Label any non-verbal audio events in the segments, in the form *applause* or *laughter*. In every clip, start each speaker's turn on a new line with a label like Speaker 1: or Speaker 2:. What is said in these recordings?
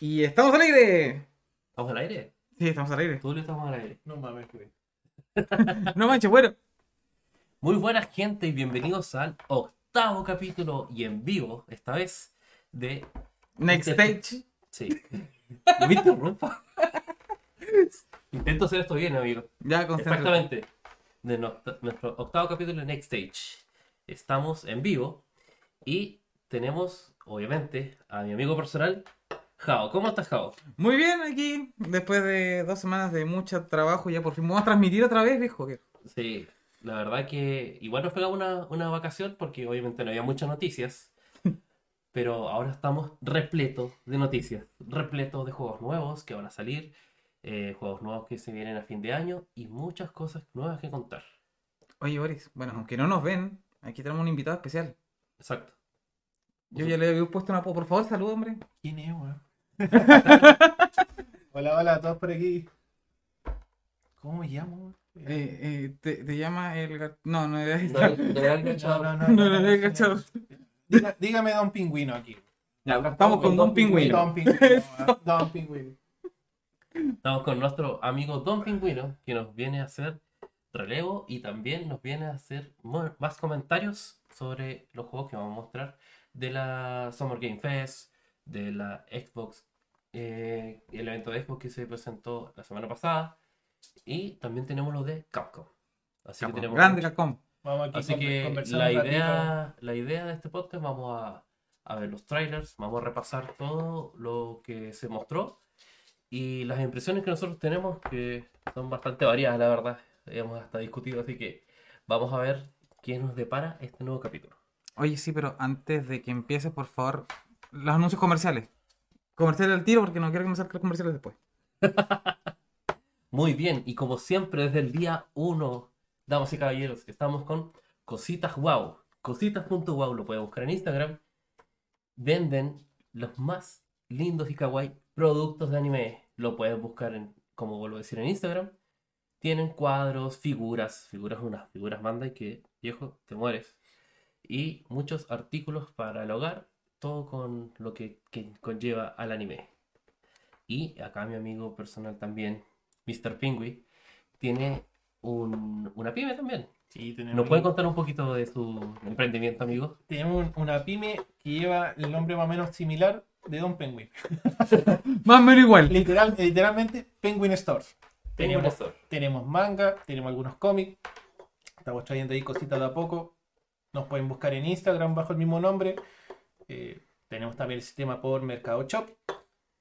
Speaker 1: Y estamos al aire.
Speaker 2: ¿Estamos al aire?
Speaker 1: Sí, estamos al aire.
Speaker 2: Tú y yo estamos al aire.
Speaker 3: No mames, güey.
Speaker 1: No manches, bueno.
Speaker 2: Muy buenas gente y bienvenidos al octavo capítulo y en vivo, esta vez, de...
Speaker 1: *laughs* Next stage.
Speaker 2: Sí. *laughs* No me interrumpa. Intento hacer esto bien, amigo.
Speaker 1: Ya, concéntrate.
Speaker 2: Exactamente. De nuestro, nuestro octavo capítulo de Next Stage. Estamos en vivo y tenemos, obviamente, a mi amigo personal, Jao. ¿Cómo estás, Jao?
Speaker 1: Muy bien, aquí, después de dos semanas de mucho trabajo, ya por fin vamos a transmitir otra vez, viejo. que-
Speaker 2: Sí, la verdad que igual nos pegaba una, una vacación porque obviamente no había muchas noticias, pero ahora estamos repletos de noticias, repletos de juegos nuevos que van a salir, eh, juegos nuevos que se vienen a fin de año y muchas cosas nuevas que contar.
Speaker 1: Oye, Boris, bueno, aunque no nos ven, aquí tenemos un invitado especial.
Speaker 2: Exacto.
Speaker 1: Yo ya le había puesto una... po- Por favor, salud, hombre.
Speaker 3: ¿Quién es, weón? *laughs* hola, hola a todos por aquí. ¿Cómo me llamo, weón?
Speaker 1: Eh, eh, te, te llama el... gar- No, no, era...
Speaker 2: No, no había
Speaker 3: *laughs*
Speaker 2: enganchado.
Speaker 1: *laughs* No, no, no, cachado.
Speaker 3: Diga- dígame Don Pingüino aquí.
Speaker 1: Ya, estamos con Don Pingüino.
Speaker 3: Don Pingüino. weón. *laughs* Don Pingüino.
Speaker 2: Estamos con nuestro amigo Don Pingüino que nos viene a hacer relevo y también nos viene a hacer mu- más comentarios sobre los juegos que vamos a mostrar de la Summer Game Fest, de la Xbox, eh, el evento de Xbox que se presentó la semana pasada y también tenemos lo de Capcom. Así que tenemos
Speaker 1: Grande Capcom.
Speaker 3: Vamos aquí
Speaker 2: Así
Speaker 3: con-
Speaker 2: que
Speaker 3: conversando
Speaker 2: la
Speaker 3: un ratito.
Speaker 2: idea, la idea de este podcast vamos a, a ver los trailers, vamos a repasar todo lo que se mostró y las impresiones que nosotros tenemos que son bastante variadas, la verdad. Hemos hasta discutido, así que vamos a ver qué nos depara este nuevo capítulo.
Speaker 1: Oye, sí, pero antes de que empieces, por favor, los anuncios comerciales. Comerciales al tiro porque no quiero que me salgan los comerciales después.
Speaker 2: Muy bien, y como siempre desde el día 1, damas y caballeros, estamos con Cositas Wow. Cositas.wow lo pueden buscar en Instagram. Venden los más lindos y kawaii productos de anime. Lo pueden buscar en, como vuelvo a decir, en Instagram. Tienen cuadros, figuras, figuras unas figuras manda que, viejo, te mueres. Y muchos artículos para el hogar, todo con lo que- que conlleva al anime. Y acá mi amigo personal también, Mr. Pingui, tiene un- una pyme también.
Speaker 3: Sí, tenemos,
Speaker 2: ¿Nos puede contar un poquito de su emprendimiento, amigo?
Speaker 3: tenemos un- una pyme que lleva el nombre más o menos similar de Don Penguin.
Speaker 1: Más o menos igual.
Speaker 3: *laughs* Literal, literalmente, Penguin Stores.
Speaker 2: Tenemos
Speaker 3: Tenemos, tenemos manga, tenemos algunos cómics. Estamos trayendo ahí cositas de a poco. Nos pueden buscar en Instagram bajo el mismo nombre. Eh, tenemos también el sistema por Mercado Shop.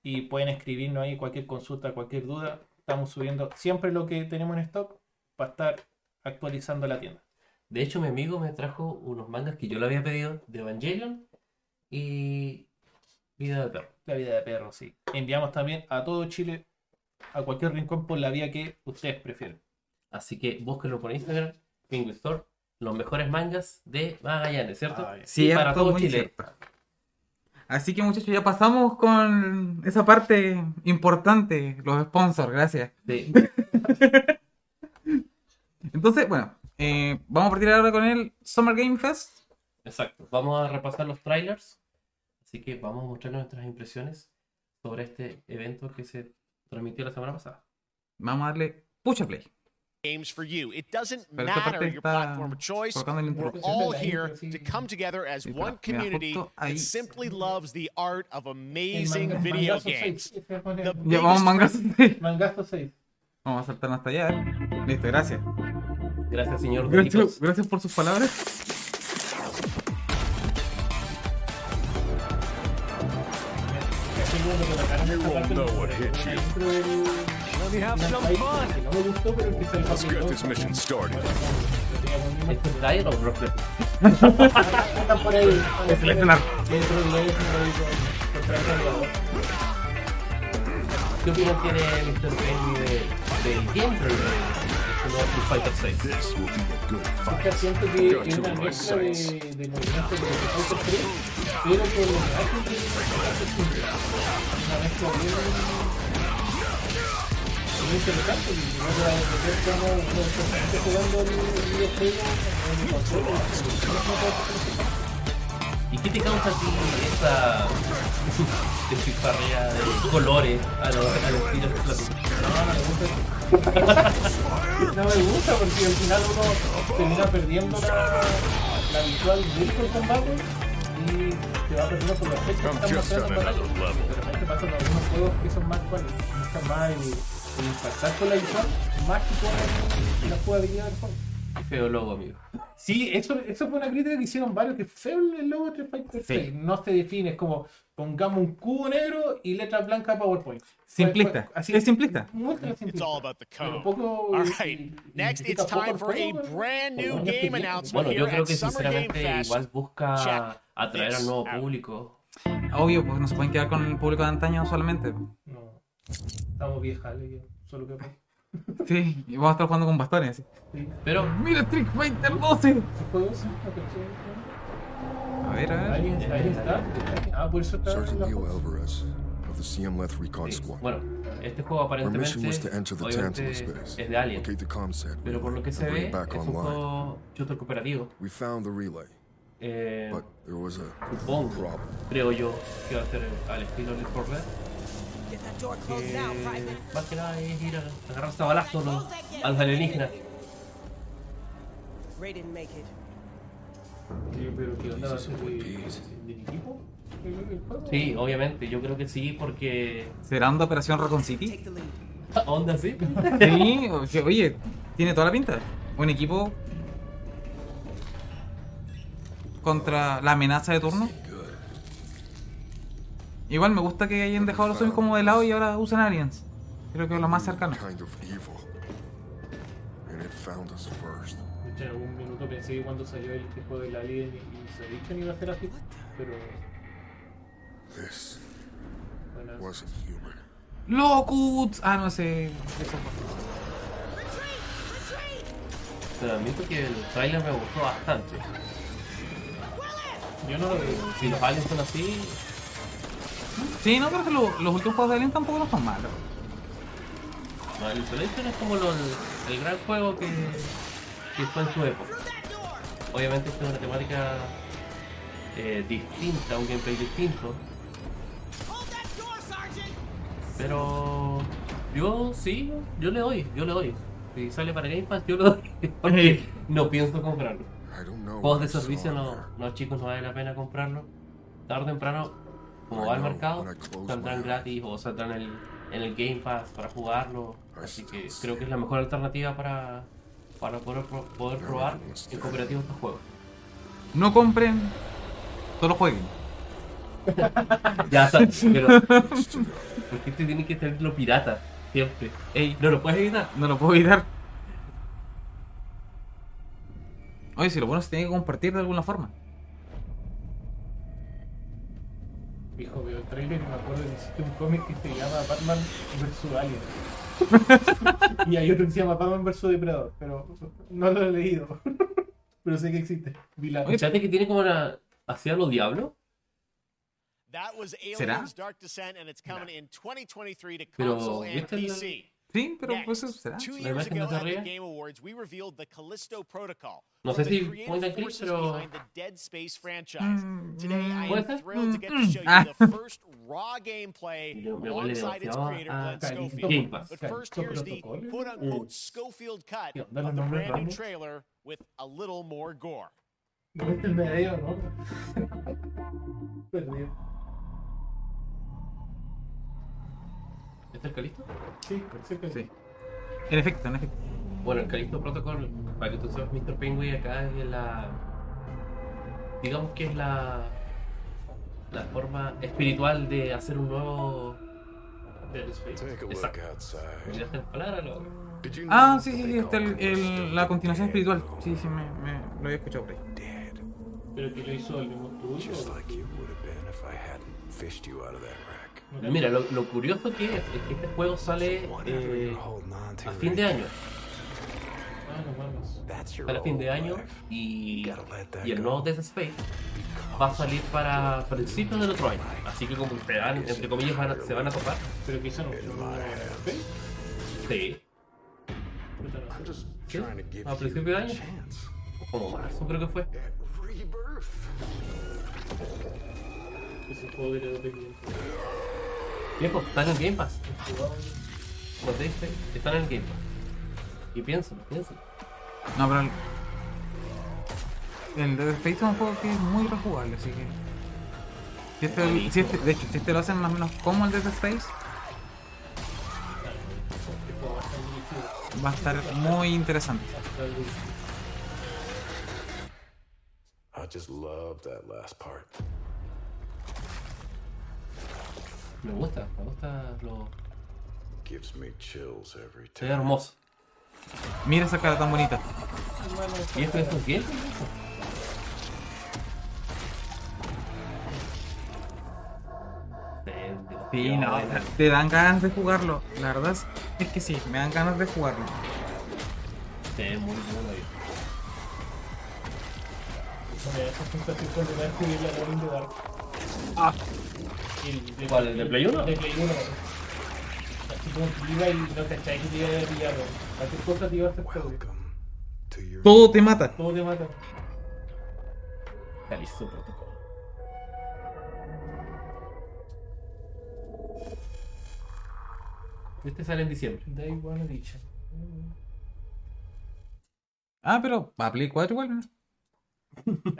Speaker 3: Y pueden escribirnos ahí cualquier consulta, cualquier duda. Estamos subiendo siempre lo que tenemos en stock para estar actualizando la tienda.
Speaker 2: De hecho, mi amigo me trajo unos mangas que yo le había pedido de Evangelion y Vida de Perro.
Speaker 3: La vida de perro, sí. Enviamos también a todo Chile, a cualquier rincón por la vía que ustedes prefieren.
Speaker 2: Así que búsquenlo por Instagram, Pingui Store, los mejores mangas de Magallanes, ¿cierto?
Speaker 3: Ah, bien.
Speaker 2: Sí,
Speaker 1: Cierto,
Speaker 2: para todo
Speaker 1: muy
Speaker 2: Chile.
Speaker 1: cierto. Así que muchachos, ya pasamos con esa parte importante, los sponsors, gracias.
Speaker 2: Sí.
Speaker 1: *laughs* Entonces, bueno, eh, vamos a partir ahora con el Summer Game Fest.
Speaker 2: Exacto. Vamos a repasar los trailers. Así que vamos a mostrar nuestras impresiones sobre este evento que se transmitió la semana pasada.
Speaker 1: Vamos a darle pucha play.
Speaker 4: games for you. It doesn't
Speaker 1: Pero esta
Speaker 4: matter
Speaker 1: parte
Speaker 4: your
Speaker 1: está
Speaker 4: platform of choice.
Speaker 1: colocando la
Speaker 4: We're
Speaker 1: introducción
Speaker 4: all
Speaker 3: de la
Speaker 4: here
Speaker 3: intro, sí.
Speaker 4: to come together as
Speaker 1: Sí, pero
Speaker 4: one
Speaker 1: mira,
Speaker 4: community
Speaker 1: justo ahí.
Speaker 4: that simply loves the art of
Speaker 3: El
Speaker 4: amazing
Speaker 3: manga-
Speaker 4: video
Speaker 3: mangazo
Speaker 4: games.
Speaker 3: seis, ese pone-
Speaker 4: The
Speaker 1: Ya vamos mangas.
Speaker 3: Mangazo 6.
Speaker 1: *laughs* vamos a saltar hasta allá. eh. Listo, gracias.
Speaker 2: Gracias, señor
Speaker 1: Gracias,
Speaker 2: Doritos.
Speaker 1: gracias por sus palabras.
Speaker 5: Let me have some fun.
Speaker 3: Let's
Speaker 5: Let's get this mission started.
Speaker 2: ¿Este es Dyer o Brock Lesnar? ¿Qué opinión tiene Mr. Penny de, del gameplay de este nuevo Street Fighter 6?
Speaker 5: This will be a good fight.
Speaker 3: Siento que es una mezcla de, de movimientos de los autos tres, pero con los gráficos de los autos cinco. Una mezcla bien. muy interesante. Y no te va a entender cómo uno está jugando el videojuego en el control.
Speaker 2: ¿Y ¿Qué te causa a ti esa despilfarrea de colores a los, a los tiros de este plato?
Speaker 3: No me gusta porque al final uno termina perdiendo la, la visual del combate y te va perdiendo por los efectos que
Speaker 5: I'm
Speaker 3: están
Speaker 5: just
Speaker 3: mostrando en
Speaker 5: on
Speaker 3: pantalla.
Speaker 5: another level.
Speaker 3: De repente pasan algunos juegos que son más cuales buscan más en, en impactar con la visual más que con la jugabilidad del juego.
Speaker 2: Qué feo logo, amigo.
Speaker 3: Sí, eso, eso fue una crítica que hicieron varios, que feo el logo de Street Fighter
Speaker 1: Sí.
Speaker 3: 6. No se define, es como pongamos un cubo negro y letra blanca PowerPoint. Fue-
Speaker 1: Simplista.
Speaker 3: fue así,
Speaker 1: es simplista.
Speaker 3: Ultra
Speaker 4: It's
Speaker 3: simplista.
Speaker 4: all about the
Speaker 3: Pero
Speaker 4: cone.
Speaker 3: poco-
Speaker 4: Oh.
Speaker 3: eh,
Speaker 4: All
Speaker 3: y-
Speaker 4: right.
Speaker 3: y-
Speaker 4: Next,
Speaker 3: y
Speaker 4: it's
Speaker 3: poco
Speaker 4: time for a
Speaker 3: juego, ¿no?
Speaker 4: brand new
Speaker 3: Bueno,
Speaker 4: game
Speaker 3: que-
Speaker 4: announcement
Speaker 2: Bueno, yo
Speaker 4: here
Speaker 2: creo
Speaker 4: at
Speaker 2: que
Speaker 4: Summer Game
Speaker 2: sinceramente
Speaker 4: Fest.
Speaker 2: igual busca
Speaker 4: Check
Speaker 2: atraer al
Speaker 4: this
Speaker 2: nuevo
Speaker 4: out.
Speaker 2: público.
Speaker 1: Obvio, pues no se pueden quedar con el público de antaño solamente. pues.
Speaker 3: No. Estamos viejas, le digo, Solo que. pues,
Speaker 1: Sí, y vamos a estar jugando con bastones. así.
Speaker 3: Sí.
Speaker 2: Pero
Speaker 1: ¡Mira Trick Fighter 12!
Speaker 3: ¿Los juegos? sí, ¿no? Pero sí,
Speaker 1: A ver, a
Speaker 3: ¿no?
Speaker 1: ver.
Speaker 3: Ahí está, ahí está. Ah, por eso está. en
Speaker 6: Sergeant
Speaker 3: la
Speaker 6: Leo
Speaker 3: foto.
Speaker 6: Alvarez of the CMLeth Recon Squad.
Speaker 2: bueno, este juego
Speaker 6: Our mission
Speaker 2: aparentemente
Speaker 6: was to enter the
Speaker 2: obviamente,
Speaker 6: Tantalus
Speaker 2: es
Speaker 6: base,
Speaker 2: de Alien.
Speaker 6: locate the comm set,
Speaker 2: Pero por lo que se
Speaker 6: and bring
Speaker 2: ve,
Speaker 6: it back
Speaker 2: es un
Speaker 6: online.
Speaker 2: juego shooter cooperativo.
Speaker 6: We found the relay,
Speaker 2: Eh,
Speaker 6: but there was a
Speaker 2: supongo,
Speaker 6: problem.
Speaker 2: creo yo, que va a ser al estilo Need for Red. Eh, más que nada es ir a agarrarse a balazo a los, a los alienígenas.
Speaker 7: Ray didn't make it.
Speaker 3: Sí, pero que andaba
Speaker 6: Jesus,
Speaker 3: así de-
Speaker 6: Jesus.
Speaker 3: del equipo. el- el juego.
Speaker 2: Sí, obviamente, yo creo que sí, *laughs* porque...
Speaker 1: ¿Será onda Operación Raccoon City?
Speaker 7: Take the lead.
Speaker 2: ¿Onda *laughs* sí?
Speaker 1: Sí, o sea, oye, tiene toda la pinta. Un equipo contra la amenaza de turno.
Speaker 6: Good.
Speaker 1: Igual me gusta que hayan dejado los zombies como de lado y ahora usan aliens. Creo que es lo más cercano.
Speaker 6: Kind of evil. And it found us first.
Speaker 3: De hecho, en algún minuto pensé que cuando salió el tipo del Alien y Sediction iba a ser así. Pero.
Speaker 6: This
Speaker 3: Bueno,
Speaker 6: wasn't human.
Speaker 1: ¡Locuts! Ah, no sé.
Speaker 2: Pero admito que el trailer me gustó bastante.
Speaker 3: yo no lo veo.
Speaker 2: Si los aliens son así,
Speaker 1: Sí, no, pero que lo- los últimos juegos de Alien tampoco no son malos.
Speaker 2: no, el Isolation es como lo- el gran juego que, que fue en su época. Obviamente esta es una temática eh, distinta, un gameplay distinto, pero yo sí, yo le doy, yo le doy. Si sale para Game Pass, yo le doy, *laughs* porque no pienso comprarlo.
Speaker 6: I don't know.
Speaker 2: Juegos de
Speaker 6: what I saw
Speaker 2: servicio no,
Speaker 6: there.
Speaker 2: no chicos, no vale la pena comprarlo. Tarde o temprano, como
Speaker 6: I
Speaker 2: va al
Speaker 6: know,
Speaker 2: mercado,
Speaker 6: when I close my
Speaker 2: saldrán
Speaker 6: eyes.
Speaker 2: gratis o saldrán en el, en el Game Pass para jugarlo.
Speaker 6: I
Speaker 2: Así
Speaker 6: still
Speaker 2: que
Speaker 6: see.
Speaker 2: creo que es la mejor alternativa para, para poder, pro- poder
Speaker 6: Now
Speaker 2: probar
Speaker 6: everyone's
Speaker 2: en
Speaker 6: dead.
Speaker 2: cooperativo estos juegos. *laughs*
Speaker 1: No compren, solo jueguen.
Speaker 2: Ya sabes, pero ¿por
Speaker 6: Needs to go.
Speaker 2: qué te tienen que tener lo pirata? Siempre. Ey, no lo puedes evitar.
Speaker 1: No lo puedo evitar. Oye, si lo bueno se tiene que compartir de alguna forma.
Speaker 3: Hijo, veo el trailer y me acuerdo que existe un cómic que se llama Batman vs.
Speaker 4: *laughs*
Speaker 3: Alien. y hay otro que se llama Batman vs. Depredador, pero no lo he leído. *laughs* pero sé que existe. Vi la-
Speaker 2: Fíjate que tiene como una. ¿Hacía lo diablo?
Speaker 4: That was
Speaker 1: ¿Será?
Speaker 4: Aliens Dark Descent, and it's coming in 2023 to
Speaker 2: Pero,
Speaker 4: console and
Speaker 2: ¿viste la-
Speaker 4: PC.
Speaker 1: Sí, pero
Speaker 4: Next,
Speaker 1: pues eso será.
Speaker 4: Two
Speaker 2: ¿La
Speaker 4: years
Speaker 2: imagen
Speaker 4: ago
Speaker 2: de
Speaker 4: at the
Speaker 2: arriba?
Speaker 4: Game Awards, we revealed the Callisto Protocol.
Speaker 2: No sé
Speaker 4: from
Speaker 2: si
Speaker 4: the creative
Speaker 2: point and click,
Speaker 4: forces
Speaker 2: pero-
Speaker 4: behind the Dead Space franchise.
Speaker 1: Mm,
Speaker 4: Today, I
Speaker 2: ¿Puede
Speaker 4: am
Speaker 2: ser?
Speaker 4: thrilled to get to
Speaker 1: Mm,
Speaker 4: show
Speaker 1: ah.
Speaker 4: you the
Speaker 2: *laughs*
Speaker 4: first raw gameplay
Speaker 2: Yo me huele
Speaker 4: alongside its
Speaker 2: demasiado Ah,
Speaker 4: creator,
Speaker 2: a
Speaker 4: Glenn
Speaker 3: Callisto
Speaker 2: Game
Speaker 4: Schofield.
Speaker 2: Pass.
Speaker 4: But first, here's the
Speaker 3: Protocol. Eh,
Speaker 4: quote-unquote Schofield cut
Speaker 3: Sí,
Speaker 4: of
Speaker 3: dale
Speaker 4: the
Speaker 3: nombre,
Speaker 4: brand new
Speaker 3: vamos.
Speaker 4: trailer with a little more gore.
Speaker 3: No es el medio, ¿no? Perdido.
Speaker 2: ¿Está el Calisto?
Speaker 3: Sí, sí, sí.
Speaker 1: Sí. En efecto, en efecto.
Speaker 2: Bueno, el Calixto Protocol, para que tú sepas, Mr. Penguin acá es de la. Digamos que es la. La forma espiritual de hacer un nuevo.
Speaker 3: Dead Space.
Speaker 5: Take a look
Speaker 2: Exacto.
Speaker 5: outside.
Speaker 2: ¿Olvidaste las palabras, loco?
Speaker 5: Did you
Speaker 1: Ah,
Speaker 5: notice
Speaker 1: sí,
Speaker 5: that
Speaker 1: sí,
Speaker 5: they
Speaker 1: sí, está
Speaker 5: call
Speaker 1: el- el-
Speaker 5: Callisto
Speaker 1: la
Speaker 5: the
Speaker 1: continuación
Speaker 5: dead
Speaker 1: espiritual.
Speaker 5: bone?
Speaker 1: Sí, sí, me, me- lo había escuchado por ahí.
Speaker 5: Dead,
Speaker 3: Pero que lo hizo el mismo Ah, estudio.
Speaker 5: just like you would have been if I hadn't fished you out of that wreck.
Speaker 2: Mira, lo, lo curioso que es, es que este juego sale
Speaker 5: Whatever
Speaker 2: eh,
Speaker 5: you're holding on to
Speaker 2: a fin
Speaker 5: right
Speaker 2: de año.
Speaker 3: Ah, no mames.
Speaker 5: That's your
Speaker 2: Para fin
Speaker 5: old
Speaker 2: de año
Speaker 5: life.
Speaker 2: y,
Speaker 5: Gotta let that
Speaker 2: y el
Speaker 5: go.
Speaker 2: nuevo Death Space va a salir para principios del otro año. Así que como se van, entre comillas, van a- se van a topar.
Speaker 3: Pero que eso no es un nuevo Dead Space.
Speaker 2: Sí.
Speaker 3: Puta, no
Speaker 5: I'm
Speaker 3: sé.
Speaker 5: just trying to give
Speaker 2: A
Speaker 5: you
Speaker 2: principio Ah, de
Speaker 5: a
Speaker 2: año.
Speaker 5: chance
Speaker 2: Como marzo creo que fue.
Speaker 5: at rebirth.
Speaker 3: Es un juego que te doy bien.
Speaker 2: Viejo, están en el Game Pass. Los de este están en el Game Pass. Y piensen, piensen.
Speaker 1: No, pero el, el Dead Space es un juego que es muy rejugable, así que. Si este, si este- de hecho, si este lo hacen más o menos como el Dead Space,
Speaker 3: Este juego va a estar muy chido.
Speaker 1: va a estar muy interesante.
Speaker 3: Va a estar muy chido.
Speaker 6: I just love that last part.
Speaker 2: Me gusta, me gusta lo.
Speaker 6: Gives me chills every
Speaker 2: Se
Speaker 6: time.
Speaker 2: ve hermoso.
Speaker 1: Mira esa cara tan bonita.
Speaker 2: ¿Y esto es un game? Pass, viejo? Sí,
Speaker 1: Sí, no,
Speaker 2: bueno.
Speaker 1: te dan ganas de jugarlo. La verdad es, es que sí, me dan ganas de jugarlo.
Speaker 2: Sí, muy bueno. viejo.
Speaker 3: Bueno, esa sensación cuando me descubrí la Rolling de Dark. Ah. El de-
Speaker 2: ¿Cuál, el de Play uno?
Speaker 3: De Play 1. Así como que iba y no cachai que te iba a pillar. Cualquier cosa te iba a hacer todo.
Speaker 6: Welcome to your
Speaker 1: Todo te mata.
Speaker 3: Todo te mata.
Speaker 2: Calixto Protocol. Este sale en diciembre.
Speaker 3: Day One Edition.
Speaker 1: Ah, pero para Play 4 igual. ¿no?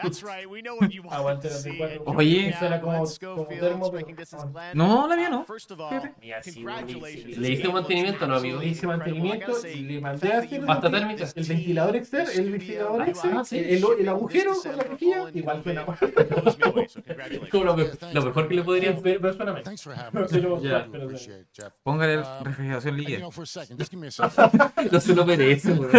Speaker 4: That's right. We know what you want
Speaker 3: Aguante
Speaker 4: to
Speaker 3: la
Speaker 4: see.
Speaker 3: Play
Speaker 4: and
Speaker 3: 4.
Speaker 1: Oye.
Speaker 4: you're
Speaker 3: Eso era
Speaker 4: now
Speaker 3: como-
Speaker 4: Glenn
Speaker 3: como
Speaker 4: Schofield,
Speaker 3: termo, pero-
Speaker 4: making this is Glenn.
Speaker 1: No, la mía no.
Speaker 4: First of all,
Speaker 1: Fíjate.
Speaker 2: Mira, sí,
Speaker 4: congratulations.
Speaker 2: buenísimo. Le hice mantenimiento, ¿no, amigo?
Speaker 3: Le hice mantenimiento y le mandé a hacer
Speaker 2: Hasta térmica.
Speaker 3: el ventilador externo, el ventilador externo,
Speaker 2: Ah, sí.
Speaker 3: el, el agujero con la rejilla, igual fue una paja.
Speaker 2: Es como lo, me- lo mejor que le podrían
Speaker 3: Pero, pero suena mal.
Speaker 7: Thanks for having
Speaker 3: Pero,
Speaker 7: us.
Speaker 3: pero,
Speaker 2: Yeah.
Speaker 3: pero-
Speaker 7: Appreciate it, Jeff.
Speaker 1: Póngale
Speaker 7: Um,
Speaker 1: refrigeración
Speaker 7: You
Speaker 1: líquida.
Speaker 7: know, for a second, just give me a
Speaker 2: *laughs*
Speaker 7: second.
Speaker 2: No se lo merece, *laughs* weón.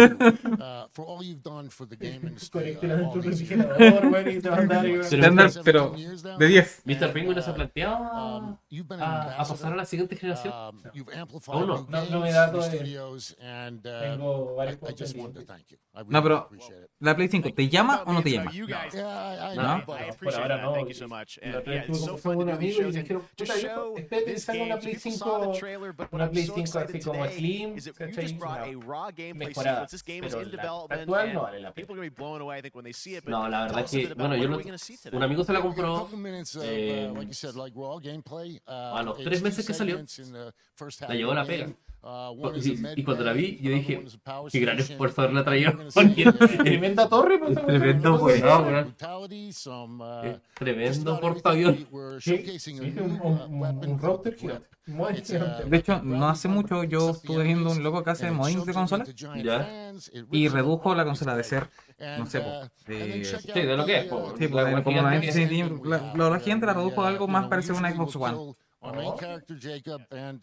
Speaker 7: Uh, for all you've done for the game industry,
Speaker 3: Conéctela
Speaker 7: uh,
Speaker 3: en
Speaker 7: all
Speaker 3: tu
Speaker 7: these years,
Speaker 3: refrigerador, bueno, y te va a andar, y-
Speaker 2: Pero-
Speaker 1: Estándar, pero de 10.
Speaker 2: Mr. Penguin no se ha
Speaker 7: um,
Speaker 2: planteado
Speaker 7: you've been an
Speaker 2: a, a pasar a
Speaker 7: ambassador.
Speaker 2: la siguiente generación.
Speaker 7: Um, you've amplified
Speaker 2: Aún no.
Speaker 7: new
Speaker 3: No, no me
Speaker 7: games,
Speaker 3: da
Speaker 7: new
Speaker 3: todavía.
Speaker 7: studios, and uh,
Speaker 3: Tengo
Speaker 7: I,
Speaker 3: varios
Speaker 7: I
Speaker 3: juegos
Speaker 7: just wanted to
Speaker 3: pendientes.
Speaker 7: thank you. I really
Speaker 1: No, pero
Speaker 7: appreciate it.
Speaker 1: la Play 5, ¿te llama o no te llama?
Speaker 4: You guys,
Speaker 7: Yeah, I, I,
Speaker 2: No.
Speaker 7: I-
Speaker 4: I
Speaker 7: I-
Speaker 3: Por
Speaker 4: appreciate
Speaker 3: ahora
Speaker 4: that.
Speaker 3: no.
Speaker 4: Thank you so much.
Speaker 3: La
Speaker 4: And
Speaker 3: otra
Speaker 4: yeah,
Speaker 3: vez
Speaker 4: it's
Speaker 3: tuve
Speaker 4: so
Speaker 3: con
Speaker 4: fun to
Speaker 3: un
Speaker 4: do these
Speaker 3: amigo y
Speaker 4: shows.
Speaker 3: me
Speaker 4: And
Speaker 3: dijeron,
Speaker 4: just
Speaker 3: puta
Speaker 4: show
Speaker 3: viejo, espérate,
Speaker 4: this
Speaker 3: saca
Speaker 4: game.
Speaker 3: una
Speaker 4: So
Speaker 3: Play
Speaker 4: people saw the
Speaker 3: 5,
Speaker 4: trailer, but what
Speaker 3: una
Speaker 4: I'm
Speaker 3: Play
Speaker 4: so
Speaker 3: 5
Speaker 4: excited
Speaker 3: así como
Speaker 4: today
Speaker 3: slim,
Speaker 4: is that you
Speaker 3: ¿cachai?
Speaker 4: just brought a
Speaker 3: Una
Speaker 4: raw gameplay
Speaker 3: mejorada,
Speaker 4: sequence. This game is
Speaker 3: pero
Speaker 4: in
Speaker 3: la
Speaker 4: development,
Speaker 3: actual no
Speaker 4: and
Speaker 3: vale la
Speaker 4: people are going to be blown away, I think, when they see it. But
Speaker 2: No, la verdad
Speaker 4: tell us a bit
Speaker 2: que,
Speaker 4: about
Speaker 2: bueno, yo
Speaker 4: what
Speaker 2: lo,
Speaker 4: we're gonna see today.
Speaker 2: un amigo se la
Speaker 7: A
Speaker 2: compró,
Speaker 7: couple minutes of, uh,
Speaker 2: eh,
Speaker 7: like you said, like raw gameplay, uh,
Speaker 2: a los
Speaker 7: it's
Speaker 2: tres
Speaker 7: two
Speaker 2: meses que salió,
Speaker 7: segments in the first half
Speaker 2: la llevó
Speaker 7: of the
Speaker 2: la pega.
Speaker 7: game. Uh, one is a
Speaker 2: y,
Speaker 7: med
Speaker 2: y cuando la
Speaker 7: bay,
Speaker 2: vi, yo
Speaker 7: another
Speaker 2: dije,
Speaker 7: one is a power
Speaker 2: qué gran
Speaker 7: station,
Speaker 2: esfuerzo haberla
Speaker 7: we're
Speaker 2: traído.
Speaker 7: gonna see,
Speaker 2: Porque *laughs*
Speaker 7: uh,
Speaker 3: Tremenda torre, pues, esa-
Speaker 1: Tremendo,
Speaker 7: we're
Speaker 1: güey.
Speaker 7: gonna see
Speaker 2: No,
Speaker 7: some
Speaker 2: weón.
Speaker 7: brutality, some, uh,
Speaker 2: es
Speaker 7: just
Speaker 2: tremendo
Speaker 7: about
Speaker 2: portaavión.
Speaker 7: everything. We were
Speaker 3: Sí,
Speaker 7: showcasing a
Speaker 3: hice
Speaker 7: new,
Speaker 3: un,
Speaker 7: uh,
Speaker 3: un, un,
Speaker 7: weapon
Speaker 3: un router
Speaker 7: whip.
Speaker 3: gigante. Muy
Speaker 7: It's, uh,
Speaker 3: gigante.
Speaker 1: De hecho, no hace mucho yo estuve viendo un loco que hace
Speaker 7: And it
Speaker 1: modding
Speaker 7: shoves
Speaker 1: de
Speaker 7: it
Speaker 1: consola
Speaker 7: into giant
Speaker 2: Ya.
Speaker 7: fans, it
Speaker 1: y
Speaker 7: rips it
Speaker 1: redujo
Speaker 7: apart,
Speaker 1: la
Speaker 7: it's
Speaker 1: consola de
Speaker 7: great.
Speaker 1: ser, no
Speaker 7: And,
Speaker 1: sé,
Speaker 7: uh,
Speaker 1: po,
Speaker 7: and then
Speaker 1: de-
Speaker 7: check
Speaker 2: Sí, de lo
Speaker 7: out
Speaker 2: que es,
Speaker 7: the,
Speaker 2: po.
Speaker 7: uh,
Speaker 1: Sí,
Speaker 2: La
Speaker 1: pues
Speaker 2: wea
Speaker 1: como la, sí,
Speaker 2: gigante.
Speaker 1: sí, la, la verdad gente la redujo a algo más parecido a una Xbox One.
Speaker 7: Es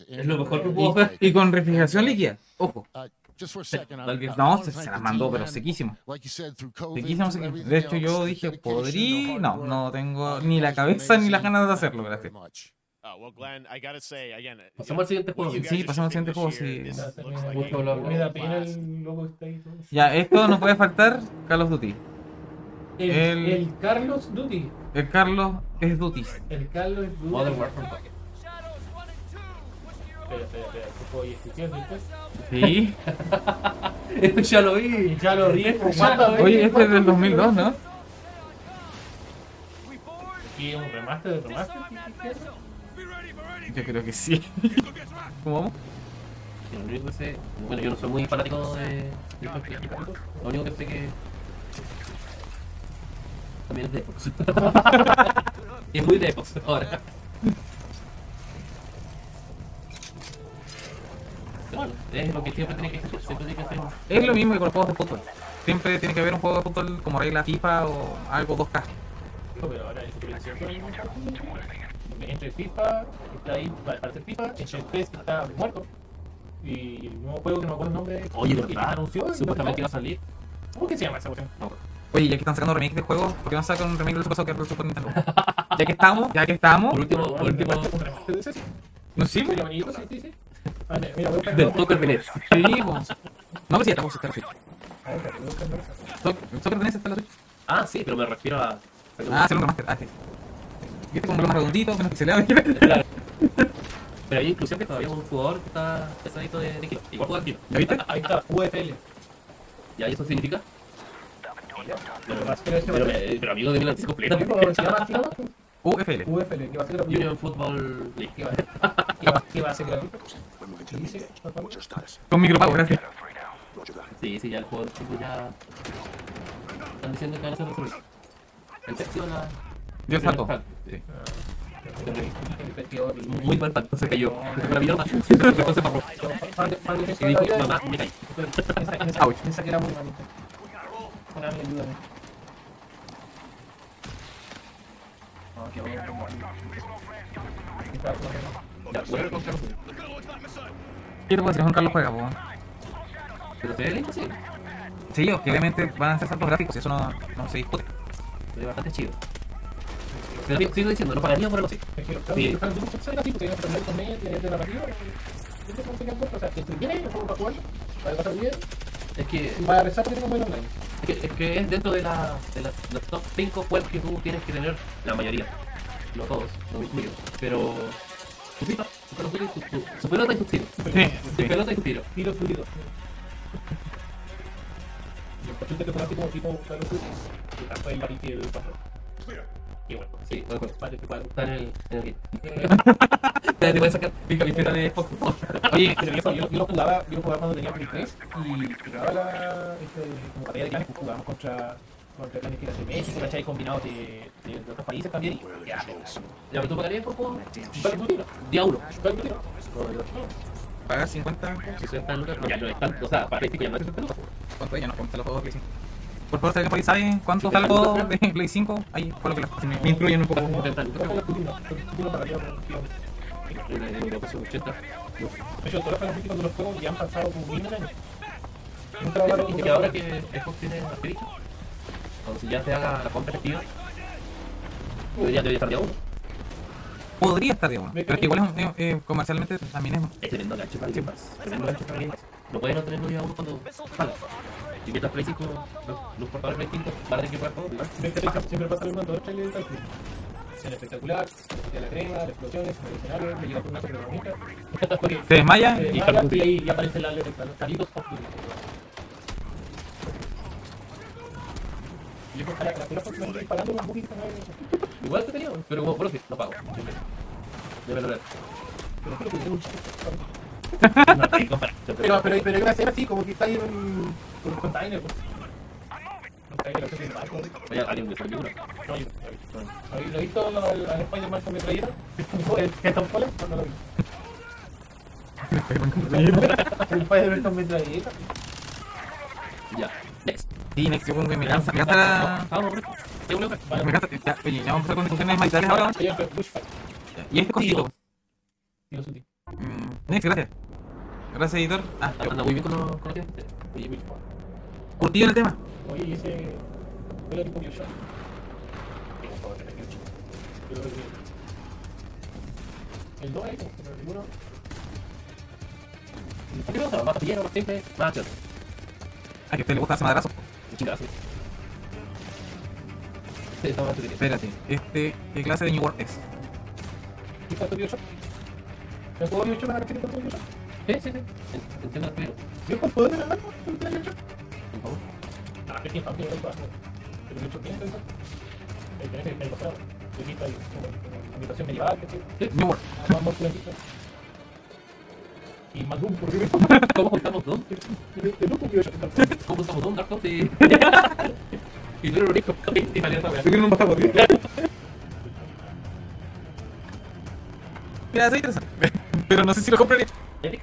Speaker 2: Es lo mejor que puedo
Speaker 1: Y,
Speaker 7: uh,
Speaker 2: hacer.
Speaker 1: y con refrigeración líquida, ojo. No,
Speaker 7: No,
Speaker 1: se, se las mandó, pero sequísimo. Sequísimo,
Speaker 7: Sequísimo,
Speaker 1: sequísimo. De hecho, yo dije, podría. No, no tengo ni la cabeza ni las ganas de hacerlo, gracias.
Speaker 4: Oh, well, Glenn, I gotta say, again, uh,
Speaker 2: Pasemos al siguiente
Speaker 4: what
Speaker 2: juego.
Speaker 4: you
Speaker 1: Sí,
Speaker 4: guys are
Speaker 1: pasemos al
Speaker 4: shipping
Speaker 1: siguiente
Speaker 4: this
Speaker 1: juego,
Speaker 4: year,
Speaker 1: sí.
Speaker 3: Ya,
Speaker 4: this
Speaker 3: terminé.
Speaker 4: looks like
Speaker 2: Mucho
Speaker 4: a
Speaker 2: hablar.
Speaker 4: world
Speaker 3: Me da pena
Speaker 4: class.
Speaker 3: el loco que está ahí. todo.
Speaker 1: Ya, esto no puede faltar Call of Duty.
Speaker 3: El,
Speaker 1: El-
Speaker 3: el Carlos Duty.
Speaker 1: El Carlos es Dutis.
Speaker 3: El Carlos Duty.
Speaker 2: Modern
Speaker 7: *laughs*
Speaker 2: Warfare. dos.
Speaker 3: Espera, espera, espera. Este juego ya existió, ¿cierto?
Speaker 1: Sí.
Speaker 2: *laughs* Esto ya lo vi.
Speaker 3: Ya lo
Speaker 2: *laughs*
Speaker 3: ríe.
Speaker 1: Oye, este es del 2002, ¿no?
Speaker 3: Y un remaster de remaster.
Speaker 8: *laughs*
Speaker 3: ¿sí?
Speaker 1: Yo creo que sí. *laughs* ¿Cómo vamos?
Speaker 2: Lo único que sé- Bueno, yo no soy muy fanático de. del Counter Strike. Lo único que sé que. También es de Xbox. Y *laughs* es muy de Xbox ahora. Pero bueno, es lo que siempre tiene que ser. Siempre tiene que ser.
Speaker 1: Es lo mismo que con los juegos de fútbol. Siempre tiene que haber un juego de fútbol como regla FIFA o algo 2K.
Speaker 3: Pero ahora es Entre FIFA, está ahí para para hacer FIFA, entre el PES que está muerto. Y el nuevo juego que no me acuerdo el nombre.
Speaker 2: Oye, de
Speaker 3: que
Speaker 2: verdad,
Speaker 3: anunció.
Speaker 2: Supuestamente iba a salir.
Speaker 3: ¿Cómo que se llama esa cuestión?
Speaker 1: Oye, ya que están sacando remakes de juegos, ¿por qué no sacan un remake del Super Soccer del Super Nintendo? Ya que estamos, ya que estamos.
Speaker 2: Por último, por último.
Speaker 1: No, sí,
Speaker 3: Mira, bonito, sí, sí, sí. Ah, mira, mira, voy a
Speaker 2: Del
Speaker 3: buscar-
Speaker 2: Soccer Venet.
Speaker 1: Sí, po. No, pero sí, estamos en Switch. Soccer tenés hasta la Switch.
Speaker 2: Ah, sí, pero me refiero a.
Speaker 1: Ah, se lo remaster. Ah, sí. Viste como lo más redondito, menos *laughs* pixelado.
Speaker 2: Pero hay inclusive todavía un jugador que está pesadito de, de kilo. Igual juega al kilo.
Speaker 1: ¿Ya viste?
Speaker 3: Ahí está, UFL.
Speaker 2: ¿Ya eso significa?
Speaker 3: Pero,
Speaker 2: Pero, eh, pero amigo de Milan es
Speaker 3: ¿Cómo se llama?
Speaker 2: completamente.
Speaker 3: ¿Se llama?
Speaker 1: UFL.
Speaker 3: UFL, que va a ser
Speaker 2: Union Football League.
Speaker 3: que va a ser- que va- que va a ser gratuito.
Speaker 6: We're moving to the
Speaker 3: Easy.
Speaker 6: midday. What's your status?
Speaker 1: Con micropago, gracias.
Speaker 6: Out three now. Roger that.
Speaker 2: Sí, sí, ya el juego del fútbol ya. Están diciendo que van a ser los Excepción a.
Speaker 1: Yo saco.
Speaker 2: Sí.
Speaker 3: El vestidor, el-
Speaker 2: Muy mal pacto se cayó. Una mierda. Entonces se paró.
Speaker 3: fan de- fan de
Speaker 2: Y
Speaker 3: defensa
Speaker 2: dijo,
Speaker 3: de la
Speaker 2: mamá,
Speaker 3: vida.
Speaker 2: me caí.
Speaker 3: Esa- esa- esa que era muy bonita. Una vez, ayúdame. No, qué bueno. Está bueno.
Speaker 2: Ya, vuelve con Carlos.
Speaker 1: ¿Qué te puedo decir? Juan Carlos juega, po.
Speaker 2: Pero se ve lindo, sí.
Speaker 1: Sí, o que obviamente van a hacer saltos gráficos, eso no, no se discute.
Speaker 2: Se ve bastante chido. Pero sí, sigo diciendo, no pagaría por algo así.
Speaker 3: Es que los cambios
Speaker 2: Sí.
Speaker 3: que están dibujando son así, pues, tienes que aprender con ellas, tienes que narrativa, y- y te pones en cuenta, o sea, que tú vienes, lo juegas para jugar, la vas a pasar bien,
Speaker 2: Es que
Speaker 3: y vas a rezar que tengas buen online.
Speaker 2: Es que- Es que es dentro de, la, de la- los top 5 juegos que tú tienes que tener, la mayoría. No todos, no me incluyo. Pero. Su, pita, su, pelota y su, su- su pelota y su tiro. Su
Speaker 1: Sí,
Speaker 2: pelota y su tiro.
Speaker 3: Tiro fluido. Y el cochete que tomaste como tipo Call of Duty, que tanto el lápiz y el papel. Y bueno,
Speaker 2: Sí, buen juego.
Speaker 3: vale, te cuadro.
Speaker 2: Está en el. En el kit. Espérate, voy a sacar mi camiseta de Fox.
Speaker 3: Oye, pero yo, yo, yo lo jugaba, yo lo jugaba cuando tenía Play 3 y jugaba la este, como batalla de clanes, pues, jugábamos contra, contra clanes que eran de México, ¿cachai? Combinados de, de, de otros países también.
Speaker 6: Where
Speaker 3: Y,
Speaker 6: are the
Speaker 3: ya,
Speaker 6: controls?
Speaker 2: Ya, pero tú pagarías por juego.
Speaker 3: Call of Duty, ¿no?
Speaker 2: Diablo.
Speaker 3: Call of Duty, ¿no?
Speaker 1: Pagar 50,
Speaker 2: 60 lucas. No, ya no es tanto. O sea, para PlayStation ya no es 60 lucas.
Speaker 1: ¿cuánto ya no compta los juegos de Play 5? Por favor, si alguien por ahí sabe cuánto está el juego de Play 5, ahí coloque me, me incluyen un poco.
Speaker 2: 70
Speaker 3: Pero
Speaker 2: lucas.
Speaker 3: Call of Duty no, Call of Duty no pagaría por- por-
Speaker 2: Una de Europa son 80.
Speaker 3: De hecho, todos los Call of Duty cuando los juegos ya han pasado como mil años. Nunca hablaron
Speaker 2: Y que ahora que Xbox tiene asterisco, cuando si ya se haga la compra efectiva, debería, debería estar de a uno.
Speaker 1: Podría estar de uno, pero es que igual es un- eh, eh, comercialmente también es
Speaker 2: Es tremendo gancho para Game Pass. Tremendo gancho para Game Pass. No pueden no tenerlo de a uno cuando salga. Y mientras Play 5, los, los portadores Play 5 van a tener que jugar todo. ¿verdad?
Speaker 3: En este podcast siempre pasa lo mismo en todos los trailers de Battlefield. Escena espectacular, la la crema, las explosiones, el escenario, me llega por una protagonista. Porque
Speaker 1: Se desmaya
Speaker 3: se
Speaker 1: y
Speaker 3: desmaya y ahí ya aparece la letra, los caritos oscuros. Y ojalá que la pura forma de ir pagando unos bookies también.
Speaker 2: Igual que tenía, pero como profe, no pago. Debe lograr.
Speaker 3: Pero creo que tiene un chiste.
Speaker 2: No, hay comparación,
Speaker 3: Pero, pero, pero iba a ser así, como que está ahí en un, con un container. pues. Un container, no sé si es barco.
Speaker 2: Oye, alguien me salió una.
Speaker 3: No, yo no lo he visto. ¿Lo he- lo he visto al, al Spider-Man con metralleta? ¿El que está en Poland? No lo vi. El Spider-Man con metralleta.
Speaker 2: Ya. Next.
Speaker 1: Sí, Next, yo pongo que me cansa, me cansa la...
Speaker 2: Vamos, profe. Sí, una, una.
Speaker 1: Me cansa, ya, oye, ya vamos a empezar con discusiones maritales ahora.
Speaker 3: Oye, pero Bushfight.
Speaker 1: Y este cosito.
Speaker 3: Digo, Suti.
Speaker 1: Mm, Next, gracias. Gracias, editor. Ah, yo.
Speaker 2: Anda muy bien con los con los clientes.
Speaker 3: Oye, Bushfight.
Speaker 1: Curtido en el tema.
Speaker 3: Oye, y ese... Fue lo que comió Sean. Tengo un juego de 38. Yo creo que- El 2 ahí, pero el 1...
Speaker 2: ¿Por qué no trabajas? Pillero, siempre, machos.
Speaker 1: A Ah, que a usted le gusta hacer madrazo.
Speaker 2: Chingazo. Sí, está más entretenido.
Speaker 1: Espérate, este, ¿qué clase de New World es?
Speaker 3: ¿Viste a Tokyo Shock? ¿El juego de 8 me refiero a Tokyo Shock?
Speaker 2: Sí, sí, sí. En- Entiendo el tiro.
Speaker 3: ¿Yo con poder de la mano? ¿Con Tokyo Shock?
Speaker 2: Por favor.
Speaker 3: Ah, pero es que es campeón del juego. Pero de hecho, ¿quién es el juego? El que es el demostrado. El que está ahí, como- como ambientación medieval, que sí.
Speaker 1: New World.
Speaker 3: Ah, Vamos con el equipo. Y Magum,
Speaker 2: *laughs*
Speaker 3: por Dios.
Speaker 2: ¿Cómo juntamos dos?
Speaker 3: El loco que yo ya-
Speaker 2: ¿Cómo juntamos dos, Darko?
Speaker 3: *laughs*
Speaker 2: Sí. Y tú eres el único que te valía esa weá.
Speaker 1: Mira, es interesante. Pero no sé si lo compraría.
Speaker 2: Epic.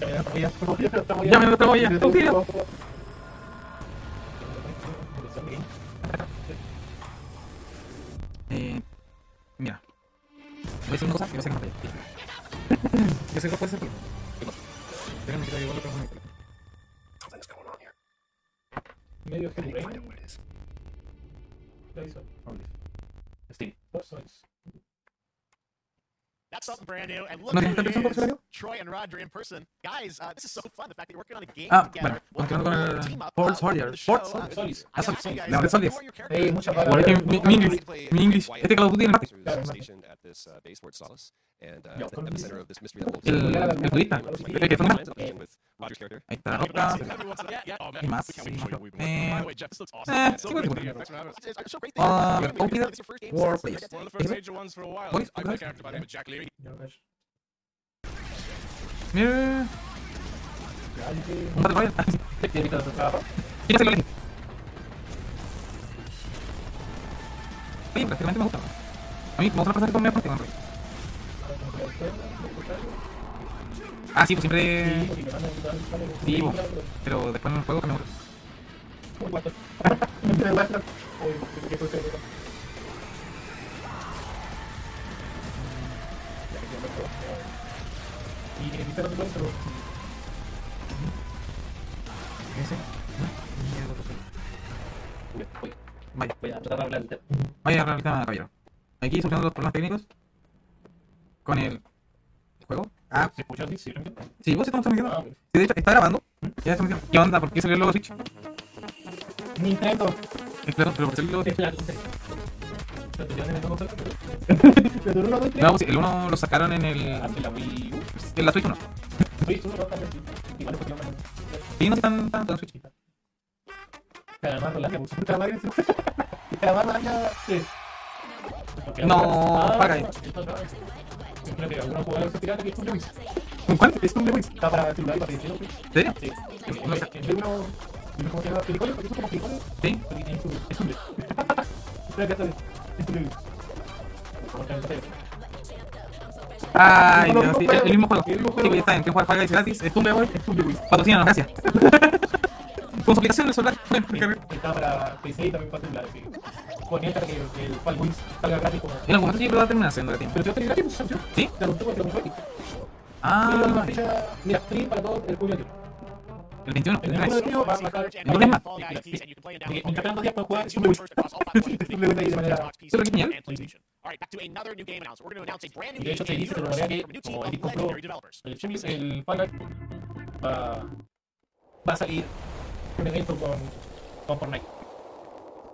Speaker 3: Ya me da tramoya, tramoya, tramoya.
Speaker 1: Ya me lo trabo ya. Auxilio. Eh, mira. Voy a decir una cosa que no sé qué pantalla. Yo sé que puede ser todo. ¿Qué pasa? Déjame quitar igual otra vez.
Speaker 6: Something's going on here.
Speaker 3: Medio Heavy
Speaker 2: ¿eh?
Speaker 6: I
Speaker 3: Rain,
Speaker 6: know what it is.
Speaker 3: Dyson,
Speaker 2: Steam.
Speaker 3: Four Sons.
Speaker 4: That's something brand new. And look
Speaker 1: ¿No
Speaker 4: who
Speaker 1: tienes
Speaker 4: it
Speaker 1: televisión por
Speaker 4: is.
Speaker 1: casualidad?
Speaker 4: Troy and Roger in person. Guys, uh, this is so fun. The fact that you're working on a game
Speaker 1: Ah,
Speaker 4: together.
Speaker 1: bueno, continuando con el
Speaker 4: Team up,
Speaker 1: Ford
Speaker 4: uh,
Speaker 1: Soldier.
Speaker 4: the
Speaker 1: Ford
Speaker 4: show,
Speaker 1: Soldier.
Speaker 4: uh,
Speaker 2: Solis.
Speaker 1: Ah,
Speaker 4: I
Speaker 1: Solis.
Speaker 4: asked you guys,
Speaker 1: La verdad,
Speaker 4: who are
Speaker 1: Solis.
Speaker 2: Sí,
Speaker 4: your characters?
Speaker 2: muchas
Speaker 1: Igual que
Speaker 2: palabras.
Speaker 1: mi, mi English, mi English, este Call of Duty en el mate.
Speaker 9: stationed at this uh, base Fort Solace, and uh, the epicenter of this mystery that holds
Speaker 1: El, el turista, el que fue
Speaker 9: plans of the mission with Roger's character.
Speaker 1: Ahí está, ropa,
Speaker 4: Yeah, yeah. Oh, man,
Speaker 1: y más,
Speaker 4: we can't
Speaker 1: y
Speaker 4: wait
Speaker 1: más
Speaker 4: to show
Speaker 1: ropa.
Speaker 4: you. By
Speaker 1: Eh,
Speaker 4: the way, Jeff, this looks awesome.
Speaker 1: eh,
Speaker 4: So
Speaker 1: sí, bueno,
Speaker 4: great
Speaker 1: bueno.
Speaker 4: that you're- I'm so great that you're
Speaker 1: Ah,
Speaker 4: doing it.
Speaker 1: Computer
Speaker 4: It's your first game since-
Speaker 1: Warplace.
Speaker 4: That's it.
Speaker 1: ¿Eso? ¿Cuál es? ¿Cuál es? Ah, Mira, un Battle Royale.
Speaker 2: Tiene que estar abajo.
Speaker 1: ¿Quién hace el Oye, prácticamente me gusta. A mí me gusta pasar con mi parte, Ah, sí, pues siempre. Sí, pues, pero después en el juego que me gusta. Ese.
Speaker 10: Voy,
Speaker 1: Vaya,
Speaker 10: voy a tratar de hablar.
Speaker 1: vaya a realizar nada, caballero. Aquí solucionando los problemas técnicos con el juego. Ah,
Speaker 2: ¿Se escucha así? Sí, también.
Speaker 1: sí, vos estamos transmitiendo.
Speaker 2: Ah,
Speaker 1: Sí, de hecho, está grabando. Ya está transmitiendo. ¿Qué onda? ¿Por qué salió el logo de Switch?
Speaker 2: Nintendo.
Speaker 1: Eh, Claro, pero por qué salió el logo de Switch.
Speaker 2: Pero te llevan en el *laughs* mismo concepto. Pero uno, dos, tres.
Speaker 1: No, pues el uno lo sacaron en el.
Speaker 2: Hace la Wii U.
Speaker 1: En la Switch 1.
Speaker 2: Sí, uno, dos, tres, sí. Igual, porque no me-
Speaker 1: Sí, no están tanto en Switch.
Speaker 2: Calamardo larga, pues, calamardo *laughs* larga. Calamardo larga, sí. Porque ah,
Speaker 1: No,
Speaker 2: ahora-
Speaker 1: paga ahí.
Speaker 2: Creo que algunos jugadores se tiraron que es un Lewis.
Speaker 1: ¿Con cuál?
Speaker 2: Es un Lewis. Está para celular y para teléfono, pues.
Speaker 1: ¿En serio?
Speaker 2: Sí.
Speaker 1: No,
Speaker 2: Que es de uno- de uno, ¿cómo se llama? Frijoles, porque son como frijoles,
Speaker 1: Sí.
Speaker 2: pero tienen su- es un Lewis. *laughs* Espera, acá está el- es un Lewis. Como está en serio.
Speaker 1: Ay,
Speaker 2: No, no,
Speaker 1: Dios, sí,
Speaker 2: no,
Speaker 1: el, el mismo
Speaker 2: pero-
Speaker 1: juego.
Speaker 2: el mismo
Speaker 1: Sí,
Speaker 2: juego.
Speaker 1: pues ya está en que jugar Fall Guys gratis. Es un hoy.
Speaker 2: Es un Lewis.
Speaker 1: Patrocínanos, gracias. *laughs* Con su aplicación en el celular. pueden descargar.
Speaker 2: Está para PC y también para celular, así que ponía para que el- el Fall Lewis salga gratis como-
Speaker 1: El jugador sí, pero va a terminar siendo gratis.
Speaker 2: Pero si va a salir gratis, pues, ¿sí?
Speaker 1: ¿Sí?
Speaker 2: Te lo tengo, te lo tengo aquí. Pero la
Speaker 1: Ah,
Speaker 2: fecha- Mira, free para todos el julio.
Speaker 1: el 21.
Speaker 2: El
Speaker 1: el
Speaker 2: 1 de
Speaker 1: tres.
Speaker 2: julio va a sacar.
Speaker 1: No es más.
Speaker 4: Fall Guys keys, and you can play them down
Speaker 2: Porque
Speaker 4: on
Speaker 2: mientras
Speaker 4: your-
Speaker 2: tanto días puedes jugar.
Speaker 4: It's super first across all platforms,
Speaker 2: Es un Lewis ahí de manera.
Speaker 4: Xbox, PC,
Speaker 1: Pero qué genial.
Speaker 4: and PlayStation. All right, back to another new game announcement. We're going to announce a brand new
Speaker 2: Y de hecho,
Speaker 4: game
Speaker 2: te
Speaker 4: in
Speaker 2: dice de
Speaker 4: universe
Speaker 2: manera que,
Speaker 4: from a new team
Speaker 2: como el
Speaker 4: of
Speaker 2: disco pro,
Speaker 4: legendary developers.
Speaker 2: el Chimney, el Fall Guys va, va a salir un evento con, con Fortnite.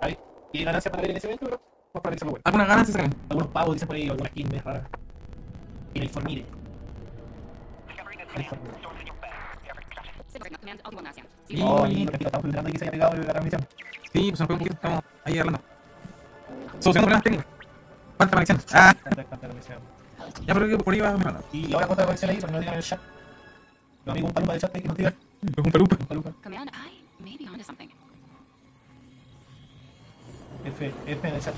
Speaker 2: Ahí. Y ganancias para ver en ese evento, bro, pues para que sea lo bueno.
Speaker 1: Algunas ganas se sacan.
Speaker 2: Algunos pavos dicen por ahí, algunas quilmes raras. Y el Fornite.
Speaker 11: Command Obi-Wan Last Stand.
Speaker 1: Y-
Speaker 2: Oh, y lo que estamos filtrando y que se haya pegado la transmisión.
Speaker 1: Sí, pues nos fue un poquito. Estamos ahí hablando. Solucionando problemas técnicos. Falta conexión. Ah,
Speaker 2: Tanta- tanta transmisión.
Speaker 1: ya creo que por ahí va mi mano.
Speaker 2: Y ahora cuánta conexión ahí, pero no digan en el chat. Los amigos un palupa del chat ahí que nos digan.
Speaker 1: Es un pelupa.
Speaker 2: Un palupa.
Speaker 11: Command I may be onto something.
Speaker 2: F, F en el chat.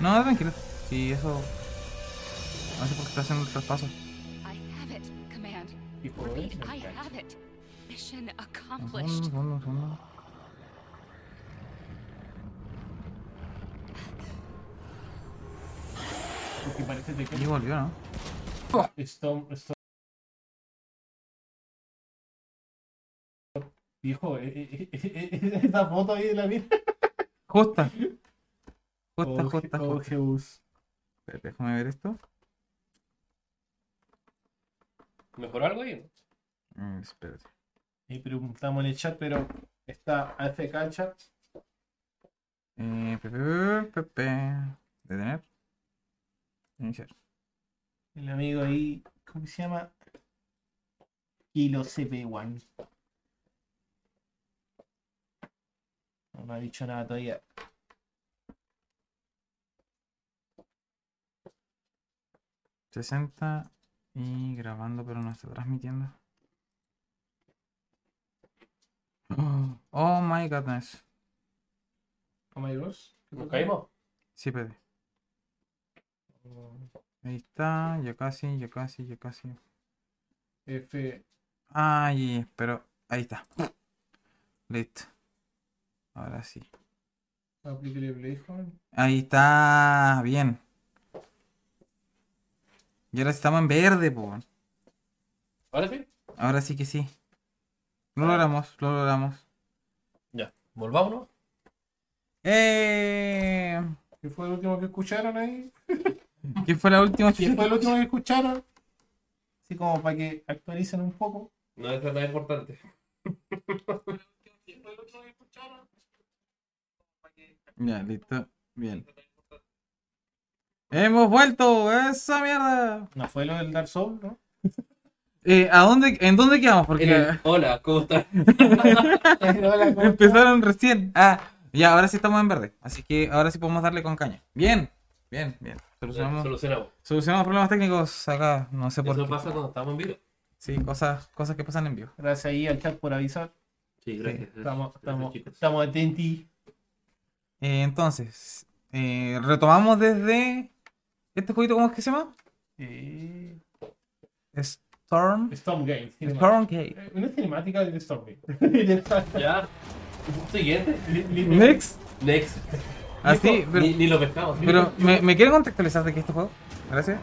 Speaker 1: No, tranquilo. Sí, eso. No sé por qué está haciendo el traspaso.
Speaker 8: I have it. Command.
Speaker 2: Y por
Speaker 8: Repeat,
Speaker 2: eso,
Speaker 8: I
Speaker 2: ya.
Speaker 8: have it.
Speaker 1: Un
Speaker 8: Mission
Speaker 1: segundo,
Speaker 8: accomplished.
Speaker 1: un segundo, un segundo.
Speaker 3: Porque parece de que
Speaker 1: Y volvió, ¿no?
Speaker 3: Stone, Stone- Viejo, eh, eh, eh, eh, esa foto ahí de la mina.
Speaker 1: Justa. Justa,
Speaker 3: Oh,
Speaker 1: justa,
Speaker 3: oh,
Speaker 1: justa.
Speaker 3: Jesús.
Speaker 1: Espérate, Déjame ver esto.
Speaker 2: ¿Mejoró algo ahí?
Speaker 1: Mm, espérate.
Speaker 3: Ahí preguntamos Eh, en el chat, pero está AFK el chat.
Speaker 1: Eh, pepe, pepe. Detener. Iniciar.
Speaker 3: El amigo ahí, ¿cómo se llama? Kilo CP1. No me ha dicho nada todavía.
Speaker 1: Se senta y grabando, pero no está transmitiendo. Oh, oh my goodness.
Speaker 3: Oh my gosh.
Speaker 2: ¿Nos caímos?
Speaker 1: Sí, Pepe. Ahí está, ya casi, ya casi, ya casi.
Speaker 3: F.
Speaker 1: Ay, Ah, pero ahí está. Listo. Ahora sí.
Speaker 3: Applicable Playhorn.
Speaker 1: Ahí está, bien. Y ahora estamos en verde, po. weón.
Speaker 2: ¿Ahora sí?
Speaker 1: Ahora sí que sí. Lo logramos, lo logramos.
Speaker 2: Ya. Volvámonos.
Speaker 1: ¡Eh!
Speaker 3: ¿Qué fue el último que escucharon ahí?
Speaker 1: ¿Qué fue la última?
Speaker 3: ¿Qué fue el último que escucharon? Así como para que actualicen un poco.
Speaker 2: No es nada
Speaker 3: *laughs*
Speaker 2: importante.
Speaker 1: Ya, listo. Bien. ¡Hemos vuelto! ¡Esa mierda!
Speaker 3: No fue lo del Dark Souls, *laughs* ¿no?
Speaker 1: Eh, ¿a dónde, en dónde quedamos? Porque...
Speaker 2: Era- Hola, ¿cómo estás?
Speaker 3: Hola, ¿cómo estás?
Speaker 1: Empezaron recién. Ah, ya, ahora sí estamos en verde. Así que ahora sí podemos darle con caña. Bien, bien, bien. Solucionamos,
Speaker 2: Solucionamos.
Speaker 1: solucionamos problemas técnicos acá. No sé por
Speaker 2: Eso
Speaker 1: qué.
Speaker 2: pasa cuando estamos en vivo.
Speaker 1: Sí, cosas, cosas que pasan en vivo.
Speaker 3: Gracias ahí al chat por avisar.
Speaker 2: Sí, gracias.
Speaker 3: Estamos, estamos,
Speaker 2: chicos.
Speaker 3: estamos atentos.
Speaker 1: Eh, entonces, eh, retomamos desde. ¿Este jueguito cómo es que se llama?
Speaker 3: Eh...
Speaker 1: Storm.
Speaker 3: Storm Games.
Speaker 1: Storm Gate.
Speaker 3: Eh, Una cinemática *laughs* de Storm Games.
Speaker 2: Ya. Siguiente.
Speaker 1: Next.
Speaker 2: Next.
Speaker 1: Así,
Speaker 2: Nico,
Speaker 1: Ah, pero,
Speaker 2: ni, ni lo pescamos.
Speaker 1: pero ¿me, me quieren contextualizar de qué es este juego? Gracias.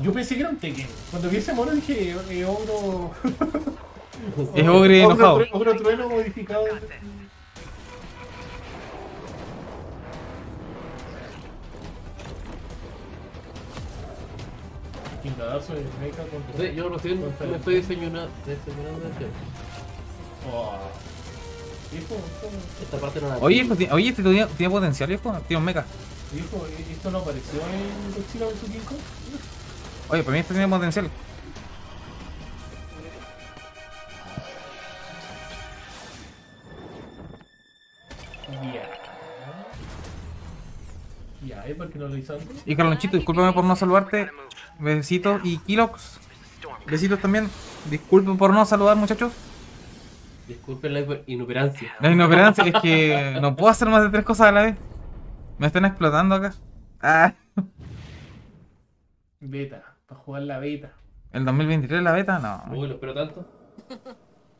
Speaker 3: Yo pensé que era un Tekken. Cuando vi ese mono dije, eh, *laughs* ogro.
Speaker 1: Es ogre enojado.
Speaker 3: Ogro, ogro trueno modificado. Chingadazo de mecha
Speaker 2: No
Speaker 3: contra-
Speaker 2: sé, yo recién
Speaker 3: contra-
Speaker 2: me estoy diseñando. diseñando este-
Speaker 3: Oh. Viejo, esto-
Speaker 2: Esta parte no la.
Speaker 1: Oye, pues, ti- oye, este tiene, tiene potencial, viejo. Tiene un mecha.
Speaker 3: viejo, eh, esto no apareció en Godzilla vs King Kong.
Speaker 1: Oye, para mí este tiene potencial.
Speaker 3: Ya. Ya, ¿eh? ¿Por qué no lo hizo antes?
Speaker 1: Y Carlonchito, discúlpame por no saludarte. Besitos. Y Kilox. Besitos también. Disculpen por no saludar, muchachos.
Speaker 2: Disculpen la hiper- inoperancia.
Speaker 1: La inoperancia es que no puedo hacer más de tres cosas a la vez. Me están explotando acá. Ah,
Speaker 3: Beta, para jugar la beta.
Speaker 1: el 2023 la beta, no.
Speaker 2: Uy, lo espero tanto.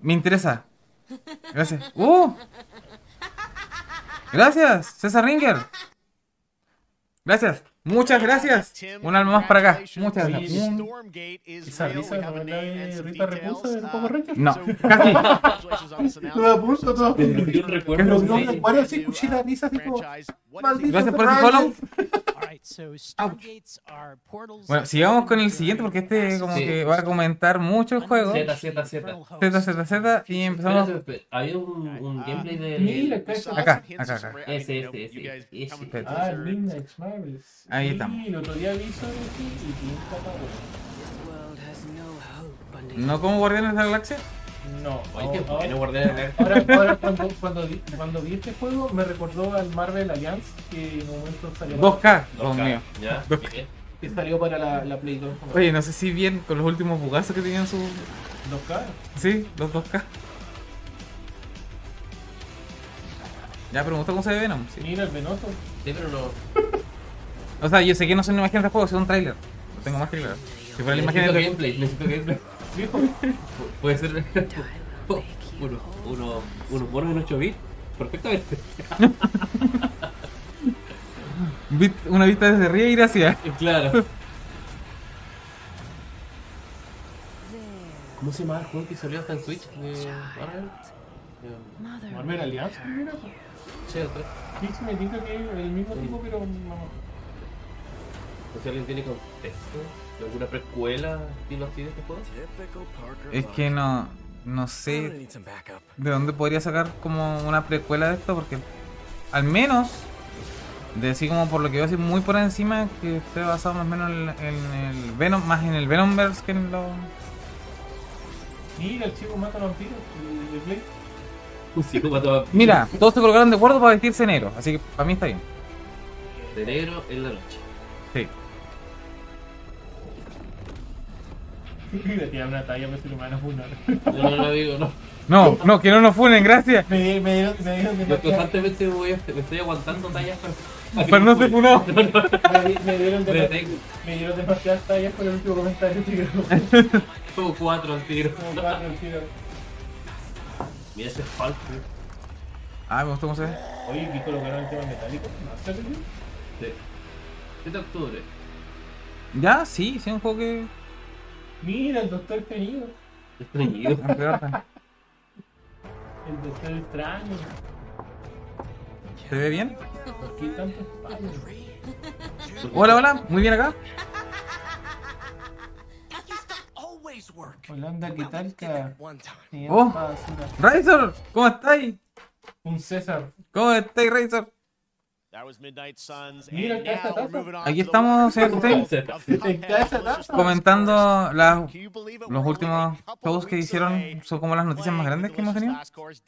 Speaker 1: Me interesa. Gracias. ¡Uh! Gracias, César Ringer. Gracias. Muchas gracias. Un alma más para acá. Muchas
Speaker 3: Oye,
Speaker 1: gracias. Un-
Speaker 4: Stormgate is
Speaker 3: Esa
Speaker 4: real.
Speaker 3: risa
Speaker 4: We have
Speaker 3: no
Speaker 4: a
Speaker 3: es la eh,
Speaker 4: name and
Speaker 3: de
Speaker 4: some
Speaker 3: Rita Repulsa
Speaker 4: details.
Speaker 3: del Power
Speaker 4: *laughs* Uh,
Speaker 3: Ranger.
Speaker 1: No.
Speaker 4: so, congratulations on this
Speaker 3: Lo
Speaker 4: announcement.
Speaker 3: apunto todo.
Speaker 2: Yo recuerdo.
Speaker 3: Pero no
Speaker 2: sí,
Speaker 3: me acuerdo si escuché la risa así como.
Speaker 4: uh, Franchise, what is
Speaker 3: "Maldito
Speaker 1: Gracias por ese
Speaker 3: Rangers".
Speaker 1: follow.
Speaker 12: Stargates are portals
Speaker 1: Bueno, sigamos con el siguiente porque este como
Speaker 2: Ah, Sí. Ah,
Speaker 1: que va a comentar mucho el juego.
Speaker 2: Z, Z, Z.
Speaker 1: Z, Z, Z y empezamos.
Speaker 2: Espérate, espérate, Había un, un gameplay de.
Speaker 3: Ah, Mira, acá
Speaker 4: Besides
Speaker 3: está.
Speaker 1: Acá,
Speaker 4: hints of
Speaker 1: acá,
Speaker 4: some
Speaker 1: acá.
Speaker 4: ra- I mean,
Speaker 2: Ese,
Speaker 4: you know,
Speaker 2: ese,
Speaker 4: you
Speaker 2: ese,
Speaker 4: guys
Speaker 2: ese.
Speaker 4: come
Speaker 1: Espérate.
Speaker 4: with
Speaker 3: Ah,
Speaker 4: your-
Speaker 3: Midnight Marvels.
Speaker 1: Ahí
Speaker 3: Sí,
Speaker 1: estamos.
Speaker 3: El otro día vi eso de aquí y pinta para bueno.
Speaker 1: No como Guardianes de la Galaxia.
Speaker 3: No,
Speaker 2: Oye, qué
Speaker 3: ahora-
Speaker 2: bueno, guardé la
Speaker 3: Ahora, ahora cuando, cuando, vi, cuando vi este juego me recordó al Marvel Alliance que en un momento salió,
Speaker 1: 2K. Dios mío.
Speaker 2: Ya,
Speaker 1: Dos.
Speaker 2: bien.
Speaker 3: que salió para la, la Play 2. ¿no?
Speaker 1: Oye, no sé si bien con los últimos bugazos que tenían su.
Speaker 3: 2K.
Speaker 1: Sí, los 2K. Ya, pero me gusta cómo se ve Venom. sí.
Speaker 3: Mira el venoso.
Speaker 2: Sí, pero no.
Speaker 1: O sea, yo sé que no son imágenes de juego, son un tráiler. Lo tengo más que claro. Si fuera la imagen
Speaker 2: necesito
Speaker 1: del-
Speaker 2: gameplay, necesito *laughs* gameplay. Viejo, pu- Puede *laughs* ser uno, uno, unos bonos en 8 bits. Perfectamente.
Speaker 1: vit- una vista desde arriba y hacia.
Speaker 2: *laughs* Claro. ¿Cómo se llama el juego que salió hasta en Switch? Eh, Marvel? Eh,
Speaker 8: Mother
Speaker 3: Marvel Alianza. Mira,
Speaker 2: Shell, pues.
Speaker 3: Pix me dijo que es el mismo tipo, pero vamos.
Speaker 2: No sé si alguien tiene contexto de alguna precuela estilo así de este juego.
Speaker 6: *laughs*
Speaker 1: Es que no. No sé de dónde podría sacar como una precuela de esto, porque al menos, de así como por lo que veo así muy por encima, que esté basado más o menos en, en el Venom, más en el Venomverse que en los.
Speaker 3: Mira, el chico mata vampiros. el de Blade. *laughs*
Speaker 2: Un psicópata va
Speaker 1: Mira, todos se colocaron de acuerdo para vestirse enero, así que para mí está bien.
Speaker 2: de negro en la noche.
Speaker 1: Sí.
Speaker 3: Mira, tira una talla, pero si lo van a funar.
Speaker 2: No, no, no digo, no.
Speaker 1: No, no, que no nos funen, gracias.
Speaker 3: Me di- me dieron, me dieron
Speaker 2: Yo
Speaker 3: demasiada,
Speaker 2: constantemente me, voy a- me estoy aguantando tallas para.
Speaker 1: Para no ser funado.
Speaker 3: me, di- me dieron
Speaker 2: Me
Speaker 3: demasiada,
Speaker 2: tengo
Speaker 3: me dieron demasiadas tallas por el último comentario, tío. *laughs*
Speaker 2: como cuatro al tiro.
Speaker 3: Como cuatro, tío.
Speaker 2: Mira ese falso.
Speaker 1: Ah, me gustó cómo se ve.
Speaker 3: Oye, ¿qué colocaron el tema metálico? ¿No sé, tío?
Speaker 2: 7 de octubre.
Speaker 1: Ya, sí, sí, un juego que.
Speaker 3: Mira, el doctor Fenido.
Speaker 2: Estreñido.
Speaker 1: no, peor, no.
Speaker 3: El doctor extraño.
Speaker 1: ¿Se ve bien?
Speaker 3: ¿Por qué tanto espacio?
Speaker 1: Hola, hola, muy bien acá.
Speaker 3: Holanda, ¿qué tal? ca? Sí,
Speaker 1: Oh.
Speaker 3: pa' basura.
Speaker 1: Razor, ¿cómo estáis?
Speaker 3: Un César.
Speaker 1: ¿Cómo estáis, Razor?
Speaker 4: That was Midnight Suns.
Speaker 3: Mira,
Speaker 4: and
Speaker 3: acá está
Speaker 4: now we're
Speaker 3: Taza.
Speaker 4: moving on
Speaker 1: Aquí
Speaker 4: to the
Speaker 1: estamos, señor
Speaker 4: world
Speaker 1: Costello,
Speaker 4: of the
Speaker 3: Está esa
Speaker 4: Cuphead
Speaker 3: taza.
Speaker 1: comentando las-
Speaker 4: Can you believe it?
Speaker 1: los
Speaker 4: We're
Speaker 1: últimos
Speaker 4: only a couple
Speaker 1: shows que
Speaker 4: weeks
Speaker 1: hicieron.
Speaker 4: away
Speaker 1: Son como las noticias
Speaker 4: playing
Speaker 1: más
Speaker 4: the
Speaker 1: grandes que hemos
Speaker 4: delicious
Speaker 1: tenido.
Speaker 4: last course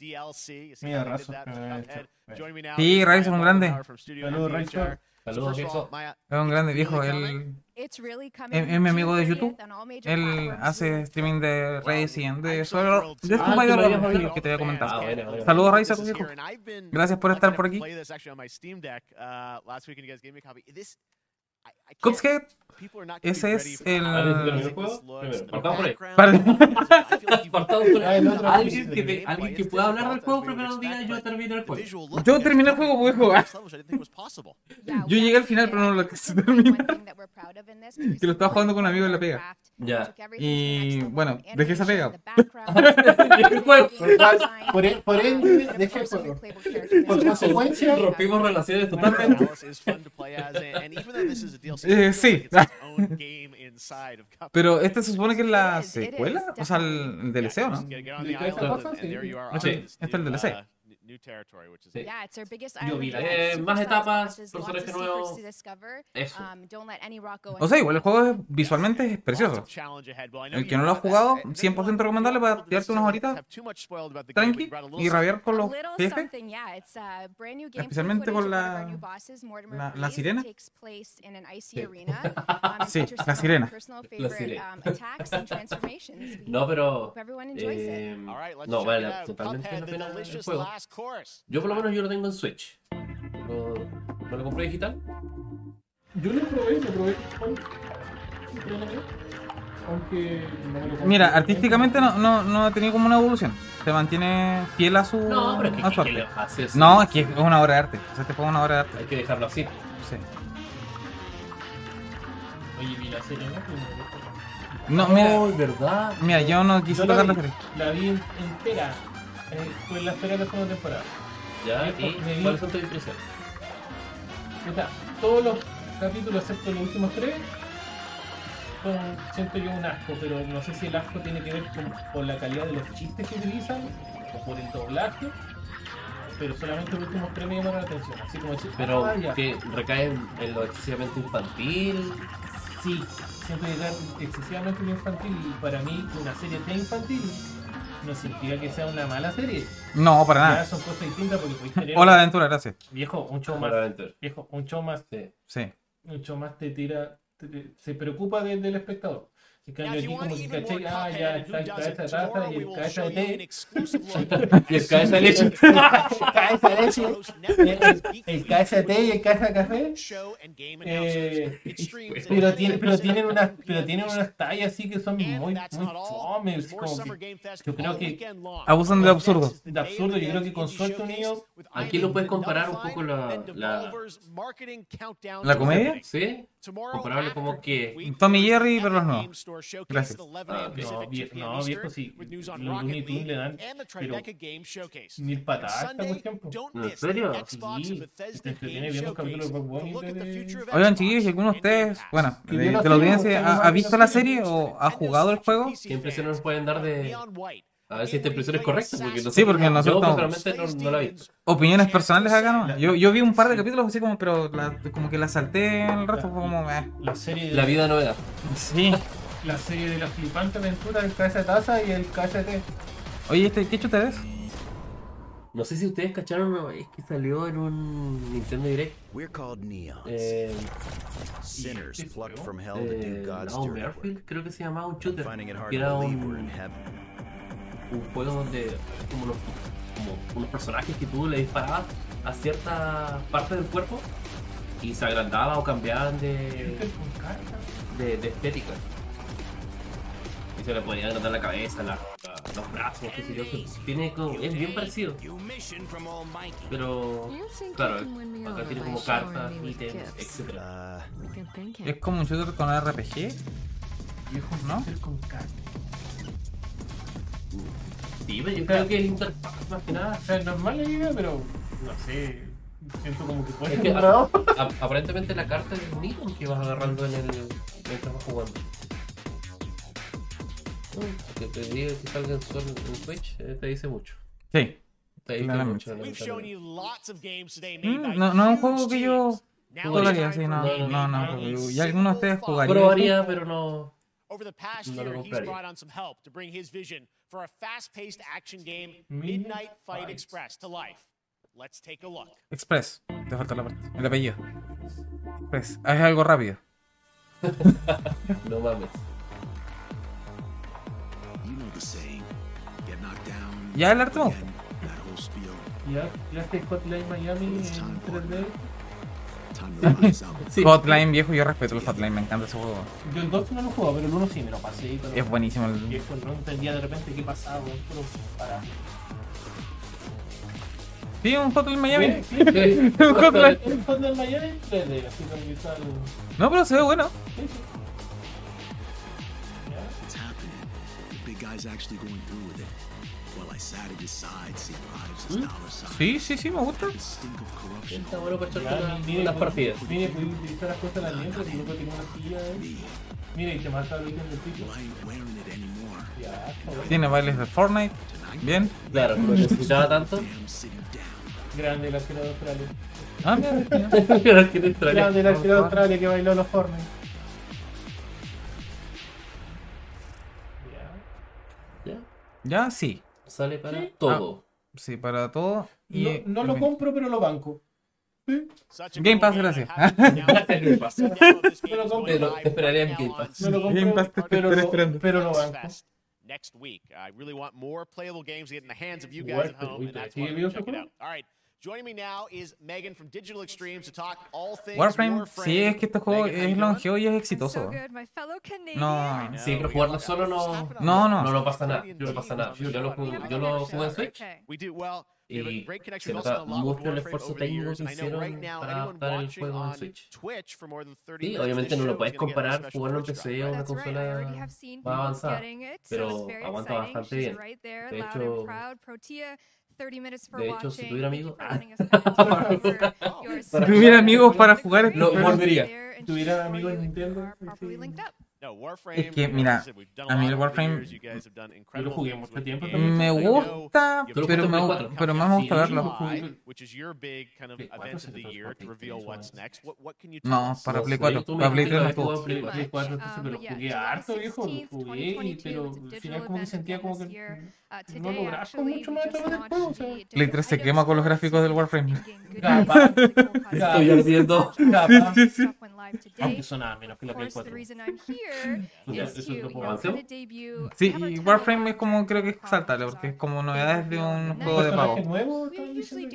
Speaker 4: DLC. You see
Speaker 3: Mira,
Speaker 4: how we did
Speaker 3: Razo,
Speaker 4: that
Speaker 3: me
Speaker 4: with
Speaker 3: había
Speaker 4: Cuphead.
Speaker 3: hecho. Bueno.
Speaker 4: Joining me now
Speaker 1: Sí,
Speaker 4: is
Speaker 1: Razo es
Speaker 4: Brian
Speaker 1: un grande.
Speaker 4: Molnar from Studio
Speaker 3: Saludos,
Speaker 4: NPHR.
Speaker 3: Razo.
Speaker 2: Saludos,
Speaker 4: First of all,
Speaker 2: viejo.
Speaker 4: my- uh,
Speaker 1: Es un grande viejo. Él
Speaker 8: It's really coming.
Speaker 1: es, es Eh, mi amigo de YouTube. Él
Speaker 8: Él
Speaker 1: hace streaming de Resident, de solo de
Speaker 4: Ah,
Speaker 1: un
Speaker 2: que lo habías
Speaker 1: mayor que te había
Speaker 2: Ah,
Speaker 1: comentado.
Speaker 2: bueno, bueno.
Speaker 1: Saludos,
Speaker 4: This
Speaker 1: Razor,
Speaker 4: is
Speaker 1: viejo.
Speaker 4: here, and I've been
Speaker 1: Gracias por
Speaker 4: lucky
Speaker 1: estar
Speaker 4: enough
Speaker 1: por
Speaker 4: to
Speaker 1: aquí.
Speaker 4: play this actually on my Steam Deck, uh, last week and you guys gave me a copy. This- I- I can't-
Speaker 1: Cuphead,
Speaker 4: people are not gonna
Speaker 1: ese
Speaker 4: be ready
Speaker 1: es
Speaker 4: for
Speaker 1: el.
Speaker 2: Parece que
Speaker 4: how
Speaker 2: lo
Speaker 4: amazing
Speaker 2: mejor
Speaker 4: this
Speaker 2: juego.
Speaker 4: looks,
Speaker 2: Primero,
Speaker 4: the
Speaker 2: partamos por ahí.
Speaker 4: background,
Speaker 1: Pardon.
Speaker 4: the controls. I feel like you've
Speaker 2: Apartado
Speaker 4: really
Speaker 2: por
Speaker 3: Ah, el otro.
Speaker 2: alguien que, te-
Speaker 4: Gameplay
Speaker 2: alguien que
Speaker 4: is
Speaker 2: pueda hablar del
Speaker 4: difficult,
Speaker 2: juego
Speaker 4: as we
Speaker 2: primero
Speaker 4: would
Speaker 2: diga
Speaker 4: expect,
Speaker 2: yo
Speaker 4: but
Speaker 2: terminé el
Speaker 4: the
Speaker 2: juego.
Speaker 4: visual look
Speaker 1: Yo
Speaker 4: at it
Speaker 1: terminé el
Speaker 4: took
Speaker 1: juego,
Speaker 4: me
Speaker 1: voy a
Speaker 4: to
Speaker 1: jugar.
Speaker 4: levels I didn't think was possible.
Speaker 1: Yo llegué al final, pero no lo quise terminar. Que lo estaba jugando con un amigo en la pega.
Speaker 2: Ya.
Speaker 1: Y, bueno, dejé esa pega. *laughs*
Speaker 2: *laughs* El juego.
Speaker 3: Por- por ende, dejé el juego. Por consecuencia,
Speaker 2: Rompimos relaciones
Speaker 4: Miles
Speaker 2: totalmente.
Speaker 4: is fun to play as, and- and even though this is a DLC,
Speaker 1: Eh,
Speaker 4: it feels like
Speaker 1: sí.
Speaker 4: it's its own game inside of Cuphead.
Speaker 1: Pero este se supone que es la secuela, o sea, el, el DLC, ¿o no?
Speaker 4: Just get on the
Speaker 3: ¿De qué está
Speaker 4: island,
Speaker 3: pasando?
Speaker 4: and there you are
Speaker 1: No
Speaker 4: on
Speaker 1: sé,
Speaker 4: this
Speaker 1: este es el
Speaker 4: new,
Speaker 1: DLC.
Speaker 4: uh, n- new territory, which is-
Speaker 2: Sí.
Speaker 8: Yo vi la-
Speaker 2: Eh, más etapas, personaje nuevo. Eso.
Speaker 11: Um,
Speaker 1: O sea, igual el juego es- visualmente es precioso.
Speaker 4: El que no lo ha jugado, 100% recomendable para tirarte unas horitas
Speaker 1: Tranqui y rabiar con los jefes.
Speaker 8: Especialmente con la, la, la sirena.
Speaker 1: Sí,
Speaker 8: *laughs*
Speaker 11: Um,
Speaker 8: Sí,
Speaker 1: la
Speaker 8: la
Speaker 1: sirena.
Speaker 8: sirena.
Speaker 2: La sirena. No,
Speaker 8: No, pero.
Speaker 2: pero.
Speaker 8: eh,
Speaker 2: eh, no, vale totalmente la pena el juego. Yo, por lo menos, yo lo tengo en Switch. Lo- ¿No lo compré digital?
Speaker 3: yo lo probé, lo probé. con- pero no creo. Aunque no me lo compré.
Speaker 1: Mira, artísticamente no, no, no ha tenido como una evolución. Se mantiene fiel a su,
Speaker 2: No, pero es
Speaker 1: a su
Speaker 2: que, que, que
Speaker 1: arte.
Speaker 2: le haces.
Speaker 1: No, es que es una obra de arte. O sea, este juego es una obra de arte.
Speaker 2: Hay que dejarlo así.
Speaker 1: sí.
Speaker 3: Oye, vi la serie, ¿no? Pero me gustó.
Speaker 1: No, mira,
Speaker 2: Ay, ¿verdad?
Speaker 1: mira, yo no quise
Speaker 3: Oh, Yo la
Speaker 1: tocar la
Speaker 3: vi,
Speaker 1: serie.
Speaker 3: la vi en- entera. Eh, fue la espera de la segunda temporada.
Speaker 2: Ya,
Speaker 3: Viejo, me
Speaker 2: ¿y
Speaker 3: vi-
Speaker 2: cuáles son tus impresiones?
Speaker 3: O sea, todos los capítulos, excepto los últimos tres, son- siento yo un asco, pero no sé si el asco tiene que ver con, con la calidad de los chistes que utilizan o por el doblaje. Pero solamente los últimos tres me llamaron la atención. Así como decir,
Speaker 2: Pero
Speaker 3: ah, ya.
Speaker 2: que recae en, en lo excesivamente infantil.
Speaker 3: Sí, siento que era excesivamente infantil y para mí una serie tan infantil no significa que sea una mala serie.
Speaker 1: No, para
Speaker 3: Ya
Speaker 1: nada.
Speaker 3: son cosas distintas porque podéis tener
Speaker 1: Ah. Hola, aventura, gracias.
Speaker 3: viejo, un show más,
Speaker 2: Claramente.
Speaker 3: viejo, un show más
Speaker 2: Sí.
Speaker 1: Sí.
Speaker 3: mucho más te tira, te- te- se preocupa de- del espectador.
Speaker 2: Así que
Speaker 4: Now,
Speaker 2: yo
Speaker 4: if you
Speaker 2: aquí
Speaker 4: want
Speaker 2: como
Speaker 4: to
Speaker 2: que
Speaker 4: even more
Speaker 2: caché, ah,
Speaker 4: Cuphead
Speaker 2: ya
Speaker 4: and
Speaker 2: está
Speaker 4: who
Speaker 2: el
Speaker 4: does
Speaker 2: cabeza de
Speaker 4: it,
Speaker 2: taza
Speaker 4: tomorrow
Speaker 2: y
Speaker 4: we
Speaker 2: el
Speaker 4: will show
Speaker 2: cabeza de
Speaker 4: you an
Speaker 2: té.
Speaker 4: exclusive look
Speaker 2: Y el cabeza *laughs* de leche.
Speaker 3: cabeza de leche, el, *laughs* el KST y el KST café. Eh, pero, tiene, pero, tienen unas, pero tienen unas tallas así que son muy, muy fomes. Como que, yo creo que.
Speaker 1: Abusan del absurdo.
Speaker 3: De absurdo, yo creo que con suerte unidos.
Speaker 2: Aquí lo puedes comparar un poco la, la,
Speaker 1: ¿La comedia?
Speaker 2: Sí, comparable como que.
Speaker 1: Tommy Jerry, pero los nuevos. Gracias.
Speaker 2: Ah,
Speaker 3: No, viejo, no, viejo sí. Los Looney Tunes le dan. Pero mil patadas esta cuestión. po.
Speaker 2: ¿En serio? Este
Speaker 3: Sí, te entretiene viendo un capítulo de Bob Wong y de-
Speaker 1: Oigan, chiquillos, si alguno de ustedes, bueno,
Speaker 3: Que
Speaker 1: de,
Speaker 3: yo la
Speaker 1: de la
Speaker 3: sigo,
Speaker 1: audiencia,
Speaker 3: que
Speaker 1: ¿ha,
Speaker 3: yo
Speaker 1: ha
Speaker 3: la
Speaker 1: visto
Speaker 3: sigo.
Speaker 1: la serie o ha jugado el juego?
Speaker 2: ¿Qué impresión nos pueden dar de.? A ver si esta impresión es correcta. Porque
Speaker 1: Sí, porque
Speaker 2: yo
Speaker 1: nosotros estamos-
Speaker 2: personalmente no, no la he visto.
Speaker 1: Opiniones personales acá, ¿no? Yo, yo vi un par de capítulos así como, pero la- como que la salté el resto, fue como, eh.
Speaker 3: La serie de
Speaker 2: La
Speaker 3: la,
Speaker 2: vida novedad.
Speaker 1: Sí.
Speaker 3: serie de la flipante aventura del KS Taza y el KST.
Speaker 1: Oye, este, ¿qué chuta es?
Speaker 2: No sé si ustedes cacharon una vez que salió en un Nintendo Direct.
Speaker 13: We're called neons.
Speaker 2: Eh,
Speaker 13: sinners plucked from hell to do
Speaker 2: eh,
Speaker 13: God's
Speaker 2: no,
Speaker 13: dirty work.
Speaker 2: Merfield, creo que se llamaba un shooter.
Speaker 13: Finding it hard
Speaker 2: Que
Speaker 13: to
Speaker 2: era
Speaker 13: believe we're
Speaker 2: un,
Speaker 13: in heaven.
Speaker 2: un juego donde como, los- como unos personajes que tú le disparabas a cierta parte del cuerpo y se agrandaban o cambiaban de, de, de estética. Y se le podía agrandar la cabeza, la- la- los brazos, qué sé yo. Tiene como- es bien parecido. Pero claro, acá tiene como cartas, ítems, etc.
Speaker 1: Es como un shooter con RPG. ¿No?
Speaker 2: Sí, pero yo creo que el interfaz más que nada.
Speaker 3: O sea, normal la idea, pero no sé. Siento como que puede
Speaker 2: Es que a- a- aparentemente la carta es un ítem que vas agarrando en el. mientras vas jugando. Mm, Que te diga que salga en sol- en Switch eh, te dice mucho.
Speaker 1: Sí.
Speaker 2: Te dice
Speaker 1: Claramente.
Speaker 2: mucho. la verdad.
Speaker 1: Mm, No, no es un juego que yo jugaría, sí, no, no, no. no. ¿Y alguno de ustedes jugaría? eso?
Speaker 2: Probaría, pero no.
Speaker 4: Over the past
Speaker 2: No lo
Speaker 4: year, he's
Speaker 2: compraría.
Speaker 4: brought on some help to bring his vision for a fast-paced action game,
Speaker 3: Midnight
Speaker 4: Midnight Fight
Speaker 3: Fight.
Speaker 4: Express, to life. Let's take a look.
Speaker 1: Express. Te falta la parte. El apellido. Express. Ah, Es algo rápido.
Speaker 2: *laughs* No mames.
Speaker 6: You know the saying. Get knocked down.
Speaker 1: Ya el arte.
Speaker 6: again. That whole spiel.
Speaker 3: Ya, ya este Hotline Miami en 3D.
Speaker 6: Time to rise up.
Speaker 2: Sí.
Speaker 1: Hotline viejo, yo respeto el Hotline, me encanta ese juego.
Speaker 3: Yo el 2 no lo jugaba, pero el 1 sí me lo pasé. Pero
Speaker 1: Es buenísimo
Speaker 3: Y
Speaker 1: el.
Speaker 3: eso no entendía de repente qué pasaba, weón, pero para.
Speaker 1: Sí, un Hotline Miami.
Speaker 3: Sí, sí.
Speaker 2: Sí.
Speaker 1: Un Hotline.
Speaker 3: El Hotline Miami en 3D, así como que está el-
Speaker 1: No, pero se ve bueno.
Speaker 6: It's happening. The big guy's actually going through with it. While I sat at his side, seeing lives as dollar signs.
Speaker 1: Sí, sí, sí, me gusta.
Speaker 6: The stink of corruption.
Speaker 2: Está bueno para echarte
Speaker 3: Ya,
Speaker 2: una-
Speaker 3: mire,
Speaker 2: unas
Speaker 3: pu-
Speaker 2: partidas.
Speaker 3: Mire, pude utilizar las cosas de la nieve, porque luego tengo una silla, eh. Mire, y te mata el ítem del pico.
Speaker 6: Well, I ain't wearing it anymore.
Speaker 3: Ya,
Speaker 1: Tiene bailes de Fortnite. Bien.
Speaker 2: Claro, lo necesitaba tanto.
Speaker 6: Damn city down.
Speaker 3: grande la ciudad de Australia.
Speaker 1: Ah, mira, mira.
Speaker 2: Pero tiene extraño.
Speaker 3: Grande la ciudad de Australia que bailó los Fortnite. Ya.
Speaker 2: Ya,
Speaker 1: Ya, sí. Ah,
Speaker 2: Sale para todo.
Speaker 1: Sí, para todo. Y,
Speaker 3: No, no lo
Speaker 1: en fin.
Speaker 3: compro, pero lo banco.
Speaker 4: Such a
Speaker 1: Game
Speaker 4: cool
Speaker 1: Pass,
Speaker 4: game,
Speaker 1: gracias.
Speaker 4: I haven't
Speaker 2: *laughs*
Speaker 4: announced it.
Speaker 2: Game Pass.
Speaker 4: The download of this game
Speaker 3: Pero compro-
Speaker 4: is going
Speaker 2: Lo-
Speaker 4: live
Speaker 2: esperaría en
Speaker 4: right
Speaker 2: Game
Speaker 4: now on
Speaker 2: Pass.
Speaker 3: Me lo
Speaker 4: Steam.
Speaker 3: compro,
Speaker 1: Game Pass te estoy
Speaker 3: pero,
Speaker 1: esperando.
Speaker 3: lo, pero lo
Speaker 4: Next
Speaker 3: banco.
Speaker 4: Fest next week. I really want more playable games to get in the hands of you
Speaker 3: What?
Speaker 4: guys at home,
Speaker 3: Wait,
Speaker 4: and that's
Speaker 3: do you
Speaker 4: why I'm
Speaker 3: use
Speaker 4: gonna
Speaker 3: the
Speaker 4: check it
Speaker 3: phone?
Speaker 4: out. All right, joining me now is Megan from Digital Extremes to talk all things
Speaker 1: Warframe,
Speaker 4: Warframe.
Speaker 1: sí, es que este juego
Speaker 4: Megan, how you
Speaker 1: es
Speaker 4: doing?
Speaker 1: longevo y es exitoso.
Speaker 8: exitoso.
Speaker 1: No,
Speaker 2: Sí, pero jugarlo solo no.
Speaker 1: no,
Speaker 2: No,
Speaker 1: no.
Speaker 2: no pasa nada. Yo no pasa nada. Yo lo jugué, yo lo jugué en Switch.
Speaker 4: We do well. We have a
Speaker 2: Y
Speaker 4: great
Speaker 2: se
Speaker 4: connection. We've also
Speaker 2: nota
Speaker 4: done a lot with
Speaker 2: mucho el
Speaker 4: Warframe
Speaker 2: esfuerzo
Speaker 4: over the
Speaker 2: técnico
Speaker 4: years,
Speaker 2: que
Speaker 4: and I know right
Speaker 2: hicieron
Speaker 4: now
Speaker 2: para
Speaker 4: anyone
Speaker 2: adaptar el
Speaker 4: watching
Speaker 2: juego en
Speaker 4: on
Speaker 2: Switch.
Speaker 4: Twitch for more than 30
Speaker 2: Sí,
Speaker 4: minutes,
Speaker 2: obviamente
Speaker 4: this
Speaker 2: no
Speaker 4: show
Speaker 2: lo
Speaker 4: is
Speaker 2: puedes
Speaker 4: gonna get a
Speaker 2: comparar
Speaker 4: special
Speaker 2: jugarlo en
Speaker 4: Twitch drop.
Speaker 2: PC a una consola más avanzada. pero aguanta bastante bien. De hecho-
Speaker 8: de hecho, si tuviera amigos,
Speaker 1: Si tuviera amigos para jugar este
Speaker 2: Lo
Speaker 1: juego.
Speaker 2: volvería.
Speaker 3: Tuviera amigos en Nintendo,
Speaker 4: No, Warframe,
Speaker 1: que,
Speaker 4: like I
Speaker 1: mira,
Speaker 4: said, we've done
Speaker 1: a mí el
Speaker 4: lot over the
Speaker 1: Warframe-
Speaker 4: years. You guys have done incredible
Speaker 3: jugué
Speaker 4: things
Speaker 3: mucho
Speaker 4: with
Speaker 3: tiempo
Speaker 4: the
Speaker 3: también.
Speaker 4: game.
Speaker 1: Me
Speaker 4: I know
Speaker 1: gusta,
Speaker 4: you've
Speaker 2: Yo
Speaker 1: pero
Speaker 2: lo jugué
Speaker 1: me, gu-
Speaker 2: en Play cuatro.
Speaker 1: pero más me gusta
Speaker 2: Sí,
Speaker 1: verlo.
Speaker 4: July, which is your big kind of
Speaker 3: Play cuatro
Speaker 4: event
Speaker 3: se
Speaker 4: of the
Speaker 3: trató
Speaker 4: year to
Speaker 3: por
Speaker 4: reveal
Speaker 3: Play
Speaker 4: what's
Speaker 3: tres,
Speaker 4: next. What, what can you tell
Speaker 1: No,
Speaker 4: us?
Speaker 1: para
Speaker 2: No
Speaker 1: Play
Speaker 2: sé,
Speaker 1: 4.
Speaker 2: tú me
Speaker 1: Para Play 3 no
Speaker 2: dijiste que habías
Speaker 1: estuvo.
Speaker 2: jugado Play- Play
Speaker 3: 4, entonces, pero
Speaker 11: Ah,
Speaker 3: jugué harto, viejo, jugué, pero al final como que sentía como que no lograba mucho más todo el juego, o sea.
Speaker 1: Play 3 se quema con los gráficos del Warframe.
Speaker 3: Capaz.
Speaker 2: Estoy ardiendo.
Speaker 3: Capaz.
Speaker 1: Sí, sí, sí.
Speaker 3: Ah, Aunque sonaba menos que la Play 4.
Speaker 8: here
Speaker 1: Ya,
Speaker 8: is
Speaker 1: eso
Speaker 8: to,
Speaker 1: es lo
Speaker 8: you
Speaker 1: que
Speaker 8: know,
Speaker 1: avancemos.
Speaker 8: kind of
Speaker 1: *laughs*
Speaker 8: debut
Speaker 1: Sí, y Warframe es como, creo que es saltable, porque es como novedades de un juego de pago. Sí.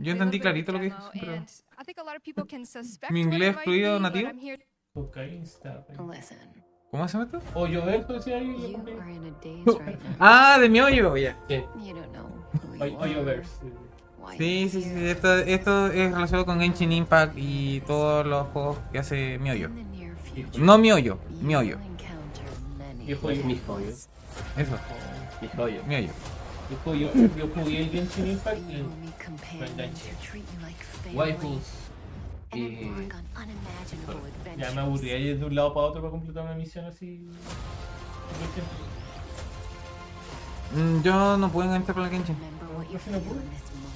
Speaker 1: Yo entendí clarito lo que dijo, pero
Speaker 8: I think a lot of people can suspect
Speaker 1: mi
Speaker 8: what
Speaker 1: inglés
Speaker 8: it might
Speaker 1: fluido
Speaker 8: be, but
Speaker 1: nativo.
Speaker 8: I'm here
Speaker 1: ¿Cómo se llama esto?
Speaker 3: pues. O yo pues, esto decía ahí. lo compré.
Speaker 1: Ah, de mi hoyo, ya.
Speaker 3: Oy- Oyoverse.
Speaker 1: Sí, sí, sí, esto, esto es relacionado con Genshin Impact y todos los juegos que hace Miyoyo. No Miyoyo, Miyoyo.
Speaker 2: Yo jugué mi joyo.
Speaker 1: Eso.
Speaker 2: Mi joyo.
Speaker 1: Miyoyo.
Speaker 3: Yo jugué, yo jugué el Genshin Impact y me enganché.
Speaker 2: Waifus. Y.
Speaker 3: Ya me aburría ir de un lado para otro para completar una misión así.
Speaker 1: Mm, Yo no puedo enganchar con el Genshin.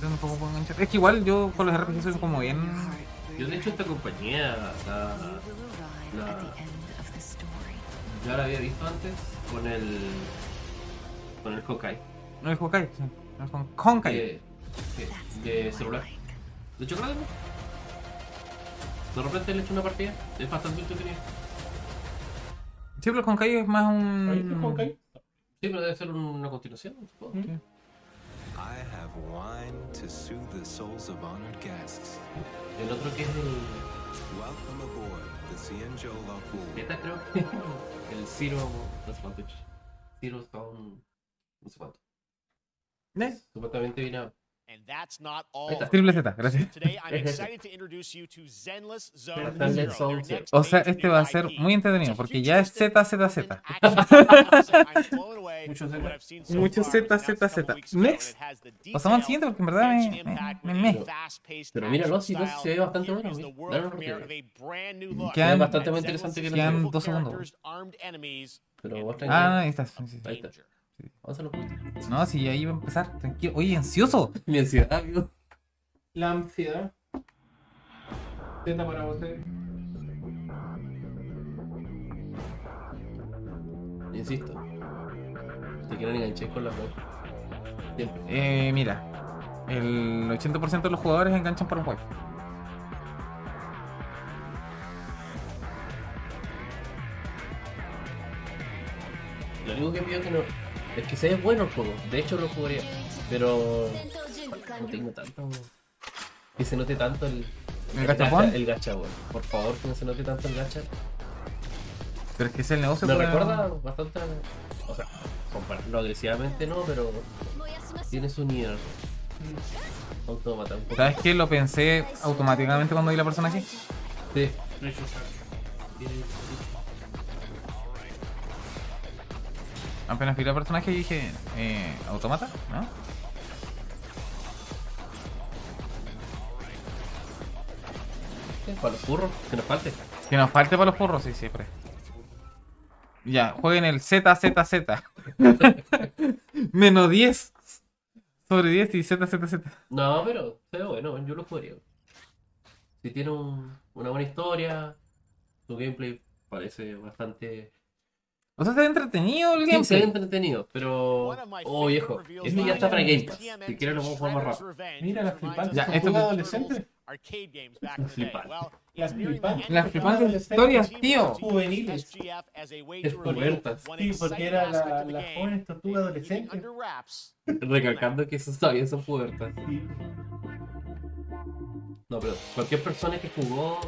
Speaker 1: Yo tampoco puedo enganchar. Es que igual yo con los RPG soy como bien.
Speaker 2: Yo de hecho esta compañía la, la- ya la había visto antes con el con el Hawkeye
Speaker 1: No es Hokai, sí. No es Hon- Honkai.
Speaker 2: de, de- de celular. De hecho creo que no. De repente le echo una partida, es bastante entretenido.
Speaker 1: Sí, pero el Honkai es más
Speaker 2: ¿Oíste
Speaker 1: un.
Speaker 2: Honkai? Sí, pero debe ser una continuación, supongo.
Speaker 3: Mm.
Speaker 5: I have wine to soothe the souls of honored guests.
Speaker 2: El otro que es el.
Speaker 5: Welcome aboard the Cienjo Local.
Speaker 2: Beta creo que *laughs* el Zero no sé cuánto. Zero Stone no sé cuánto. Supuestamente viene a
Speaker 4: And that's not all.
Speaker 1: Ahí está. ¿eh? Triple Z, gracias.
Speaker 4: Today I'm excited to introduce you to Zenless Zone
Speaker 1: Zenless
Speaker 4: Zero,
Speaker 1: Zone
Speaker 4: their
Speaker 1: Zero.
Speaker 4: next
Speaker 1: O sea,
Speaker 4: major
Speaker 1: este
Speaker 4: new
Speaker 1: va a ser
Speaker 4: IP.
Speaker 1: muy entretenido, porque ya es ZZZ.
Speaker 4: I'm blown away
Speaker 3: Mucho
Speaker 4: with what I've seen so
Speaker 1: Mucho
Speaker 4: far.
Speaker 1: ZZZ. Next. Pasamos al siguiente porque en verdad me. me, me, me.
Speaker 2: Pero míralo, si no se ve bastante bueno. mira. Dale una oportunidad. Es bastante más interesante que
Speaker 1: quedan
Speaker 2: el
Speaker 1: dos segundos.
Speaker 2: Pero vos tranquilo.
Speaker 1: Ah, ahí está. sí, sí, sí.
Speaker 2: Ahí está. Vamos a lo justo.
Speaker 1: No, sí, ahí va a empezar. Tranquilo. Oye, ansioso.
Speaker 2: Mi ansiedad, amigo.
Speaker 3: La ansiedad. Teta para eh. usted.
Speaker 2: Insisto. Te quieren enganchar con la web. Siempre.
Speaker 1: Eh, mira, el 80% de los jugadores enganchan por un juego.
Speaker 2: Lo único que pido es que no. Es que se ve bueno el juego. De hecho lo jugaría. Pero. No tengo tanto. Que se note tanto el.
Speaker 1: ¿El gachapón?
Speaker 2: El gacha, weón. Por favor, que no se note tanto el gacha.
Speaker 1: Pero es que es el negocio.
Speaker 2: Me
Speaker 1: pues.
Speaker 2: recuerda bastante. a- O sea, compararlo agresivamente no, pero. Tiene su nier. Automata. un poco.
Speaker 1: ¿Sabes qué? Lo pensé automáticamente cuando vi la personaje.
Speaker 2: Sí.
Speaker 1: Apenas vi la personaje y dije, eh, ¿automata? ¿No?
Speaker 2: Para los burros, que nos falte.
Speaker 1: Que nos falte para los porros, sí, siempre. Ya, jueguen el ZZZ. *laughs* Menos 10 sobre 10 y ZZZ.
Speaker 2: No, pero se ve bueno, yo lo jugaría. Si tiene un- una buena historia, su gameplay parece bastante.
Speaker 1: O sea, se ve entretenido el
Speaker 2: Sí,
Speaker 1: gameplay.
Speaker 2: se ve entretenido, pero. Oh, viejo, este ya está para Game Pass. Si quieres, lo vamos a jugar más rápido.
Speaker 3: Mira la flipante.
Speaker 1: Ya,
Speaker 3: Ya,
Speaker 1: esto-
Speaker 3: esto adolescente.
Speaker 2: Las flipas.
Speaker 3: Las flipantes.
Speaker 1: Las flipantes historias, tío.
Speaker 3: Juveniles.
Speaker 2: Es puertas.
Speaker 3: Sí, porque era la, la joven tortuga adolescente.
Speaker 2: Recalcando que eso todavía son pubertas. No, pero cualquier persona que jugó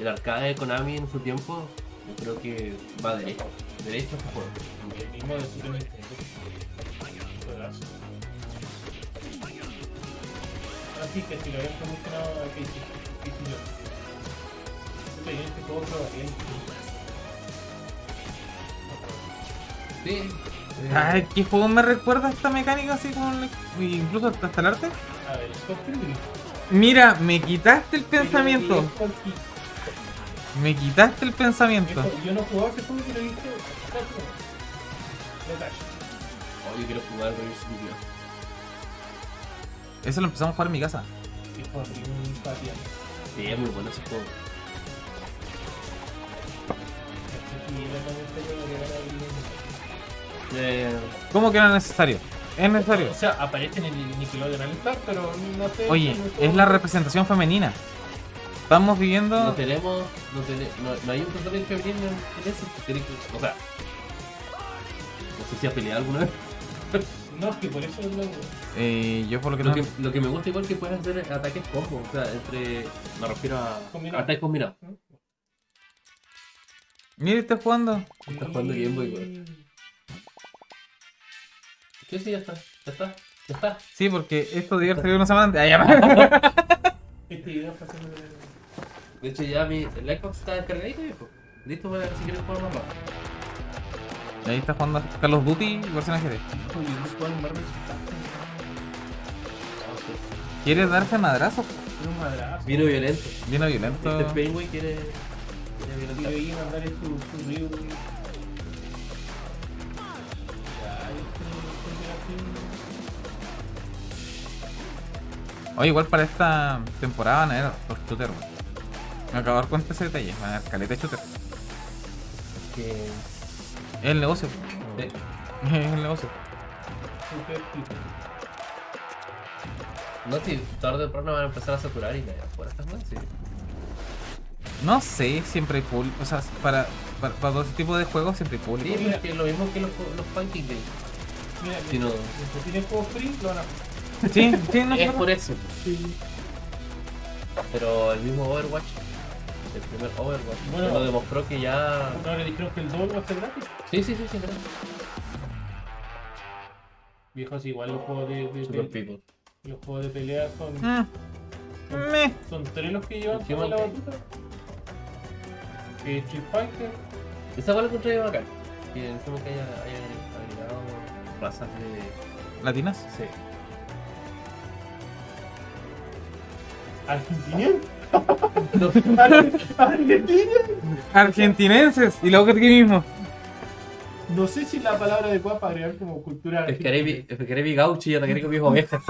Speaker 2: el arcade de Konami en su tiempo, yo creo que va derecho. Derecho a este juego.
Speaker 3: El mismo de Super Nintendo. Juegazo. Así que si lo habían promocionado a Casey, Casey Jones. Este este juego probaría el
Speaker 2: Sí. eh,
Speaker 1: Ay, ¿qué juego me recuerda esta mecánica así como el- incluso hasta hasta el arte?
Speaker 3: A ver, Scott Pilgrim.
Speaker 1: Mira, me quitaste el pensamiento.
Speaker 3: Yo lo vi, Scott
Speaker 1: Me quitaste el pensamiento.
Speaker 3: Pilgrim. Yo no jugaba ese juego, pero he visto. Detalle.
Speaker 2: oh, yo quiero jugar Reverse Video.
Speaker 1: Eso lo empezamos a jugar en mi casa.
Speaker 3: Que fue un patio.
Speaker 2: Sí, es muy bueno ese juego.
Speaker 3: Y era como un juego que era bien-
Speaker 2: Eh,
Speaker 1: ¿Cómo que era necesario? Es necesario.
Speaker 3: O sea, aparece en el Nickelodeon All Star, pero no sé.
Speaker 1: Oye,
Speaker 3: no sé-
Speaker 1: es la representación femenina. Estamos viviendo.
Speaker 2: No tenemos. No, tene- no, no hay un tratamiento femenino en eso. que tiene que- o sea. No sé si has peleado alguna vez.
Speaker 3: No, es que por eso no.
Speaker 1: Eh, yo por lo que
Speaker 2: Lo
Speaker 1: no.
Speaker 2: que,
Speaker 3: Ah.
Speaker 2: lo que me gusta igual que puedes hacer es ataques combo. O sea, entre. Me refiero a.
Speaker 3: Combinado.
Speaker 2: Ataques combinados.
Speaker 1: Mira, estás jugando.
Speaker 2: Estás jugando Game Boy, weón. Sí, sí, ya está. Ya está. Ya está.
Speaker 1: Sí, porque esto debió haber salido una semana antes. Ah,
Speaker 2: *laughs*
Speaker 1: ya.
Speaker 3: Este video está haciendo. de-
Speaker 2: De hecho, ya mi. El Xbox está descargadito, viejo. Listo para si quieres jugar más bajo.
Speaker 1: Y ahí está jugando Call of Duty versión GT. ¿Quieres darse a madrazos?
Speaker 3: de un madrazo.
Speaker 2: Vino violento.
Speaker 1: Vino
Speaker 3: Ah.
Speaker 1: violento.
Speaker 2: Este Painway quiere. quiere
Speaker 3: Y
Speaker 2: violentar.
Speaker 3: ahí mandar es tu, tu río.
Speaker 1: Oye, igual para esta temporada van a haber dos shooters. weón. Me acabo de dar cuenta este de ese detalle. Van a haber caleta de shooter.
Speaker 2: Que.
Speaker 1: Es el negocio.
Speaker 2: Sí.
Speaker 1: *laughs* Es el negocio.
Speaker 2: No, si tarde o temprano van a empezar a saturar y nada, por estas cosas, sí.
Speaker 1: No sé, siempre hay público. O sea, para, para, para todo ese tipo de juegos siempre hay
Speaker 2: Sí,
Speaker 1: público.
Speaker 2: pero es que es lo mismo que los, co- los pancake games.
Speaker 3: Mira,
Speaker 2: Si no-
Speaker 3: si tienes juego free, lo van a.
Speaker 1: Sí, sí, no
Speaker 2: es
Speaker 1: sé.
Speaker 2: por eso.
Speaker 3: Sí.
Speaker 2: Pero el mismo Overwatch, el primer Overwatch,
Speaker 3: Bueno.
Speaker 2: ya lo demostró que ya.
Speaker 3: No le dijeron que el doble va a ser gratis.
Speaker 2: Sí, sí, sí, sí, claro.
Speaker 3: Viejos, igual los juegos de, de-
Speaker 2: Super
Speaker 3: de-
Speaker 2: people.
Speaker 3: los juegos de pelea son.
Speaker 1: Mm. Meh.
Speaker 3: Son tres los que llevan
Speaker 2: ¿Qué
Speaker 3: toda la
Speaker 2: más?
Speaker 3: batuta. Eh, Street Fighter,
Speaker 2: Esa fue la contraria bacán. Que encima que haya, haya agregado razas de.
Speaker 1: ¿Latinas?
Speaker 2: Sí. *laughs*
Speaker 3: Argentina.
Speaker 2: No,
Speaker 3: Argentina.
Speaker 1: Argentinenses. Y luego que aquí mismo.
Speaker 3: No sé si es la palabra adecuada para agregar como cultura.
Speaker 2: pescaré mi- pescaré mi gaucho y atacaré con mis ovejas.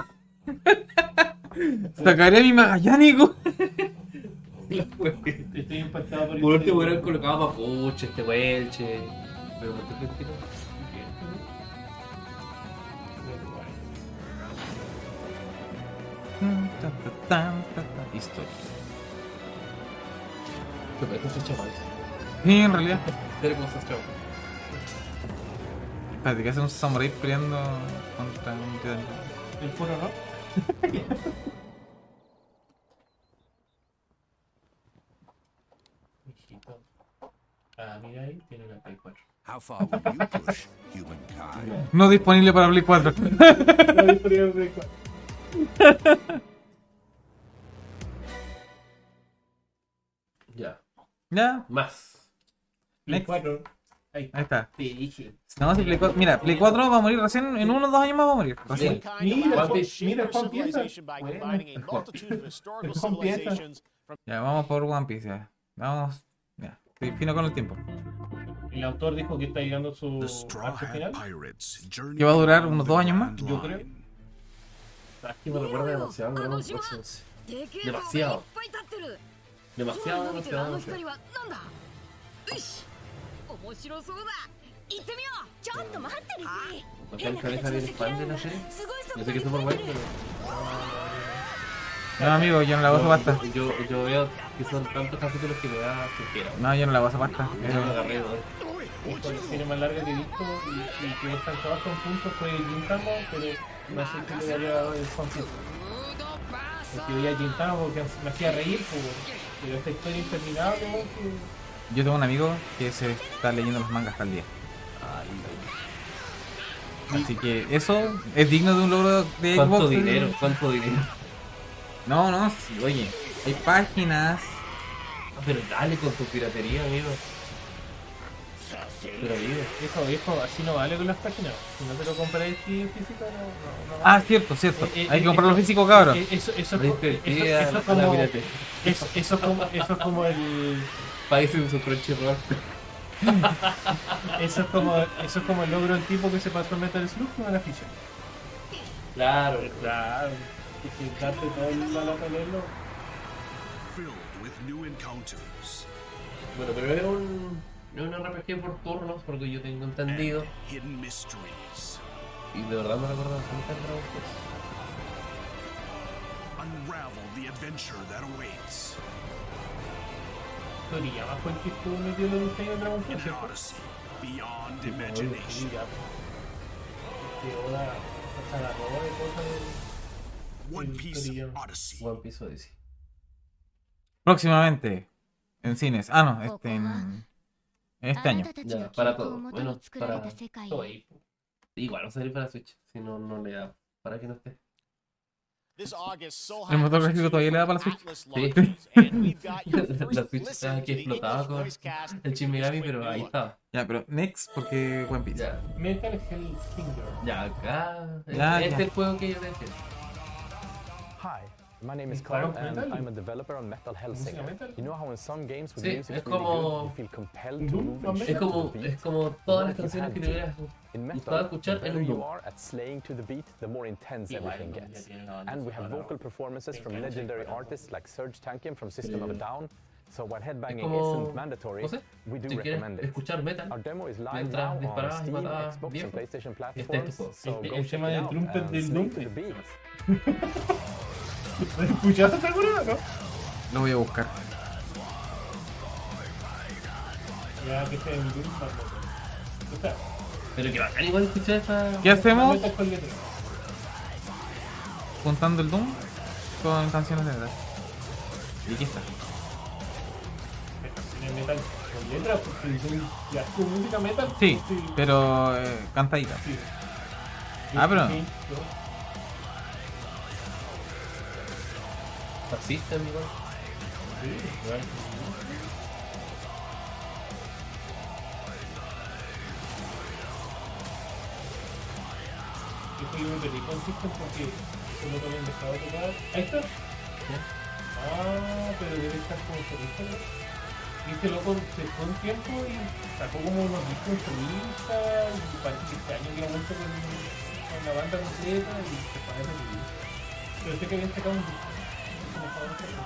Speaker 1: Sacaré mi *laughs* magallánico.
Speaker 3: Estoy impactado
Speaker 2: *laughs*
Speaker 3: por
Speaker 2: Por
Speaker 3: este-
Speaker 2: último hubieran colocado mapuche, este huelche. Pero ¿por este qué te-
Speaker 1: Tan, tan, tan, tan, tan. Historia.
Speaker 2: te parece ese chaval?
Speaker 1: Sí, en realidad.
Speaker 2: Mira cómo estás, chaval.
Speaker 1: Espérate, que hace un samurai peleando contra un titán.
Speaker 3: El foro,
Speaker 2: *laughs*
Speaker 3: ¿no? Mijito. Ah, mira ahí, tiene una Play 4.
Speaker 13: How far will you push humankind?
Speaker 1: No disponible para Play 4.
Speaker 3: La historia de Play 4.
Speaker 2: Ya.
Speaker 1: *laughs* ya,
Speaker 2: Más.
Speaker 3: Play
Speaker 1: Next.
Speaker 3: 4.
Speaker 1: ahí está.
Speaker 2: Te dije.
Speaker 1: No, si Play 4. Mira, Play 4 va a morir recién. En uno o dos años más va a morir. Recién.
Speaker 3: Mira,
Speaker 2: Juan-
Speaker 3: mira,
Speaker 4: Mira,
Speaker 3: Juan piensa.
Speaker 4: by
Speaker 3: Bueno.
Speaker 4: combining a multitude of historical
Speaker 3: Juan piensa.
Speaker 4: civilizations from
Speaker 1: Ya, vamos por One Piece. Ya. Vamos. Ya. Estoy fino con el tiempo.
Speaker 3: El autor dijo que está llegando su
Speaker 6: The Straw
Speaker 3: arco final.
Speaker 6: Hat Pirates journey
Speaker 1: Que va a durar
Speaker 6: along
Speaker 1: unos
Speaker 6: the
Speaker 1: dos años más.
Speaker 6: Grand
Speaker 3: Yo creo.
Speaker 6: Line.
Speaker 2: Es Ah, que me recuerda demasiado a Dragon Ball Z. Demasiado. Demasiado, demasiado, demasiado. Acá el cabeza viene fan de la serie. Yo sé que es súper bueno, pero
Speaker 1: No, amigo, yo no la voy a hacer pasta.
Speaker 2: yo, yo veo que son tantos capítulos que me da flojera.
Speaker 1: No, yo no la voy a hacer pasta.
Speaker 2: Yo no me agarré, ¿no?
Speaker 3: Es la serie ¿eh? más larga que he visto y, y que están todos con puntos fue Gintama, pero no sé qué le daría el concepto. Porque veía Gintama porque me hacía reír, pues, pero esta historia interminable, weón, que-
Speaker 1: Yo tengo un amigo que se está leyendo los mangas al día. Así que eso es digno de un logro de
Speaker 2: ¿Cuánto
Speaker 1: Xbox.
Speaker 2: dinero? ¿Cuánto dinero?
Speaker 1: No, no, sí, oye, hay páginas.
Speaker 2: Ah, Pero dale con tu piratería, amigo. Pero vive.
Speaker 3: viejo, viejo, así no vale con las páginas. Si no te lo compráis aquí físico, no, no, no
Speaker 1: Ah, cierto, cierto.
Speaker 3: Eh, eh,
Speaker 1: Hay
Speaker 3: eh,
Speaker 1: que comprarlo
Speaker 3: esto-
Speaker 1: físico, cabrón.
Speaker 3: Eh, Eso, eso, es co- eso,
Speaker 2: Despedida
Speaker 3: eso es
Speaker 2: a la
Speaker 3: como,
Speaker 2: piratería.
Speaker 3: eso, eso es como, eso es como el,
Speaker 2: Parece su Crunchyroll.
Speaker 3: eso es como, eso es como el logro del tipo que se pasó en Metal Slug con la ficha.
Speaker 2: Claro.
Speaker 3: Claro, que si darte todo el valor a leerlo.
Speaker 6: Filled with new encounters.
Speaker 2: Bueno, pero es un. Es un RPG por turnos, porque yo tengo entendido.
Speaker 6: Hidden mysteries.
Speaker 2: Y de verdad me recuerda bastante al Dragon Quest.
Speaker 6: Un unravel the adventure that awaits.
Speaker 3: Toriyama fue el que estuvo metiendo el diseño de Dragon Quest,
Speaker 6: An
Speaker 3: ¿cierto?
Speaker 6: odyssey beyond
Speaker 3: Sí, obvio,
Speaker 6: imagination.
Speaker 3: Toriyama.
Speaker 2: Este,
Speaker 3: Que Oda se agarró de cosas del-
Speaker 6: One
Speaker 3: del
Speaker 6: Piece
Speaker 3: Toriyama.
Speaker 6: *laughs* Odyssey.
Speaker 2: One Piece Odyssey.
Speaker 1: Próximamente. En cines. Ah, no, este, en-
Speaker 8: Ah,
Speaker 1: este año.
Speaker 2: Ya, para todo. Bueno, para todo ahí. Igual va a salir para Switch. Si no, no le da. Para que no esté.
Speaker 4: This August, Soul
Speaker 1: El motor gráfico todavía le da para la Switch.
Speaker 4: Atlas
Speaker 2: Sí.
Speaker 4: launches, and we've got your
Speaker 2: *laughs* La
Speaker 4: first
Speaker 2: Switch
Speaker 4: listen
Speaker 2: estaba
Speaker 4: to
Speaker 2: que
Speaker 4: the
Speaker 2: explotaba
Speaker 4: English
Speaker 2: con
Speaker 4: voice
Speaker 2: *laughs*
Speaker 4: cast
Speaker 2: el
Speaker 4: from
Speaker 2: Shinigami,
Speaker 4: Quick
Speaker 2: pero
Speaker 4: New
Speaker 2: ahí
Speaker 4: Look.
Speaker 2: estaba.
Speaker 1: Ya, pero next porque One Piece.
Speaker 2: Ya,
Speaker 3: Metal Hell Finger.
Speaker 2: ya acá.
Speaker 1: Ya,
Speaker 2: este
Speaker 1: ya.
Speaker 2: es el juego que yo le decía.
Speaker 14: Hi, my name
Speaker 2: Hmm.
Speaker 14: is
Speaker 3: Claro,
Speaker 14: Carl and
Speaker 3: metal.
Speaker 14: I'm a developer on Metal
Speaker 3: Música
Speaker 14: Hellsinger.
Speaker 3: metal.
Speaker 14: You know how in some games with
Speaker 2: Sí,
Speaker 14: music's
Speaker 2: es
Speaker 14: really good,
Speaker 2: como-
Speaker 14: you feel compelled to
Speaker 3: Doom
Speaker 14: move
Speaker 3: and
Speaker 14: and
Speaker 3: metal.
Speaker 14: shoot
Speaker 2: Es
Speaker 14: to
Speaker 2: como,
Speaker 14: the beat?
Speaker 2: es como
Speaker 14: What
Speaker 2: todas las
Speaker 14: if you
Speaker 2: canciones
Speaker 14: had
Speaker 2: que
Speaker 14: to?
Speaker 2: tuvieras
Speaker 14: In
Speaker 2: gustado
Speaker 14: metal, the
Speaker 2: escuchar en
Speaker 14: better
Speaker 2: un
Speaker 14: you
Speaker 2: grupo.
Speaker 14: are at slaying to the beat, the more intense
Speaker 2: Igual,
Speaker 14: everything
Speaker 2: ya
Speaker 14: gets.
Speaker 2: tiene la banda
Speaker 14: And we have
Speaker 2: sonora.
Speaker 14: vocal performances from
Speaker 2: Engancha y
Speaker 14: legendary
Speaker 2: para.
Speaker 14: artists like Serge Tankian from System of a
Speaker 2: Sí.
Speaker 14: Down. So while headbanging
Speaker 2: Mm. como-
Speaker 14: isn't mandatory,
Speaker 2: no sé,
Speaker 14: we do
Speaker 2: si quieres
Speaker 14: recommend it.
Speaker 2: escuchar metal
Speaker 14: Our demo is live
Speaker 2: mientras
Speaker 14: now on
Speaker 2: disparabas y
Speaker 14: Steam,
Speaker 2: matabas
Speaker 14: Xbox, and
Speaker 2: viejos,
Speaker 14: PlayStation
Speaker 2: este es tu
Speaker 14: platforms.
Speaker 2: juego.
Speaker 14: So
Speaker 3: Este-
Speaker 14: go
Speaker 3: el
Speaker 14: check
Speaker 3: tema
Speaker 14: it
Speaker 3: del
Speaker 14: out
Speaker 3: drumper
Speaker 14: and
Speaker 3: del
Speaker 14: slay to
Speaker 3: Doom.
Speaker 14: the beat.
Speaker 3: ¿Escuchaste alguna, no?
Speaker 1: Lo voy a buscar.
Speaker 3: Ya, que este es el Doom Patrol. Está.
Speaker 2: Pero que bacán igual escuchar esta.
Speaker 1: ¿Qué hacemos?
Speaker 3: Metal con letra.
Speaker 1: Juntando el Doom con canciones de verdad. Y aquí está.
Speaker 3: Esta tiene metal con letra, porque dicen, ya, tu música metal.
Speaker 1: Sí, pero eh, cantadita.
Speaker 3: Sí.
Speaker 1: Ah, pero-
Speaker 3: Sí, sí.
Speaker 2: Fascista, amigo.
Speaker 3: Yo fui un perdí con System porque yo no habían dejado tocar. Ahí está. Ah, pero debe estar como solista. Y este loco se fue un tiempo y sacó como unos discos solistas y parece que este año iba mucho con, con la banda completa y se fue a revivir. Pero sé que habían sacado un disco. Como para hacer eso.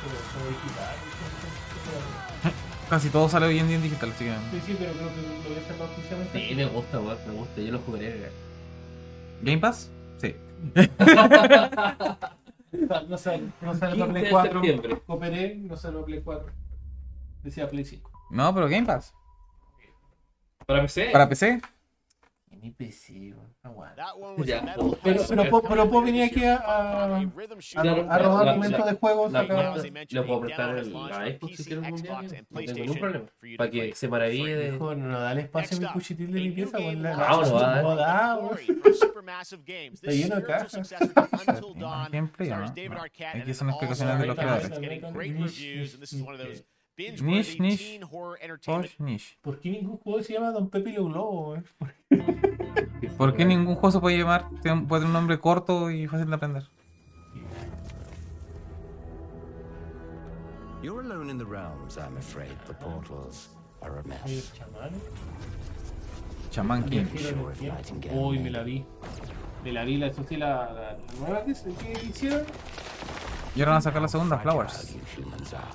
Speaker 3: Pero como digital. entonces, pero-
Speaker 1: Casi todo sale bien en digital, así que.
Speaker 3: Sí, sí, pero creo que lo había sacado oficialmente.
Speaker 2: Sí, me gusta, weón, me gusta, yo lo jugaré. weón.
Speaker 1: ¿Game Pass? Sí.
Speaker 3: No sale, no sale
Speaker 2: 15 de
Speaker 3: para Play 4.
Speaker 2: septiembre.
Speaker 3: Cooperé, no sale para Play 4. Decía Play 5.
Speaker 1: No, pero Game Pass.
Speaker 2: Para PC.
Speaker 1: Para PC.
Speaker 2: Mi PC, weón. Aguanta.
Speaker 4: That one was
Speaker 2: Ya.
Speaker 4: a metal
Speaker 3: Pero,
Speaker 4: classic
Speaker 3: pero,
Speaker 4: coming
Speaker 3: puedo- pero puedo venir
Speaker 4: this
Speaker 3: aquí
Speaker 4: year
Speaker 3: a,
Speaker 4: from
Speaker 3: a,
Speaker 4: a rhythm
Speaker 3: a,
Speaker 4: shooter.
Speaker 2: Claro,
Speaker 3: a robar
Speaker 2: la-
Speaker 3: argumentos
Speaker 2: la-
Speaker 3: de juegos
Speaker 2: la-
Speaker 3: acá.
Speaker 2: la- Lo puedo prestar el, la Xbox si quiero algún día, no tengo ningún problema. Para que se maraville de...
Speaker 3: Hijo, no da el espacio a mi cuchitil de limpieza. pues, weón, la-
Speaker 2: Ah, bueno, va, eh.
Speaker 3: No da, weón. Está lleno de cajas.
Speaker 1: Gameplay, ¿o no? No. Aquí son explicaciones de los creadores. Niche, niche. Posh, niche.
Speaker 3: ¿Por qué ningún juego se llama Don Pepe y los Globos? weón?
Speaker 1: ¿Por qué ningún juego se puede llamar? tiene- Puede tener un nombre corto y fácil de aprender.
Speaker 13: You're alone in the realms, I'm afraid. The portals are a
Speaker 3: Ay,
Speaker 13: mess.
Speaker 3: el chamán.
Speaker 1: Chamán King.
Speaker 13: Sure, if Nightingale
Speaker 3: Uy, me
Speaker 13: made
Speaker 3: la vi. Me la vi, la, eso sí, la, la, la nueva que, se- que hicieron.
Speaker 1: Y ahora van a sacar la segunda,
Speaker 13: how
Speaker 1: Flowers.
Speaker 13: you humans are.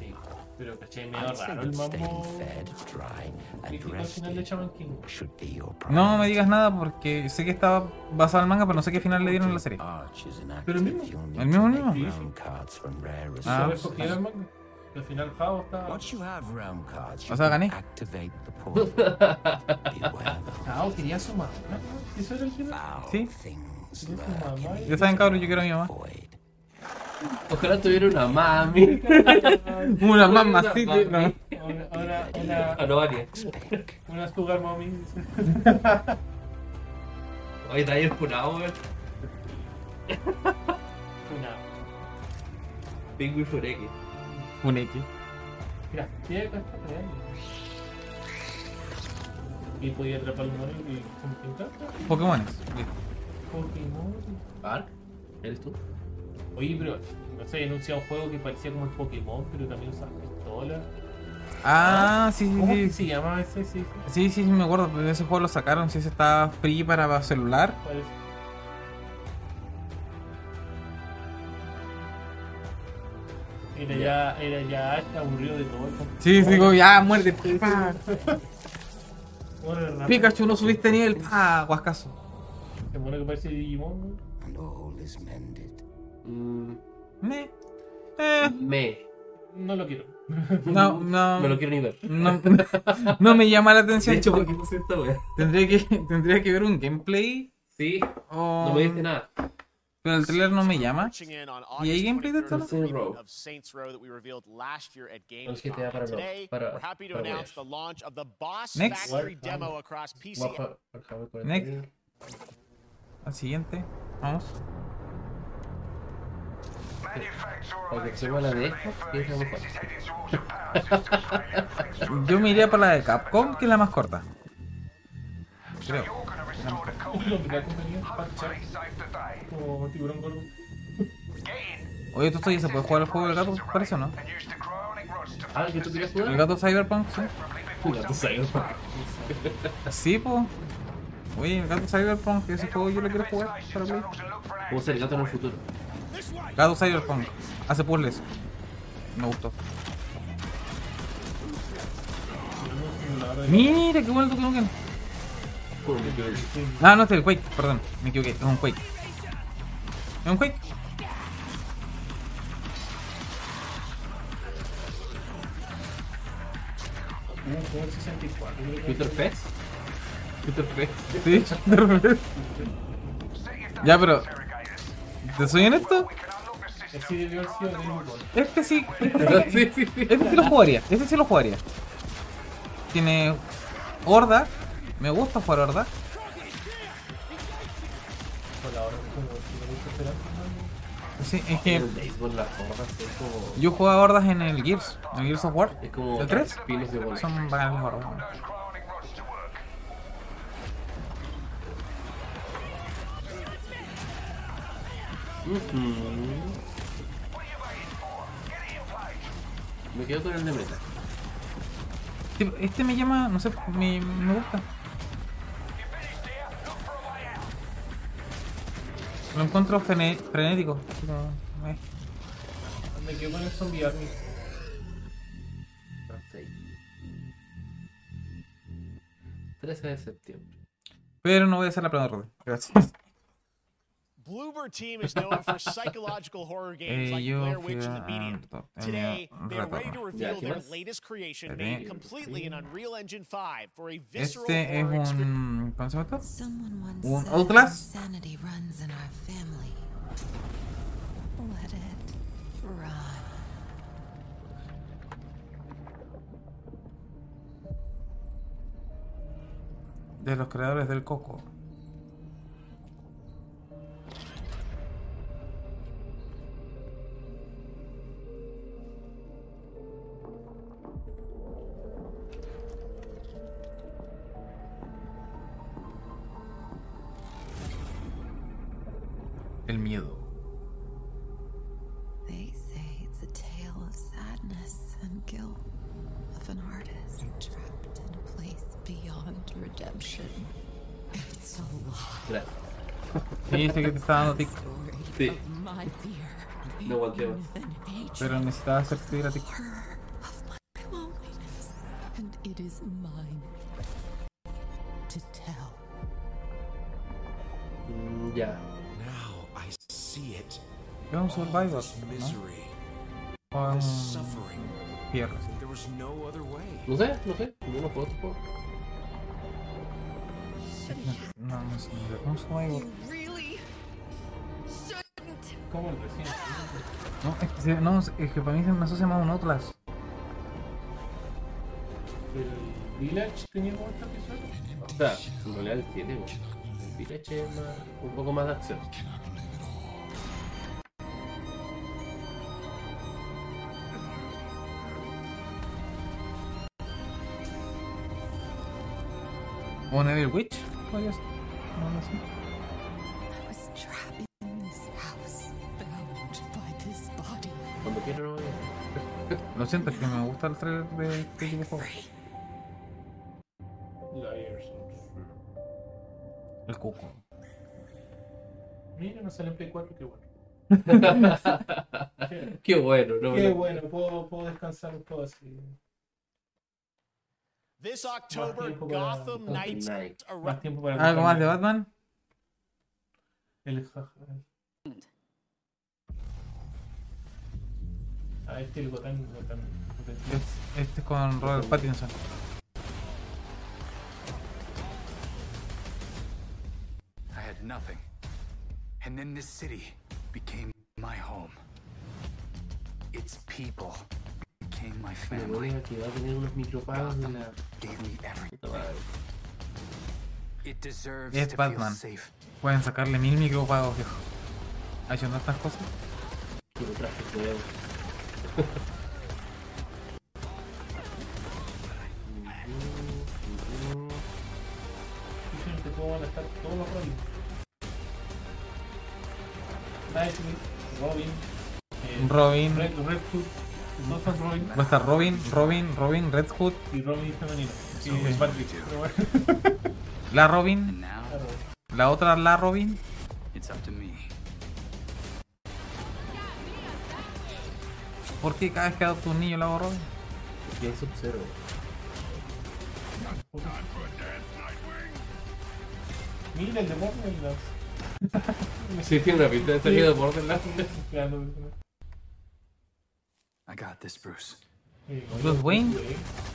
Speaker 3: Sí, pero caché medio
Speaker 13: I'd say
Speaker 3: raro
Speaker 13: that
Speaker 3: el
Speaker 13: staying
Speaker 3: mambo.
Speaker 13: fed, dry, and
Speaker 3: Al final de
Speaker 13: rested
Speaker 3: Shaman King.
Speaker 13: should be your
Speaker 1: No me
Speaker 13: priority.
Speaker 1: digas nada porque sé que estaba basado en el manga, pero no sé qué final le dieron a la serie.
Speaker 13: Arch is an
Speaker 3: Pero el mismo.
Speaker 13: active. You'll
Speaker 1: El
Speaker 13: need
Speaker 1: mismo,
Speaker 13: to
Speaker 1: el
Speaker 13: make
Speaker 1: mismo.
Speaker 13: realm cards from rare
Speaker 1: Ah,
Speaker 3: ¿Sabes
Speaker 13: resources.
Speaker 3: por qué era el manga? Al final Favo estaba.
Speaker 13: Once you have realm cards,
Speaker 1: O
Speaker 13: you
Speaker 1: sea,
Speaker 13: can
Speaker 1: gané.
Speaker 13: activate
Speaker 3: *laughs*
Speaker 13: the portal. Beware the
Speaker 3: Favo quería su mamá. Eso era el final.
Speaker 13: foul
Speaker 1: Sí.
Speaker 13: things
Speaker 3: Quería
Speaker 13: lurking
Speaker 3: su mamá. y-
Speaker 1: Ya saben, cabros, yo quiero a mi mamá.
Speaker 13: void.
Speaker 2: Ojalá tuviera una mami.
Speaker 1: *laughs* Una mamá, sí, sí, no.
Speaker 3: Una, una, una,
Speaker 2: Ah, *laughs*
Speaker 1: *laughs*
Speaker 2: no, vale.
Speaker 13: Expect
Speaker 3: una Sugar Mommy.
Speaker 2: Oye, está ahí el curado, weón.
Speaker 3: Una.
Speaker 2: Pingu y Fureki.
Speaker 1: Un X.
Speaker 3: Mira, tiene que estar real. Y podía atrapar al mono y se me encanta.
Speaker 1: Pokémon.
Speaker 3: Pokémon.
Speaker 2: ¿Ark? ¿Eres tú?
Speaker 3: Oye, pero no sé, anunciado un juego que parecía como el Pokémon, pero también usaba pistolas.
Speaker 1: Ah, sí,
Speaker 3: ¿Cómo
Speaker 1: sí,
Speaker 3: que
Speaker 1: sí.
Speaker 3: se llamaba ese? Sí,
Speaker 1: Sí, sí, sí, me acuerdo. pero Ese juego lo sacaron. Sí, ese estaba free para celular.
Speaker 3: parece. Era ya, era ya hasta aburrido de todo.
Speaker 1: Sí, sí, digo, ya, muerte. pa.
Speaker 3: Bueno,
Speaker 1: Pikachu, no subiste nivel. Ah, guascazo.
Speaker 3: Se muere que parece Digimon. ¿no?
Speaker 15: and all is mended.
Speaker 1: Me.
Speaker 2: Mm,
Speaker 1: eh,
Speaker 2: Me.
Speaker 3: No lo quiero.
Speaker 1: No,
Speaker 3: Ah.
Speaker 2: *laughs*
Speaker 1: no.
Speaker 2: No lo quiero ni ver.
Speaker 1: No, no me llama la atención.
Speaker 2: De hecho, ¿por qué puse esta wea?
Speaker 1: Tendría que, *laughs* tendría que ver un gameplay.
Speaker 2: Sí.
Speaker 1: o-
Speaker 3: Ah.
Speaker 2: No me dice nada.
Speaker 1: Pero el trailer no me llama.
Speaker 4: Punching in on
Speaker 1: ¿Y hay
Speaker 4: August
Speaker 1: gameplay de esta?
Speaker 4: 23rd, the
Speaker 1: wea?
Speaker 4: reboot of Saints Row that we revealed last year at
Speaker 2: Vamos que te da para
Speaker 4: Gamescom.
Speaker 2: lo-
Speaker 4: Today,
Speaker 2: para-
Speaker 4: we're happy to
Speaker 2: para
Speaker 4: announce
Speaker 2: Voyage.
Speaker 4: the launch of the Boss
Speaker 1: Next.
Speaker 4: Factory
Speaker 1: What?
Speaker 4: demo across PC.
Speaker 2: Voy a pa- acabo con el
Speaker 1: Next.
Speaker 2: video.
Speaker 1: Al siguiente. Vamos.
Speaker 2: Para que suba la de Xbox, que es la mejor.
Speaker 1: Yo
Speaker 3: *laughs*
Speaker 1: me iría para la de Capcom, que es la más corta. Creo.
Speaker 3: Como tiburón gordo.
Speaker 1: Oye, tú todavía se puede jugar el juego del gato, parece o no?
Speaker 2: Ah, ¿el que tú querías jugar?
Speaker 1: El gato Cyberpunk, sí.
Speaker 2: El gato Cyberpunk.
Speaker 1: Sí, po. Oye, el gato Cyberpunk, ese juego yo lo quiero jugar para Play.
Speaker 2: ¿Cómo ser el gato en el futuro?
Speaker 1: Gato Cyberpunk, hace puzzles. Me gustó. Mira, qué bueno el Duke Nukem. Ah, no, este es el Quake, perdón, me equivoqué, es un Quake. Es un Quake.
Speaker 3: Un juego del 64. yo creo que-
Speaker 2: ¿Future Fest? ¿Future Fest?
Speaker 1: Sí, *laughs* de repente. Ya, pero. ¿Te soy honesto?
Speaker 3: Así debió haber sido Game Boy.
Speaker 1: Este sí. *laughs* Este sí, este sí lo jugaría. Este sí lo jugaría. Tiene horda. Me gusta jugar horda.
Speaker 3: Por ahora, como si me gusta esperar.
Speaker 1: Sí, es que
Speaker 2: El béisbol, las gorras, es como...
Speaker 1: yo jugaba hordas en el Gears, en el Gears of War.
Speaker 2: Es como...
Speaker 1: ¿El 3?
Speaker 2: Pinos de bolsa.
Speaker 1: Son bacanas las hordas. bueno.
Speaker 2: Me quedo con el de meta.
Speaker 1: Tipo, Este me llama, no sé, me, me gusta. Lo encuentro fene- frenético. así como, eh.
Speaker 3: Me quedo con el Zombie Army.
Speaker 2: Ah, sí. 13 de septiembre.
Speaker 1: Pero no voy a hacer la primera ronda. Gracias.
Speaker 4: Bloober Team is known for psychological horror
Speaker 1: Eh,
Speaker 4: games like
Speaker 1: yo
Speaker 4: Blair
Speaker 1: fui
Speaker 4: Witch and
Speaker 1: a
Speaker 4: the Medium. Today,
Speaker 1: Antarctica un
Speaker 4: they are ready
Speaker 1: rato.
Speaker 4: to reveal
Speaker 2: ¿qué
Speaker 4: their
Speaker 2: más?
Speaker 4: latest creation
Speaker 1: Espérate.
Speaker 4: made completely in Unreal Engine 5 for a visceral
Speaker 1: Este es
Speaker 4: horror experience.
Speaker 1: un. ¿Cómo se llama esto?
Speaker 8: Someone once
Speaker 1: Un
Speaker 8: said
Speaker 1: Outlast.
Speaker 8: insanity runs in our family. Let it run.
Speaker 1: De los creadores del Coco. El miedo.
Speaker 8: They say it's a tale of sadness and guilt of an artist trapped in a place beyond redemption. It's a long
Speaker 2: Gracias.
Speaker 1: Sí, sé que te está dando tic,
Speaker 2: Sí.
Speaker 8: of my fear.
Speaker 2: No volteo.
Speaker 8: And hatred,
Speaker 1: pero necesitaba hacer subir a tic.
Speaker 8: loneliness. And it is mine to tell.
Speaker 2: Mm, ya.
Speaker 16: Now I see it.
Speaker 1: Es un survivor,
Speaker 16: This
Speaker 1: ¿no?
Speaker 16: misery,
Speaker 1: O
Speaker 16: this
Speaker 1: es
Speaker 16: suffering.
Speaker 1: un fierro.
Speaker 16: There was no other way.
Speaker 2: No sé, no sé. Yo no puedo tampoco.
Speaker 1: No, no sé, un survivor.
Speaker 17: Really? Shouldn't.
Speaker 3: Como el recién.
Speaker 1: No, es que, se- no, es que para mí se me asocia más a un Outlast.
Speaker 3: El Village tenía como esta episodio.
Speaker 2: O sea, en realidad el 7, weón. El Village es más- un poco más de acción.
Speaker 1: O un Evil Witch. podría ser. No, no sé.
Speaker 8: I was trapped in this house, bound by this body.
Speaker 2: Cuando quiero no voy.
Speaker 1: Lo siento, es que me gusta el trailer de este tipo de juego.
Speaker 3: Liars.
Speaker 1: El cuco.
Speaker 3: Mira, no sale en Play 4, qué bueno.
Speaker 2: Qué bueno, no
Speaker 3: Qué bueno, puedo, puedo descansar un poco así.
Speaker 4: This October,
Speaker 3: tiempo para-
Speaker 4: Gotham
Speaker 2: Gotham
Speaker 4: Knights
Speaker 2: Knights.
Speaker 4: arrives.
Speaker 3: Más tiempo para
Speaker 1: ¿Algo más de Batman?
Speaker 3: El ja- Ah, este es el Gotan. Gotan.
Speaker 1: Es- Este es con Robert Pattinson.
Speaker 18: I had nothing. And then this city became my home. Its people became my
Speaker 2: Me
Speaker 18: family.
Speaker 2: voy a que va a tener unos micropagos de la. Puta madre.
Speaker 18: It deserves
Speaker 1: Es
Speaker 18: to
Speaker 1: Batman.
Speaker 18: feel safe.
Speaker 1: Pueden sacarle mil micropagos, viejo. Haciendo estas cosas.
Speaker 2: Puro traje feo.
Speaker 3: Te puedo gastar todos los Robin. Nightwing, Ah, este, Robin. eh,
Speaker 1: Robin.
Speaker 3: Red, Red Hood. Dos son Robin.
Speaker 1: Va a estar Robin, Robin, Robin, Red Hood.
Speaker 3: Y Robin femenino. Y
Speaker 1: Sí.
Speaker 3: es Patrick. pero bueno. *laughs*
Speaker 1: La Robin. La otra La Robin.
Speaker 18: It's up to me.
Speaker 1: ¿Por qué cada vez que adopto un niño la hago Robin?
Speaker 2: Y ahí Sub-Zero.
Speaker 3: Mira el de Borderlands.
Speaker 2: *laughs* Sí, tiene una pinta de salir de Borderlands.
Speaker 3: Claro.
Speaker 18: I got this, Bruce.
Speaker 3: Eh,
Speaker 1: Bruce Wayne.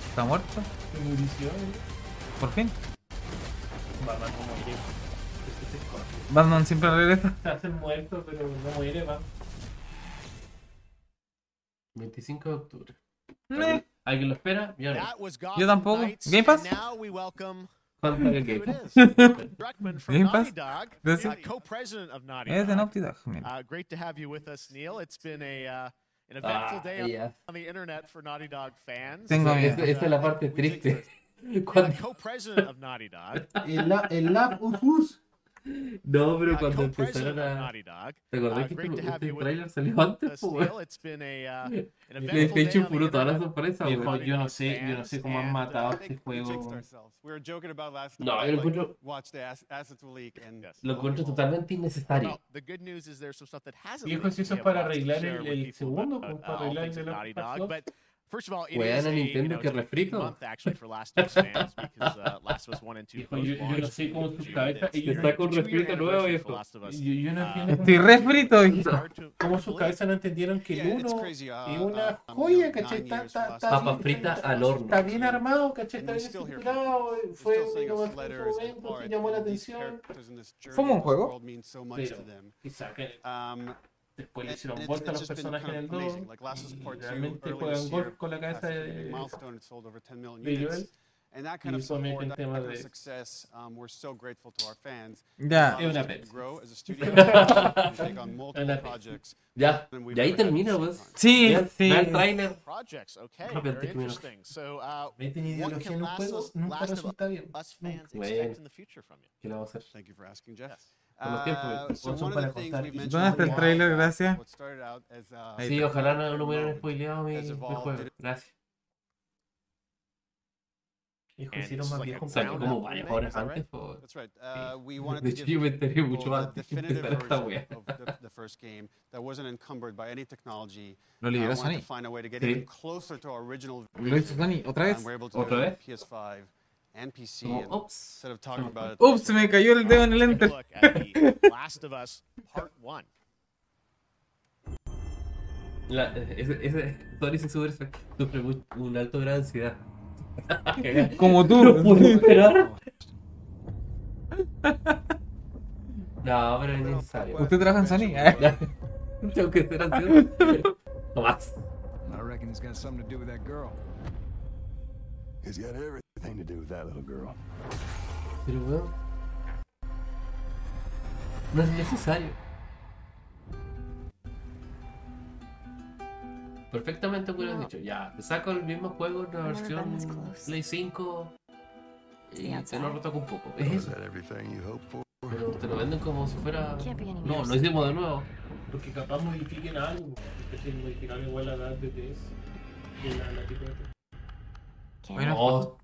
Speaker 1: Está muerto.
Speaker 3: qué munición, eh.
Speaker 1: Por fin.
Speaker 3: Batman no muere. *laughs* Este es el corte.
Speaker 1: Batman siempre regresa.
Speaker 3: Se hace el muerto, pero no muere, va.
Speaker 2: 25 de octubre.
Speaker 3: Mm.
Speaker 1: Meh.
Speaker 2: ¿Alguien- ¿Alguien lo espera? Yo no.
Speaker 1: Yo tampoco. ¿Game Pass?
Speaker 2: Falta el Game Pass.
Speaker 4: Druckmann from
Speaker 1: ¿Game Pass?
Speaker 4: Naughty Dog,
Speaker 1: ¿Ves?
Speaker 4: uh, co-president of Naughty
Speaker 1: Es de
Speaker 4: Dog.
Speaker 1: Naughty Dog. mira.
Speaker 4: Uh, great to have you with us, Neil. It's been a uh, an eventful
Speaker 2: *laughs* Ah,
Speaker 4: day on-
Speaker 2: yes.
Speaker 4: on the internet for Naughty Dog fans.
Speaker 2: Tengo
Speaker 4: And,
Speaker 2: miedo. Este, Esta es
Speaker 19: Ah,
Speaker 2: la parte
Speaker 4: we take
Speaker 2: triste.
Speaker 4: this.
Speaker 2: *laughs* Cuando-
Speaker 4: The co-president of Naughty Dog.
Speaker 2: *laughs*
Speaker 3: El, la- el Lab of Us.
Speaker 2: No, pero
Speaker 4: Uh,
Speaker 2: cuando empezaron
Speaker 4: co-president of
Speaker 2: a.
Speaker 4: Naughty Dog.
Speaker 2: ¿Te acordás
Speaker 19: "Ah,
Speaker 4: Uh,
Speaker 2: que
Speaker 4: great
Speaker 2: este,
Speaker 4: to have
Speaker 2: este
Speaker 4: you with
Speaker 2: trailer salió antes? pues,
Speaker 4: us,
Speaker 2: po,
Speaker 4: Neil.
Speaker 2: weón?
Speaker 4: It's been
Speaker 2: *laughs*
Speaker 4: a uh, an eventful day
Speaker 2: PlayStation
Speaker 4: on the
Speaker 2: puro todas las
Speaker 4: internet.
Speaker 2: sorpresas,
Speaker 3: Viejo,
Speaker 2: weón.
Speaker 3: yo no sé, yo no sé cómo
Speaker 4: uh,
Speaker 3: han matado este juego.
Speaker 19: We were joking about last
Speaker 2: No,
Speaker 19: night.
Speaker 2: yo lo
Speaker 19: like,
Speaker 2: encuentro-
Speaker 19: watch the ass- assets will leak and
Speaker 2: Lo encuentro totalmente innecesario.
Speaker 4: The good news is there's some stuff that hasn't
Speaker 3: Viejo,
Speaker 4: leaked
Speaker 3: si eso
Speaker 4: we
Speaker 3: es
Speaker 4: have
Speaker 3: para
Speaker 4: lots to
Speaker 3: arreglar
Speaker 4: share
Speaker 3: el,
Speaker 4: with
Speaker 3: el
Speaker 4: people
Speaker 3: segundo,
Speaker 4: about,
Speaker 3: pues,
Speaker 4: uh,
Speaker 3: para
Speaker 4: all
Speaker 3: arreglar el
Speaker 4: things
Speaker 3: de
Speaker 4: at
Speaker 3: la
Speaker 4: Naughty Dog, but first of all, it
Speaker 2: Weón,
Speaker 4: is
Speaker 2: a
Speaker 4: a, you
Speaker 2: Nintendo
Speaker 4: know,
Speaker 2: que
Speaker 4: it's a big
Speaker 2: refrito.
Speaker 4: month actually for Last of Us fans
Speaker 3: *laughs*
Speaker 4: because uh, Last of Us 1 and 2
Speaker 3: Viejo, yo,
Speaker 4: both
Speaker 3: yo no
Speaker 4: launched
Speaker 3: sé cómo
Speaker 4: in
Speaker 3: sus
Speaker 4: June.
Speaker 3: cabezas.
Speaker 4: It's
Speaker 3: ellos-
Speaker 4: the two-year anniversary for Last of
Speaker 19: pues,
Speaker 4: Us.
Speaker 3: Yo, yo no
Speaker 19: ah,
Speaker 4: Uh,
Speaker 3: entiendo
Speaker 1: Estoy
Speaker 3: cómo-
Speaker 1: re frito, viejo.
Speaker 3: cómo sus cabezas no entendieron que el uno
Speaker 19: uh,
Speaker 3: es una joya, ¿cachai? Está, está, está
Speaker 2: Papa
Speaker 3: bien-
Speaker 2: frita
Speaker 3: está-
Speaker 2: al horno.
Speaker 3: Está bien armado, ¿cachai? Está bien estructurado. eh, Fue
Speaker 19: still seeing us
Speaker 3: innovador en
Speaker 19: letters
Speaker 3: su
Speaker 19: and
Speaker 3: momento,
Speaker 19: art
Speaker 3: que llamó la
Speaker 19: and these
Speaker 3: atención.
Speaker 19: characters in this journey
Speaker 1: Fue un buen
Speaker 19: of this
Speaker 1: juego.
Speaker 19: world means so much
Speaker 3: Pero,
Speaker 19: to them.
Speaker 3: quizá que
Speaker 19: Um,
Speaker 3: después le
Speaker 19: and-
Speaker 3: hicieron
Speaker 19: and it's-
Speaker 3: vuelta a
Speaker 19: it's
Speaker 3: los
Speaker 19: just been
Speaker 3: personajes en
Speaker 19: kind
Speaker 3: el
Speaker 19: of
Speaker 3: 2.
Speaker 19: amazing. Like Last of Us Part
Speaker 3: y
Speaker 19: 2
Speaker 3: Realmente
Speaker 19: earlier
Speaker 3: juegan
Speaker 19: this
Speaker 3: golf
Speaker 19: year
Speaker 3: con la cabeza
Speaker 19: passed a big
Speaker 3: de
Speaker 19: milestone. It sold over 10 million
Speaker 3: de
Speaker 19: units.
Speaker 3: Joel.
Speaker 19: And that
Speaker 3: Y
Speaker 19: kind of
Speaker 3: eso mete
Speaker 19: support,
Speaker 3: el
Speaker 19: that
Speaker 3: tema
Speaker 19: kind of
Speaker 3: de-
Speaker 19: success, um, we're so grateful to our fans.
Speaker 1: Ya.
Speaker 19: Allows
Speaker 1: Es una
Speaker 19: us to
Speaker 1: pena.
Speaker 19: grow as a studio and take on multiple
Speaker 2: Es una pena.
Speaker 19: projects.
Speaker 2: Ya,
Speaker 19: And we've
Speaker 2: y ahí
Speaker 19: never had
Speaker 2: termina,
Speaker 19: this
Speaker 2: pues.
Speaker 19: time.
Speaker 1: Sí,
Speaker 2: Vean-
Speaker 1: sí.
Speaker 2: vean el tráiler.
Speaker 4: Projects, okay,
Speaker 2: Ah,
Speaker 4: very
Speaker 2: perfecto, mira.
Speaker 4: interesting. So, uh,
Speaker 3: Meten
Speaker 4: what
Speaker 3: ideología
Speaker 4: can
Speaker 3: en un
Speaker 4: Last of
Speaker 3: juego,
Speaker 4: Us-
Speaker 3: nunca
Speaker 4: Last of
Speaker 3: resulta bien.
Speaker 4: Us fans
Speaker 2: Bueno.
Speaker 4: expect in the future from you?
Speaker 2: ¿Qué le vamos a hacer?
Speaker 19: Thank you for asking, Jeff.
Speaker 2: Con los tiempos,
Speaker 19: Uh,
Speaker 2: pues,
Speaker 19: so
Speaker 2: son
Speaker 19: one of
Speaker 2: para
Speaker 19: the things
Speaker 2: contar.
Speaker 19: we've
Speaker 2: ¿Dónde
Speaker 19: mentioned
Speaker 1: está el
Speaker 19: a lot
Speaker 1: trailer?
Speaker 19: about
Speaker 1: Gracias.
Speaker 19: what started out as, uh,
Speaker 1: Ahí
Speaker 2: Sí,
Speaker 1: está.
Speaker 2: ojalá no, no me hubieran spoileado mi, mi juego. Gracias.
Speaker 3: Hijo,
Speaker 2: And
Speaker 3: hicieron
Speaker 2: it's
Speaker 3: más
Speaker 2: like
Speaker 3: viejo
Speaker 2: a
Speaker 3: un
Speaker 2: salió
Speaker 3: poco.
Speaker 2: como varias horas
Speaker 19: That's
Speaker 2: antes,
Speaker 19: right.
Speaker 2: po.
Speaker 19: That's right. Uh, we
Speaker 16: *laughs*
Speaker 19: wanted
Speaker 2: De
Speaker 19: to
Speaker 2: hecho,
Speaker 19: give
Speaker 2: yo me enteré
Speaker 19: people
Speaker 2: mucho
Speaker 19: the
Speaker 2: antes que
Speaker 19: definitive
Speaker 2: empezara esta
Speaker 19: version
Speaker 2: wea.
Speaker 19: of the, the first game that wasn't encumbered by any
Speaker 16: *laughs*
Speaker 19: technology.
Speaker 1: Lo
Speaker 19: Uh,
Speaker 1: liberó
Speaker 19: wanted to
Speaker 1: Sony.
Speaker 19: find a way to get
Speaker 1: Sí.
Speaker 19: even closer to our original
Speaker 1: Ah, Lo hizo
Speaker 19: vision.
Speaker 1: Sony, otra vez,
Speaker 19: Um, we're able to do
Speaker 1: otra
Speaker 19: it on
Speaker 1: vez.
Speaker 19: PS5 and PC.
Speaker 16: Oh,
Speaker 2: Como,
Speaker 19: and
Speaker 2: "Ups".
Speaker 19: Instead of talking about it,
Speaker 1: Ups, se me cayó el dedo en el enter.
Speaker 4: Look at the Last of Us Part 1.
Speaker 2: La, ese, ese, Tony se sube, se- sufre muy- un alto grado de ansiedad. *laughs* Cagá.
Speaker 1: Como tú.
Speaker 2: No puedo
Speaker 19: *laughs*
Speaker 2: esperar. No, pero es necesario.
Speaker 1: ¿Usted trabaja en Sony?
Speaker 2: *laughs* Tengo que ser ansioso. *laughs* No más.
Speaker 20: I reckon it's got something to do with that girl. It's got everything to do with that little girl.
Speaker 2: Pero weón. No es necesario. Perfectamente hubieran dicho, ya, te saco el mismo juego en la versión Play 5 y te lo retoco un poco. Es
Speaker 20: Is
Speaker 2: eso.
Speaker 20: that everything you hoped for?
Speaker 2: Pero te lo venden como si fuera.
Speaker 20: Can't be any
Speaker 2: No,
Speaker 20: worse.
Speaker 2: lo hicimos de nuevo.
Speaker 3: Porque capaz modifiquen algo. Porque modificaron "Ah, igual la edad de TS. de la- la tipa esta.
Speaker 2: No,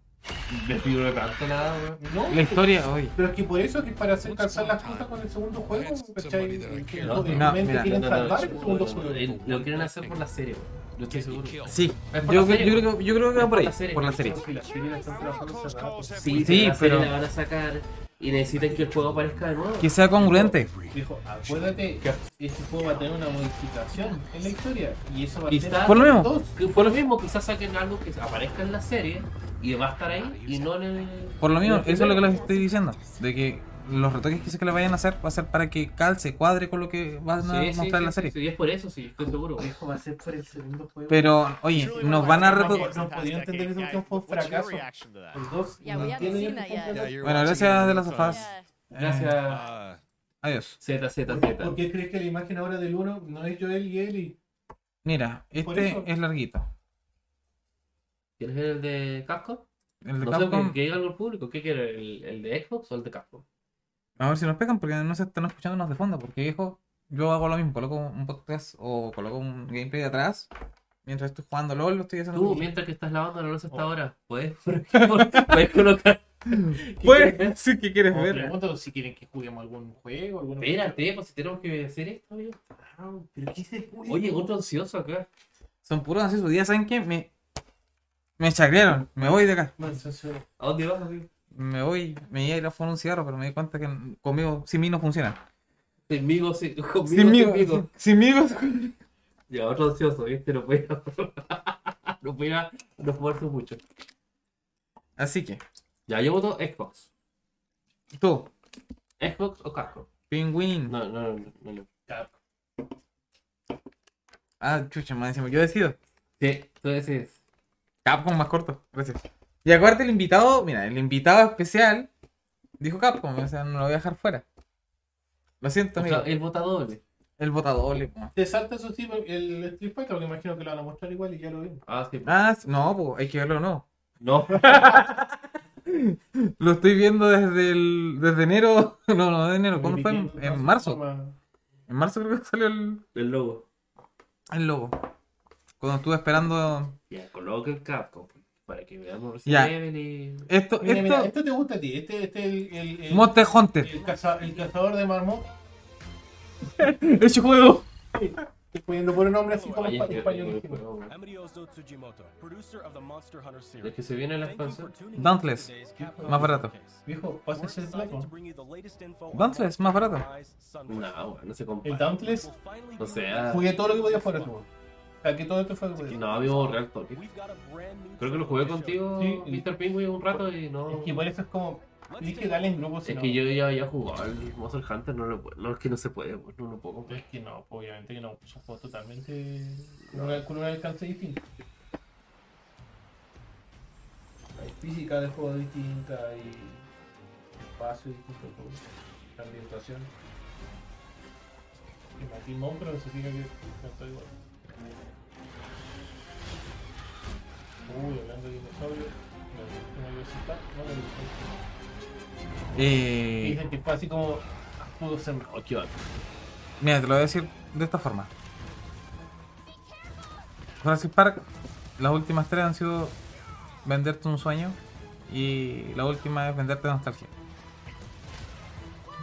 Speaker 2: desfiguró pues, tanto nada, weón.
Speaker 3: No,
Speaker 1: La historia hoy.
Speaker 3: Pero es que por eso es que para hacer calzar las cosas con el segundo juego, ¿cachai? Que
Speaker 2: No,
Speaker 3: obviamente
Speaker 1: no, mira.
Speaker 3: quieren
Speaker 2: No, no, no,
Speaker 3: salvar el
Speaker 2: no,
Speaker 3: segundo
Speaker 2: no, no,
Speaker 3: juego.
Speaker 2: el- Lo quieren hacer por la serie, weón. Yo estoy seguro.
Speaker 1: Sí,
Speaker 2: Es por
Speaker 1: yo,
Speaker 2: la serie,
Speaker 1: yo
Speaker 2: weón.
Speaker 1: creo que, yo creo que va
Speaker 2: Es
Speaker 1: por ahí, por la
Speaker 2: weón.
Speaker 1: serie.
Speaker 3: Si la serie la están trabajando hace rato.
Speaker 2: Sí,
Speaker 1: Sí,
Speaker 2: pero la serie
Speaker 1: pero-
Speaker 2: la van a sacar y necesitan que el juego aparezca de nuevo.
Speaker 1: Que sea congruente.
Speaker 3: Dijo, acuérdate que este juego va a tener una modificación en la historia. Y eso va a
Speaker 2: Quizás,
Speaker 3: ser
Speaker 1: Por lo mismo.
Speaker 2: que- por lo mismo, quizás saquen algo que aparezca en la serie y va a estar ahí y no en el.
Speaker 1: Por lo mismo,
Speaker 2: en el
Speaker 1: eso es lo que
Speaker 2: primero.
Speaker 1: les estoy diciendo. De que los retoques que sé que le vayan a hacer va a ser para que calce, cuadre con lo que van a
Speaker 2: Sí, sí,
Speaker 1: mostrar en la
Speaker 2: sí,
Speaker 1: serie.
Speaker 2: sí, sí, es por eso, sí, estoy seguro.
Speaker 3: Dijo, va a ser por el segundo juego.
Speaker 1: Pero, oye, nos van a retocar.
Speaker 3: No podía entender eso que fue un fracaso. El 2
Speaker 8: Yeah,
Speaker 3: no
Speaker 8: we haven't
Speaker 3: entiendo yo
Speaker 8: seen
Speaker 3: por
Speaker 8: that yet.
Speaker 3: qué no-
Speaker 1: Bueno, gracias de las afas.
Speaker 2: Gracias.
Speaker 1: Eh, Adiós.
Speaker 2: Z, Z,
Speaker 3: ¿Por
Speaker 2: Z.
Speaker 3: qué crees que la imagen ahora del 1 no es Joel y Ellie?
Speaker 1: Mira,
Speaker 3: Por
Speaker 1: este
Speaker 3: eso.
Speaker 1: es larguito.
Speaker 2: ¿Quieres ver el de Casco?
Speaker 1: El de
Speaker 2: no sé,
Speaker 1: Capcom.
Speaker 2: que, que diga algo al público. ¿Qué quiere? ¿El, el de Xbox o el de Casco?
Speaker 1: A ver si nos pegan porque no se están escuchándonos de fondo. Porque viejo, yo hago lo mismo, coloco un podcast o coloco un gameplay de atrás. Mientras estoy jugando LOL, lo estoy haciendo.
Speaker 2: Tú, mientras que estás lavando la
Speaker 1: Oh.
Speaker 2: losa hasta ahora, puedes, *laughs* puedes colocar.
Speaker 1: Pues, *laughs*
Speaker 2: *laughs*
Speaker 1: sí, ¿qué quieres
Speaker 3: Me
Speaker 1: ver?
Speaker 3: Oh, pregunto si quieren que juguemos algún juego. Algún
Speaker 2: Espérate, pues si tenemos que hacer esto, amigo.
Speaker 3: Ah, ¿Pero qué es el público?
Speaker 2: Oye,
Speaker 1: pues.
Speaker 2: otro ansioso acá.
Speaker 1: Son puros ansiosos. Ya saben que me. Me chacrearon. Me voy de acá.
Speaker 2: ¿A dónde vas, amigo?
Speaker 1: Me voy. Me iba a ir a fumar un cigarro, pero me di cuenta que conmigo, sin mí no funciona.
Speaker 2: Conmigo, sí, conmigo,
Speaker 1: Sin mí.
Speaker 2: conmigo.
Speaker 1: Sin mí. pues.
Speaker 2: Ya, otro ansioso, ¿viste? No puede *laughs* no puede no jugarse mucho.
Speaker 1: Así que.
Speaker 2: Ya, yo voto Xbox.
Speaker 1: Tú.
Speaker 2: ¿Xbox o Casco?
Speaker 1: Pingüín.
Speaker 2: No, no, no. no, no.
Speaker 1: Ah, chucha, más encima. Yo decido.
Speaker 2: Sí, tú decides.
Speaker 1: Capcom más corto. Gracias. Y acuérdate, el invitado. Mira, el invitado especial dijo Capcom. O sea, no lo voy a dejar fuera. Lo siento,
Speaker 2: O
Speaker 1: amigo.
Speaker 2: sea, el vota doble.
Speaker 1: El vota doble. po.
Speaker 3: Te salta su tipo el Street Fighter, porque imagino que lo van a mostrar igual y ya lo vimos.
Speaker 2: Ah, sí.
Speaker 1: Ah, no, pues hay que verlo, no.
Speaker 2: No.
Speaker 1: Lo estoy viendo desde el, desde enero. *laughs* No, no, de enero. ¿Cuándo fue? En,
Speaker 3: Dirigiendo,
Speaker 1: en
Speaker 3: entonces,
Speaker 1: marzo.
Speaker 3: forma-
Speaker 1: En marzo creo que salió el,
Speaker 2: El logo.
Speaker 1: el logo. Cuando estuve esperando.
Speaker 2: Ya, coloca el Capcom. Para que veamos si
Speaker 1: Ya.
Speaker 2: Level y.
Speaker 1: Esto,
Speaker 3: Mira, mira,
Speaker 1: esto.
Speaker 3: esto te gusta a ti. Este, este es el, el, el,
Speaker 1: Monster Hunter.
Speaker 3: el caza- el cazador de marmot.
Speaker 1: *laughs* Ese juego.
Speaker 3: Estoy poniendo por un nombre así como
Speaker 2: Oye,
Speaker 3: pa-
Speaker 2: qué
Speaker 3: español.
Speaker 2: rico el juego, man.
Speaker 21: Es que se viene la expansión.
Speaker 1: Dauntless. Más barato.
Speaker 3: Viejo, pásese el plato.
Speaker 1: Dauntless, más barato.
Speaker 2: No, weón, no se compara.
Speaker 3: El Dauntless,
Speaker 2: O sea.
Speaker 3: jugué todo lo que podía jugar a tu. Saqué todo esto fue lo que podía.
Speaker 2: No, amigo, borré el toque. Creo que lo jugué contigo, Mr. Penguin, un rato y no.
Speaker 3: Y por eso es como. Dije que dale en grupo si
Speaker 2: Es
Speaker 3: no.
Speaker 2: que yo ya había jugado el Monster Hunter, no, lo, puedo- no es que no se puede, weón, no lo puedo comprar.
Speaker 3: Es Pues que no, obviamente que no. Es un juego totalmente. con una- Con un alcance distinto. Hay física de juego distinta, hay espacio distinto, todo. la ambientación. Y Martín Mon, pero se fija que no está igual. Uy, hablando de dinosaurios, me me voy a citar, no me gusta.
Speaker 1: Eh.
Speaker 3: Dicen que fue así como pudo ser mejor.
Speaker 2: Qué bacán.
Speaker 1: Mira, te lo voy a decir de esta forma. Jurassic Park, las últimas tres han sido venderte un sueño y la última es venderte nostalgia.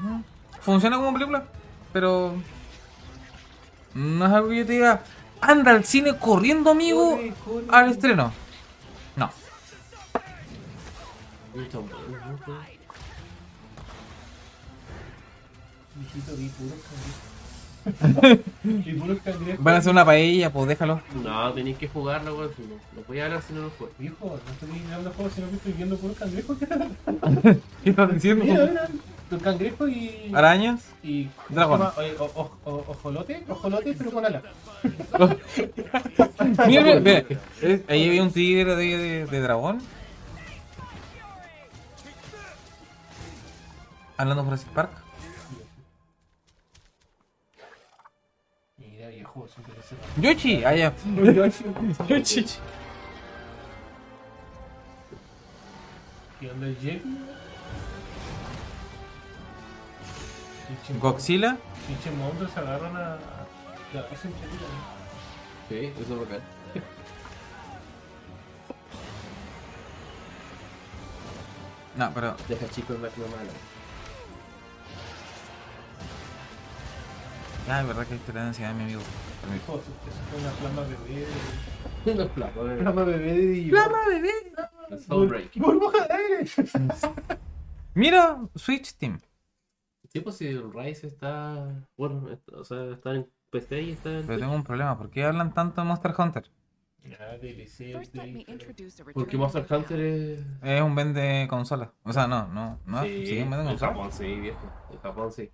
Speaker 1: Mm, Funciona como película, pero no es algo que yo te diga, anda al cine corriendo amigo al estreno. No.
Speaker 2: Mucho bueno, mucho.
Speaker 3: Mijito, vi puros cangrejos. Vi puros cangrejos.
Speaker 1: Van a hacer una paella, pues déjalo. *laughs*
Speaker 2: No, tenéis que jugarlo, weón. si No, no podía hablar si no lo juegas.
Speaker 3: Viejo, no estoy mirando juegos, sino que estoy viendo puros cangrejos. *laughs*
Speaker 1: ¿Qué estás diciendo?
Speaker 3: Mira, mira, los cangrejos y.
Speaker 1: Arañas.
Speaker 3: Y.
Speaker 1: Dragón.
Speaker 3: Oye, o- o- o- Ojolote, ojolote, pero con ala.
Speaker 1: *laughs* Mira, mira, mira. Es- Ahí había un tigre de, de- de dragón. Hablando de Jurassic Park.
Speaker 3: Mira, viejo, es un pedazo.
Speaker 1: Yoshi, ah, allá.
Speaker 3: Yoshi.
Speaker 1: Yoshi.
Speaker 3: ¿Y dónde el Yeti?
Speaker 1: Godzilla.
Speaker 3: Pinche monstruos se agarran a. Ya, es un chiquillo, ¿no?
Speaker 2: Sí, eso es bacán.
Speaker 1: No, pero.
Speaker 2: Deja chicos ver lo malo. *laughs*
Speaker 1: Ah, es verdad que hay que tener ansiedad, mi amigo. Permiso.
Speaker 3: Viejo, eso eso fue una flama bebé.
Speaker 2: Los eh. platos, weón.
Speaker 3: Flama bebé de Digimon.
Speaker 1: Flama bebé.
Speaker 2: El Soul Break.
Speaker 3: Burbuja de aire.
Speaker 1: Mira, Switch Team.
Speaker 2: Sí, pues si el Rise está. Bueno, está- o sea, está en PC y está en.
Speaker 1: Pero tengo un problema. ¿Por qué hablan tanto de Monster Hunter?
Speaker 2: Ah, DLC,
Speaker 8: First, let me
Speaker 2: DLC.
Speaker 8: introduce a
Speaker 2: Porque
Speaker 8: returning
Speaker 2: Monster Hunter es.
Speaker 1: Es un vende consola. O sea, no, no,
Speaker 3: Ah,
Speaker 1: no. Sí, un vende
Speaker 2: en
Speaker 1: consola.
Speaker 2: Japón sí, viejo. En Japón sí.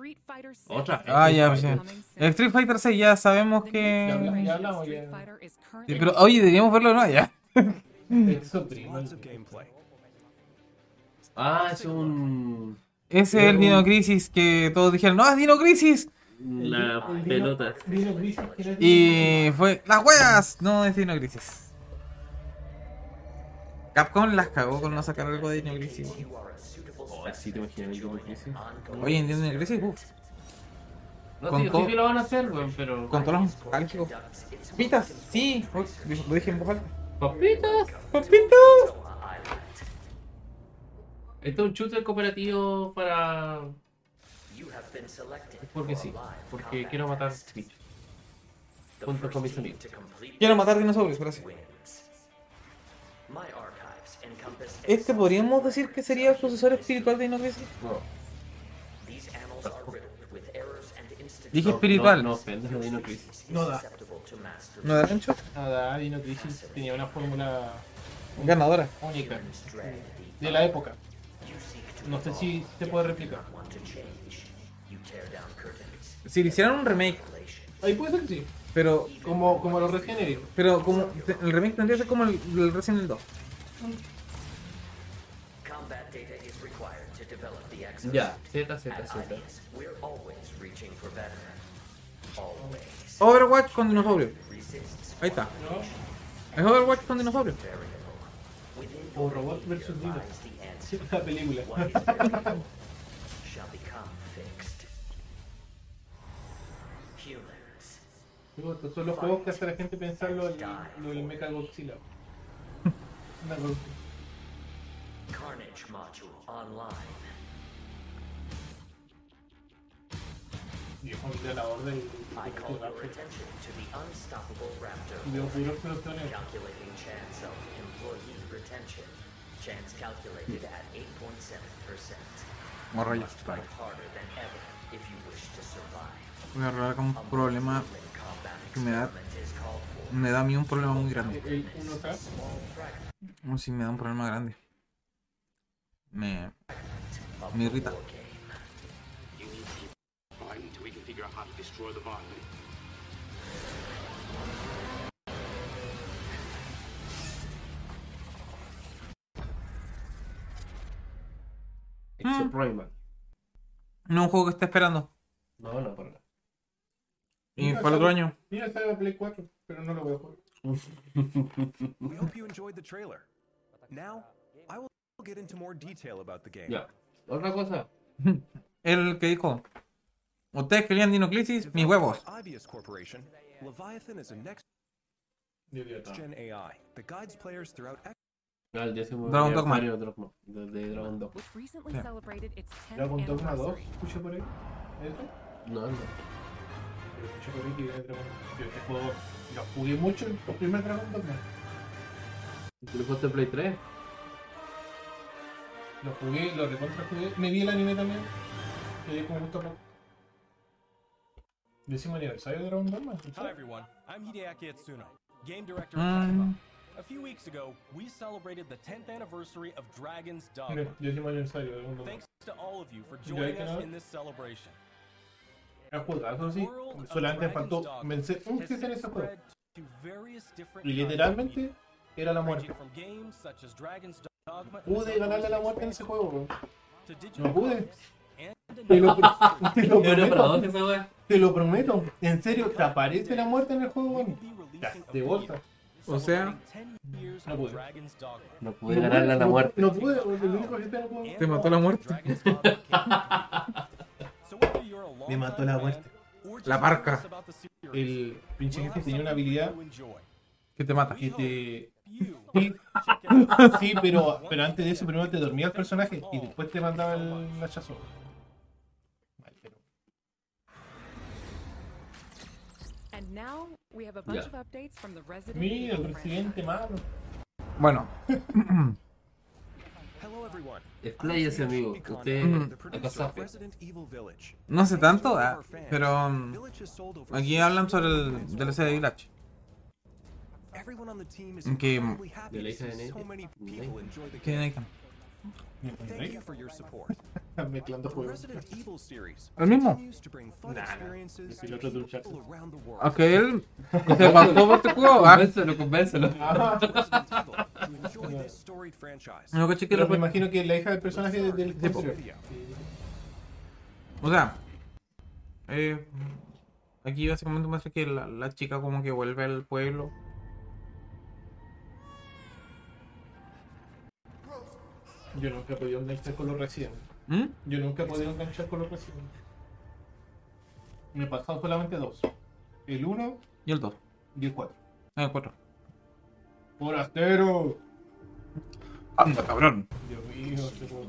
Speaker 8: Street Fighter 6.
Speaker 2: Otra.
Speaker 1: Ah, ya, sí. El Street Fighter 6 ya sabemos
Speaker 3: Ya hablamos,
Speaker 1: que.
Speaker 3: ya hablamos, ya.
Speaker 1: Sí, pero oye, deberíamos verlo de nuevo ya.
Speaker 2: Ah, es un.
Speaker 1: Ese es el Dino Crisis que todos dijeron, no, es Dino Crisis.
Speaker 2: La pelota.
Speaker 1: Y fue, las huevas, no es Dino Crisis. Capcom las cagó con no sacar algo de Dino Crisis.
Speaker 2: Oh, sí, te imaginas el Dino Crisis.
Speaker 1: Oye, en Dino Crisis, uff,
Speaker 2: Ah, No,
Speaker 1: con
Speaker 2: sí,
Speaker 1: todo-
Speaker 2: sí que lo van a hacer, weón, pero.
Speaker 1: con todos los nostálgicos. Papitas, sí, uy, lo dije en voz alta.
Speaker 2: Papitas.
Speaker 1: Papitas.
Speaker 2: Este es un shooter cooperativo para. Porque sí, porque quiero matar bichos. Junto con mis amigos.
Speaker 1: Quiero matar dinosaurios, gracias. Este podríamos decir que sería el sucesor espiritual de Dino Crisis. Dije
Speaker 2: No,
Speaker 1: espiritual.
Speaker 2: No, no, ofendas a Dino Crisis.
Speaker 3: No da.
Speaker 1: ¿No da gancho?
Speaker 3: No da, Dino Crisis tenía una fórmula
Speaker 1: Ganadora.
Speaker 3: única de la época. No sé si se puede replicar.
Speaker 1: Si le hicieran un remake,
Speaker 3: Ahí puede ser que sí.
Speaker 1: pero
Speaker 3: Como, como los regeneros.
Speaker 1: pero como te- el remake tendría que ser como el, el Resident Evil 2.
Speaker 22: Combat data is required to develop the exosuit.
Speaker 2: Ya, Z, Z,
Speaker 22: At
Speaker 2: Z.
Speaker 22: IDEAS, we're always reaching for better. Always.
Speaker 1: Overwatch con dinosaurios. Ahí está. Es Overwatch con dinosaurios.
Speaker 3: O Robot vs. Dino. Sí, la película.
Speaker 22: Shall become fixed. Humans.
Speaker 3: Digo, estos son los juegos que hace la gente pensar lo del, lo del Mecha Godzilla. Una cosa.
Speaker 22: Carnage module online.
Speaker 3: Yo con el ganador del.
Speaker 22: I call your attention to the unstoppable raptor.
Speaker 3: Veo puros pelotones.
Speaker 22: Calculating chance of employee retention. Chance calculated
Speaker 1: Hmm.
Speaker 22: at 8.7%.
Speaker 1: More
Speaker 22: You
Speaker 1: right.
Speaker 22: must fight harder than ever if you wish to survive.
Speaker 1: Voy a arreglar con un problema que me da. Me da a mí un problema muy grande.
Speaker 3: El 1K.
Speaker 1: No, sí, me da un problema grande. Me. Me irrita.
Speaker 23: until we can figure out how to destroy the Varmin.
Speaker 2: It's a Primal.
Speaker 1: No es un juego que esté esperando.
Speaker 2: No, no, para nada.
Speaker 1: Y
Speaker 3: Mira,
Speaker 1: para el otro
Speaker 3: sale-
Speaker 1: año.
Speaker 3: Mira, estaba Play 4, pero no lo voy a jugar.
Speaker 16: we hope you enjoyed the trailer. Now, I will get into more detail about the game.
Speaker 2: Ya. Otra cosa.
Speaker 1: El que dijo. Ustedes querían Dino Crisis, mis huevos.
Speaker 16: Obvious Corporation, Leviathan is a next-gen AI that guides players throughout
Speaker 2: No, el décimo
Speaker 1: Dragon
Speaker 2: de
Speaker 1: Dogma.
Speaker 2: Mario Dogma. De, de Dragon Dogma.
Speaker 8: recently
Speaker 1: Yeah.
Speaker 8: celebrated its 10th
Speaker 3: Dragon Dogma 2,
Speaker 8: anniversary.
Speaker 3: escucha por ahí. este? ¿Eso?
Speaker 2: No, no.
Speaker 3: Pero escucha por ahí que viene Dragon Yo este juego lo jugué mucho el primer Dragon Dogma.
Speaker 2: ¿Tú lo jugaste en este Play 3?
Speaker 3: Lo jugué, lo recontra jugué. Me vi el anime también. Quedé como gusto poco. Décimo aniversario de Dragon Dogma. ¿escuchá?
Speaker 23: Hi everyone, I'm Hideaki Itsuno, game director at Kaiba.
Speaker 3: Mm.
Speaker 23: A few weeks ago, we celebrated the 10th anniversary of Dragon's Dogma.
Speaker 3: Mira, décimo aniversario de Dragon Dogma.
Speaker 23: Thanks to all of you for
Speaker 3: Ya,
Speaker 23: joining
Speaker 3: ¿qué
Speaker 23: us
Speaker 3: tal?
Speaker 23: in this celebration.
Speaker 3: Era juegazo, sí. Solamente faltó vencer un jefe en ese juego.
Speaker 23: To various different
Speaker 3: Y literalmente era la muerte.
Speaker 23: from games such as Dragon's Dogma.
Speaker 3: Pude ganarle la muerte en ese juego, *laughs* bro.
Speaker 23: To digital
Speaker 3: No pude.
Speaker 23: and
Speaker 3: Te lo, pro- te lo
Speaker 2: Era una paradoja
Speaker 3: prometo. Te lo prometo. En serio, te aparece la muerte en el juego, weón. De vuelta.
Speaker 1: O sea,
Speaker 3: No pude.
Speaker 2: No pude ganarle a la
Speaker 3: no-
Speaker 2: muerte.
Speaker 3: No pude, weón. El único jefe no pude.
Speaker 1: Te mató la muerte.
Speaker 3: *laughs* Me mató la muerte.
Speaker 1: La parca.
Speaker 3: El pinche jefe tenía una habilidad
Speaker 1: Que te mata.
Speaker 3: que te. Sí, sí, pero, pero antes de eso primero te dormía el personaje y después te mandaba el hachazo.
Speaker 8: And now we have a bunch
Speaker 1: Yeah.
Speaker 8: of updates from the Resident
Speaker 3: Mira,
Speaker 8: Evil
Speaker 3: el
Speaker 8: franchise.
Speaker 3: presidente malo.
Speaker 1: Bueno.
Speaker 16: Hello everyone.
Speaker 2: Expláyese, amigo. que Usted
Speaker 1: Mm.
Speaker 2: acá sabe.
Speaker 1: No sé tanto, ah, pero mm, aquí hablan sobre el DLC de Village.
Speaker 16: Everyone on the team is
Speaker 1: Mm, que-
Speaker 16: incredibly happy
Speaker 2: Del
Speaker 16: to see
Speaker 2: SNL.
Speaker 16: so many people enjoy the
Speaker 1: Que
Speaker 16: game.
Speaker 1: hay que-
Speaker 16: Thank you for your support.
Speaker 3: Están mezclando
Speaker 16: The
Speaker 3: juegos.
Speaker 16: Resident Evil series
Speaker 1: El mismo.
Speaker 16: continues to bring fun
Speaker 3: Nah, nah.
Speaker 16: experiences
Speaker 3: Es el otro de
Speaker 16: to people
Speaker 3: Uncharted.
Speaker 16: around the world.
Speaker 1: Aunque él se bajó por este juego. ah,
Speaker 2: Convéncelo, convéncelo.
Speaker 3: Ah,
Speaker 2: *laughs*
Speaker 16: Resident Evil to
Speaker 1: *laughs*
Speaker 16: enjoy this storied franchise.
Speaker 1: No caché que pues.
Speaker 3: Pero
Speaker 1: lo-
Speaker 3: me imagino que la hija del personaje del- del constructor.
Speaker 1: O sea, eh, aquí básicamente muestra que la, la chica como que vuelve al pueblo.
Speaker 3: Yo nunca he podido enganchar con los residentes.
Speaker 1: ¿Mm?
Speaker 3: Yo nunca he podido enganchar con los residentes. Me he pasado solamente dos. El 1
Speaker 1: Y el 2.
Speaker 3: y el 4.
Speaker 1: Ah, el 4.
Speaker 3: ¡Forastero!
Speaker 1: Anda, cabrón.
Speaker 3: Dios mío, este juego.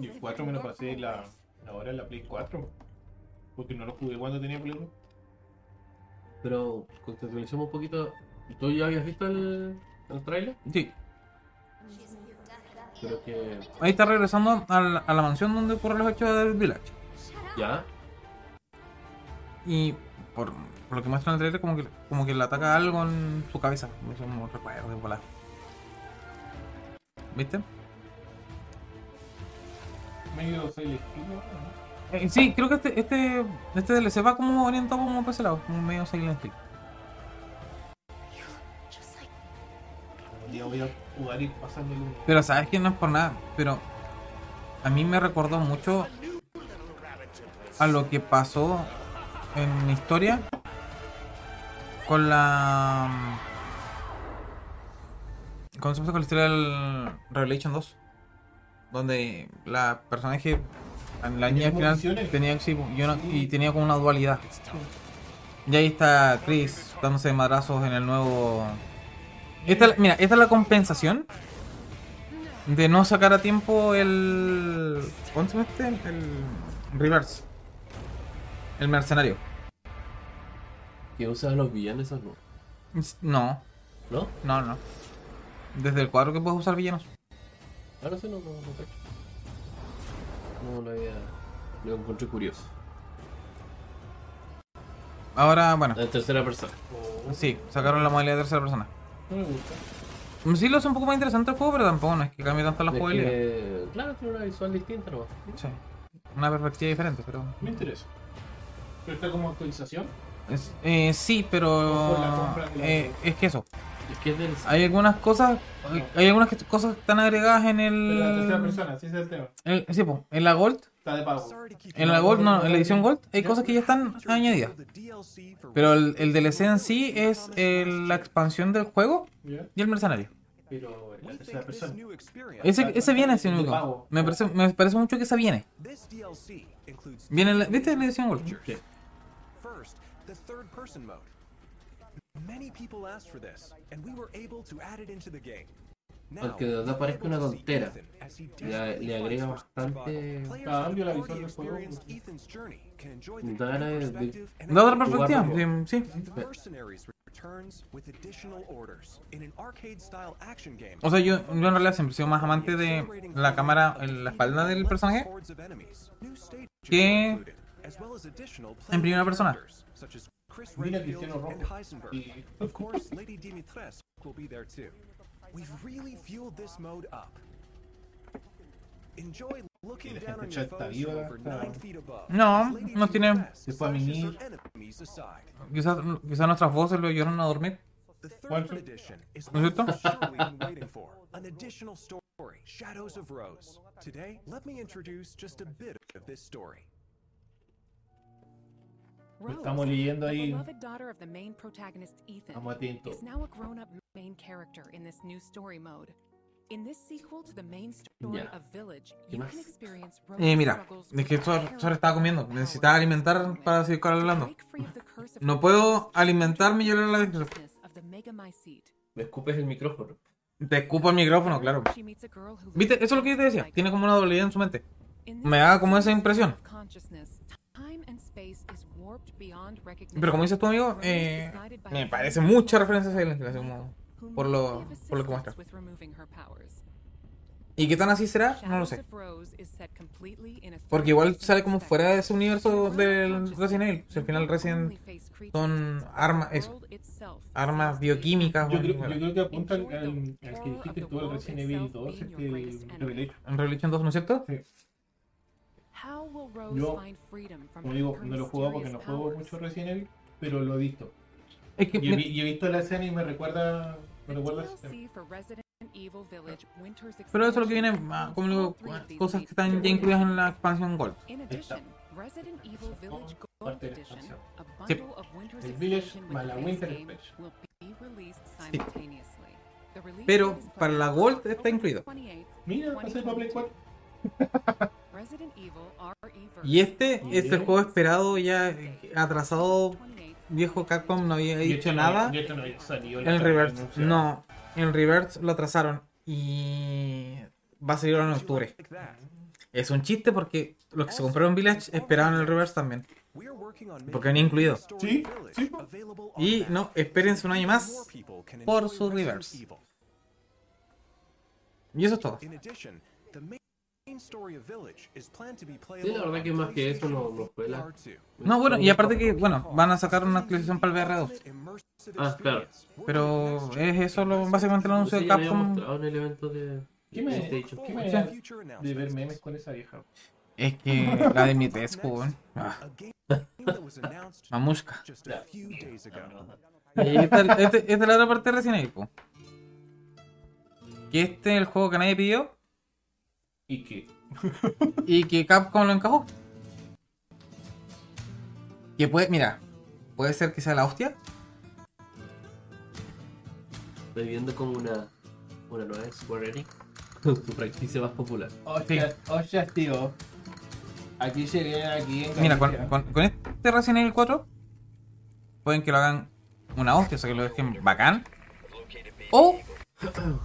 Speaker 3: Y el 4 me lo pasé la, ahora en la Play 4. Porque no lo jugué cuando tenía Play 1.
Speaker 2: Pero contextualicemos un poquito. ¿Tú ya habías visto el, el trailer?
Speaker 1: Sí.
Speaker 2: Creo que.
Speaker 1: Ahí está regresando a la, a la mansión donde ocurren los hechos del village.
Speaker 2: Ya.
Speaker 1: Y por, por lo que muestra en el trailer, como que, como que le ataca algo en su cabeza. Eso no recuerdo de volar. ¿Viste?
Speaker 3: Medio soy el estilo. ¿no?
Speaker 1: Eh, sí, creo que este, este, este DLC va como orientado como para ese lado, como medio Silent Hill.
Speaker 3: Algún día voy a jugar y pasarme el 1.
Speaker 1: Pero sabes que no es por nada, pero a mí me recordó mucho a lo que pasó en historia con la. mm, ¿Cómo se pasa con la historia del Revelation 2? Donde la personaje, la niña
Speaker 3: como
Speaker 1: al final,
Speaker 3: visiones.
Speaker 1: tenía, sí, y, una- y tenía como una dualidad. Y ahí está Chris dándose madrazos en el nuevo. Esta, mira, esta es la compensación de no sacar a tiempo el. ¿Cómo se llama este? El. Reverse. El mercenario.
Speaker 2: Que usas a los villanos esos, ¿no?
Speaker 1: Es- No.
Speaker 2: ¿No?
Speaker 1: No, no. Desde el cuadro que puedes usar villanos.
Speaker 2: Ah, no sé, no, no, no, cacho. no lo había. Lo encontré curioso.
Speaker 1: Ahora, bueno.
Speaker 2: En tercera persona.
Speaker 1: Sí, sacaron la modalidad de tercera persona.
Speaker 3: No me gusta.
Speaker 1: Sí, lo hace un poco más interesante el juego, pero tampoco no es que cambie tanto la
Speaker 2: Es
Speaker 1: jugabilidad.
Speaker 2: que, Claro, tiene una visual distinta, ¿no?
Speaker 1: Sí. Una perspectiva diferente, pero.
Speaker 3: Me interesa. Pero está como actualización.
Speaker 1: Es- eh, sí, pero.
Speaker 3: Por la compra de la-
Speaker 1: eh, es que eso.
Speaker 2: Es que es del.
Speaker 1: Hay algunas cosas. hay- Hay algunas que- cosas que están agregadas en
Speaker 3: Pero la tercera
Speaker 1: el.
Speaker 3: persona, así es el tema.
Speaker 1: el- sí, po, en la Gold.
Speaker 3: Está de pago.
Speaker 1: En la Gold, no, en la edición Gold hay cosas que ya están añadidas. Pero el, el DLC en sí es el- la expansión del juego
Speaker 3: Ya.
Speaker 1: y el mercenario.
Speaker 3: Pero la tercera persona.
Speaker 1: Ese, ese viene, si no me equivoco. me parece, me parece mucho que esa viene.
Speaker 16: This DLC includes
Speaker 1: Viene la, ¿Viste la edición Gold?
Speaker 16: first the third person mode. Many people asked for this, and we were able to add it into the game.
Speaker 2: Aunque de verdad parezca una tontera. Le, le agrega bastante.
Speaker 3: Cambio la visión del juego.
Speaker 2: Da ganas de- de-
Speaker 1: Da otra perspectiva, sí. sí.
Speaker 16: The Mercenaries returns with additional orders in an arcade-style action game.
Speaker 1: O sea, yo, yo en realidad siempre he sido más amante de la cámara en la espalda del personaje
Speaker 16: Hordes of enemies, new stages
Speaker 1: que
Speaker 16: as well as additional
Speaker 1: en
Speaker 16: player
Speaker 1: primera persona.
Speaker 16: such as Chris
Speaker 3: Mira
Speaker 16: Redfield
Speaker 3: Cristiano
Speaker 16: and
Speaker 3: Rojo.
Speaker 16: Heisenberg. Of course, Lady Dimitrescu will be there too. We've really fueled this mode up. Enjoy looking
Speaker 3: Y la
Speaker 16: down on
Speaker 3: gente
Speaker 16: your
Speaker 3: está
Speaker 16: phone
Speaker 3: viva,
Speaker 16: screen for
Speaker 3: está-
Speaker 16: nine feet above.
Speaker 1: No,
Speaker 16: Lady
Speaker 1: no tiene-
Speaker 16: Dimitrescu
Speaker 3: Se fue a
Speaker 16: slashes
Speaker 3: mimir.
Speaker 16: her enemies aside.
Speaker 1: Quizás quizás nuestras voces lo llevaron a dormir.
Speaker 16: The third
Speaker 3: Walter.
Speaker 16: edition is
Speaker 1: ¿No es cierto?
Speaker 3: *laughs*
Speaker 16: what you've surely been waiting for. An additional story, Shadows of Rose. Today, let me introduce just a bit of this story.
Speaker 8: Rose,
Speaker 3: Estamos leyendo
Speaker 8: the
Speaker 3: ahí.
Speaker 8: beloved daughter of the main protagonist Ethan,
Speaker 3: Estamos atentos.
Speaker 8: is now a grown-up main character in this new story mode. In this sequel to the main story
Speaker 2: Ya.
Speaker 8: of Village,
Speaker 2: ¿Qué
Speaker 8: you
Speaker 2: más?
Speaker 8: can experience Rose's
Speaker 1: Eh, mira,
Speaker 8: struggles
Speaker 1: es que
Speaker 8: with
Speaker 1: Sor,
Speaker 8: her
Speaker 1: Sor estaba comiendo. Necesitaba alimentar para seguir hablando. No puedo alimentarme y llorar a la vez.
Speaker 8: consciousness of the Megamycete.
Speaker 2: Me escupes el micrófono.
Speaker 1: Te escupo el micrófono, claro.
Speaker 8: She meets a girl who
Speaker 1: ¿Viste? Eso es lo que yo te decía. Tiene como una doble en su mente. Me da como esa impresión.
Speaker 8: consciousness, time and space is warped beyond recognition.
Speaker 1: Pero como dices tú, amigo, eh, me parece mucha referencia a Silent Hill, así como- por lo, por lo que muestra.
Speaker 8: with removing her powers.
Speaker 1: ¿Y qué tan así será? No lo
Speaker 8: Shadows
Speaker 1: sé.
Speaker 8: of Rose is set completely in a
Speaker 1: Porque igual sale como fuera de ese universo del Resident Evil. Si al final Resident son armas, eso, armas bioquímicas.
Speaker 3: Yo
Speaker 1: o
Speaker 3: creo,
Speaker 1: algo
Speaker 3: yo
Speaker 1: así.
Speaker 3: creo que apunta al, al- al que dijiste tú, el Resident Evil 2, este Revelation.
Speaker 1: En Revelation 2, ¿no es cierto?
Speaker 8: How will Rose
Speaker 3: Yo,
Speaker 8: find freedom from
Speaker 3: Como digo,
Speaker 8: her
Speaker 3: no lo he jugado porque
Speaker 8: mysterious
Speaker 3: no juego
Speaker 8: powers?
Speaker 3: mucho Resident Evil, pero lo he visto.
Speaker 1: que
Speaker 3: y, he,
Speaker 1: me-
Speaker 3: vi- y he visto la escena y me recuerda. Me recuerda el sistema.
Speaker 8: DLC for Resident Evil Village Winter's
Speaker 1: Pero eso es lo que viene, ah, como digo, cosas que están ya incluidas en la expansión Gold.
Speaker 8: In addition, Resident Evil Village Gold
Speaker 3: parte de la
Speaker 8: Edition,
Speaker 3: expansión.
Speaker 8: a
Speaker 1: Sí.
Speaker 8: bundle of Winter's
Speaker 3: El Village
Speaker 8: Expansion
Speaker 3: más
Speaker 8: with
Speaker 3: la
Speaker 8: the base
Speaker 3: Winter
Speaker 8: game
Speaker 3: Expansion.
Speaker 8: will be released simultaneously. The release
Speaker 1: Pero
Speaker 8: date is
Speaker 1: para la Gold está incluido.
Speaker 8: 28th,
Speaker 3: Mira, pasa el papel 4.
Speaker 8: Resident Evil E RE version
Speaker 1: Y este es el juego esperado ya eh, atrasado. Viejo Capcom no había
Speaker 3: Y
Speaker 1: dicho
Speaker 3: esto no-
Speaker 1: nada.
Speaker 3: y esto no había salido,
Speaker 1: El
Speaker 3: la
Speaker 1: Reverse.
Speaker 3: anunciaron.
Speaker 1: No, el Reverse lo atrasaron y va a salir ahora en octubre. Es un chiste porque los que se compraron Village esperaban el Reverse también. Porque venía incluido.
Speaker 3: Sí, sí.
Speaker 1: Y no, espérense un año más por su Reverse. Y eso es todo.
Speaker 16: In addition, the main story of Village is planned to be
Speaker 2: Sí, la
Speaker 16: playable
Speaker 2: verdad
Speaker 16: on
Speaker 2: que más que eso no, no fue la...
Speaker 1: No, bueno, y aparte que, bueno, van a sacar una actualización para el VR2.
Speaker 2: Ah, claro.
Speaker 1: Pero es eso lo, básicamente el
Speaker 2: No
Speaker 1: anuncio
Speaker 2: sé,
Speaker 1: de
Speaker 2: ya había
Speaker 1: Capcom.
Speaker 2: mostrado un elemento de...
Speaker 3: ¿Qué me,
Speaker 2: PlayStation.
Speaker 3: qué me da de ver memes con esa vieja?
Speaker 1: Es que la de mi Tesco, weón. Ah. *laughs* Mamushka. Y esta, este- esta es la otra parte de Resident Evil. po. Que este es el juego que nadie pidió.
Speaker 3: ¿Y qué?
Speaker 1: Y que Capcom lo encajó. Que puede, mira, puede ser que sea la hostia.
Speaker 2: Estoy viendo como una, una nueva Square Enix con *laughs* su franquicia más popular.
Speaker 3: Hostias, hostias, tío. Aquí llegué, aquí en
Speaker 1: Mira, con,
Speaker 3: Galicia.
Speaker 1: con- con este Resident Evil 4 pueden que lo hagan una hostia, o sea que lo dejen bacán. O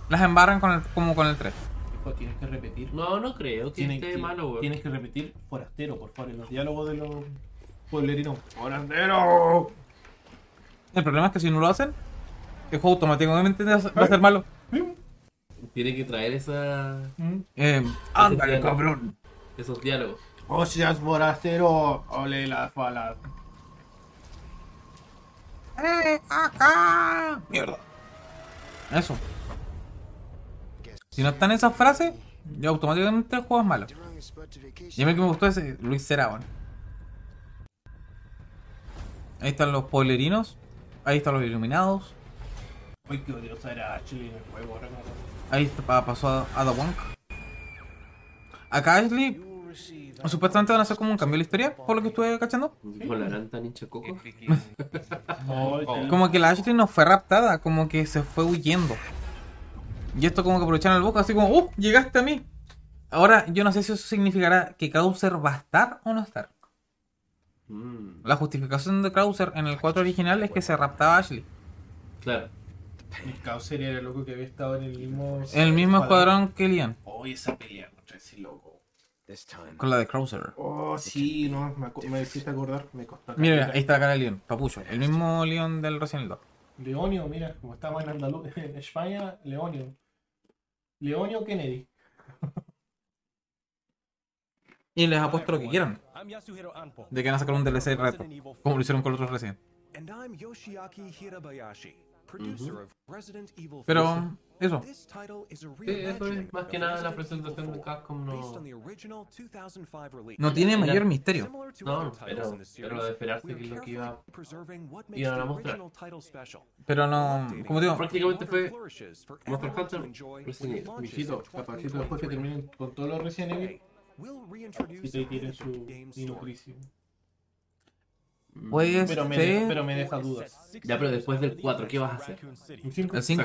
Speaker 1: las embarran con el, como con el 3.
Speaker 3: Hijo, Tienes que repetir.
Speaker 2: No, no creo que
Speaker 3: Tienes
Speaker 2: esté malo, weón.
Speaker 3: Tienes que repetir forastero, por favor, en los diálogos de los pueblerinos. ¡Forastero!
Speaker 1: El problema es que si no lo hacen, el juego automáticamente va a ser- va a ser malo.
Speaker 2: Tiene que traer esa...
Speaker 1: Eh, ándale, cabrón.
Speaker 2: Esos diálogos.
Speaker 3: ¡Hostias, forastero! ¡Ole las falas!
Speaker 1: ¡Eh, acá! Mierda. Eso. Si no están esas frases, ya automáticamente el juego es malo. Y a mí el que me gustó es eh, Luis Seraban. Ahí están los pueblerinos. Ahí están los iluminados.
Speaker 3: Uy, qué odiosa era Ashley en el juego, *laughs* ahora me acuerdo.
Speaker 1: Ahí está- pa- pasó a Ada Wong. Acá Ashley. Supuestamente van a hacer como un cambio de la historia, por lo que estuve cachando.
Speaker 2: Volarán tan hincha coco.
Speaker 3: Oh.
Speaker 1: Como que la Ashley no fue raptada, como que se fue huyendo. Y esto como que aprovecharon el boca, así como, ¡uh! Llegaste a mí. Ahora, yo no sé si eso significará que Krauser va a estar o no estar.
Speaker 2: Mm.
Speaker 1: La justificación de Krauser en el 4 original es que se raptaba a Ashley.
Speaker 2: Claro.
Speaker 3: El Causer era el loco que había estado en el mismo.
Speaker 1: En el mismo escuadrón que Leon,
Speaker 3: Hoy esa pelea contra ese loco.
Speaker 1: con la de Krauser.
Speaker 3: Oh, sí, no, me, acu- me hiciste acordar, me costó.
Speaker 1: Mira, mira, ahí está la cara de Leon, papucho. El mismo Leon del Resident Evil 2.
Speaker 3: Leonio, mira, como estamos en Andalucía, *laughs* en España, Leonio. Leonio Kennedy.
Speaker 1: Y les apuesto lo que quieran.
Speaker 23: I'm Yasuhiro Anpo.
Speaker 1: De que van a sacar un DLC rato, como lo hicieron con los otros recién.
Speaker 16: And I'm Yoshiaki Hirabayashi, producer of Resident Evil
Speaker 1: Pero, eso.
Speaker 16: This title is a
Speaker 2: Sí, eso
Speaker 16: reimagining
Speaker 2: es más que
Speaker 16: of
Speaker 2: nada la
Speaker 16: Resident
Speaker 2: presentación de
Speaker 16: Evil
Speaker 2: Capcom
Speaker 16: 4, based on
Speaker 2: no...
Speaker 16: the original 2005 release.
Speaker 1: No tiene mayor misterio.
Speaker 16: Similar to
Speaker 2: No,
Speaker 16: other
Speaker 2: no,
Speaker 16: titles
Speaker 2: pero,
Speaker 16: in the series,
Speaker 2: pero de esperarse
Speaker 16: we
Speaker 2: que es
Speaker 16: are
Speaker 2: lo que iba,
Speaker 16: preserving what makes
Speaker 2: iban a
Speaker 16: the
Speaker 2: mostrar.
Speaker 16: original title special.
Speaker 1: Pero no, como digo,
Speaker 2: Prácticamente fue
Speaker 16: Flourishes for
Speaker 2: Monster
Speaker 16: everyone to
Speaker 2: Hunter
Speaker 16: enjoy when
Speaker 2: Resident
Speaker 16: it
Speaker 2: Evil.
Speaker 16: launches in
Speaker 3: Mijito, capacito después que
Speaker 16: 2023.
Speaker 3: terminen con todos los Resident Evil.
Speaker 16: We'll reintroduce
Speaker 3: Y te tienen su
Speaker 16: game's
Speaker 3: Dinocrisis.
Speaker 1: Puede
Speaker 3: pero me,
Speaker 1: ser.
Speaker 3: de- pero me deja dudas.
Speaker 2: Ya, pero después del 4, ¿qué vas a hacer?
Speaker 3: Un cinco.
Speaker 1: El 5.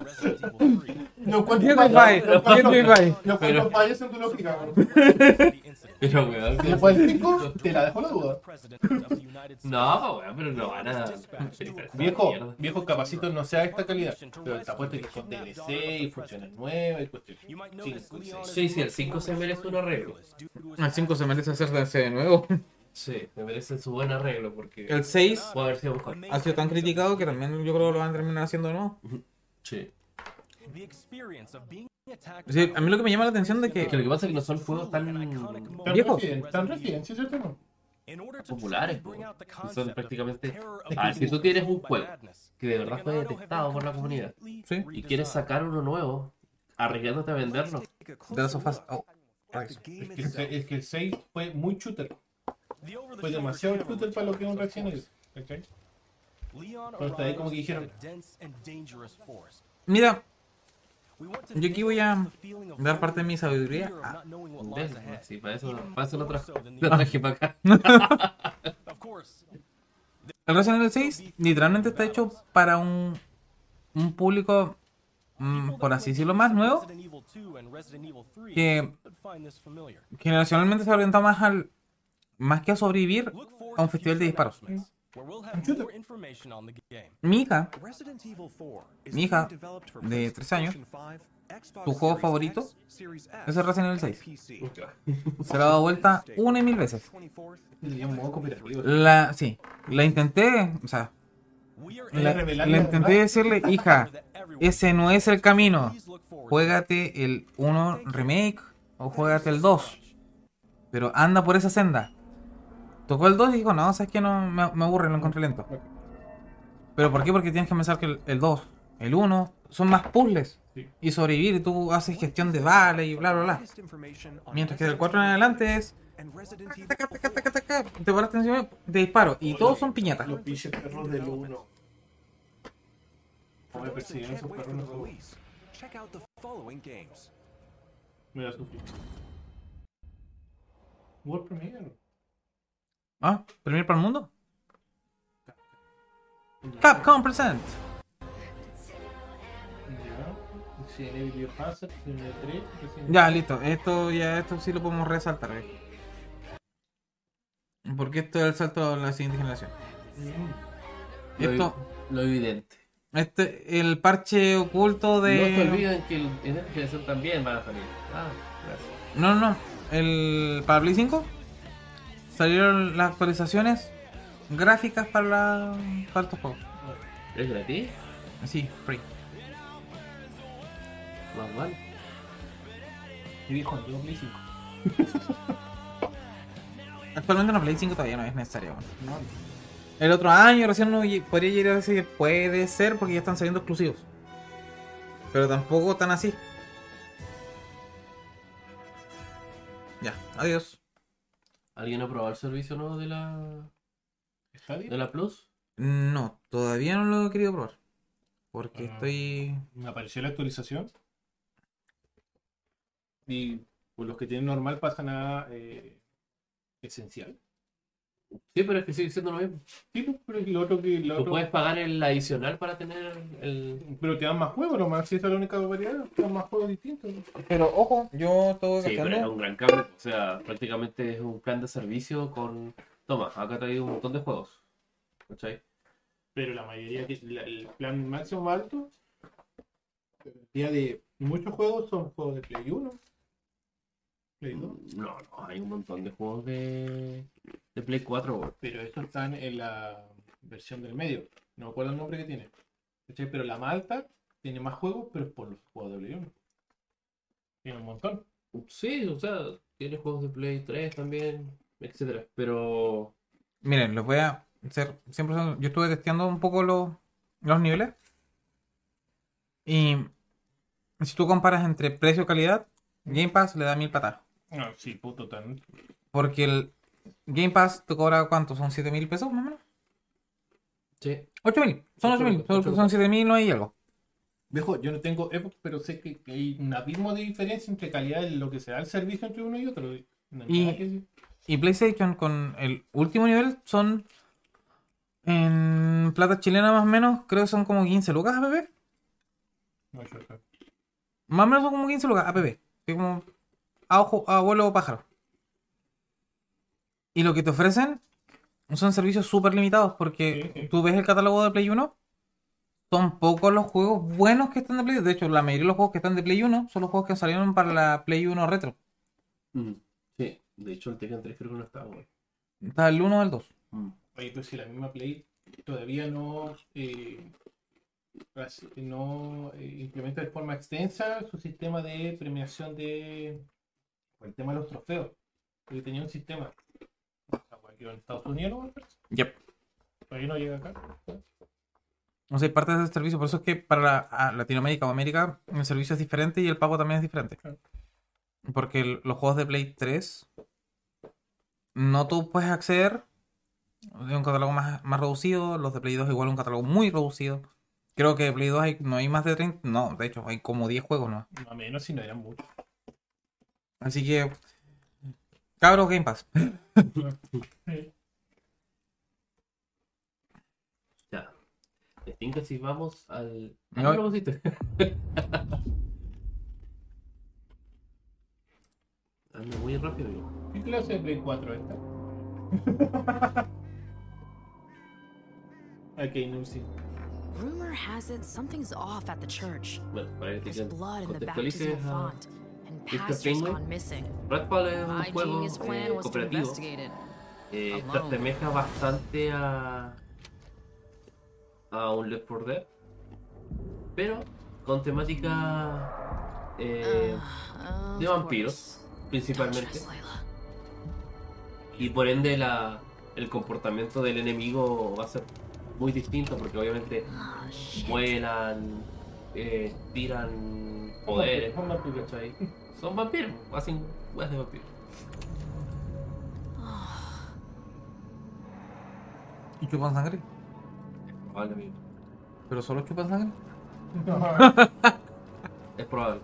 Speaker 3: Los
Speaker 1: Diez
Speaker 3: cuantos
Speaker 1: bye,
Speaker 3: payos. Los
Speaker 1: diez bye.
Speaker 3: cuantos payos son tu lógica,
Speaker 2: *laughs* Pero, weón,
Speaker 3: Y después del 5, te la dejo la duda.
Speaker 2: No, weón, pero no van a...
Speaker 3: Viejo, viejo capacito no sea de esta calidad. Pero te apuesto que son DLC y funciones nuevas y cuestiones. Cinco, seis.
Speaker 2: Sí, sí, el 5 se merece un arreglo.
Speaker 1: El 5 se merece hacer DLC de nuevo.
Speaker 2: Sí, me parece su buen arreglo porque
Speaker 1: El 6
Speaker 2: puede haber sido mejor.
Speaker 1: ha sido tan criticado que también yo creo que lo van a terminar haciendo no.
Speaker 2: Sí.
Speaker 23: The experience of being attacked
Speaker 1: O sea, a mí lo que me llama la atención de que.
Speaker 2: Que lo que pasa es que no son juegos tan
Speaker 1: viejos.
Speaker 3: Tan recién, sí, cierto. no?
Speaker 2: populares. po. Y Son prácticamente... A ver, si tú tienes un juego que de verdad fue detestado por la comunidad y quieres sacar uno nuevo, arriesgándote a venderlo.
Speaker 1: De las sofás.
Speaker 2: oh,
Speaker 3: Es que, el se- es que el 6 fue muy shooter. Fue demasiado shooter para lo que es un Resident Evil. ¿cachai?
Speaker 23: Leon
Speaker 3: Pero hasta ahí como que
Speaker 23: arrives
Speaker 3: dijeron-
Speaker 23: in a dense and dangerous forest.
Speaker 1: Mira, yo aquí voy a dar parte de mi sabiduría. Ah, pues, a-
Speaker 2: ¿Ves? Sí, para eso, para eso lo traje, lo traje para acá.
Speaker 1: El Resident Evil 6 literalmente está hecho para un, un público, mm, por así decirlo, más nuevo.
Speaker 23: Resident Evil 2 and Resident Evil 3
Speaker 1: Que
Speaker 23: would find this familiar.
Speaker 1: generacionalmente se orienta más al. más que a sobrevivir a un festival de disparos.
Speaker 23: Where we'll have more information on the game.
Speaker 1: Mi hija,
Speaker 23: Resident Evil 4 is
Speaker 1: mi hija de 3 años, tu juego favorito es el Resident Evil 6. Se la ha dado vuelta una y mil veces.
Speaker 3: Tenía un modo cooperativo.
Speaker 1: La, sí, la intenté, o sea, la, la intenté decirle, hija, ese no es el camino. Juégate el 1 remake o juégate el 2. Pero anda por esa senda. Tocó el 2 y dijo, no, sabes que no me, me aburre, lo encontré lento. ¿Pero por qué? Porque tienes que pensar que el, el 2, el 1 son más puzzles. Y sobrevivir, y tú haces gestión de balas y bla, bla, bla. Mientras que del 4 en adelante es... taca, taca, taca, taca, Te paraste encima, te disparo. Y todos son piñatas.
Speaker 3: Los pinches perros del 1. No me persiguieron esos perros en el juego.
Speaker 16: Check out the following games.
Speaker 3: Me la sufrí. World Premiere.
Speaker 1: Ah, ¿Premier para el mundo? Capcom Present.
Speaker 3: Ya. Resident Evil Biohazard, Resident Evil 3. Resident
Speaker 1: Ya,
Speaker 3: Evil-
Speaker 1: listo. Esto ya esto sí lo podemos resaltar. ¿eh? Porque esto es el salto a la siguiente generación.
Speaker 2: Lo,
Speaker 1: Esto,
Speaker 2: lo evidente.
Speaker 1: este, el parche oculto de.
Speaker 2: No se olviden que el- en esta generación también van a salir. Ah, gracias.
Speaker 1: No, no, no. El, para Play 5 salieron las actualizaciones gráficas para, la, para estos juegos.
Speaker 2: ¿Es gratis?
Speaker 1: Sí, free.
Speaker 2: Más vale.
Speaker 3: Y dijo, yo Play 5.
Speaker 1: Actualmente no Play 5 todavía no es necesario. bueno.
Speaker 3: No.
Speaker 1: El otro año recién no lle- podría llegar a decir puede ser porque ya están saliendo exclusivos. Pero tampoco tan así. Ya, adiós.
Speaker 2: ¿Alguien ha probado el servicio nuevo de la. de la Plus?
Speaker 1: No, todavía no lo he querido probar. Porque
Speaker 2: Ah.
Speaker 1: estoy.
Speaker 3: Me apareció la actualización. Y pues los que tienen normal pasan a eh, esencial.
Speaker 2: Sí, pero es que sigue siendo lo mismo.
Speaker 3: Sí, pues, pero es lo otro que. Lo
Speaker 2: Tú
Speaker 3: otro-
Speaker 2: puedes pagar el adicional para tener el.
Speaker 3: Pero te dan más juegos nomás, si esa es la única variedad, te dan más juegos distintos.
Speaker 1: Pero ojo, yo todo
Speaker 2: Sí, pero es un gran cambio. O sea, prácticamente es un plan de servicio con. Toma, acá te un montón de juegos. ¿Cachai?
Speaker 3: Pero la mayoría, que- la- el plan máximo más alto, el día de muchos juegos son juegos de Play 1, Play 2.
Speaker 2: No, no, hay un montón de juegos de. de Play 4. weón.
Speaker 3: Pero estos están en la versión del medio. No me acuerdo el nombre que tiene. ¿Cachai? Pero la más alta tiene más juegos, pero es por los juegos de Play 1. Tiene un montón.
Speaker 2: Sí, o sea, tiene juegos de Play 3 también, etcétera. Pero.
Speaker 1: Miren, los voy a ser 100%. Yo estuve testeando un poco los, los niveles. Y si tú comparas entre precio y calidad, Game Pass le da mil patadas.
Speaker 3: No, sí, puto tan.
Speaker 1: Porque el Game Pass te cobra cuánto? ¿Son 7 mil pesos más o menos?
Speaker 2: Sí.
Speaker 1: 8 mil, son 8 mil, son, son 7 mil, no hay algo.
Speaker 3: Viejo, yo no tengo Xbox, pero sé que, que hay un abismo de diferencia entre calidad de lo que se da el servicio entre uno y otro. No hay nada que
Speaker 1: Y,
Speaker 3: decir.
Speaker 1: y PlayStation con el último nivel son en plata chilena más o menos, creo que son como 15 lucas APP.
Speaker 3: No, yo acá.
Speaker 1: Más o menos son como 15 lucas APP. Es como a ojo, a vuelo pájaro. Y lo que te ofrecen son servicios súper limitados porque tú ves el catálogo de Play 1. Son pocos los juegos buenos que están de Play. De hecho, la mayoría de los juegos que están de Play 1 son los juegos que salieron para la Play 1 retro.
Speaker 2: Mm, Sí, de hecho el Tekken 3 creo que no está, güey.
Speaker 1: Está el 1 o el 2.
Speaker 3: Oye, pero si la misma Play todavía no, eh, as- no eh, implementa de forma extensa su sistema de premiación de por el tema de los trofeos. Porque tenía un sistema. Esa weá quedó en Estados Unidos, ¿no?
Speaker 1: Yep.
Speaker 3: Todavía no llega acá.
Speaker 1: No sé, parte de ese servicio. Por eso es que para la- a Latinoamérica o América el servicio es diferente y el pago también es diferente. Porque el- los juegos de Play 3 no tú puedes acceder de un catálogo más, más reducido. Los de Play 2 igual un catálogo muy reducido. Creo que de Play 2 hay- no hay más de 30. No, de hecho, hay como 10 juegos nomás.
Speaker 3: A menos si no eran muchos.
Speaker 1: Así que. Cabros Game Pass. *laughs*
Speaker 2: Ya. ¿Te tinca si vamos al.
Speaker 1: Me
Speaker 2: Ah,
Speaker 1: voy.
Speaker 2: lo *laughs* pusiste. Ando muy Ah, rápido yo.
Speaker 3: ¿Qué clase de Play 4 esta? Ok, no sí.
Speaker 24: Rumor has it something's off at the church.
Speaker 2: Bueno, para que
Speaker 24: There's
Speaker 2: te
Speaker 24: blood in the
Speaker 2: contextualices
Speaker 24: baptismal
Speaker 2: a
Speaker 24: font, and
Speaker 2: Mr.
Speaker 24: pastor's
Speaker 2: Penguin.
Speaker 24: gone missing.
Speaker 2: ah, Redfall es un
Speaker 24: My
Speaker 2: juego
Speaker 24: genius plan
Speaker 2: eh,
Speaker 24: was to
Speaker 2: cooperativo.
Speaker 24: investigate it.
Speaker 2: Eh, se
Speaker 24: Alone.
Speaker 2: asemeja bastante a. a un Left 4 Dead. Pero con temática. eh,
Speaker 24: Ah,
Speaker 2: de vampiros, principalmente. Y por ende la, el comportamiento del enemigo va a ser muy distinto porque obviamente
Speaker 24: Ah,
Speaker 2: vuelan, eh, tiran poderes.
Speaker 3: Son vampiros. *laughs*
Speaker 2: ¿cachai? Son vampiros, hacen weas de vampiros.
Speaker 1: ¿Y chupan sangre?
Speaker 2: Probable, amigo.
Speaker 1: ¿Pero solo chupan sangre?
Speaker 2: Es probable.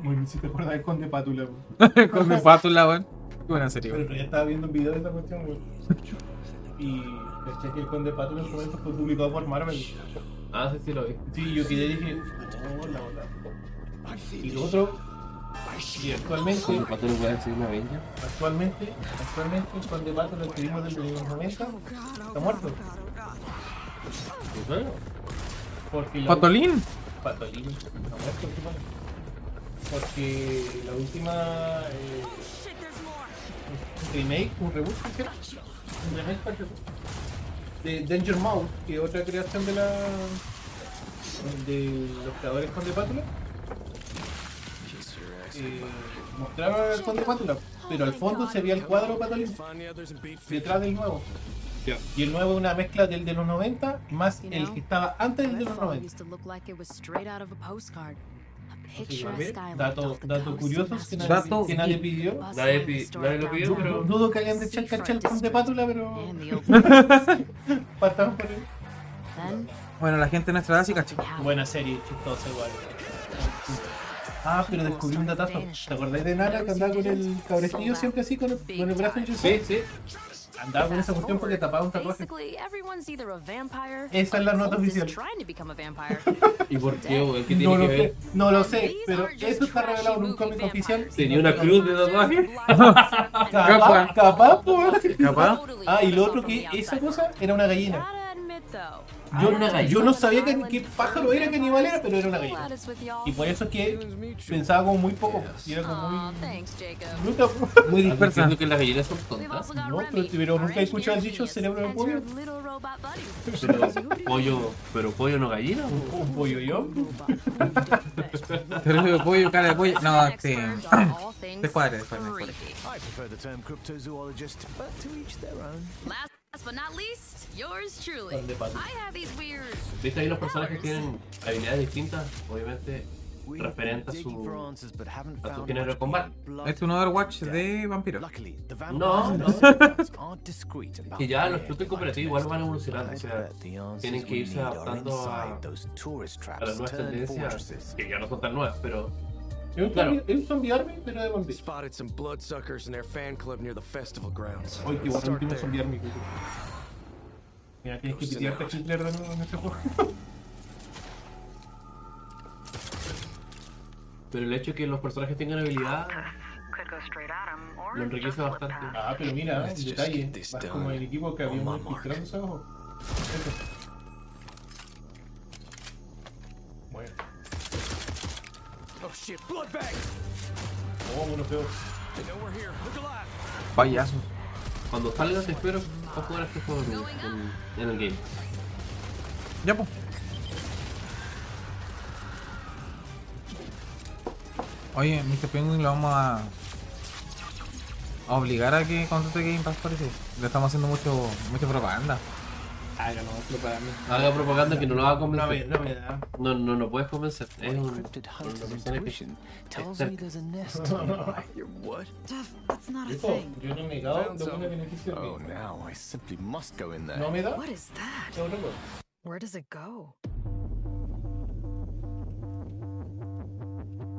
Speaker 3: Muy bien, si te acuerdas de Conde Pátula.
Speaker 1: *laughs* Con mi pátula, weón. Qué buena serie,
Speaker 3: Pero
Speaker 1: weón.
Speaker 3: el otro día estaba viendo un video de esa cuestión, güey. Y caché que el Conde Pátula en su momento fue publicado por Marvel.
Speaker 2: Ah, sí, sí lo vi.
Speaker 3: Sí, yo quedé y dije, oh, la bola. Y lo otro, y actualmente,
Speaker 2: ¿Cómo tú le puedes decir una villa?
Speaker 3: actualmente, actualmente el Conde Pátula que vimos desde los 90 está muerto. Porque la-
Speaker 1: ¿Patolín?
Speaker 3: Patolín, está muerto, ¿qué pasa? Porque la última eh, remake, un reboot, ¿qué era? Un remake parece. de Danger Mouse, que es otra creación de la de los creadores con de Pátula, eh, mostraron al Conde Pátula, pero al fondo se veía el cuadro Patolín detrás del nuevo. Y el nuevo es una mezcla del de los 90 más el que estaba antes del de los
Speaker 24: Redfall
Speaker 3: 90.
Speaker 24: used to look like it was straight out of a postcard. A picture
Speaker 3: igual
Speaker 24: of
Speaker 3: ve,
Speaker 24: skylight
Speaker 3: dato-
Speaker 24: off the
Speaker 3: dato
Speaker 24: coast
Speaker 3: curioso,
Speaker 24: of
Speaker 3: que nadie- Dato- que nadie pidió.
Speaker 24: Bustling
Speaker 2: Nadie pi-
Speaker 24: store
Speaker 2: nadie lo pidió,
Speaker 24: downtown.
Speaker 2: pero-
Speaker 3: Dudo que hayan de echar cachar con de pátula, pero. *laughs* Partamos por él.
Speaker 1: Bueno, la gente de nuestra edad sí cacha.
Speaker 3: Buena serie, chistosa igual. Ah, pero descubrí un datazo. ¿Te acordás de Nara que andaba con el cabrestillo siempre así, con el, con el brazo hinchado?
Speaker 2: Sí, sí.
Speaker 3: Andaba con esa cuestión porque tapaba un tatuaje.
Speaker 24: Basically, everyone's either a vampire
Speaker 3: Esa
Speaker 24: or
Speaker 3: es la nota
Speaker 24: Colt is
Speaker 3: oficial.
Speaker 24: trying to become a
Speaker 3: *laughs*
Speaker 24: vampire.
Speaker 2: ¿Y por qué? weón? ¿Qué
Speaker 3: No
Speaker 2: tiene
Speaker 3: lo
Speaker 2: que ver?
Speaker 3: sé, no lo sé, pero eso está revelado en un cómic oficial.
Speaker 2: ¿Tenía una cruz de tatuaje?
Speaker 3: Capaz, capaz, pues.
Speaker 2: *laughs* Capaz.
Speaker 3: Ah, y lo otro que esa cosa era una gallina. Yo,
Speaker 2: Ah, una gallina.
Speaker 3: yo no sabía qué, qué pájaro era, qué animal era, pero era una gallina.
Speaker 24: Gladys with y'all.
Speaker 3: Y por eso es que pensaba como muy poco. Y era como muy.
Speaker 24: Thanks, Jacob.
Speaker 3: Bruta.
Speaker 2: Muy dispersa. que las gallinas son tontas.
Speaker 3: No, pero, pero nunca he escuchado el dicho cerebro de pollo.
Speaker 2: Pero pollo, pero pollo no gallina.
Speaker 3: Un pollo yo.
Speaker 1: Pero yo pollo, cara de pollo. No, este, sí. Descuadre,
Speaker 24: descuadre.
Speaker 25: I prefer the term cryptozoologist, but to each their own.
Speaker 24: Last but not least, yours truly.
Speaker 2: Grande pato.
Speaker 24: I have these weird
Speaker 2: ¿Viste ahí los personajes que tienen habilidades distintas? Obviamente referente a su,
Speaker 25: Answers, but haven't
Speaker 2: a su
Speaker 25: found
Speaker 2: género de combate.
Speaker 1: *clears throat* Este es un Overwatch de vampiros.
Speaker 2: No, no.
Speaker 25: aren't discreet about
Speaker 2: Que ya los
Speaker 25: where
Speaker 2: chutes cooperativos igual van evolucionando. O sea, tienen que irse adaptando a, a las nuevas tendencias. Que ya no son tan nuevas, pero.
Speaker 3: Es un
Speaker 2: Claro.
Speaker 3: zombie- es un zombie army, pero de vampiro.
Speaker 11: Spotted some bloodsuckers in their fan club near the festival grounds.
Speaker 3: Oye, qué bueno,
Speaker 11: Start
Speaker 3: último
Speaker 11: there.
Speaker 3: zombie army. que- Mira, tienes que pitearte a Hitler de nuevo en este juego.
Speaker 2: Pero el hecho de que los personajes tengan habilidad lo enriquece bastante.
Speaker 3: *laughs* Ah, pero mira,
Speaker 2: Let's
Speaker 3: en
Speaker 2: just
Speaker 3: detalle.
Speaker 2: get this
Speaker 3: Vas
Speaker 2: done
Speaker 3: como el equipo que había
Speaker 2: on my
Speaker 3: muy filtrado esos ojos. Eso. Bueno.
Speaker 25: Oh shit, blood bags!
Speaker 3: Oh, mono feo.
Speaker 25: They know we're here. Look alive!
Speaker 1: Payasos.
Speaker 2: Cuando salga te espero para jugar a este juego en, en el game.
Speaker 1: Ya pues. Oye, Mr. Penguin lo vamos a, a obligar a que contrate Game Pass parece. Le estamos haciendo mucho, mucha propaganda.
Speaker 2: Ah,
Speaker 3: Hágalo, propaganda.
Speaker 2: Haga propaganda que no lo va a convencer.
Speaker 3: No me, no me da.
Speaker 2: No, no, no puedes convencer. Es un, una
Speaker 26: hunter's
Speaker 2: persona que...
Speaker 26: tells
Speaker 2: Cerca.
Speaker 26: me there's a nest
Speaker 3: *laughs*
Speaker 2: nearby.
Speaker 26: Your what? Duff, that's not a
Speaker 3: Rico,
Speaker 26: thing.
Speaker 3: yo no me he dado
Speaker 7: Found
Speaker 3: de
Speaker 7: some.
Speaker 3: una beneficio
Speaker 7: Oh,
Speaker 3: de
Speaker 7: now I simply must go in there.
Speaker 3: No me da.
Speaker 26: What is that?
Speaker 3: No, no, no.
Speaker 26: Where does it go?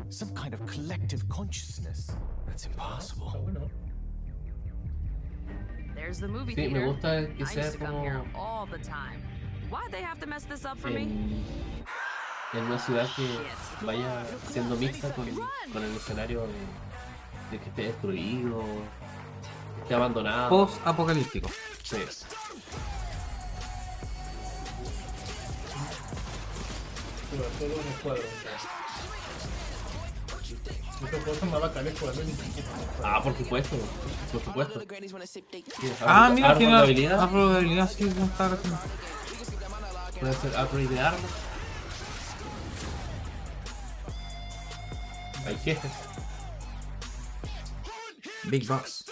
Speaker 7: Some kind of collective consciousness. That's impossible.
Speaker 27: There's the movie
Speaker 2: Sí, me
Speaker 27: theater.
Speaker 2: gusta que
Speaker 27: I
Speaker 2: sea
Speaker 27: used to come
Speaker 2: como-
Speaker 27: here all the time. Why'd they have to mess this up for me?
Speaker 2: en, en una ciudad que vaya siendo mixta con, con el escenario de, de que esté destruido, esté abandonado.
Speaker 1: Post apocalíptico.
Speaker 2: Sí.
Speaker 3: Pero solo un cuadro. Estos juegos son más bacanes jugando ni siquiera.
Speaker 2: Ah, por supuesto, por supuesto. Tienes
Speaker 1: Ah,
Speaker 2: árbol-
Speaker 1: mira,
Speaker 2: árbol
Speaker 1: tiene
Speaker 2: de
Speaker 1: la Ah.
Speaker 2: habilidad,
Speaker 1: árbol de habilidad, sí, no está agachando.
Speaker 2: puede ser upgrade de armas. Hay jefes.
Speaker 1: Big Box.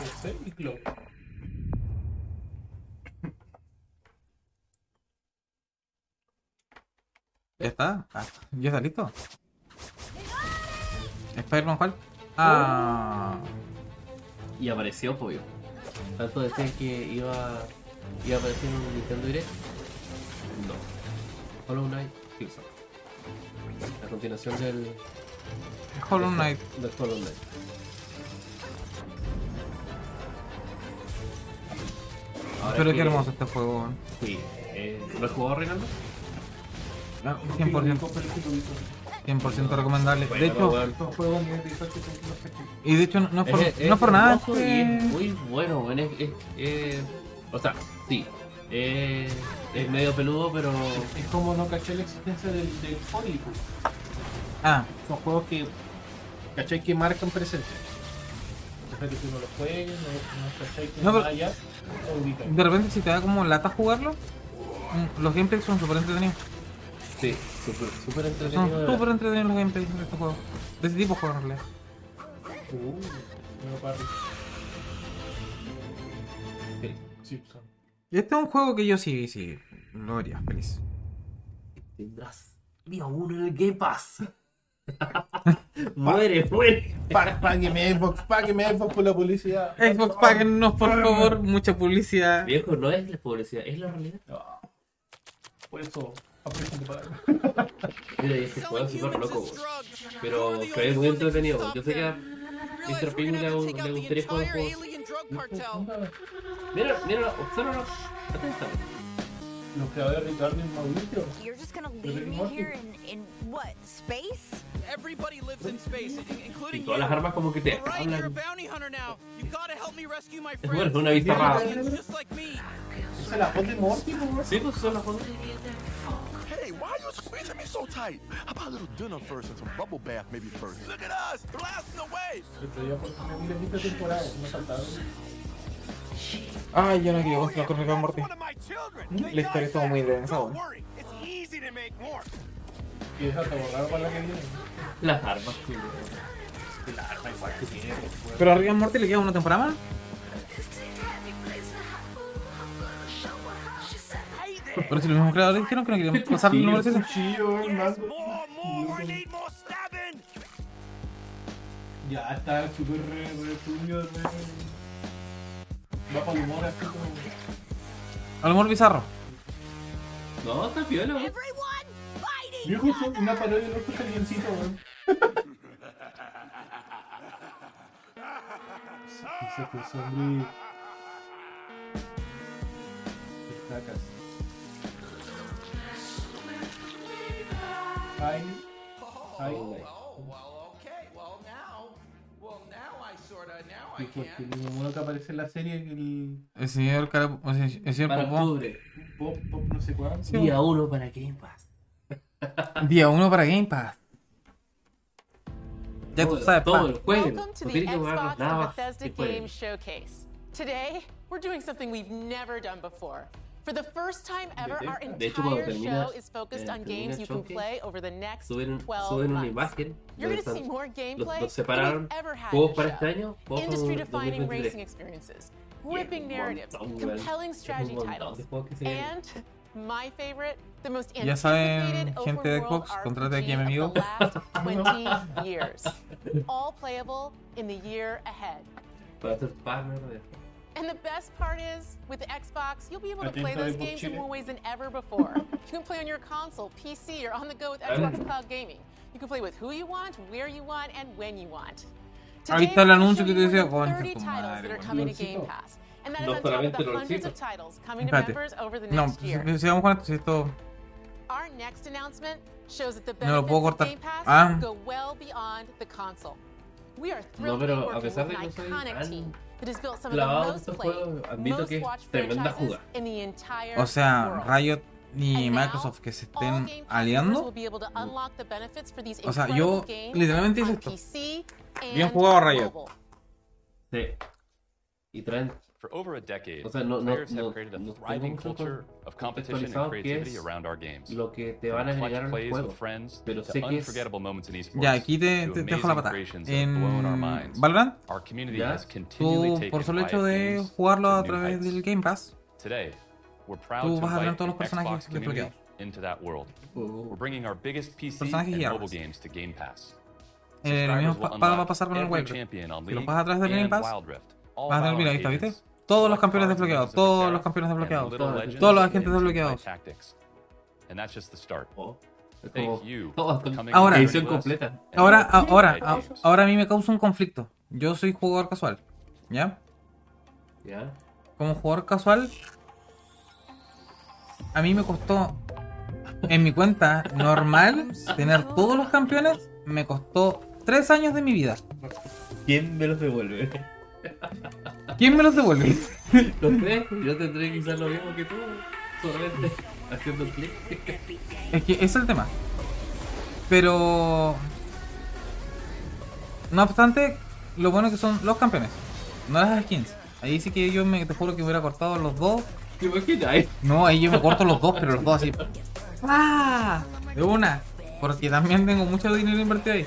Speaker 2: este
Speaker 3: Tercer ciclo.
Speaker 1: ¿Ya está? Ah, ¿Ya está listo? ¿Spider-Man cuál? Ah,
Speaker 2: Y apareció, pollo. Tanto decían que iba, iba a aparecer en un Nintendo Direct. No. Hollow Knight Silksong. La continuación del.
Speaker 1: Hollow Knight.
Speaker 2: Del Hollow Knight. Ahora
Speaker 1: Pero
Speaker 2: que-
Speaker 1: qué hermoso este juego, weón.
Speaker 2: Sí. Eh, ¿Lo has jugado, Reinaldo?
Speaker 1: No, 100%, 100% recomendable. De
Speaker 2: Bueno, weón.
Speaker 1: hecho,
Speaker 3: Estos juegos a nivel visual que son los pequeños.
Speaker 1: y de hecho no no es por,
Speaker 2: Es- es
Speaker 1: no es por nada. eh,
Speaker 2: hermoso y es
Speaker 1: que-
Speaker 2: muy bueno, weón, es- es- es- o sea, sí. Es, es medio peludo, pero.
Speaker 3: Es como no caché la existencia del, del código.
Speaker 1: Ah,
Speaker 3: Son juegos que caché que marcan presencia. Después que tú no los juegues, no, no caché que
Speaker 1: No,
Speaker 3: no,
Speaker 1: pero-
Speaker 3: vaya o ubica.
Speaker 1: de repente si te da como lata jugarlo, mm, los gameplays son súper entretenidos.
Speaker 2: Sí, súper súper
Speaker 1: Son
Speaker 2: entretenido. de verdad.
Speaker 1: súper entretenidos los gameplays de este juego. De ese tipo de juego en realidad.
Speaker 3: Uh, no parry. Simpson.
Speaker 1: Y Este es un juego que yo sí, sí, lo haría feliz.
Speaker 2: Tendrás día uno en el
Speaker 1: *laughs*
Speaker 2: Game Pass. muere, muere.
Speaker 3: Pa- Págueme Xbox, págueme Xbox por la publicidad. Eh.
Speaker 1: Xbox, páguennos por favor, mucha publicidad.
Speaker 2: Viejo, no es la publicidad, es la realidad.
Speaker 3: Por eso, aprecio tu palabra.
Speaker 2: Mira, y este juego es súper loco, weón. Pero que es muy entretenido. weón. Yo sé que a Mr. Ping le, le gustaría jugar un juego. Mira, mira, obsérvalo. Atenta.
Speaker 3: Los creadores de Carmen Mauricio.
Speaker 12: You're just gonna
Speaker 3: Rick
Speaker 12: leave
Speaker 3: and
Speaker 12: me
Speaker 3: Morty.
Speaker 12: here in, in what, space? Everybody lives in space,
Speaker 2: Y
Speaker 12: including
Speaker 2: todas las armas como que te
Speaker 12: friends.
Speaker 2: hablan. Bueno, una bizarra.
Speaker 3: Esa es la voz de Morty, weón.
Speaker 2: Sí, pues son las fotos.
Speaker 21: Hey, why are you squeezing me so tight? How about a little dinner first and some bubble bath maybe first? Look at us, blasting away!
Speaker 3: Pero yo por me mira esta temporada, no saltaron.
Speaker 1: Ay, yo no quiero continuar con Rick and Morty. La historia estuvo muy densa, weón.
Speaker 3: Y deja te borrar para la que viene.
Speaker 2: Las armas, sí, weón.
Speaker 3: Y la arma igual que tiene. weón.
Speaker 1: Pero a Rick and Morty le queda una temporada más. Pero si los mismos creadores dijeron que no querían pasar el número 60.
Speaker 3: Cuchillo, el mango. Ya está súper re, re turbio, re- Va para el humor así como.
Speaker 1: A lo mejor bizarro.
Speaker 2: No, está piola, weón.
Speaker 3: Viejo, es una parodia de loco calientito, weón. Esa que son de. Estacas. Ay. Ay. Dijo, es que el mismo mono que aparece en la serie, el
Speaker 1: El señor Cara... o sea, El señor
Speaker 2: Para
Speaker 1: Popó.
Speaker 2: octubre.
Speaker 3: pop, pop, no sé cuál.
Speaker 1: Sí,
Speaker 2: Día uno para Game Pass.
Speaker 1: Día 1 para Game Pass. Ya tú sabes,
Speaker 2: todo
Speaker 1: pa.
Speaker 2: el juego.
Speaker 16: Welcome to
Speaker 2: No
Speaker 16: the
Speaker 2: tiene que jugar
Speaker 16: Xbox
Speaker 2: nada
Speaker 16: and
Speaker 2: más
Speaker 16: Bethesda
Speaker 2: del juego.
Speaker 16: Game Showcase. Today, we're doing something we've never done before. For the first time ever, our
Speaker 2: De hecho, cuando
Speaker 16: entire
Speaker 2: terminas,
Speaker 16: show is focused
Speaker 2: eh,
Speaker 16: on
Speaker 2: termina
Speaker 16: games
Speaker 2: el
Speaker 16: you can
Speaker 2: showcase,
Speaker 16: play over the next
Speaker 2: Suben,
Speaker 16: 12
Speaker 2: suben una
Speaker 16: months.
Speaker 2: imagen.
Speaker 16: You're
Speaker 2: donde
Speaker 16: going to
Speaker 2: están-
Speaker 16: see more
Speaker 2: los,
Speaker 16: gameplay
Speaker 2: los
Speaker 16: than we've
Speaker 2: separaron.
Speaker 16: ever had.
Speaker 2: Juegos
Speaker 16: in
Speaker 2: para
Speaker 16: a
Speaker 2: este
Speaker 16: show.
Speaker 2: año, juegos para
Speaker 16: Industry-defining
Speaker 2: 2023.
Speaker 16: racing experiences, gripping narratives,
Speaker 2: montón, weón.
Speaker 16: compelling
Speaker 2: Es un
Speaker 16: strategy
Speaker 2: montón de
Speaker 16: titles,
Speaker 2: juegos que se vienen.
Speaker 16: and my favorite, the most
Speaker 1: Ya saben,
Speaker 16: anticipated
Speaker 1: gente de
Speaker 16: overworld
Speaker 1: Xbox, contrate aquí a mi amigo. *laughs*
Speaker 16: 20 years. All playable in the year ahead.
Speaker 2: Para ser partner de.
Speaker 16: And the best part is, with the Xbox, you'll be able to
Speaker 2: Atento
Speaker 16: play
Speaker 2: a
Speaker 16: those
Speaker 2: Xbox
Speaker 16: games in
Speaker 2: Chile.
Speaker 16: more ways than ever before. you can play on your console, PC, or on the go with
Speaker 1: Dale.
Speaker 16: Xbox Cloud Gaming. You can play with who you want, where you want, and when you want.
Speaker 1: Ahí
Speaker 16: Today,
Speaker 1: está
Speaker 16: we're
Speaker 1: el
Speaker 16: going
Speaker 1: anuncio
Speaker 16: to
Speaker 1: que
Speaker 16: show
Speaker 1: te
Speaker 16: you
Speaker 1: decía,
Speaker 16: more than
Speaker 1: concha
Speaker 16: 30
Speaker 1: tu
Speaker 16: titles that
Speaker 1: madre.
Speaker 16: are
Speaker 1: weón.
Speaker 16: coming to
Speaker 2: Lolcito.
Speaker 16: Game Pass. And that is
Speaker 1: No
Speaker 16: on top of
Speaker 2: solamente
Speaker 28: Lolcito.
Speaker 16: the hundreds of titles coming to
Speaker 1: Espérate.
Speaker 16: members over the
Speaker 1: No,
Speaker 16: next year.
Speaker 1: si- sigamos con esto, si esto.
Speaker 16: Our next announcement shows that the
Speaker 1: No lo
Speaker 16: benefits
Speaker 1: puedo
Speaker 16: of
Speaker 1: cortar.
Speaker 16: Game Pass
Speaker 1: Ah.
Speaker 16: go well beyond the console. We are
Speaker 2: No,
Speaker 16: thrilled to be
Speaker 2: pero a
Speaker 16: working with
Speaker 2: pesar de
Speaker 16: an
Speaker 2: que soy
Speaker 16: iconic team
Speaker 2: tan
Speaker 16: that has built some of the
Speaker 2: clavado en
Speaker 16: most
Speaker 2: estos
Speaker 16: played,
Speaker 2: juegos, admito que es
Speaker 16: most watched
Speaker 2: tremenda
Speaker 16: franchises
Speaker 2: jugada.
Speaker 16: in the entire
Speaker 1: O sea,
Speaker 16: world.
Speaker 1: Riot y Microsoft que se
Speaker 16: All
Speaker 1: estén
Speaker 16: Game Pass members will
Speaker 1: aliando.
Speaker 16: be able to unlock the benefits for these
Speaker 1: O sea,
Speaker 16: incredible
Speaker 1: yo
Speaker 16: games
Speaker 1: literalmente hice
Speaker 16: on
Speaker 1: esto.
Speaker 16: PC
Speaker 1: Bien
Speaker 16: and
Speaker 1: jugado, Riot.
Speaker 16: mobile.
Speaker 2: Sí. Y traen.
Speaker 29: For over a decade,
Speaker 2: O sea, no, no,
Speaker 29: players
Speaker 2: no,
Speaker 29: have created a
Speaker 2: no
Speaker 29: thriving
Speaker 2: tengo mucho
Speaker 29: culture of competition and
Speaker 2: contextualizado qué
Speaker 29: creativity
Speaker 2: es
Speaker 29: around our games.
Speaker 2: Lo que te
Speaker 29: From
Speaker 2: van a
Speaker 29: clutch
Speaker 2: agregar al
Speaker 29: plays
Speaker 2: juego.
Speaker 29: with friends
Speaker 2: Pero
Speaker 29: to
Speaker 2: sé que es
Speaker 29: unforgettable moments in esports.
Speaker 1: Ya, aquí te,
Speaker 29: to
Speaker 1: te- te dejo
Speaker 29: amazing
Speaker 1: la patada.
Speaker 29: creations that have blown our
Speaker 1: En
Speaker 29: minds.
Speaker 1: Valorant,
Speaker 29: Our community
Speaker 1: ya,
Speaker 29: has continually
Speaker 1: tú
Speaker 29: taken
Speaker 1: por solo hecho
Speaker 29: Riot
Speaker 1: de
Speaker 29: games
Speaker 1: jugarlo
Speaker 29: to
Speaker 1: a
Speaker 29: new
Speaker 1: través
Speaker 29: heights.
Speaker 1: del Game Pass,
Speaker 29: Today, we're proud
Speaker 1: Tú
Speaker 29: to
Speaker 1: vas a ganar
Speaker 29: invite
Speaker 1: todos los
Speaker 29: the
Speaker 1: personajes
Speaker 29: Xbox community
Speaker 1: desbloqueados.
Speaker 29: into that world.
Speaker 2: Uh,
Speaker 29: We're bringing our biggest PC
Speaker 1: Uh, Personajes y
Speaker 29: and
Speaker 1: armas.
Speaker 29: mobile games to Game Pass.
Speaker 1: Eh, lo mismo
Speaker 29: Subscribers will
Speaker 1: pa- pa- va a
Speaker 29: unlock
Speaker 1: pasar con el
Speaker 29: every
Speaker 1: Wild Rift.
Speaker 29: champion on
Speaker 1: Si lo
Speaker 29: League
Speaker 1: pasas a través del Game
Speaker 29: and
Speaker 1: Pass,
Speaker 29: Wild Rift. All
Speaker 1: vas a tener,
Speaker 29: Valorant
Speaker 1: mira, ahí está, ¿viste?
Speaker 29: agents,
Speaker 1: Todos los campeones
Speaker 29: cards and
Speaker 1: desbloqueados,
Speaker 29: weapons of
Speaker 1: todos
Speaker 29: Terra,
Speaker 1: los campeones
Speaker 29: and
Speaker 1: desbloqueados,
Speaker 29: Little
Speaker 1: todos
Speaker 29: Legends
Speaker 1: todos los
Speaker 29: of
Speaker 1: agentes
Speaker 29: Teamfight
Speaker 1: desbloqueados.
Speaker 29: Tactics. And that's just the start.
Speaker 2: uh, como
Speaker 29: Thank
Speaker 2: *laughs*
Speaker 29: you
Speaker 2: todas
Speaker 29: for
Speaker 2: son-
Speaker 29: coming
Speaker 1: Ahora,
Speaker 29: and
Speaker 2: edición
Speaker 29: joining us
Speaker 2: completa.
Speaker 29: and
Speaker 1: Ahora,
Speaker 29: all the
Speaker 1: ahora,
Speaker 16: ah,
Speaker 29: great
Speaker 1: a-
Speaker 29: games.
Speaker 1: ahora a mí me causa un conflicto. Yo soy jugador casual, ¿ya?
Speaker 2: Ya.
Speaker 1: Como jugador casual, a mí me costó en mi cuenta normal tener todos los campeones, me costó tres años de mi vida.
Speaker 2: ¿Quién me los devuelve?
Speaker 1: ¿Quién me los devuelve?
Speaker 2: Los tres, yo tendré quizás lo mismo que tú. Solamente haciendo un clic. *laughs*
Speaker 1: Es que ese es el tema. Pero. No obstante, lo bueno que son los campeones. No las skins. Ahí sí que yo me, te juro que me hubiera cortado los dos.
Speaker 2: ¿Te imaginas?
Speaker 1: No, ahí yo me corto los dos, pero los dos así. ¡Ah! De una. Porque también tengo mucho dinero invertido ahí.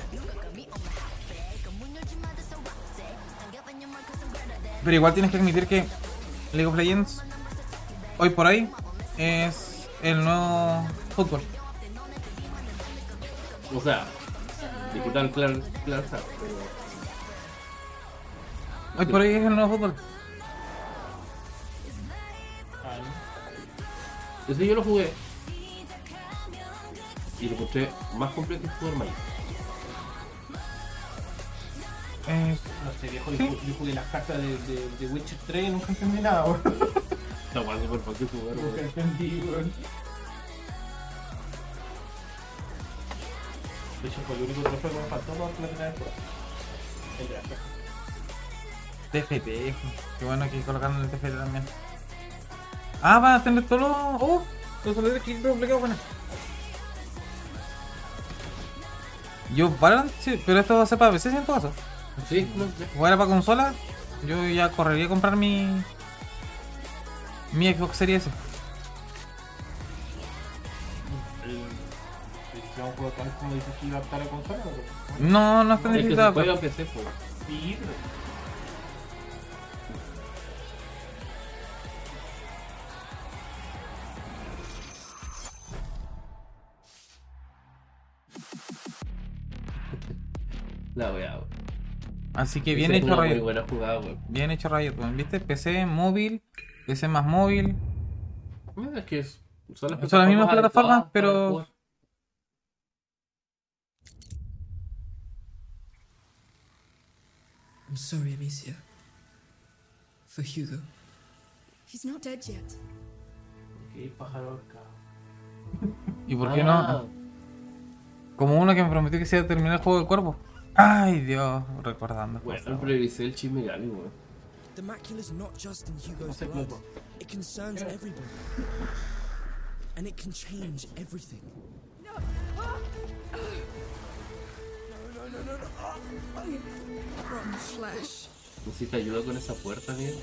Speaker 1: Pero igual tienes que admitir que League of Legends, hoy por hoy, es el nuevo fútbol.
Speaker 2: O sea, digital, claro, claro, está, pero.
Speaker 1: Hoy por hoy es el nuevo fútbol.
Speaker 2: Ese yo lo jugué. Y lo encontré más completo que jugar Magic.
Speaker 1: Eh,
Speaker 3: No sé, viejo, yo, ju- yo jugué las cartas de, de, de Witcher 3 y nunca entendí nada, weón.
Speaker 2: Está guay, por favor, que jugar,
Speaker 3: Nunca
Speaker 2: weón.
Speaker 3: entendí, weón. De hecho, fue el único trofeo que me faltó para platinar el juego. El draft.
Speaker 1: TFT, hijo. qué bueno que colocaron el TFT también. Ah, van a tener todos los. ¡Oh! Los soledades que duplicado, bueno. Yo, Valorant, sí, pero esto va a ser para PC en todo caso.
Speaker 2: Sí, no, ya.
Speaker 1: Fuera para consola, yo ya correría a comprar mi. Mi Xbox Series S.
Speaker 3: El- el que era un juego tan como dices que iba a estar a consola, weón.
Speaker 1: No, no está
Speaker 2: Es que
Speaker 1: necesitado.
Speaker 2: se juega en PC, pues.
Speaker 3: Sí, pero-
Speaker 2: *laughs* La weá, weón.
Speaker 1: Así que
Speaker 2: Ese
Speaker 1: bien
Speaker 2: es
Speaker 1: hecho
Speaker 2: una muy
Speaker 1: Riot.
Speaker 2: buena jugada, weón.
Speaker 1: Bien hecho Riot, weón, ¿viste? PC, móvil, PC más móvil.
Speaker 2: Es que es- son las,
Speaker 1: Son las mismas
Speaker 2: adecuadas
Speaker 1: plataformas,
Speaker 2: para
Speaker 1: pero-
Speaker 2: jugar.
Speaker 30: I'm sorry, Amicia. For Hugo.
Speaker 31: He's not dead yet.
Speaker 3: Qué pájaro ahorcado.
Speaker 1: ¿Y por qué
Speaker 3: Ah.
Speaker 1: no? Como uno que me prometió que se iba a terminar el juego de cuerpo. Ay, Dios, recordando.
Speaker 2: Bueno, siempre revisé el Shin Megami, weón.
Speaker 32: The macula's not just in Hugo's blood. It concerns everybody. And it can change everything.
Speaker 33: No, no, no, no.
Speaker 34: Rotten flesh.
Speaker 2: ¿Necesita ayuda con esa puerta, amigo?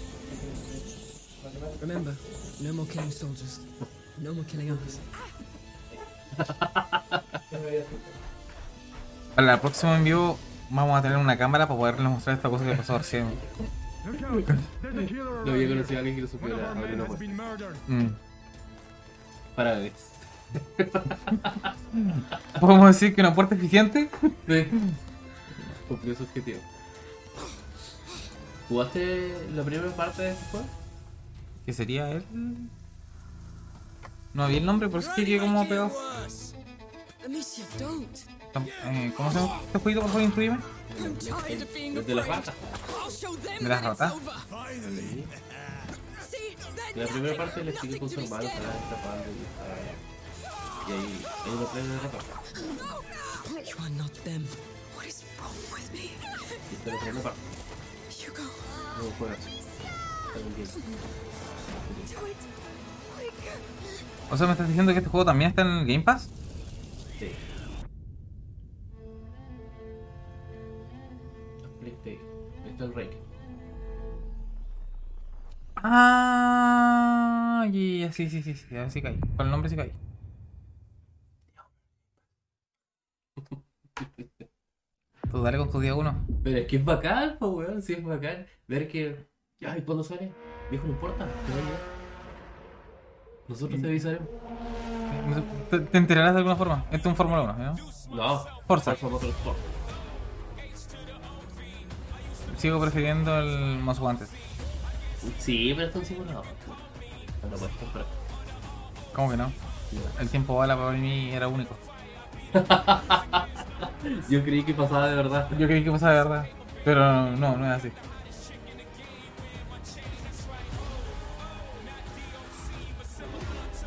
Speaker 14: Remember, no more killing soldiers. No more killing us.
Speaker 1: Para la próxima en vivo vamos a tener una cámara para poderles mostrar esta cosa que pasó recién. *laughs*
Speaker 2: No, yo conocí a alguien que lo supiera abrir una puerta.
Speaker 1: Mm.
Speaker 2: Para ver.
Speaker 1: ¿Podemos decir que una puerta eficiente?
Speaker 2: Sí. Cumplió su objetivo. ¿Jugaste la primera parte de ese juego?
Speaker 1: ¿Qué sería él? No había el nombre, por eso es que quedé como pegado.
Speaker 34: Alicia, don't.
Speaker 1: Tam- eh, ¿Cómo se llama este jueguito, por favor, instruyeme?
Speaker 34: I'm tired of being
Speaker 2: Desde las
Speaker 34: afraid.
Speaker 2: ratas.
Speaker 34: I'll show them
Speaker 1: De las
Speaker 34: that it's
Speaker 1: ratas.
Speaker 34: over.
Speaker 2: Sí.
Speaker 34: See,
Speaker 2: En
Speaker 34: they're
Speaker 2: la primera
Speaker 34: nothing,
Speaker 2: parte le expliqué
Speaker 34: nothing
Speaker 2: con
Speaker 34: to
Speaker 2: su
Speaker 34: be
Speaker 2: hermano,
Speaker 34: scared
Speaker 2: estaba escapando y estaba. Y ahí, ahí lo plena de ropa.
Speaker 14: You are not them.
Speaker 34: What is wrong with me?
Speaker 2: Y esta es la segunda parte.
Speaker 34: Hugo,
Speaker 2: No juegas. Está un game.
Speaker 34: do it. Quick.
Speaker 1: O sea, ¿me estás diciendo que este juego también está en el Game Pass?
Speaker 2: Sí. PlayStation. Esto es Rake.
Speaker 1: Ah, ya, ya, ya, sí, sí, sí, sí, ahora sí caí. Con el nombre sí caí. *laughs* Tú Pues dale con tu día uno.
Speaker 2: Pero es que es bacán, po, weón. Sí, es bacán. Ver que. Ay, ¿cuándo sale? Viejo, no importa. que va a llegar. Nosotros te avisaremos.
Speaker 1: Te, te enterarás de alguna forma. Esto es un Fórmula ¿eh? 1, ¿no?
Speaker 2: No.
Speaker 1: Forza.
Speaker 2: Forza Motorsport.
Speaker 1: Sigo prefiriendo el Most Wanted.
Speaker 2: Sí, pero está un simulador. No lo puedes comprar.
Speaker 1: ¿Cómo que no? El tiempo bala para mí era único.
Speaker 2: Yo creí que pasaba de verdad.
Speaker 1: Yo creí que pasaba de verdad. Pero no, no es así.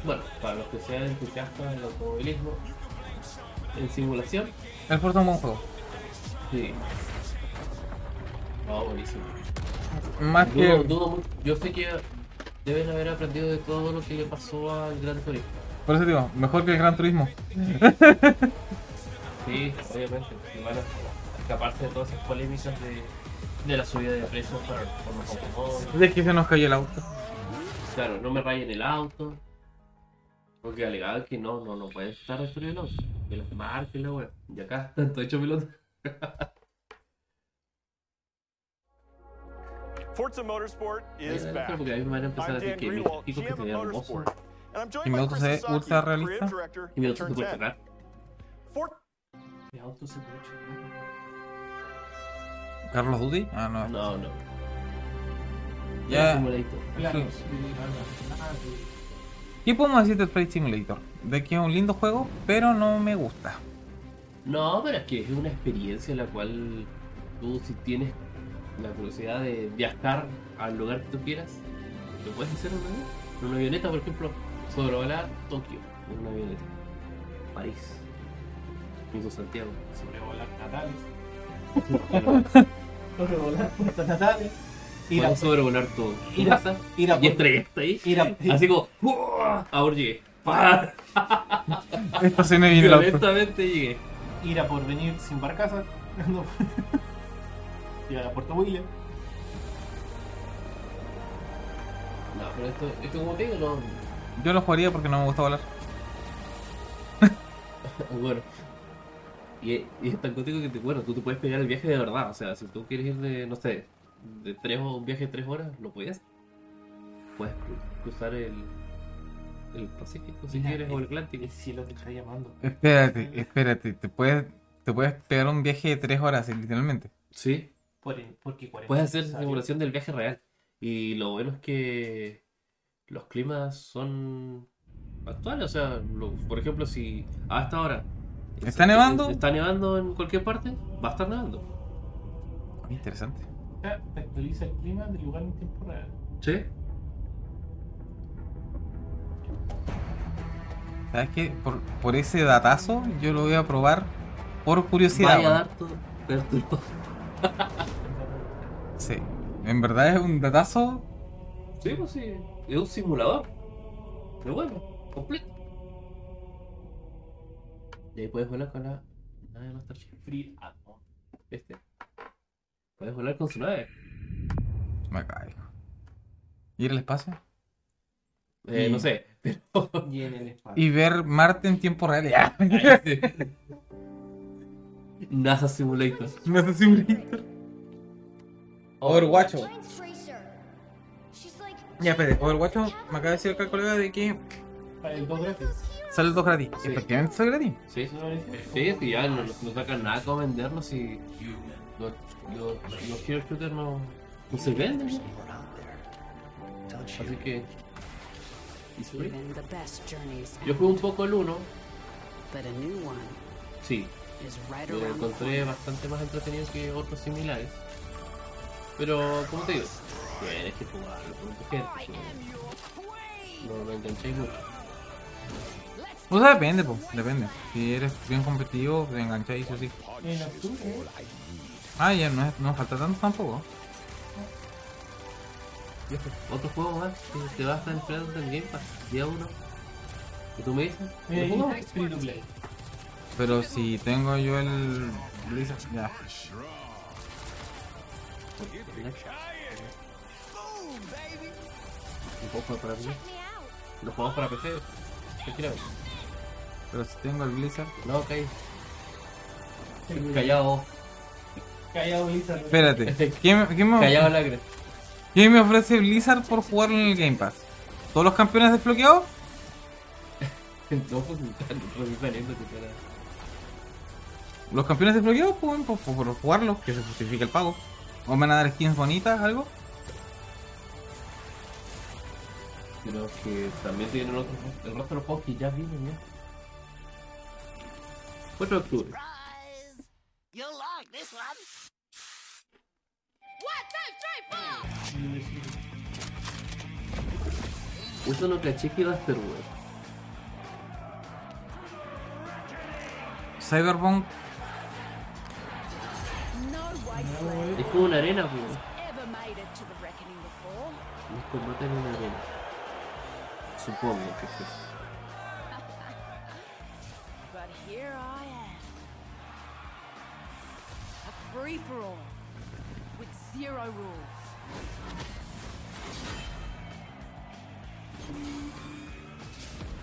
Speaker 2: Bueno, para los que sean entusiastas del automovilismo, en simulación,
Speaker 1: El Forza es un buen juego.
Speaker 2: sí. No, buenísimo.
Speaker 1: Más
Speaker 2: Dudo-
Speaker 1: que.
Speaker 2: dudo mucho- Yo sé que deben haber aprendido de todo lo que le pasó al Gran Turismo.
Speaker 1: Por eso digo, mejor que el Gran Turismo.
Speaker 2: Sí, obviamente. pues, Y van a escaparse de todas esas polémicas de, de la subida de precios para, por los automóviles.
Speaker 1: es que se nos cayó el auto.
Speaker 2: Claro, no me rayen el auto. Porque alegaban que no, no, no puede estar destruido el auto. Que las marcas y la web. Y acá, *laughs* tanto hecho pelota.
Speaker 4: Forza Motorsport is
Speaker 2: Ahí va,
Speaker 4: back.
Speaker 2: porque ahí me van a empezar a
Speaker 4: I'm
Speaker 2: decir
Speaker 4: Dan
Speaker 2: que mi
Speaker 4: Greenwald,
Speaker 2: chico que
Speaker 4: GM
Speaker 2: se
Speaker 4: of
Speaker 2: ve hermoso.
Speaker 4: Motorsport, and
Speaker 1: Y
Speaker 4: I'm joined
Speaker 1: mi
Speaker 4: by
Speaker 1: auto
Speaker 4: Chris
Speaker 1: se ve
Speaker 4: Sasaki,
Speaker 1: ultra
Speaker 4: creative
Speaker 1: realista.
Speaker 4: director
Speaker 2: Y mi
Speaker 4: of
Speaker 2: auto se puede
Speaker 4: Turn 10.
Speaker 2: chocar.
Speaker 4: For-
Speaker 2: Mi auto se puede chocar.
Speaker 1: Carlos Duty. Ah, no.
Speaker 2: No, no.
Speaker 1: Ya.
Speaker 2: El simulator.
Speaker 3: Planos.
Speaker 1: Sí.
Speaker 3: Ah, sí.
Speaker 1: ¿Qué podemos decir del este Flight Simulator? De que es un lindo juego, pero no me gusta. *laughs*
Speaker 2: No, pero es que es una experiencia en la cual tú si tienes la curiosidad de viajar al lugar que tú quieras, lo puedes hacer en una avioneta. En una avioneta, por ejemplo, sobrevolar Tokio en una avioneta. París. Incluso Santiago.
Speaker 3: Sobrevolar Natales. *laughs*
Speaker 2: Sobrevolar.
Speaker 3: Sobrevolar puertas natales. Ir a,
Speaker 2: Puedes sobrevolar todo.
Speaker 3: ir a-
Speaker 2: Pasa
Speaker 3: ir a-
Speaker 2: y estrellarte ahí.
Speaker 3: ir a-
Speaker 2: Así como, ¡uah! ahora
Speaker 3: *laughs*
Speaker 2: llegué. Ah, ¡Pah!
Speaker 1: Estacioné bien el auto.
Speaker 2: Violentamente llegué.
Speaker 3: ir a Porvenir sin barcaza. *laughs* No. Llegar a Puerto William.
Speaker 2: No, pero esto, esto como te digo, no,
Speaker 1: *laughs* Yo lo jugaría porque no me gusta volar.
Speaker 2: Bueno. Y, y es tan cótico que te, bueno, tú te puedes pegar el viaje de verdad. O sea, si tú quieres ir de, no sé, de tres o un viaje de tres horas, lo puedes. Puedes cru- cruzar el, el Pacífico si
Speaker 3: Mira,
Speaker 2: quieres o el
Speaker 3: el-
Speaker 2: Atlántico.
Speaker 3: El cielo te está llamando.
Speaker 1: Espérate, espérate. Te puedes, te puedes pegar un viaje de tres horas, literalmente.
Speaker 2: Sí,
Speaker 3: Por, porque 40
Speaker 2: puedes hacer
Speaker 3: años.
Speaker 2: simulación del viaje real. Y lo bueno es que los climas son actuales. O sea, lo- por ejemplo, si a esta hora en
Speaker 1: ¿Está
Speaker 2: Santiago-
Speaker 1: nevando?
Speaker 2: está nevando en cualquier parte, va a estar nevando.
Speaker 1: Ah, Interesante.
Speaker 3: Ya, Te actualiza el clima del lugar en tiempo real.
Speaker 2: Sí.
Speaker 1: ¿Sabes qué? Por, por ese datazo, yo lo voy a probar por curiosidad.
Speaker 2: Vaya a
Speaker 1: weón.
Speaker 2: dar tu- dar tu-
Speaker 1: Sí. En verdad es un datazo.
Speaker 2: Sí, pues sí. Es un simulador. Pero bueno, completo. Y ahí puedes volar con la nave Master Chief.
Speaker 3: Free Atmon.
Speaker 2: Este. Puedes volar con su nave.
Speaker 1: Me caigo. ¿Ir al espacio?
Speaker 2: Eh,
Speaker 1: Y-
Speaker 2: No sé. *laughs* Pero...
Speaker 3: Y en el espacio.
Speaker 1: Y ver Marte en tiempo real. *laughs* Ya.
Speaker 2: *laughs* NASA Simulator.
Speaker 1: NASA Simulator. Overwatch. Ya, espérate, Overwatch me acaba de decir acá el colega de que
Speaker 3: El dos gratis.
Speaker 1: sale dos gratis. Efectivamente sale gratis.
Speaker 2: Sí, sí, sí, ya no, no sacan nada con venderlos y los, los, los hero shooters no, no se venden. ¿no? Así que it's free.
Speaker 6: Even the best journeys
Speaker 2: yo
Speaker 6: end,
Speaker 2: jugué un poco el 1,
Speaker 6: but a new one
Speaker 2: sí,
Speaker 6: is right
Speaker 2: lo
Speaker 6: around the
Speaker 2: encontré
Speaker 6: corner.
Speaker 2: bastante más entretenido que otros similares. Pero, como te digo, tienes que jugarlo con tu gente. ¿no? No lo enganché mucho.
Speaker 1: O sea, depende, po, depende. Si eres bien competitivo, te engancháis, eso sí.
Speaker 3: En azul, ¿eh?
Speaker 1: Ah, ya no, es- no falta tanto tampoco.
Speaker 2: Otro juego más que te vas a estar esperando en Game Pass, día 1. ¿Y tú me dices? ¿Lo
Speaker 3: Mira, ahí
Speaker 2: jugamos?
Speaker 3: está free to play.
Speaker 1: Pero si tengo yo el Blizzard, ya.
Speaker 2: ¿Lo jugamos para PC? ¿Lo jugamos para PC? Tranquilamente.
Speaker 1: Pero si tengo el Blizzard.
Speaker 2: No, ok. Callado.
Speaker 3: Callado Blizzard.
Speaker 1: Espérate, ¿quién, me- quién me,
Speaker 2: Callado lacre.
Speaker 1: quién me ofrece Blizzard por jugarlo en el Game Pass? ¿Todos los campeones desbloqueados?
Speaker 2: *laughs* No, pues ni tan- no, ni saliendo que fuera.
Speaker 1: ¿Los campeones desbloqueados? Pues, por, por, por jugarlo, que se justifique el pago. ¿O me van a dar skins bonitas, algo?
Speaker 2: Creo que también tienen otro, el resto de los juegos que ya vienen ya. 4 de octubre. Eso no caché que iba a ser bueno.
Speaker 1: Cyberpunk,
Speaker 2: Es como una arena, pues.
Speaker 34: Ever made it to the reckoning before?
Speaker 2: Los combates en una arena. Supongo que es eso.
Speaker 34: But here I am. A free for all. With zero rules.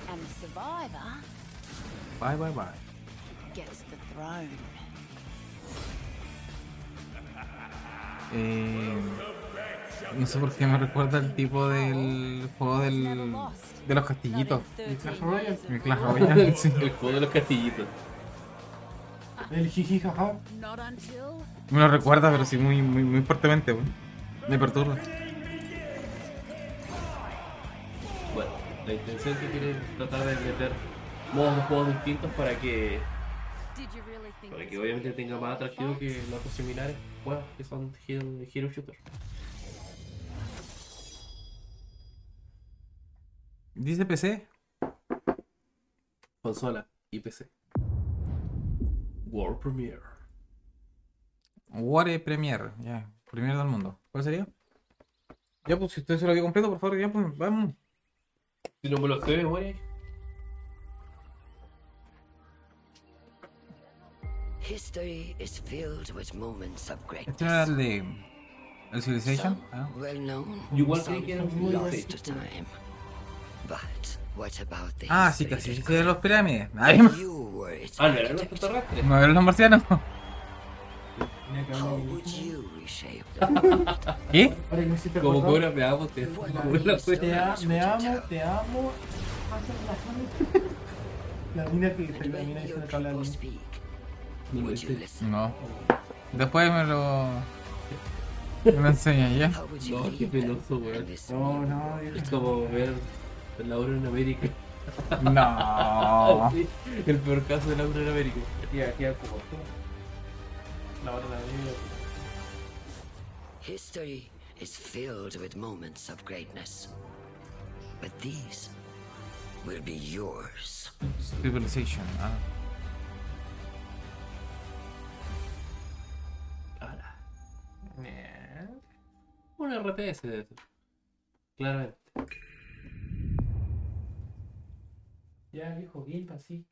Speaker 34: And the survivor
Speaker 1: bye bye bye.
Speaker 34: gets the throne.
Speaker 1: Eh, no sé por qué me recuerda el tipo del juego del, de los castillitos.
Speaker 34: ¿El Clash
Speaker 3: Royale?
Speaker 1: El Clash Royale, *laughs* sí.
Speaker 2: El juego de los castillitos.
Speaker 3: El jiji jaja.
Speaker 34: Not until
Speaker 1: Me lo recuerda, pero sí muy, muy, muy fuertemente, güey. Me perturba.
Speaker 2: Bueno, la intención que quiere tratar de meter modos de juegos distintos para que para que obviamente tenga más atractivo que los otros similares, bueno, que son hero, hero shooter.
Speaker 1: Dice PC.
Speaker 2: Consola y PC. World Premiere.
Speaker 1: Ware Premier, ya. Premier del mundo. ¿Cuál sería? Ya, pues si usted se lo había completo, por favor, ya, pues vamos.
Speaker 2: Si no me lo sé, güey.
Speaker 6: History is filled with moments of greatness.
Speaker 1: Este era el de. El Civilization. Ah.
Speaker 6: Well known,
Speaker 1: You want
Speaker 6: some
Speaker 1: to get a movie
Speaker 6: lost
Speaker 1: date.
Speaker 6: to time. But what about the
Speaker 1: Ah, sí, casi. Sí, de los pirámides. Ay, me-
Speaker 2: Ah, no, eran los extraterrestres.
Speaker 1: ¿No eran los marcianos? *laughs*
Speaker 6: How would you
Speaker 2: *laughs*
Speaker 6: reshape
Speaker 1: ¿Qué?
Speaker 3: Ahora que me hiciste
Speaker 2: Como
Speaker 3: acordar,
Speaker 2: cobra, me amo, te amo. Cobra,
Speaker 3: Te,
Speaker 2: te
Speaker 3: a-
Speaker 2: amo.
Speaker 3: me amo, te amo. *laughs* Pasa La mina que se la mina que se le acaba la luz.
Speaker 1: No. Después me lo. Me lo enseña, ya.
Speaker 2: No, qué penoso, güey. No, no, es como ver la obra en América.
Speaker 1: No.
Speaker 2: Sí, El peor caso de la obra en América.
Speaker 3: Y aquí a Ah. como tú. La hora de la vida.
Speaker 6: History is filled with moments of greatness. But these will be yours.
Speaker 1: Civilization, ah.
Speaker 2: Un RTS de eso. Claramente.
Speaker 3: Ya, viejo, bien, así.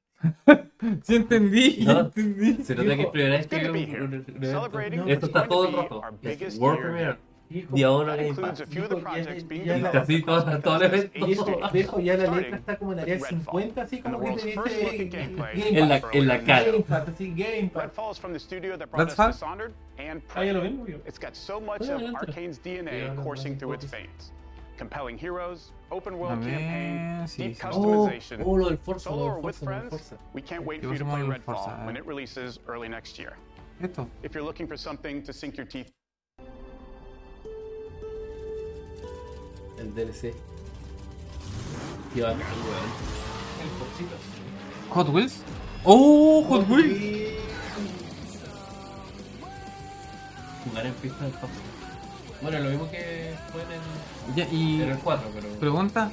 Speaker 1: Sí entendí,
Speaker 2: No,
Speaker 1: entendí.
Speaker 2: Se nota que es primera vez que
Speaker 1: Good to
Speaker 2: veo
Speaker 1: be
Speaker 2: un-
Speaker 1: here.
Speaker 2: un- un evento.
Speaker 1: Celebrating
Speaker 2: No,
Speaker 1: is
Speaker 2: Esto está
Speaker 1: going to
Speaker 2: todo
Speaker 1: be
Speaker 2: el rato.
Speaker 1: our
Speaker 2: Es
Speaker 1: biggest
Speaker 2: World
Speaker 1: year
Speaker 2: Premiere.
Speaker 3: Hijo,
Speaker 2: Y ahora
Speaker 3: that
Speaker 2: Game
Speaker 3: includes
Speaker 2: Pass.
Speaker 3: a few of the
Speaker 2: Hijo,
Speaker 3: projects
Speaker 2: ya-
Speaker 3: being
Speaker 2: ya-
Speaker 3: developed
Speaker 2: Casi todo, todo el evento. *laughs*
Speaker 3: Y esto, dejo ya la letra está como en el área 50, así como que te dice
Speaker 2: En la- en la cara.
Speaker 3: Game Pass, así Game Pass.
Speaker 16: Falls from the studio that
Speaker 2: That's
Speaker 16: brought
Speaker 2: fun.
Speaker 16: us Dishonored and
Speaker 3: Ah, ya lo
Speaker 16: Prey.
Speaker 3: vimos, yo.
Speaker 16: It's got so much
Speaker 3: Ah,
Speaker 16: of
Speaker 3: dentro.
Speaker 16: Arcane's
Speaker 3: Yeah,
Speaker 16: DNA
Speaker 3: no,
Speaker 16: coursing through its veins. Compelling heroes, open world
Speaker 1: ver,
Speaker 16: campaign,
Speaker 1: sí,
Speaker 16: deep
Speaker 1: sí.
Speaker 16: customization.
Speaker 2: Oh, oh, lo del Forza,
Speaker 16: Solo
Speaker 2: lo del
Speaker 16: or with
Speaker 2: Forza, lo del
Speaker 16: friends,
Speaker 2: Forza.
Speaker 16: we can't wait
Speaker 1: It
Speaker 16: for you
Speaker 1: was
Speaker 16: to
Speaker 1: more
Speaker 16: play
Speaker 1: than Forza,
Speaker 16: Redfall
Speaker 1: eh.
Speaker 16: when it releases early next year.
Speaker 1: Esto.
Speaker 16: If you're looking for something to sink your teeth
Speaker 2: El DLC. Qué bacán, weón.
Speaker 1: Hot Wheels. Oh, Hot Wheels.
Speaker 2: Jugar en pista del Forza. Bueno, lo mismo que fue en el,
Speaker 1: Ya, y
Speaker 2: en el 4, pero.
Speaker 1: pregunta.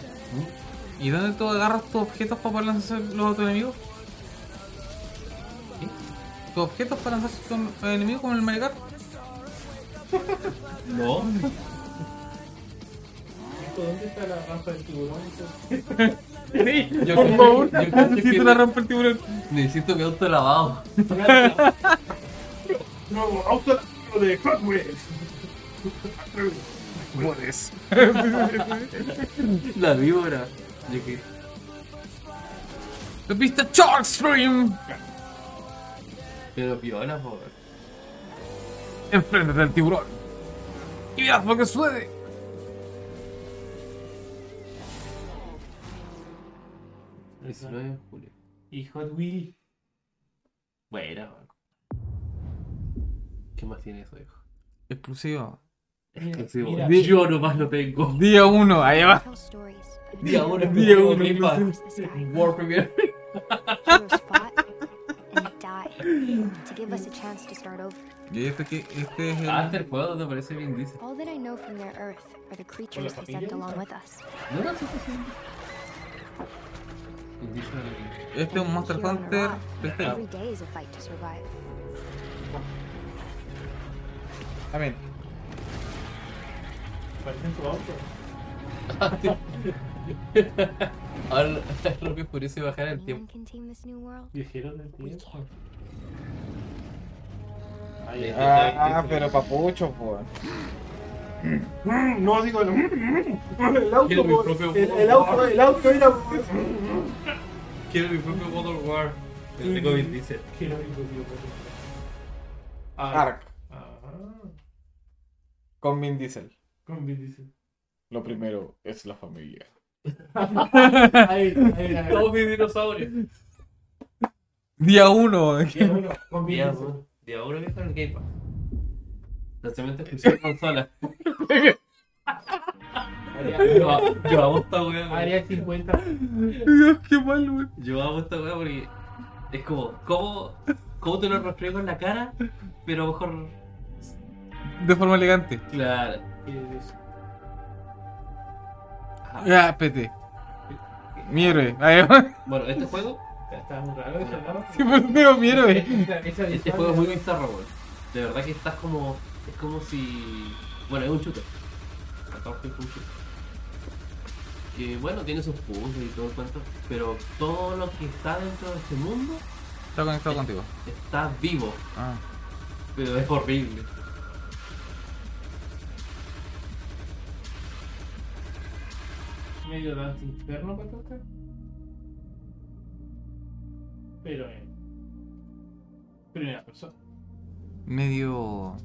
Speaker 1: ¿Y dónde tú agarras tus objetos para poder lanzar los a tu enemigo? ¿Tus objetos para lanzar a tu enemigo como en el Mario Kart?
Speaker 2: No.
Speaker 3: ¿Dónde está la rampa del tiburón?
Speaker 2: Sí, yo
Speaker 1: Por
Speaker 2: creo
Speaker 1: favor,
Speaker 2: que- yo creo
Speaker 1: necesito
Speaker 2: que-
Speaker 1: la rampa del tiburón.
Speaker 2: Necesito mi auto lavado.
Speaker 3: No, auto de Hot Wheels.
Speaker 1: What is?
Speaker 2: La víbora. Yo que-
Speaker 1: ¡Lo viste Shark Stream!
Speaker 2: Pero piola, po.
Speaker 1: Enfréntate al tiburón. Y verás lo que sucede.
Speaker 2: El 19 de julio.
Speaker 3: Y Hot Wheels.
Speaker 2: Bueno, weón. ¿Qué más tiene eso, hijo?
Speaker 1: Exclusivo.
Speaker 2: Exclusivo.
Speaker 1: mira.
Speaker 2: Yo nomás lo tengo.
Speaker 1: Día 1, ahí va.
Speaker 2: Día uno,
Speaker 1: Día
Speaker 2: exclusivo,
Speaker 1: uno,
Speaker 2: Game Pass.
Speaker 1: exclusivo. *laughs*
Speaker 2: World Premiere.
Speaker 11: to give
Speaker 1: *laughs*
Speaker 11: us a chance to start over.
Speaker 1: Y este, que- este es el.
Speaker 2: Ah, este juego donde aparece bien dice.
Speaker 11: All that I know from their Earth are the creatures they sent along with us.
Speaker 2: No, no, sí, sí, sí.
Speaker 1: Este es un Monster
Speaker 11: Here on
Speaker 1: Hunter.
Speaker 11: Arad,
Speaker 1: PlayStation.
Speaker 11: every day is a fight to survive.
Speaker 1: Amén.
Speaker 3: Parecen su auto.
Speaker 2: Ahora *laughs* lo- lo que oscurece bajar el
Speaker 11: Anyone
Speaker 2: tiempo.
Speaker 11: can tame this new world.
Speaker 3: Viajeros del tiempo.
Speaker 1: Ah, pero papucho, po.
Speaker 3: Mm, No, digo, el, mm, el auto,
Speaker 2: Quiero mi
Speaker 3: po,
Speaker 2: propio
Speaker 3: este, el, el auto, el auto era...
Speaker 2: Quiero mi propio God of War. El de COVID dice.
Speaker 3: Quiero mi propio motor.
Speaker 1: Ark.
Speaker 3: Ah,
Speaker 1: Con Vin Diesel.
Speaker 3: con Vin Diesel.
Speaker 1: Lo primero es la familia.
Speaker 3: Ahí, ahí, ahí.
Speaker 2: *laughs* Todos mis dinosaurios.
Speaker 1: Día 1.
Speaker 3: Día uno, con Vin
Speaker 2: Día
Speaker 3: Diesel.
Speaker 2: uno. Día uno que está en el Game Pass. Lanzamiento exclusivo de *laughs* consola. Yo a- yo amo esta wea. weón.
Speaker 3: Área 50.
Speaker 1: Dios, *laughs* qué mal, weón.
Speaker 2: Yo amo esta wea porque es como, ¿cómo, cómo te lo rastreo en la cara? Pero a lo mejor.
Speaker 1: De forma elegante.
Speaker 2: Claro.
Speaker 1: Ya, pete. Mi héroe. *laughs* Ahí va.
Speaker 2: Bueno, este juego.
Speaker 3: Está muy raro eso, ¿no?
Speaker 1: Sí, pues, digo, mi héroe.
Speaker 3: Esa- esa
Speaker 2: Este
Speaker 3: visual
Speaker 2: juego es
Speaker 3: de-
Speaker 2: muy bizarro, weón. De verdad que estás como. Es como si. Bueno, es un shooter. Acabamos que es un shooter. Que bueno, tiene sus puzzles y todo el cuento. Pero todo lo que está dentro de este mundo
Speaker 1: Está conectado contigo.
Speaker 2: está vivo.
Speaker 1: Ah.
Speaker 2: Pero es horrible.
Speaker 3: Medio Dante Inferno, ¿cuánto está? Pero en primera persona.
Speaker 1: Medio.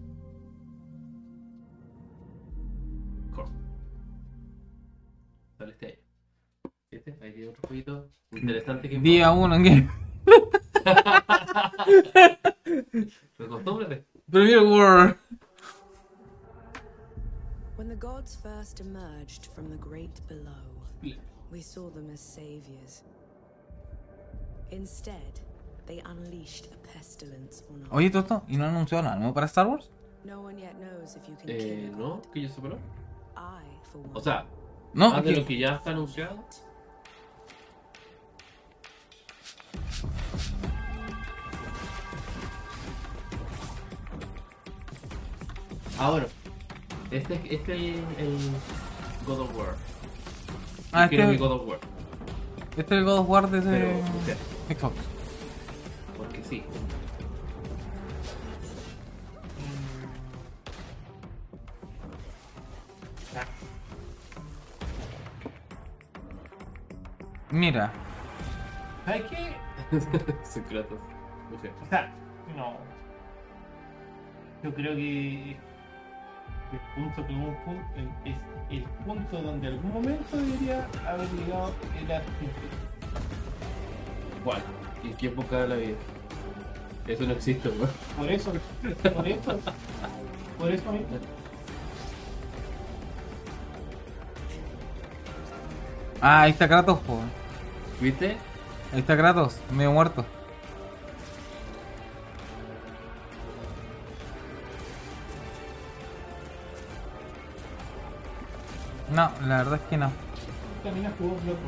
Speaker 2: Sale este año. Este, ahí hay otro jueguito interesante que.
Speaker 1: Día 1 en game.
Speaker 2: Acostúmbrate.
Speaker 1: Premier World.
Speaker 8: When the gods first emerged from the great below, we saw them as saviors. Instead, they unleashed a pestilence on our
Speaker 1: Oye, Toto, ¿y no han anunciado nada nuevo para Star Wars?
Speaker 8: No one yet knows if you can
Speaker 2: Eh,
Speaker 8: kill a
Speaker 2: no,
Speaker 8: god.
Speaker 2: que yo sepa no.
Speaker 8: I, for one.
Speaker 2: O sea,
Speaker 1: No,
Speaker 2: más Ah, de
Speaker 1: aquí-
Speaker 2: lo que ya está anunciado. Ah, bueno. Este, este es el God of War.
Speaker 1: Ah,
Speaker 2: Yo quiero
Speaker 1: este-
Speaker 2: mi God of War.
Speaker 1: Este es el God of War de ese.
Speaker 2: Pero, o sea,
Speaker 1: Xbox.
Speaker 2: Porque sí. *laughs*
Speaker 1: Mira,
Speaker 3: ¿Sabes qué?
Speaker 2: Secretos. No sé.
Speaker 3: O sea, no. Yo creo que el punto que un punto es el punto donde en algún momento debería haber llegado el artífice.
Speaker 2: ¿Cuál? ¿En qué época de la vida? Eso no existe, weón.
Speaker 3: Por eso, por eso, por eso mismo.
Speaker 1: Ah, ahí está Kratos, po.
Speaker 2: ¿Viste?
Speaker 1: Ahí está Kratos, medio muerto. No, la verdad es que no.
Speaker 3: También jugó loco.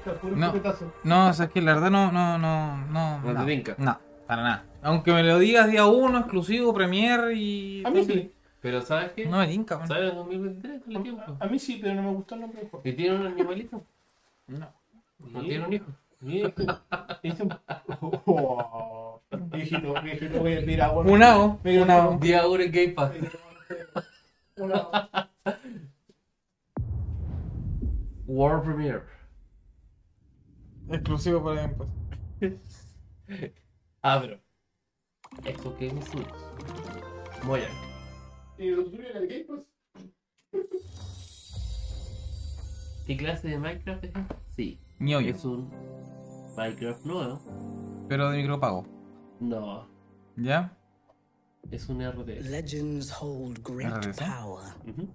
Speaker 3: O sea, puro
Speaker 1: No,
Speaker 3: escopetazo.
Speaker 1: no o sea, es que la verdad no, no, no, no.
Speaker 2: No te tinca.
Speaker 1: No, para nada. Aunque me lo digas día uno, exclusivo, premier y...
Speaker 3: A mí sí.
Speaker 2: Pero ¿sabes qué?
Speaker 1: No me tinca, man.
Speaker 2: ¿Sabes el 2023 con el tiempo?
Speaker 3: A mí sí, pero no me gustó el nombre del juego.
Speaker 2: ¿Y tiene un animalito?
Speaker 3: No.
Speaker 2: ¿No tiene un hijo?
Speaker 3: Viejo. Es un- este, Oh, viejito, viejito, voy a pedir agua.
Speaker 1: Un nabo,
Speaker 3: Mira,
Speaker 1: un nabo.
Speaker 2: Día ahora en Game Pass.
Speaker 3: un nabo.
Speaker 2: World Premiere.
Speaker 1: Exclusivo para Game Pass.
Speaker 2: *laughs* Abro. Esto que es Studios. Voy a.
Speaker 3: ¿Y los Julia del Game Pass?
Speaker 2: ¿Qué clase de Minecraft es? este? Sí.
Speaker 1: Ñoño.
Speaker 2: Es un Minecraft nuevo.
Speaker 1: Pero de micropago,
Speaker 2: No.
Speaker 1: ¿ya?
Speaker 2: Es un RTS.
Speaker 12: Legends hold great
Speaker 1: RTS.
Speaker 12: power.
Speaker 2: Mhm.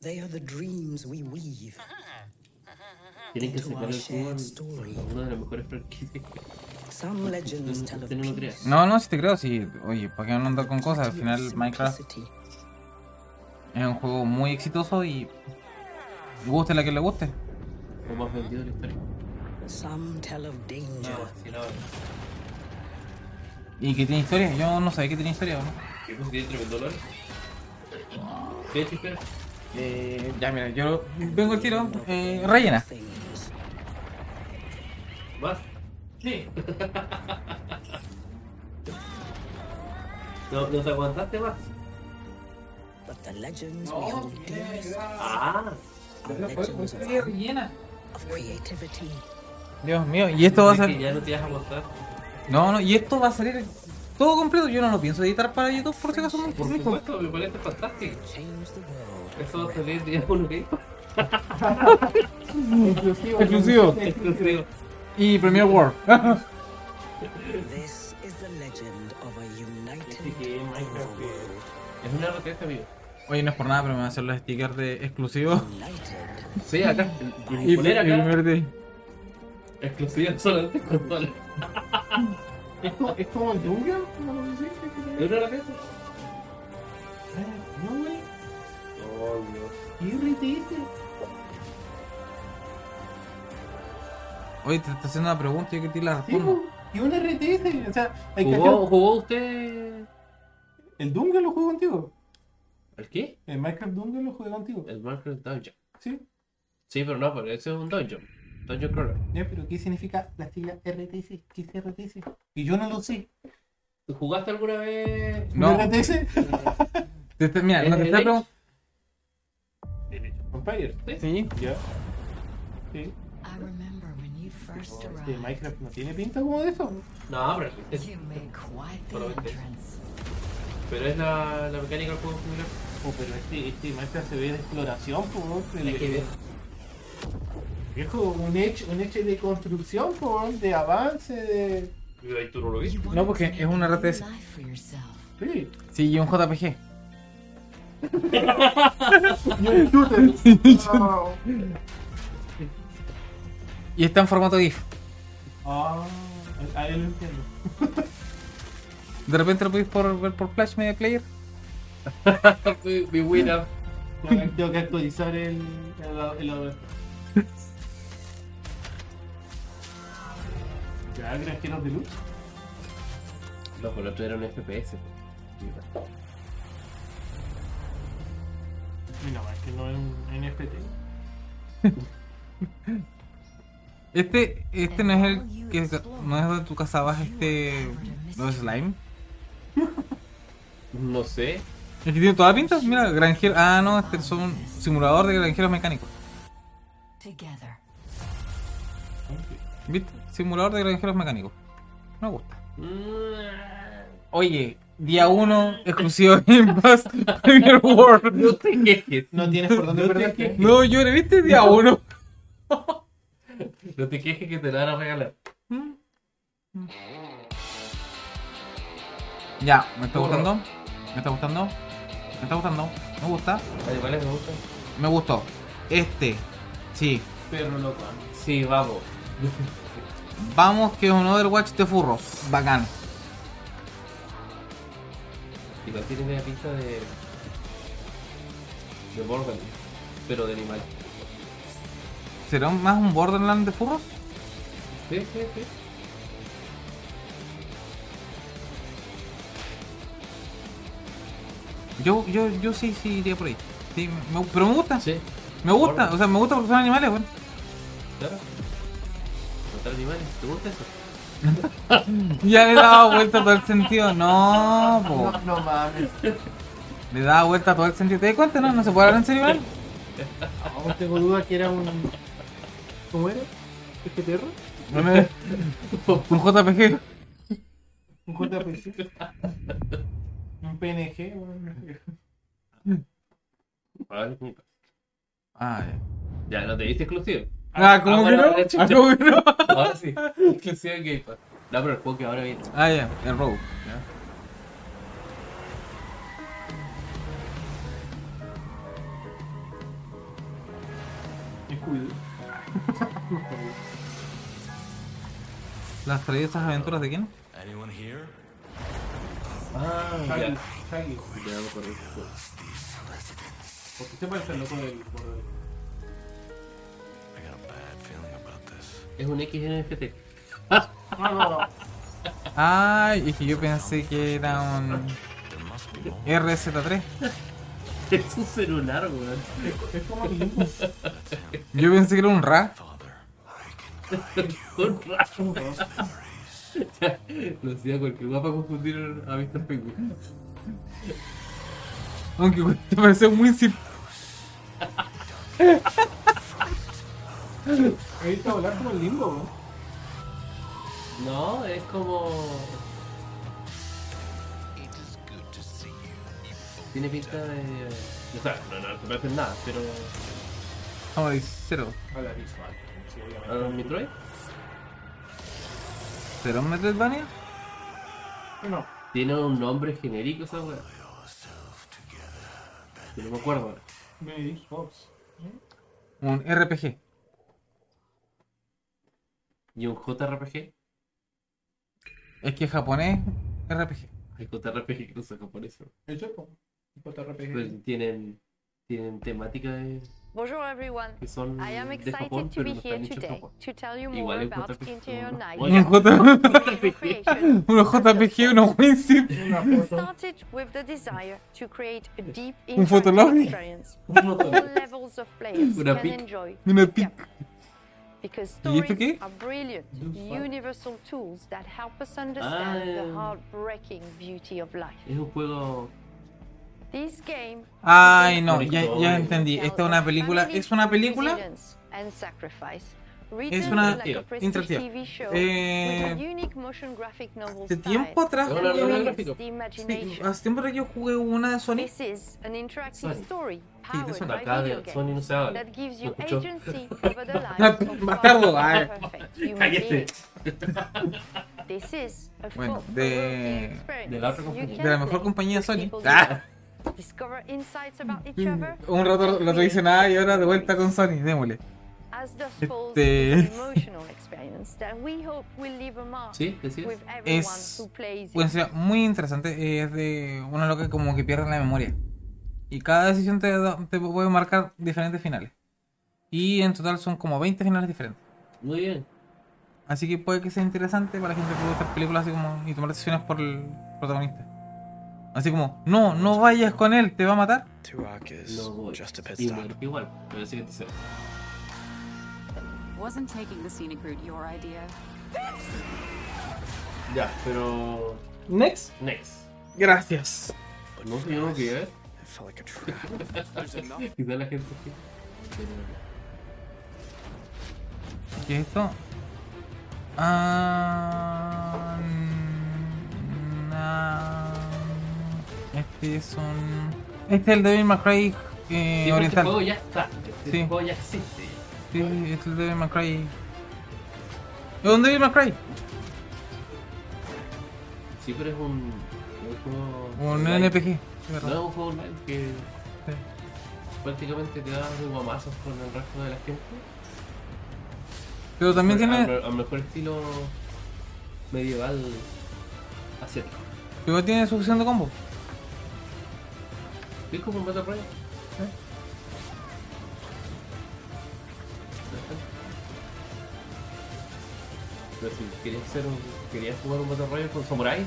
Speaker 12: They are the dreams we weave.
Speaker 2: Tienen que
Speaker 12: into
Speaker 2: sacar
Speaker 12: our
Speaker 2: el juego
Speaker 12: shared
Speaker 2: en- en una de las mejores franquicias.
Speaker 12: Some
Speaker 2: *laughs*
Speaker 12: legends tell of
Speaker 2: Este no lo
Speaker 12: peace,
Speaker 2: creas.
Speaker 1: No, no, si te creo, sí. Oye, ¿para qué no andar con cosas? Al final Minecraft
Speaker 12: simplicity,
Speaker 1: es un juego muy exitoso y... Guste la que le guste.
Speaker 2: Lo más vendido de la historia.
Speaker 12: some tell of danger.
Speaker 2: No, sí, la verdad.
Speaker 1: Y que tiene historia, yo no sabía que tenía historia, ¿no?
Speaker 2: ¿Qué cosa tiene tremendo dólar? De hecho, espera.
Speaker 1: Eh, ya mira, yo vengo al tiro, eh, rellena.
Speaker 12: Things.
Speaker 2: ¿Más?
Speaker 3: Sí.
Speaker 2: *laughs* No, ¿Nos aguantaste más?
Speaker 12: But the legends we
Speaker 3: No,
Speaker 12: hold
Speaker 3: mira,
Speaker 12: dearest
Speaker 2: Ah.
Speaker 12: are legends
Speaker 1: rellena.
Speaker 12: of creativity.
Speaker 1: Dios mío, y esto va a
Speaker 2: Es que
Speaker 1: salir.
Speaker 2: ya no te vas a aguantar.
Speaker 1: No, no, y esto va a salir todo completo. Yo no lo pienso editar para YouTube por si acaso mi
Speaker 2: Por
Speaker 1: mi hijo.
Speaker 2: supuesto, me parece fantástico.
Speaker 12: Change the world.
Speaker 2: Eso va a salir de uno *laughs* que
Speaker 3: Exclusivo.
Speaker 1: Exclusivo.
Speaker 2: exclusivo.
Speaker 1: Y Premier World.
Speaker 12: This is the legend of a
Speaker 2: Así
Speaker 12: united
Speaker 2: que Minecraft es- es una RTS, amigo.
Speaker 1: *laughs* Oye, no es por nada, pero me van a hacer los stickers de exclusivo.
Speaker 12: united.
Speaker 2: Sí, acá. Y mi
Speaker 1: Y
Speaker 2: poner acá.
Speaker 1: Premier Day.
Speaker 2: Exclusiva solamente con dólares.
Speaker 3: ¿Es, como- es como el Dungeon? ¿Cómo lo este, decís?
Speaker 2: ¿Es una RTS?
Speaker 3: No, güey.
Speaker 2: Oh, Dios.
Speaker 3: ¿Y RTS?
Speaker 1: Oye, te estoy haciendo una pregunta y yo que te la
Speaker 3: Sí,
Speaker 1: respondo.
Speaker 3: po. ¿Y un RTS? O sea, hay que
Speaker 2: ¿Jugó, jugó usted?
Speaker 3: hacer- ¿El Dungeon lo jugué contigo?
Speaker 2: ¿El qué?
Speaker 3: ¿El Minecraft Dungeon lo jugué contigo?
Speaker 2: El Minecraft Dungeon.
Speaker 3: Sí.
Speaker 2: Sí, pero no, pero ese es un dungeon. Dungeon Crawler.
Speaker 3: Ya, pero ¿qué significa la sigla RTS? ¿Qué es RTS? Y yo no lo sé.
Speaker 2: ¿Tú ¿Jugaste alguna vez?
Speaker 1: No,
Speaker 3: ¿Un RTS?
Speaker 1: te estoy- mira,
Speaker 2: ¿El-
Speaker 1: no te
Speaker 2: el
Speaker 1: estoy
Speaker 2: Age?
Speaker 1: preguntando.
Speaker 3: Vampire.
Speaker 1: Sí,
Speaker 3: Ya. Sí.
Speaker 26: I remember when you
Speaker 2: Oh,
Speaker 26: first
Speaker 3: Este
Speaker 26: arrived.
Speaker 3: Minecraft no tiene pinta como de eso. Oh,
Speaker 2: No, pero es,
Speaker 26: You made quite the
Speaker 2: Probablemente.
Speaker 26: entrance.
Speaker 2: pero es la, la mecánica del juego similar.
Speaker 3: Oh, pero este, este Minecraft se ve de exploración, po, el-
Speaker 2: Hay que ver.
Speaker 3: Viejo, un hecho, un hecho de construcción, po, de avance, de.
Speaker 2: Y ahí tú no lo viste.
Speaker 26: You
Speaker 1: No,
Speaker 26: wanted
Speaker 1: porque
Speaker 26: to
Speaker 1: es un
Speaker 26: make a new
Speaker 1: RTS.
Speaker 26: life for yourself.
Speaker 3: Sí.
Speaker 1: sí, y un JPG.
Speaker 3: Y un shooter. Wow.
Speaker 1: Y está en formato GIF.
Speaker 3: Ah, a él lo entiendo.
Speaker 1: De repente lo podéis por, ver por Flash Media
Speaker 2: *laughs*
Speaker 1: Player.
Speaker 2: mi, mi win up.
Speaker 3: Tengo que- Tengo que actualizar el. el, el, el... ¿Ya granjeros de luz?
Speaker 2: Los otro era un FPS.
Speaker 3: Mira, más que no es un NFT.
Speaker 1: Este, este no es el que no es donde tú cazabas este los slime.
Speaker 2: No sé.
Speaker 1: Es que tiene toda la pinta, mira, granjero. Ah, no, este es un simulador de granjeros mecánicos.
Speaker 22: Together.
Speaker 1: ¿Viste? Simulador de granjeros mecánicos. Me gusta.
Speaker 2: Mm.
Speaker 1: Oye, día 1, exclusivo de Game Pass, Premier World.
Speaker 2: No te quejes.
Speaker 3: No tienes por dónde
Speaker 2: No te
Speaker 3: perderte.
Speaker 2: quejes.
Speaker 1: No, yo le viste día
Speaker 2: No.
Speaker 1: 1.
Speaker 2: No te quejes que te la van a regalar.
Speaker 1: Ya, me está gustando. Me está gustando. Me está gustando. Me gusta.
Speaker 2: Vale, vale, me gusta.
Speaker 1: Me gustó. Este. Sí.
Speaker 3: Perro loco.
Speaker 2: Sí, vamos.
Speaker 1: Vamos que es un Overwatch de furros. Bacán.
Speaker 2: Igual tiene media pinta de. de Borderlands, pero de animal.
Speaker 1: ¿Será más un Borderlands de furros?
Speaker 2: Sí, sí, sí.
Speaker 1: Yo, yo, yo sí, sí iría por ahí. Sí, me- pero me gusta. Me gusta. O sea, me gusta porque son animales, weón.
Speaker 2: Claro. Matar animales, ¿te gusta eso?
Speaker 1: Ya le he dado vuelta todo el sentido. No, po.
Speaker 3: No mames.
Speaker 1: Le he dado vuelta todo el sentido. ¿Te das cuenta? No, no se puede hablar en serio, weón.
Speaker 3: Aún tengo duda que era un. ¿Cómo era? ¿Este perro?
Speaker 1: No me- *laughs* Un JPG.
Speaker 3: Un JPG. Un PNG. un-
Speaker 2: Vale, mi pa-
Speaker 1: Ah,
Speaker 2: ya. no te diste exclusivo.
Speaker 1: Ah, ¿cómo que no?
Speaker 2: ahora chucha.
Speaker 1: Ah, ¿cómo que no?
Speaker 2: Ahora sí, exclusivo en Game Pass. No, pero el juego que ahora viene.
Speaker 1: *laughs* Ah, ya, el Rogue.
Speaker 2: Ya.
Speaker 3: Scooby-Doo.
Speaker 1: ¿Las traídas aventuras de quién?
Speaker 23: Anyone here?
Speaker 2: Ah,
Speaker 3: Shaggy,
Speaker 2: ya.
Speaker 3: Shaggy.
Speaker 2: Ya me acordé. del juego.
Speaker 3: Porque usted parece el loco del borde.
Speaker 23: I got a bad feeling about this.
Speaker 2: Es un XNFT.
Speaker 1: Ay, es que yo pensé que era un. RZ3.
Speaker 2: *laughs* Es un celular, weón.
Speaker 3: Es como Nimbus.
Speaker 1: Yo pensé que era un RA.
Speaker 2: Con razón. *laughs* Ya, Lo hacía cualquier guapa confundir a Mr. Penguin.
Speaker 1: Aunque *laughs* te pareció muy simple.
Speaker 3: He visto volar como el limbo, ¿no?
Speaker 2: No, es como. Tiene pinta de. O sea, no, no, no parece en nada, pero.
Speaker 1: Vamos, cero.
Speaker 3: A la visual. Sí,
Speaker 2: ¿A los Metroid?
Speaker 1: ¿Será un Metroidvania?
Speaker 3: No.
Speaker 2: Tiene un nombre genérico esa weá. Yo no me acuerdo ahora.
Speaker 3: Benedict Fox.
Speaker 1: Un RPG.
Speaker 2: ¿Y un JRPG?
Speaker 1: Es que es japonés, RPG.
Speaker 2: Hay JRPG que no son japoneses.
Speaker 3: El Chepo. Un JRPG.
Speaker 2: Pero tienen, tienen temática de.
Speaker 16: Bonjour everyone.
Speaker 2: que son
Speaker 16: I am
Speaker 2: de
Speaker 16: excited
Speaker 2: Japón,
Speaker 16: to
Speaker 2: pero
Speaker 16: be
Speaker 2: no
Speaker 16: here
Speaker 2: están hechos en
Speaker 16: today
Speaker 2: Japón.
Speaker 16: to tell you more
Speaker 2: Igual el
Speaker 16: about
Speaker 2: JPG
Speaker 16: Interior
Speaker 2: son
Speaker 16: Night.
Speaker 1: Un *laughs* JPG, unos JPG, unos Winsip.
Speaker 16: We
Speaker 3: *laughs*
Speaker 16: started with the desire to create a deep
Speaker 1: Un
Speaker 16: interactive
Speaker 1: fotolobby.
Speaker 16: experience
Speaker 2: all
Speaker 16: levels of players
Speaker 1: Una
Speaker 16: can
Speaker 1: pic.
Speaker 16: enjoy
Speaker 1: Una pic.
Speaker 16: because
Speaker 1: ¿Y esto
Speaker 16: stories
Speaker 1: qué?
Speaker 16: are brilliant, universal tools that help us understand
Speaker 1: Um,
Speaker 16: the heartbreaking beauty of life.
Speaker 2: Ah, Es un juego.
Speaker 16: This game
Speaker 1: Ay, no, ya, ya entendí. Esta es una película. ¿Es una película?
Speaker 16: Resilience and sacrifice.
Speaker 1: Es
Speaker 16: Written
Speaker 1: una
Speaker 16: like a prestige
Speaker 1: interactiva.
Speaker 16: TV show
Speaker 1: Eh,
Speaker 16: with a unique motion graphic novel
Speaker 1: Hace
Speaker 16: style
Speaker 1: tiempo atrás
Speaker 16: that
Speaker 1: jugué-
Speaker 16: liberates
Speaker 1: Sí,
Speaker 16: the imagination.
Speaker 1: hace tiempo atrás yo jugué una de Sony.
Speaker 16: This is an interactive
Speaker 1: Sony.
Speaker 16: story
Speaker 1: Sí, de
Speaker 16: powered
Speaker 1: Sony.
Speaker 16: by
Speaker 2: Acá
Speaker 16: video
Speaker 2: de Sony no
Speaker 16: games
Speaker 2: se habla.
Speaker 16: that gives you
Speaker 2: ¿Me escuchó? *laughs*
Speaker 16: agency over the
Speaker 1: *laughs*
Speaker 16: lives of
Speaker 1: Bastardo, ay.
Speaker 16: perfect human
Speaker 2: Cállate.
Speaker 16: beings. This is a
Speaker 1: Bueno,
Speaker 16: full
Speaker 1: de.
Speaker 16: experience. De la otra compañía.
Speaker 1: De la mejor compañía Sony.
Speaker 16: people
Speaker 1: Ah,
Speaker 16: discover insights about each other
Speaker 1: Mm. un rato no te dice nada y ahora de vuelta con Sony. Démosle.
Speaker 16: as the souls
Speaker 1: Este.
Speaker 16: emotional experience that we hope will leave a mark
Speaker 1: Sí, así es.
Speaker 16: with everyone
Speaker 1: Es
Speaker 16: who plays
Speaker 1: bueno,
Speaker 16: it.
Speaker 1: sería muy interesante. eh, Es de una loca como que pierde la memoria. Y cada decisión te, da- te puede marcar diferentes finales. Y en total son como 20 finales diferentes.
Speaker 2: Muy bien.
Speaker 1: Así que puede que sea interesante para la gente que ve estas películas así como y tomar decisiones por el protagonista. Así como, no, no vayas con él, te va a matar.
Speaker 2: No voy. Igual, igual. Me parece que te se
Speaker 22: Wasn't taking the scenic route your idea?
Speaker 2: Ya, pero.
Speaker 1: Next.
Speaker 2: Next.
Speaker 1: Gracias.
Speaker 2: No sé, yo no quería ver.
Speaker 23: It felt like a trap. There's enough.
Speaker 2: *laughs* Quizá la gente.
Speaker 1: ¿Qué es esto? Ah, mm, ah, este es un. Este es el Devil May Cry eh,
Speaker 2: Sí, porque Este
Speaker 1: oriental.
Speaker 2: juego ya está. Este
Speaker 1: Sí.
Speaker 2: juego ya existe.
Speaker 1: Sí, este es el Devil May Cry. ¿Es un Devil May Cry?
Speaker 2: Sí, pero es un. es un juego
Speaker 1: Un
Speaker 2: online.
Speaker 1: NPG, de verdad.
Speaker 2: No es un juego online que. Prácticamente te das de guamazos con el resto de la gente.
Speaker 1: Pero también
Speaker 2: Al-
Speaker 1: tiene.
Speaker 2: Al, al mejor estilo medieval asiático.
Speaker 1: Igual tiene suficiente combo.
Speaker 2: ¿Ves como un Battle Royale?
Speaker 1: ¿Eh?
Speaker 2: Pero si querías, hacer un, querías jugar un Battle Royale con samuráis,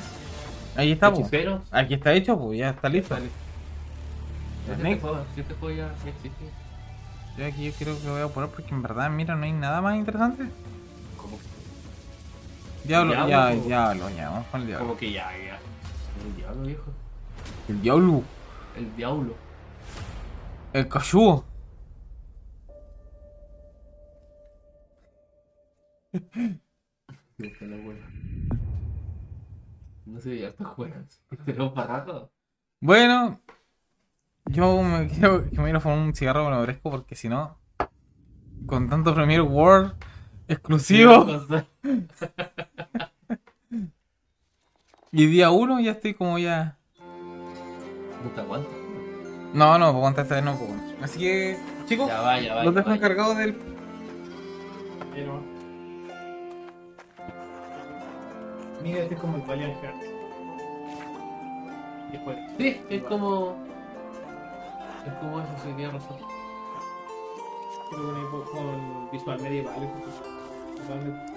Speaker 1: Ahí está, po.
Speaker 2: Hechiceros.
Speaker 1: Aquí está hecho, pues ya está listo. Ya,
Speaker 2: este
Speaker 1: Nick,
Speaker 2: juego, este juego ya ya existe.
Speaker 1: Yo aquí yo creo que voy a poner porque en verdad, mira, no hay nada más interesante.
Speaker 2: Como que,
Speaker 1: Diablo,
Speaker 2: Diablo,
Speaker 1: ya,
Speaker 2: po.
Speaker 1: diablo, ya, vamos con el diablo.
Speaker 2: como que ya, ya. El diablo, viejo.
Speaker 1: El diablo,
Speaker 2: El diablo.
Speaker 1: el cachudo.
Speaker 2: Sí, está la buena. No sé, ya está *laughs* juegas. Pero barato.
Speaker 1: Bueno, yo me *laughs* quiero que me quiero fumar un cigarro con fresco porque si no, con tanto Premier World exclusivo y día uno ya estoy como ya.
Speaker 2: No te aguanta.
Speaker 1: No, no, puedo aguantar esta vez, no puedo aguantar. Así que, chicos,
Speaker 2: Ya va, ya va,
Speaker 1: los
Speaker 2: ya
Speaker 1: dejo
Speaker 2: va.
Speaker 1: encargados del
Speaker 3: Pero. Mira, este es como el Valiant Hearts. pues, Después.
Speaker 2: Sí, es como. Es como eso, sí, tiene razón.
Speaker 3: Pero con, el- con visual medieval. ¿eh? Totalmente.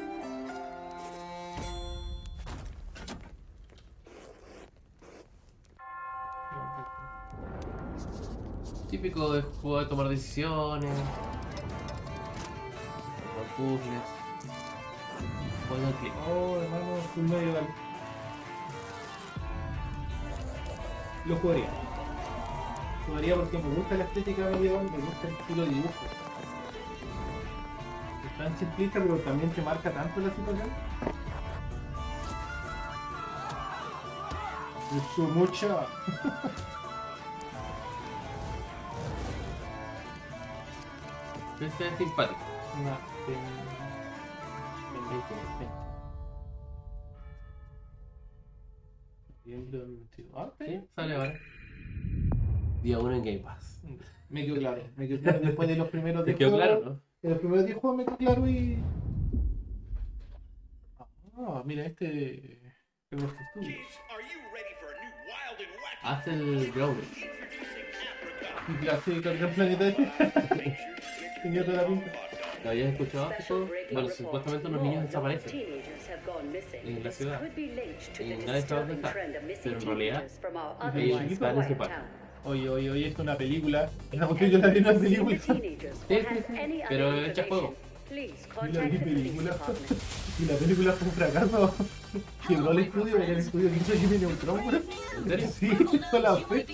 Speaker 2: Típico de juego de tomar decisiones. Los puzzles. Bueno, que.
Speaker 3: Oh, hermano, full medieval. Lo jugaría. Jugaría porque me gusta la estética medieval, me gusta el estilo de dibujo. Es tan simplista, pero también te marca tanto la situación. Mucho, mucha.
Speaker 2: Este es simpático.
Speaker 3: Una- ten- ten- veinte, veinte. Noviembre del 22. Ah, sí.
Speaker 2: Sale ahora. Día 1 en Game Pass.
Speaker 3: Me quedó claro, me quedó claro después de los
Speaker 2: *laughs*
Speaker 3: primeros
Speaker 2: Te
Speaker 3: 10
Speaker 2: quedó
Speaker 3: juegos.
Speaker 2: claro, ¿no?
Speaker 3: De los primeros 10 juegos me quedó claro y. Ah, mira, este. es los estudios.
Speaker 2: Haz el Growler.
Speaker 3: Y claro, sí, cargar planetario. *laughs* Tenía toda la pinta.
Speaker 2: ¿Lo habías escuchado? Eso? Bueno, supuestamente los niños desaparecen.
Speaker 27: en
Speaker 2: la ciudad.
Speaker 27: Y
Speaker 2: nadie sabe dónde está. Pero en realidad, ellos
Speaker 3: chiquito.
Speaker 2: están en su parque.
Speaker 3: Oye, oye, oye, esto es una película. Esa cuestión yo la vi en una película.
Speaker 2: Sí, sí, sí. Pero hecha juego.
Speaker 3: Y la vi película. *laughs*
Speaker 16: *laughs*
Speaker 3: Y la película fue un fracaso. Quebró el estudio, porque el estudio que hizo Jimmy Neutron, weón.
Speaker 2: ¿En serio?
Speaker 3: Sí, *laughs* con la fe.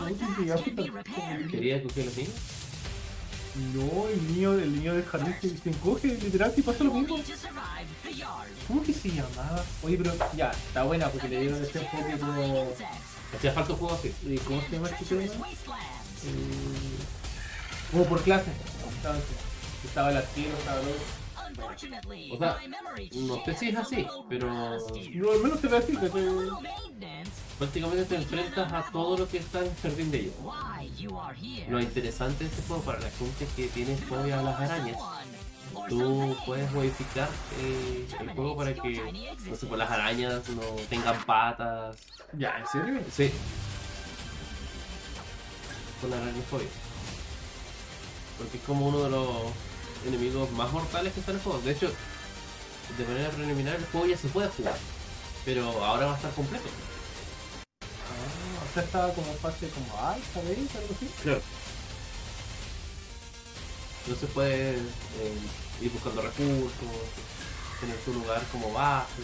Speaker 3: Ay, qué cagado.
Speaker 2: ¿Quería coger los niños?
Speaker 3: No, el niño, el niño del jardín se, se encoge, literal, y pasa lo mismo. ¿Cómo que se llamaba? Oye, pero ya, está buena porque le dieron este ese enfoque como.
Speaker 2: Hacía falta un juego así.
Speaker 3: ¿Y cómo se llama este tema? Eh, Como por clase. Entonces, estaba el arquero, estaba el otro.
Speaker 2: O sea, no sé si es así, pero
Speaker 3: No, al menos te lo digo, pero.
Speaker 2: prácticamente te enfrentas a todo lo que está en el jardín de ellos. Lo interesante de este juego para la gente que tiene fobia a las arañas, tú puedes modificar eh, el juego para que no sé, pues, las arañas no tengan patas.
Speaker 3: Ya, ¿en serio?
Speaker 2: Sí. Con la aracnofobia. Porque es como uno de los enemigos más mortales que está en el juego. De hecho, de manera preliminar el juego ya se puede jugar. Pero ahora va a estar completo.
Speaker 3: Ah, o sea, ah, estaba como en fase como alta, ¿veis? Algo así.
Speaker 2: Claro. Entonces puedes eh, ir buscando recursos, tener tu lugar como base.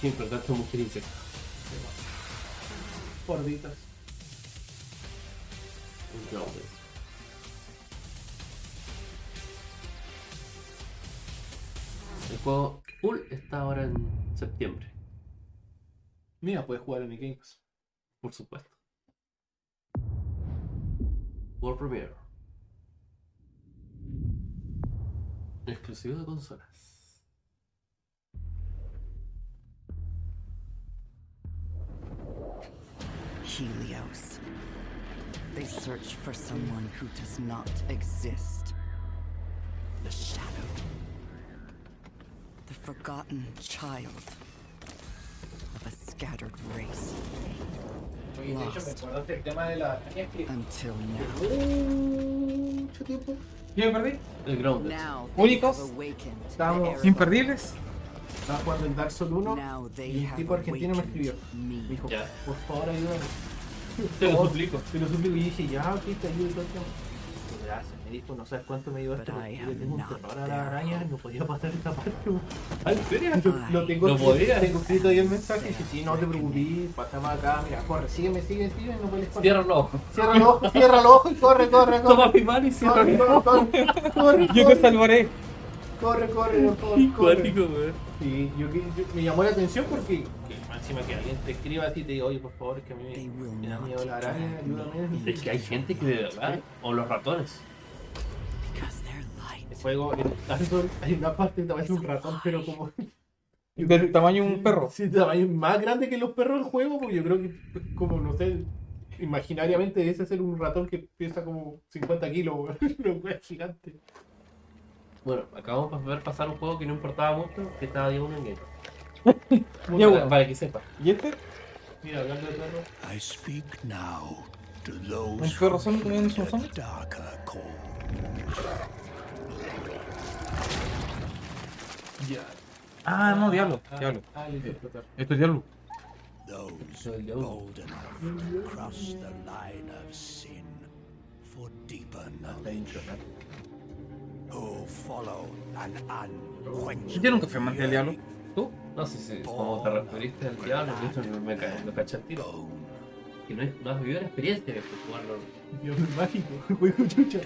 Speaker 2: Siempre gasto mucho insectos. Gorditas. Entonces. El juego full está ahora en septiembre.
Speaker 3: Mira, puedes jugar en el Game Pass.
Speaker 2: Por supuesto. World Premiere. Exclusivo de consolas.
Speaker 8: Helios. They search for someone who does not exist. The shadow. The forgotten child of a scattered race.
Speaker 3: Oye, de hecho, me
Speaker 8: Lost
Speaker 3: acordaste el tema de la
Speaker 8: until
Speaker 3: Mucho tiempo. ¿Yo me perdí?
Speaker 2: El Grounded.
Speaker 8: now.
Speaker 3: Únicos.
Speaker 8: Estamos.
Speaker 1: Imperdibles.
Speaker 3: Estaba jugando en Dark Souls 1 y el tipo argentino me escribió. Me dijo, por
Speaker 2: *laughs*
Speaker 3: favor ayúdame.
Speaker 2: Te lo
Speaker 3: suplico. Te lo suplico y dije, ya, ok, te ayudo. todo el tiempo". Pues Gracias, me dijo, no sabes cuánto me ayudó esto. porque Yo tengo un terror a las arañas, no podía pasar
Speaker 2: *laughs*
Speaker 3: esta parte. Ah, ¿En serio? Lo- Lo tengo
Speaker 2: No
Speaker 3: escrito-
Speaker 2: podía.
Speaker 3: Tengo escrito ahí el mensaje. Dije, sí, no te preocupes, pasamos acá, mira, corre, sígueme, sígueme, sígueme, no puedes pasar.
Speaker 2: Cierra los
Speaker 3: *laughs*
Speaker 2: ojos.
Speaker 3: Cierra los ojos, cierra los ojos y corre, corre, corre.
Speaker 2: Toma mi mano y cierra
Speaker 3: Corre,
Speaker 2: los
Speaker 3: corre,
Speaker 2: ojos.
Speaker 3: corre, corre,
Speaker 1: Yo te salvaré.
Speaker 3: corre, corre, por favor, corre.
Speaker 2: Cuático, weón.
Speaker 3: Sí, yo, que- yo- me llamó la atención porque que encima que alguien te escriba a ti y te diga, oye, por favor, que a mí me, me da miedo la araña, ayúdame.
Speaker 2: Es que hay gente que de verdad. O los ratones.
Speaker 3: El juego, en Dark *laughs* Souls, hay una parte de tamaño un ratón, pero como.
Speaker 1: Del tamaño de un perro.
Speaker 3: Sí, de tamaño más grande que los perros del juego, porque yo creo que, pues, como no sé, imaginariamente ese ser un ratón que pesa como 50 kilos, weón. *laughs* Lo cual es gigante.
Speaker 2: Bueno, acabamos de ver pasar un juego que no importaba mucho, que estaba día uno en Game Pass.
Speaker 1: *laughs* Ya,
Speaker 2: para,
Speaker 1: bueno.
Speaker 2: para que sepa.
Speaker 1: ¿Y este?
Speaker 3: Mira, hablando de perros.
Speaker 16: I speak now to
Speaker 1: ¿Un
Speaker 16: those who
Speaker 1: perro son comiendo un zombie?
Speaker 16: darker call.
Speaker 1: Ah, no, diablo.
Speaker 3: Ah,
Speaker 1: Diablo.
Speaker 3: ah, listo, explotó.
Speaker 1: Esto es diablo.
Speaker 16: Those bold enough to cross the line of sin for deeper knowledge. Who follow an unquenchable
Speaker 1: Yo nunca fui amante del diablo. ¿Tú?
Speaker 2: No sé si como te referiste al diablo, de hecho me, me, ca- me caché el tiro. Que no, es- no has vivido la experiencia de jugarlo.
Speaker 3: Dios es mágico, *laughs* juego chucha.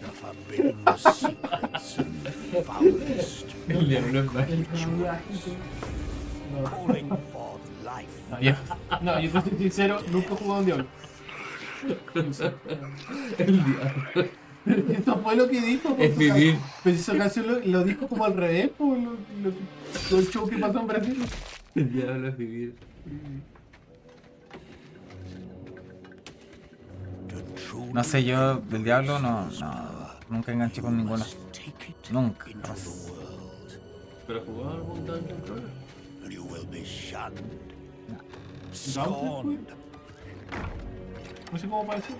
Speaker 16: the forbidden secrets and foulest
Speaker 2: El diablo es mágico.
Speaker 16: calling forth life.
Speaker 3: No, yo te soy sincero, nunca he jugado a un diablo.
Speaker 2: El
Speaker 3: *laughs*
Speaker 2: diablo.
Speaker 3: *laughs* Esto fue lo que dijo.
Speaker 2: Es
Speaker 3: pues, esa-
Speaker 2: vivir.
Speaker 3: Pero esa canción lo, lo dijo como al revés, pues, lo, lo, lo- el show que pasó en Brasil.
Speaker 2: El diablo es vivir.
Speaker 1: No sé, yo del diablo no, no nunca enganché con ninguna. Nunca. jamás.
Speaker 2: Pero jugaba algún Dungeon Crawler.
Speaker 16: You will be shunned, scorned,
Speaker 3: No sé cómo parece.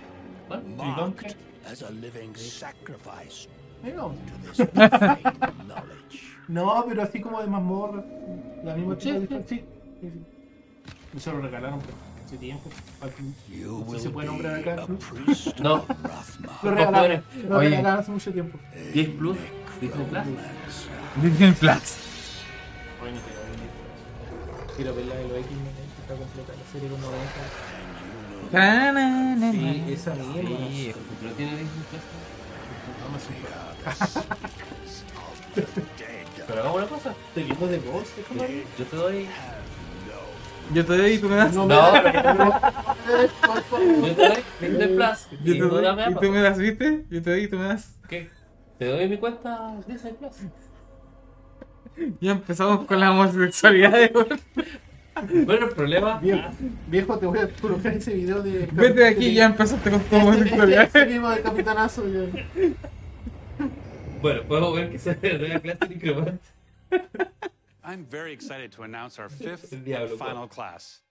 Speaker 2: ¿Cuál?
Speaker 3: ¿El
Speaker 16: marked
Speaker 3: Dunkirk?
Speaker 16: as a living sacrifice
Speaker 3: Mira.
Speaker 16: to this profane knowledge.
Speaker 3: Eh, No, pero así como de mazmorra. La misma
Speaker 2: ¿Sí?
Speaker 3: chica de sí. sí, sí. Y se lo regalaron pero hace tiempo. No sé
Speaker 16: You
Speaker 3: si
Speaker 16: will
Speaker 3: se puede nombrar
Speaker 16: be
Speaker 3: acá.
Speaker 16: a
Speaker 3: ¿no?
Speaker 16: priest
Speaker 2: No.
Speaker 16: of Rathma,
Speaker 3: Lo regalaron.
Speaker 2: Oye.
Speaker 3: Lo regalaron hace mucho tiempo.
Speaker 2: 10 Plus, Disney Plus.
Speaker 1: Disney Plus.
Speaker 3: Bueno, pero hoy día- Quiero ver la de los X-Men, que está completa la serie como 90.
Speaker 1: Na, na, na,
Speaker 3: Sí,
Speaker 1: na.
Speaker 3: esa mierda.
Speaker 1: Sí.
Speaker 2: ¿No tiene Disney Plus? Pero hagamos una cosa.
Speaker 3: Seguimos de voz, ¿eh, compadre?
Speaker 2: Yo te doy.
Speaker 1: Yo te doy y tú me das.
Speaker 3: No,
Speaker 2: No,
Speaker 3: me- por favor.
Speaker 2: Yo te doy Disney Plus.
Speaker 1: Yo
Speaker 2: y
Speaker 1: te
Speaker 2: tú
Speaker 1: doy
Speaker 2: dame
Speaker 1: y
Speaker 2: Apple.
Speaker 1: tú me das, ¿viste? Yo te doy y tú me das.
Speaker 2: ¿Qué? pues. Te doy mi cuenta Disney Plus.
Speaker 1: Ya empezamos con la homosexualidad de
Speaker 2: Bueno, el problema.
Speaker 3: Viejo, viejo, te voy a colocar ese video de.
Speaker 1: Vete de aquí, ya empezaste con
Speaker 3: *laughs*
Speaker 1: tu homosexualidad.
Speaker 3: Este mismo de Capitanazo. ya.
Speaker 2: Bueno, podemos ver que se *laughs* doy a clase de cromante.
Speaker 35: I'm very excited to announce
Speaker 2: *laughs*
Speaker 35: our fifth
Speaker 2: El diablo,
Speaker 35: and final class,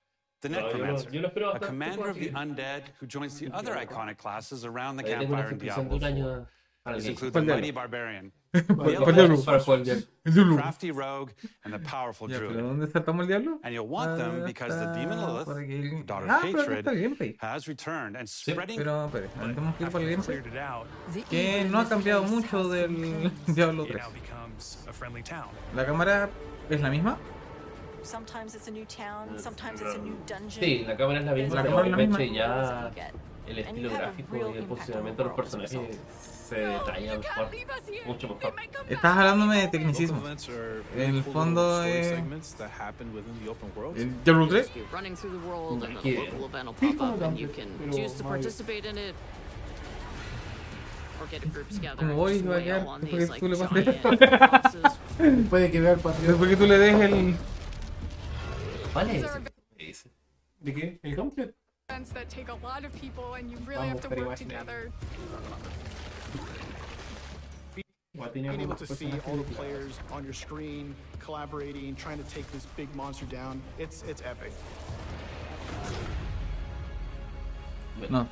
Speaker 35: the
Speaker 2: No, yo lo-
Speaker 35: Necromancer,
Speaker 2: yo lo espero
Speaker 35: a
Speaker 2: bastante
Speaker 35: commander of the
Speaker 2: fácil.
Speaker 35: undead who joins the other iconic classes around the
Speaker 2: Ahí tengo una
Speaker 35: campfire in Diablo
Speaker 2: suscripción de un
Speaker 35: 4.
Speaker 2: año
Speaker 36: This
Speaker 2: Alguien.
Speaker 36: includes the
Speaker 2: ¿Cuál diablo?
Speaker 36: mighty barbarian, the
Speaker 1: ¿Cuál-
Speaker 36: elusive
Speaker 1: cuál diablo?
Speaker 36: sorcerer,
Speaker 1: El diablo.
Speaker 36: crafty rogue, and the powerful
Speaker 1: Ya,
Speaker 36: druid.
Speaker 1: pero ¿dónde saltamos el diablo?
Speaker 36: And you'll want them
Speaker 1: Ah,
Speaker 36: because the demon
Speaker 1: está
Speaker 36: Lilith,
Speaker 1: por aquí.
Speaker 36: the daughter
Speaker 1: Ah,
Speaker 36: of
Speaker 1: pero aquí está
Speaker 36: hatred,
Speaker 1: bien, pe.
Speaker 36: has returned and spreading.
Speaker 1: Pero, espere, ¿dónde tenemos que ir para el gameplay?
Speaker 37: The
Speaker 1: Que no ha cambiado mucho *laughs* del Diablo 3.
Speaker 38: becomes a friendly town.
Speaker 1: La cámara es la misma.
Speaker 39: Sometimes it's a new town, sometimes it's a new dungeon.
Speaker 2: Sí, la cámara es la misma,
Speaker 1: La
Speaker 2: pero
Speaker 1: cámara es la misma.
Speaker 2: obviamente ya el estilo gráfico y el posicionamiento de los personajes se traía al juego mucho mejor.
Speaker 1: Estás hablándome de
Speaker 40: Local
Speaker 1: tecnicismo.
Speaker 40: events are
Speaker 1: En el
Speaker 40: full little
Speaker 1: fondo
Speaker 40: story
Speaker 1: es.
Speaker 40: segments that happen within the open world.
Speaker 1: El Diablo 3.
Speaker 8: Running through the world, and
Speaker 1: Yeah.
Speaker 8: a local event will
Speaker 1: People
Speaker 8: pop up, and you
Speaker 1: don't-
Speaker 8: can
Speaker 1: pero
Speaker 8: choose to
Speaker 1: Mario.
Speaker 8: participate in it, or get a
Speaker 1: *laughs*
Speaker 8: group together
Speaker 1: Como
Speaker 8: and
Speaker 1: voy,
Speaker 8: just
Speaker 1: va a
Speaker 8: wail
Speaker 1: quedar.
Speaker 8: on
Speaker 1: Después
Speaker 8: these
Speaker 1: que
Speaker 8: like
Speaker 1: tú le pases.
Speaker 8: giant *laughs*
Speaker 3: Puede que vea el patrón.
Speaker 1: Después que tú le des el.
Speaker 2: ¿Cuál es ese? ese?
Speaker 41: ¿De qué? ¿El gameplay?
Speaker 11: events that take a lot of people and you really
Speaker 41: Vamos,
Speaker 11: have to
Speaker 41: pero
Speaker 11: work
Speaker 41: igual no.
Speaker 11: together.
Speaker 41: Igual tiene
Speaker 40: Being able
Speaker 41: algunos
Speaker 40: to see
Speaker 41: personajes
Speaker 40: all the
Speaker 41: de-
Speaker 40: players on your screen collaborating, trying to take this big monster down, it's it's epic.
Speaker 1: No.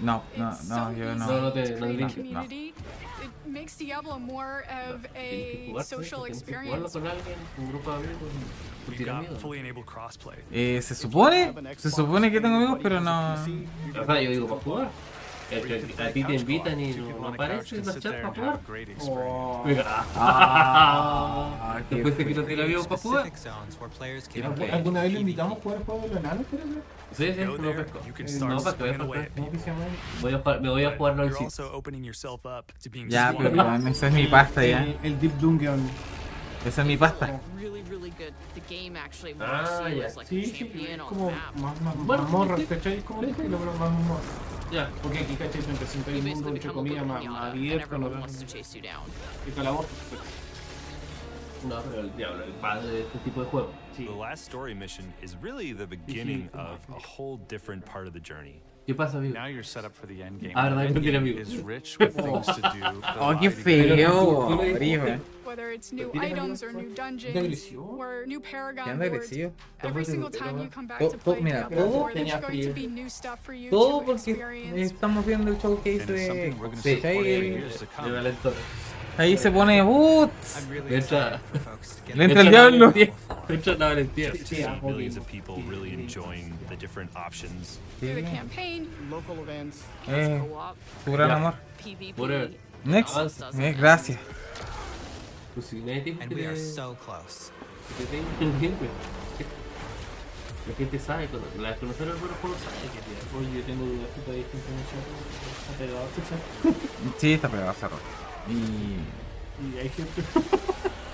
Speaker 1: No, no, no, yo no.
Speaker 2: No, no te- no te
Speaker 1: No,
Speaker 2: linches.
Speaker 1: no.
Speaker 11: Community, it makes Diablo more of
Speaker 2: Tienes que
Speaker 11: a
Speaker 2: jugar,
Speaker 11: social
Speaker 2: tienes que jugarlo
Speaker 11: experience.
Speaker 2: con alguien, un grupo de amigos. y tú tienes miedo.
Speaker 1: Eh, se supone, se supone que tengo amigos, pero
Speaker 3: Ah.
Speaker 1: no.
Speaker 2: O sea, yo digo, ¿para jugar? Que- que- A ti te invitan y no no aparece en la chat para *laughs* jugar.
Speaker 3: Ah,
Speaker 2: Venga. Después de que no tiene amigos para jugar.
Speaker 3: ¿Algu- ¿Alguna vez lo invitamos a jugar el juego de los enanos? creo que?
Speaker 2: Sí, sí, no, pero- no, para que voy a jugar. Voy a jugar- Me voy a jugar LOL
Speaker 42: You're
Speaker 2: 6.
Speaker 42: also opening yourself up to being
Speaker 1: Ya,
Speaker 42: swarmed.
Speaker 1: pero
Speaker 3: *laughs*
Speaker 1: bueno, esa es mi pasta ya.
Speaker 3: El, el Deep Dungeon.
Speaker 1: Esa es mi pasta.
Speaker 8: really, really good. The game actually wants
Speaker 3: Ah,
Speaker 8: you
Speaker 3: ya.
Speaker 8: as like a
Speaker 3: Sí, sí,
Speaker 8: champion
Speaker 3: es
Speaker 8: on the
Speaker 3: como
Speaker 8: map.
Speaker 3: más, más, Bueno, mazmorras, sí. ¿cachai? Es como que lo más mazmorras.
Speaker 2: Ya,
Speaker 3: porque aquí, ¿cachai? Te presenta el mundo, entre comillas, más, más abierto, no
Speaker 8: uh, Wants to chase you down.
Speaker 3: Y toda la voz.
Speaker 2: No, pero el diablo, el padre de este tipo de juego.
Speaker 16: The last story mission is really the beginning of a whole different part of the journey.
Speaker 2: ¿Qué pasa, amigo?
Speaker 16: Now you're set up for the end game.
Speaker 2: Ah, verdad, no tiene amigo.
Speaker 16: is rich
Speaker 3: *laughs*
Speaker 16: with things to do.
Speaker 1: Oh, qué feo, horrible.
Speaker 11: Whether it's new
Speaker 1: Tienes amigos,
Speaker 11: items or new dungeons
Speaker 1: agresivo?
Speaker 11: or new
Speaker 1: ¿Qué
Speaker 11: paragon
Speaker 1: anda
Speaker 11: boards,
Speaker 1: agresivo?
Speaker 11: every single time you come back to
Speaker 1: To- to-
Speaker 11: play
Speaker 1: mira,
Speaker 11: Diablo
Speaker 1: todo
Speaker 11: 4, there's
Speaker 1: tenía
Speaker 11: going to
Speaker 1: frío.
Speaker 11: be new stuff for you
Speaker 1: Todo
Speaker 11: to
Speaker 1: porque
Speaker 11: experience.
Speaker 1: estamos viendo el showcase de.
Speaker 2: Sí,
Speaker 1: ¿cachai? El-
Speaker 2: Lleva lento.
Speaker 1: Ahí se pone. ¡Uh!
Speaker 2: Entra.
Speaker 1: Le entra el diablo.
Speaker 2: Entra la valentía.
Speaker 16: See millions of people really enjoying the different options.
Speaker 11: Through the campaign,
Speaker 16: local events,
Speaker 1: Eh, tu gran
Speaker 2: Ya.
Speaker 1: amor.
Speaker 2: Whatever.
Speaker 1: Next.
Speaker 2: Avanza.
Speaker 1: Eh, gracias.
Speaker 2: Pues si nadie te dijo
Speaker 1: And
Speaker 2: que
Speaker 1: we are
Speaker 2: te-
Speaker 1: so
Speaker 2: que te tengo pendiente. La gente sabe, cuando- la conocer el buenos juegos sabe que tiene.
Speaker 3: Oye, yo tengo dudacita de esta información. Está pegado, chucha.
Speaker 1: Sí, está pegado cerro. Y.
Speaker 3: Y hay gente.
Speaker 1: *laughs*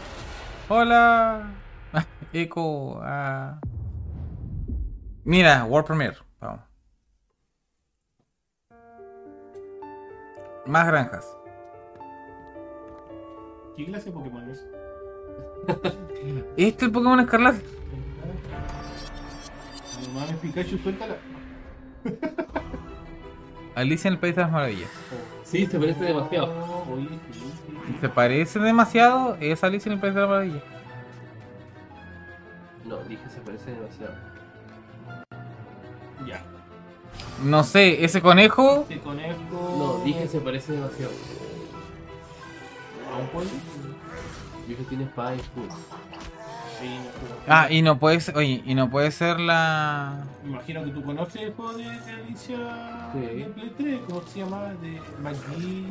Speaker 1: Hola. *laughs* Eco. ah. Mira, World Premiere. Vamos. Más granjas.
Speaker 3: ¿Qué clase de Pokémon es?
Speaker 1: Este es el Pokémon Escarlata.
Speaker 3: No mames, Pikachu, suéltala.
Speaker 1: Alicia en el País de las Maravillas.
Speaker 2: Sí, se parece demasiado.
Speaker 3: Oye, sí.
Speaker 1: ¿Se parece demasiado? Es Alicia en el País de las Maravillas.
Speaker 2: No, dije se parece demasiado. Ya.
Speaker 1: No sé, ese conejo.
Speaker 3: Te conozco.
Speaker 2: No, dije se parece demasiado.
Speaker 3: ¿A un pollo?
Speaker 2: Dije tiene espada y escudo.
Speaker 3: Sí, no, pero-
Speaker 1: Ah, y no puede ser. Oye, y no puede ser la.
Speaker 3: Me Imagino que tú conoces el juego de, de Alicia
Speaker 1: Sí.
Speaker 3: de Play 3, ¿cómo se llama? De Magi.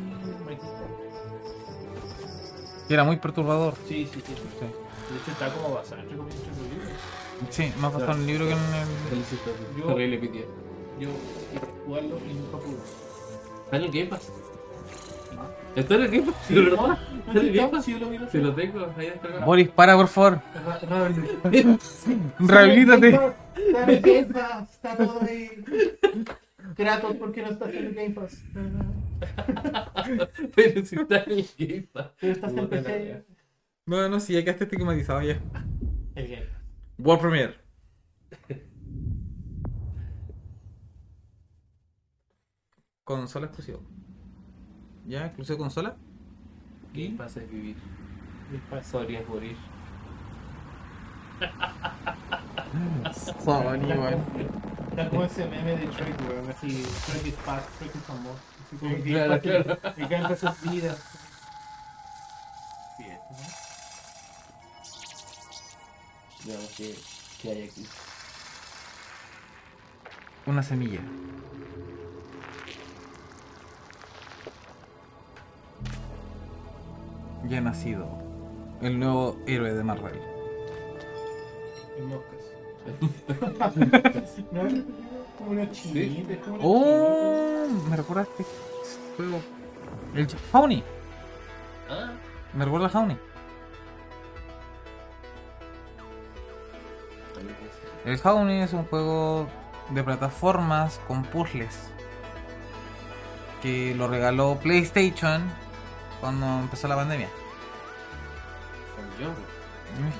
Speaker 1: Que era muy perturbador.
Speaker 3: Sí, sí, sí, sí. De hecho está como basado entre comillas entre comillas.
Speaker 1: Sí, más basado en el libro que en el.
Speaker 3: Yo-
Speaker 2: Terrible pitié.
Speaker 3: Yo quiero jugarlo y nunca pude.
Speaker 2: ¿Está en el Game Pass? ¿Está en el Game Pass? ¿De verdad? ¿Está en el Game Pass? Si lo tengo, ahí descargado.
Speaker 1: Boris, para por favor.
Speaker 2: *laughs*
Speaker 1: Rehabilítate.
Speaker 3: Está en el Game Pass, está todo ahí. Kratos, ¿por qué no estás en el Game Pass?
Speaker 2: Pero si está en el Game Pass.
Speaker 3: Pero estás en PC.
Speaker 1: No, no, sí, ya quedaste estigmatizado ya.
Speaker 3: El Game
Speaker 1: World Premiere. Consola exclusiva. ¿Ya? ¿Exclusivo consola?
Speaker 2: Game Pass es vivir.
Speaker 3: Game Pass.
Speaker 2: Sorry es morir.
Speaker 1: Sony,
Speaker 3: Está como ese meme de Trek, weón, así. Trek is past, Trek is amor. Game
Speaker 2: Claro,
Speaker 3: Pass,
Speaker 2: claro.
Speaker 3: Me encanta sus vidas. Bien.
Speaker 2: Veamos qué, qué hay aquí.
Speaker 1: Una semilla. Ya ha nacido el nuevo héroe de Marvel.
Speaker 3: En moscas.
Speaker 2: *laughs*
Speaker 3: no, es como una chinita. es como una
Speaker 1: ¡Oh! Me recuerda a este juego. El Howny.
Speaker 2: Ah,
Speaker 1: Me recuerda a Howny. El Howny es un juego de plataformas con puzzles. Que lo regaló PlayStation cuando empezó la pandemia.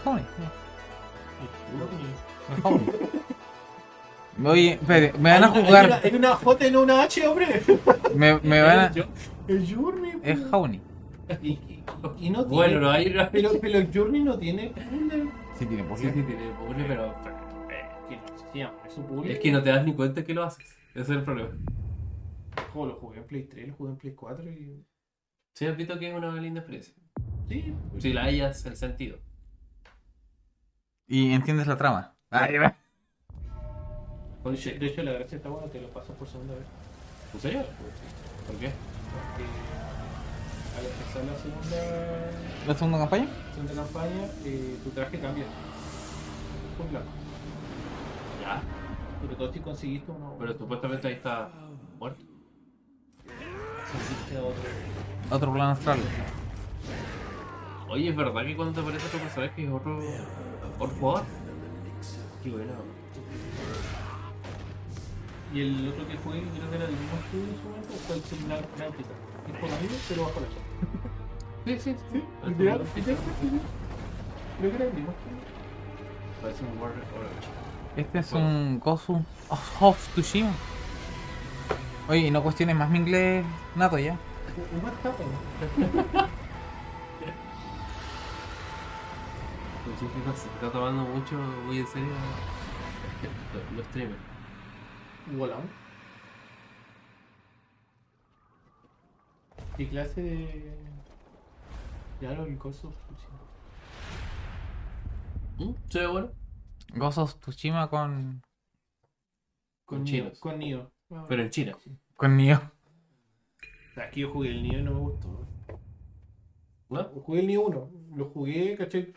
Speaker 2: con Johnny.
Speaker 1: El Howny. El Howny. Oye, espere, me van a
Speaker 3: Hay una-
Speaker 1: jugar.
Speaker 3: Hay una, hay una J en una H, hombre.
Speaker 1: Me,
Speaker 2: eh,
Speaker 1: me van a.
Speaker 3: El Journey.
Speaker 1: Es
Speaker 3: pues.
Speaker 1: Howny.
Speaker 3: Y, y- y no tiene.
Speaker 2: Bueno, no hay- no hay-
Speaker 3: Pero, pero el Journey no tiene. puzzle.
Speaker 1: Sí, tiene
Speaker 2: Sí,
Speaker 1: puzzles.
Speaker 2: sí, tiene puzzle, pero
Speaker 3: Eh, Que- sí, Es un puzzle.
Speaker 2: es que no te das ni cuenta que lo haces. Ese es el problema.
Speaker 3: Jo, lo jugué en Play 3, lo jugué en Play 4 y.
Speaker 2: Sí, has visto que es una linda experiencia.
Speaker 3: Sí.
Speaker 2: Si la hayas el sentido.
Speaker 1: Y entiendes la trama. Ahí va.
Speaker 2: Con
Speaker 3: De
Speaker 2: shit.
Speaker 3: de hecho, la gracia está buena, te lo pasas por segunda vez.
Speaker 2: ¿En serio? ¿Por qué?
Speaker 3: Porque Eh, al empezar la segunda,
Speaker 1: ¿La segunda campaña?
Speaker 3: segunda campaña, eh, tu traje cambia. Por blanco.
Speaker 2: Ya.
Speaker 3: Sobre todo si conseguiste uno.
Speaker 2: Pero supuestamente ahí está muerto.
Speaker 3: conseguiste otro.
Speaker 1: Otro plano astral.
Speaker 2: Oye, ¿es verdad que cuando te aparece otro personaje es otro, otro jugador? Qué bueno.
Speaker 3: Y el otro que jugué, creo que era del mismo estudio en su momento, fue el Signal Náutica. Es por lo mismo, pero bajo la chapa.
Speaker 2: Sí, sí, sí. Parece
Speaker 3: ¿Y te-
Speaker 2: un-
Speaker 3: y te- Creo que era el mismo estudio.
Speaker 2: Parece un Warrior Orange.
Speaker 1: Este es un Gozu of, of Tsushima. Oye, y no cuestiones más mi inglés nato ya.
Speaker 3: Un más capa, ¿no?
Speaker 2: El chiste es que se está tomando mucho, muy en serio, *laughs* los- los streamers.
Speaker 3: Voilà. ¿Qué clase de. Ya lo del coso?
Speaker 2: ¿Mm? ¿Se ve bueno?
Speaker 1: Gozo of Tsushima con.
Speaker 2: Con
Speaker 3: Nioh,
Speaker 2: chinos.
Speaker 3: Con Nio.
Speaker 2: Pero en China.
Speaker 1: con Nioh.
Speaker 3: Aquí yo jugué el Nio y no me gustó.
Speaker 2: ¿No?
Speaker 3: Jugué el Nio 1. Lo jugué, caché.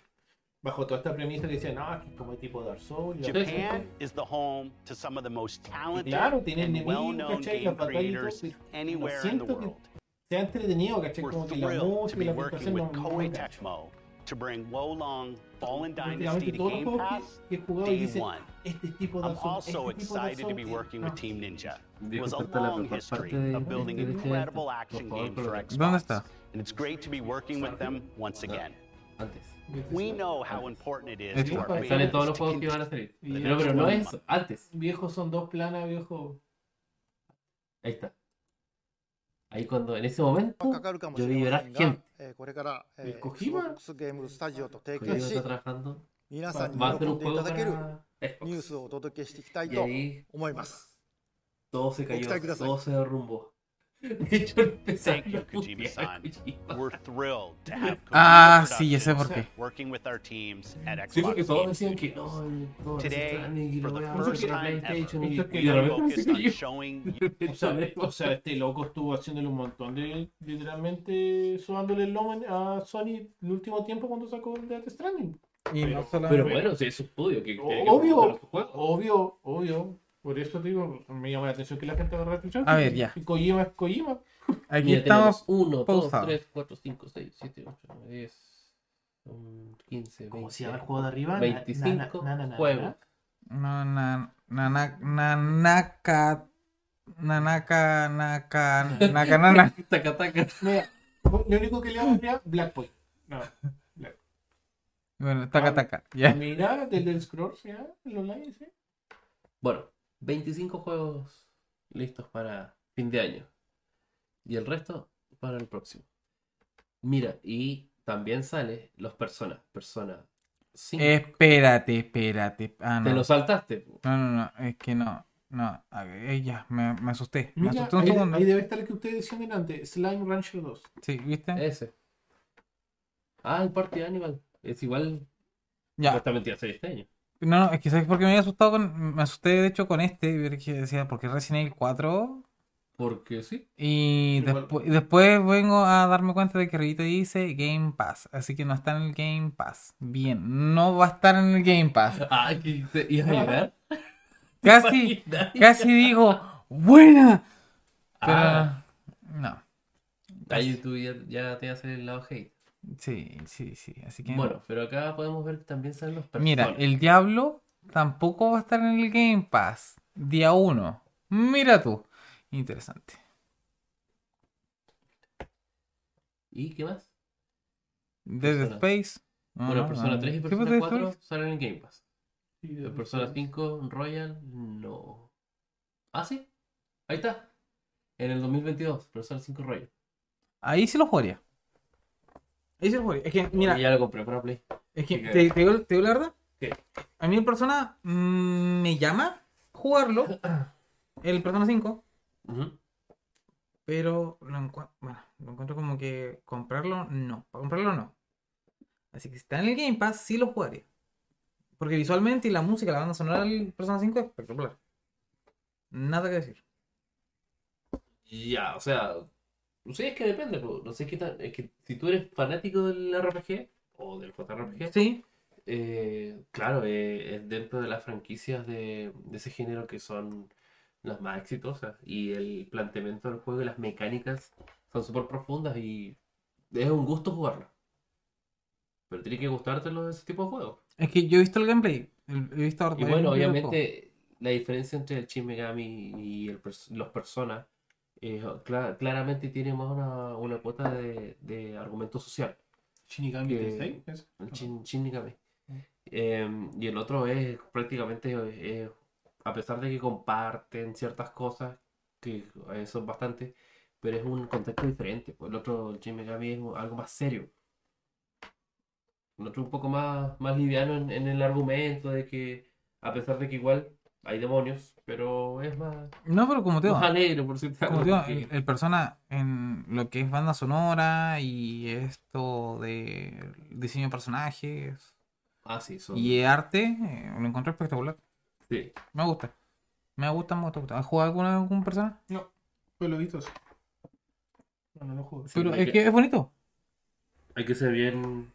Speaker 3: Bajo toda esta premisa que decía, no, es que es como tipo Dark Souls. y la
Speaker 4: Japan
Speaker 3: cosa".
Speaker 4: is the home to some of the most
Speaker 3: Y
Speaker 4: talented
Speaker 3: claro, tiene
Speaker 4: and
Speaker 3: enemigos,
Speaker 4: well-known
Speaker 3: caché. Las
Speaker 4: game
Speaker 3: batallas y todo.
Speaker 4: creators
Speaker 3: pero no
Speaker 4: anywhere in the
Speaker 3: siento que
Speaker 4: world.
Speaker 3: sea entretenido, caché.
Speaker 4: We're
Speaker 3: Como que la
Speaker 4: thrilled to
Speaker 3: música y
Speaker 4: be
Speaker 3: la
Speaker 4: working
Speaker 3: presentación no
Speaker 4: with
Speaker 3: no me
Speaker 4: Koei
Speaker 3: engancha.
Speaker 4: Tecmo to bring Wolong Fallen Dynasty
Speaker 3: Prácticamente
Speaker 4: to
Speaker 3: todos los
Speaker 4: Game
Speaker 3: juegos
Speaker 4: Pass
Speaker 3: que, que he jugado y
Speaker 4: day
Speaker 3: dice,
Speaker 4: one.
Speaker 3: este tipo de
Speaker 4: I'm
Speaker 3: Dark Souls,
Speaker 4: also
Speaker 3: este tipo de Dark
Speaker 4: excited to be
Speaker 3: Souls,
Speaker 4: working with Team Ninja. It was a
Speaker 2: Dijo, "Esta es la
Speaker 4: long
Speaker 2: mejor
Speaker 4: history
Speaker 2: parte
Speaker 4: of
Speaker 2: de-
Speaker 4: building
Speaker 2: de- de-
Speaker 4: incredible
Speaker 2: por
Speaker 4: action
Speaker 2: favor,
Speaker 4: games for
Speaker 2: pero-
Speaker 1: ¿Dónde
Speaker 4: Xbox,
Speaker 1: está?
Speaker 4: and it's great to be working with them once again.
Speaker 2: Antes.
Speaker 4: We know how important it is
Speaker 1: Esto.
Speaker 4: to our
Speaker 2: Ahí salen todos
Speaker 4: fans
Speaker 2: los juegos que van a salir.
Speaker 3: Y-
Speaker 2: Pero, pero no es eso, antes.
Speaker 3: Viejo, son dos planas, viejo.
Speaker 2: Ahí está. Ahí cuando, en ese momento, yo vi llorar gente.
Speaker 5: えーこれから、えー、
Speaker 3: Kojima?
Speaker 5: Xbox ゲームスタジオと提
Speaker 2: Que yo
Speaker 5: 携し
Speaker 2: está、trabajando.
Speaker 5: 皆さんに
Speaker 2: まあ
Speaker 5: 喜んでいただける
Speaker 2: まあ
Speaker 5: ニュースをお届けしていきたい
Speaker 2: いや
Speaker 5: と
Speaker 2: いい
Speaker 5: 思います。
Speaker 2: Todo se cayó,
Speaker 5: Está cruzado.
Speaker 2: todo se derrumbó. *laughs* De hecho, *laughs*
Speaker 4: Thank
Speaker 2: empezaron
Speaker 4: you,
Speaker 2: a putear a
Speaker 4: Kojima-san.
Speaker 2: Kojima.
Speaker 4: We're thrilled to have
Speaker 1: Ah,
Speaker 4: Kojima
Speaker 1: sí, ya sé por
Speaker 4: Productions
Speaker 1: qué.
Speaker 4: working with our teams at
Speaker 2: Sí, porque
Speaker 4: Xbox
Speaker 2: todos
Speaker 4: Game
Speaker 2: decían que
Speaker 4: Studios.
Speaker 2: no, el- no,
Speaker 4: Today,
Speaker 2: Death Stranding y
Speaker 4: for
Speaker 2: la
Speaker 4: the
Speaker 2: weá,
Speaker 4: first
Speaker 2: porque era
Speaker 4: time
Speaker 2: PlayStation
Speaker 4: ever,
Speaker 2: y-
Speaker 3: Esto
Speaker 2: y
Speaker 3: que
Speaker 2: de
Speaker 3: la
Speaker 2: repente
Speaker 3: Focus
Speaker 2: se
Speaker 4: Focus on
Speaker 2: cayó.
Speaker 4: showing
Speaker 2: *laughs*
Speaker 3: O sea, o sea, este loco estuvo haciéndole un montón de. Literalmente subándole el lomo a Sony el último tiempo cuando sacó el Death Stranding.
Speaker 1: Y no
Speaker 2: Pero
Speaker 1: solamente.
Speaker 2: bueno, si es un estudio que tiene que
Speaker 3: Obvio,
Speaker 2: mostrar su juego.
Speaker 3: obvio, obvio. Por eso digo, me llama la atención que la gente agarra atención.
Speaker 1: A ver, ya.
Speaker 3: Y Kojima es Kojima.
Speaker 1: Aquí
Speaker 2: Mira,
Speaker 1: estamos.
Speaker 2: tenemos 1, 2,
Speaker 1: pausados.
Speaker 2: 3, 4, 5, 6, 7, 8, 9, 10, 15, 20.
Speaker 3: ¿Cómo se llama el juego de arriba? Na-
Speaker 2: 25
Speaker 3: na- na- na- na-
Speaker 2: juegos.
Speaker 1: No, na, na, na, nanaka. Nanaka, naka, naka,
Speaker 2: *laughs*
Speaker 1: nana.
Speaker 2: Taca, taca.
Speaker 3: Mira, lo único que le hago es Black Point. No.
Speaker 1: Bueno, taca, taca. Ya.
Speaker 3: Mira, del del Scrolls, ya, el online, sí.
Speaker 2: Bueno, 25 juegos listos para fin de año. Y el resto para el próximo. Mira, y también sale los personas. Persona 5.
Speaker 1: Espérate, espérate. Ah,
Speaker 2: Te
Speaker 1: no.
Speaker 2: lo saltaste. po.
Speaker 1: No, no, no. Es que no. No, a ver, eh, ya, me, me asusté. Me
Speaker 3: Mira,
Speaker 1: asusté un
Speaker 3: ahí, de-
Speaker 1: segundo.
Speaker 3: ahí debe estar el que ustedes decían delante, Slime Rancher 2.
Speaker 1: Sí, ¿viste?
Speaker 2: Ese. Ah, el Party Animal. Es igual.
Speaker 1: Ya.
Speaker 2: Supuestamente iba a ser este año.
Speaker 1: No, no, es que sabes por qué me había asustado con. Me asusté de hecho con este. Porque decía, porque Resident Evil 4.
Speaker 2: Porque sí.
Speaker 1: Y
Speaker 2: Igual.
Speaker 1: despu- y después vengo a darme cuenta de que arribita dice Game Pass. Así que no está en el Game Pass. Bien, no va a estar en el Game
Speaker 2: *laughs*
Speaker 1: Pass.
Speaker 2: Ah, que te ibas a llegar. *laughs*
Speaker 1: Casi,
Speaker 2: imaginas?
Speaker 1: casi digo, buena. Pero
Speaker 2: Ah.
Speaker 1: no.
Speaker 2: Ahí tú ya, ya te va a salir el lado hate.
Speaker 1: Sí, sí, sí. Así que.
Speaker 2: Bueno, pero acá podemos ver que también salen los
Speaker 1: Mira,
Speaker 2: personajes.
Speaker 1: el Diablo tampoco va a estar en el Game Pass. Día 1. Mira tú. Interesante.
Speaker 2: ¿Y qué más?
Speaker 1: Dead
Speaker 2: Persona.
Speaker 1: Space. No,
Speaker 2: bueno,
Speaker 1: no,
Speaker 2: Persona
Speaker 1: no.
Speaker 2: 3 y
Speaker 1: Sí, pues,
Speaker 2: Persona
Speaker 1: Dead
Speaker 2: 4
Speaker 1: Space.
Speaker 2: salen en Game Pass.
Speaker 3: Sí,
Speaker 2: El Persona 5 Royal, no. Ah, sí. Ahí está. En el 2022, Persona 5 Royal.
Speaker 1: Ahí sí lo jugaría. Ahí sí lo jugaría. Es que, mira,
Speaker 2: Y ya lo compré para Play.
Speaker 1: es que
Speaker 2: Así
Speaker 1: te, te digo, te digo la verdad.
Speaker 2: ¿Qué?
Speaker 1: A mí el Persona mm, me llama
Speaker 2: *clears throat*
Speaker 1: jugarlo. El Persona 5.
Speaker 2: Ujú.
Speaker 1: Pero lo, encua- bueno, lo encuentro como que comprarlo, no. Para comprarlo, no. Así que si está en el Game Pass, sí lo jugaré. Porque visualmente y la música, la banda sonora del Persona 5 es espectacular. Nada que decir.
Speaker 2: Ya, o sea, no sé, es que depende, po. no sé qué tan, es que si tú eres fanático del RPG o del JRPG,
Speaker 1: Sí.
Speaker 2: eh, claro, eh, es dentro de las franquicias de, de ese género que son las más exitosas y el planteamiento del juego y las mecánicas son súper profundas y es un gusto jugarlo. Pero tiene que gustártelo ese tipo de juegos.
Speaker 1: Es que yo he visto el gameplay. el- He visto harto
Speaker 2: Y
Speaker 1: el
Speaker 2: bueno,
Speaker 1: gameplay del juego.
Speaker 2: obviamente la diferencia entre el Shin Megami y el pers- los Persona eh, cla- claramente tiene más una, una cuota de, de argumento social.
Speaker 3: Shinigami
Speaker 2: que-
Speaker 3: Tensei, ¿es? Ah,
Speaker 2: el Shin, Shin Megami. Eh, y el otro es prácticamente, eh, a pesar de que comparten ciertas cosas, que eh, son bastantes, pero es un contexto diferente. pues. El otro, el Shin Megami, es un- algo más serio. El otro un poco más, más liviano en, en el argumento de que, a pesar de que igual hay demonios, pero es más,
Speaker 1: No, pero como te digo.
Speaker 2: más alegre, por cierto.
Speaker 1: Como te digo, el, el persona en lo que es banda sonora y esto de diseño de personajes
Speaker 2: *laughs* Ah, sí, son...
Speaker 1: y arte, eh, lo encontré espectacular.
Speaker 2: Sí.
Speaker 1: Me gusta. Me gusta, me gusta, me gusta. ¿Has jugado alguna vez con persona?
Speaker 3: No, pues lo vi todo eso. No, no lo jugué.
Speaker 2: Sí,
Speaker 1: Pero
Speaker 2: hay
Speaker 1: es que es bonito.
Speaker 2: Hay que ser bien,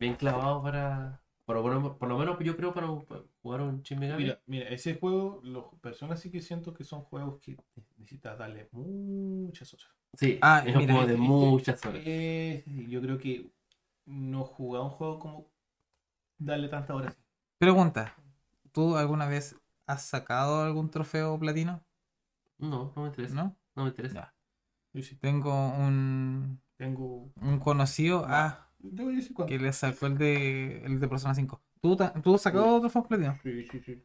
Speaker 2: bien clavado para, para- por, por lo menos yo creo para, para jugar un Shin Megami.
Speaker 3: Mira, mira, ese juego, los personas sí que siento que son juegos que necesitas darle muchas horas.
Speaker 2: Sí,
Speaker 1: Ah,
Speaker 2: es un
Speaker 1: mira.
Speaker 2: juego de
Speaker 1: Eh,
Speaker 2: muchas horas.
Speaker 3: Eh, yo creo que no jugar un juego como darle tantas horas.
Speaker 1: Pregunta, ¿tú alguna vez has sacado algún trofeo platino?
Speaker 2: No, no me interesa.
Speaker 1: ¿No?
Speaker 2: No me interesa.
Speaker 1: Ya.
Speaker 3: Yo sí
Speaker 1: Tengo un,
Speaker 3: tengo.
Speaker 1: un conocido ah,
Speaker 3: Debo decir cuánto.
Speaker 1: que le sacó el de, el de Persona 5. ¿Tú, ta- tú has sacado trofeos platino?
Speaker 3: Sí, sí, sí.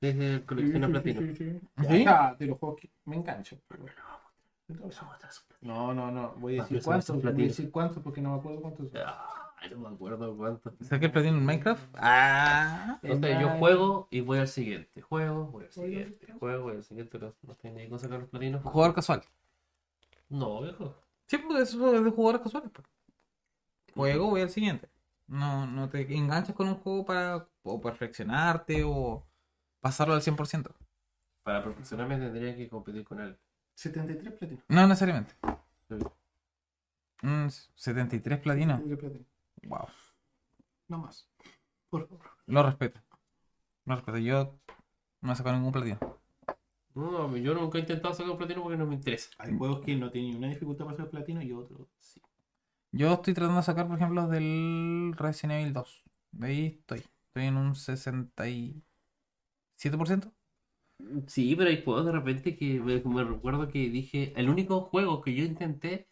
Speaker 2: Desde el
Speaker 3: *laughs*
Speaker 2: colecciona platino.
Speaker 3: Sí, sí, sí.
Speaker 1: ¿Sí?
Speaker 3: Ya, de los juegos que me engancho. No, no, no. Voy a
Speaker 2: Ah,
Speaker 3: decir
Speaker 2: pero son
Speaker 3: cuántos.
Speaker 2: esos
Speaker 3: Voy a
Speaker 2: platinos.
Speaker 3: decir cuántos porque no me acuerdo cuántos. son.
Speaker 2: Ay, no me acuerdo cuánto.
Speaker 1: ¿Saqué el platino en Minecraft? Ah,
Speaker 2: Entonces yo
Speaker 3: Ay.
Speaker 2: juego y voy al siguiente. Juego, voy al siguiente. Juego, voy al siguiente. No, no tengo ni con sacar los platinos.
Speaker 1: jugador casual.
Speaker 2: No, viejo.
Speaker 1: Sí, pues eso es de jugadores casuales. pues. Juego, voy al siguiente. No, no te enganchas con un juego para o perfeccionarte o pasarlo al 100%.
Speaker 2: Para perfeccionarme tendría que competir con él.
Speaker 3: 73 platinos.
Speaker 2: Ah.
Speaker 1: No necesariamente.
Speaker 2: Sí.
Speaker 1: Mm, 73 platino.
Speaker 3: 73 platinos.
Speaker 1: Wow.
Speaker 3: No más. Por favor.
Speaker 1: Lo respeto. Lo respeto. Yo no he sacado ningún platino.
Speaker 2: No, yo nunca he intentado sacar platino porque no me interesa.
Speaker 3: Hay juegos que no tienen una dificultad para hacer platino y otros sí.
Speaker 1: Yo estoy tratando de sacar, por ejemplo, del Resident Evil 2. De ahí estoy. Estoy en un 67%.
Speaker 2: Sí, pero hay juegos de repente que me, me recuerdo que dije, el único juego que yo intenté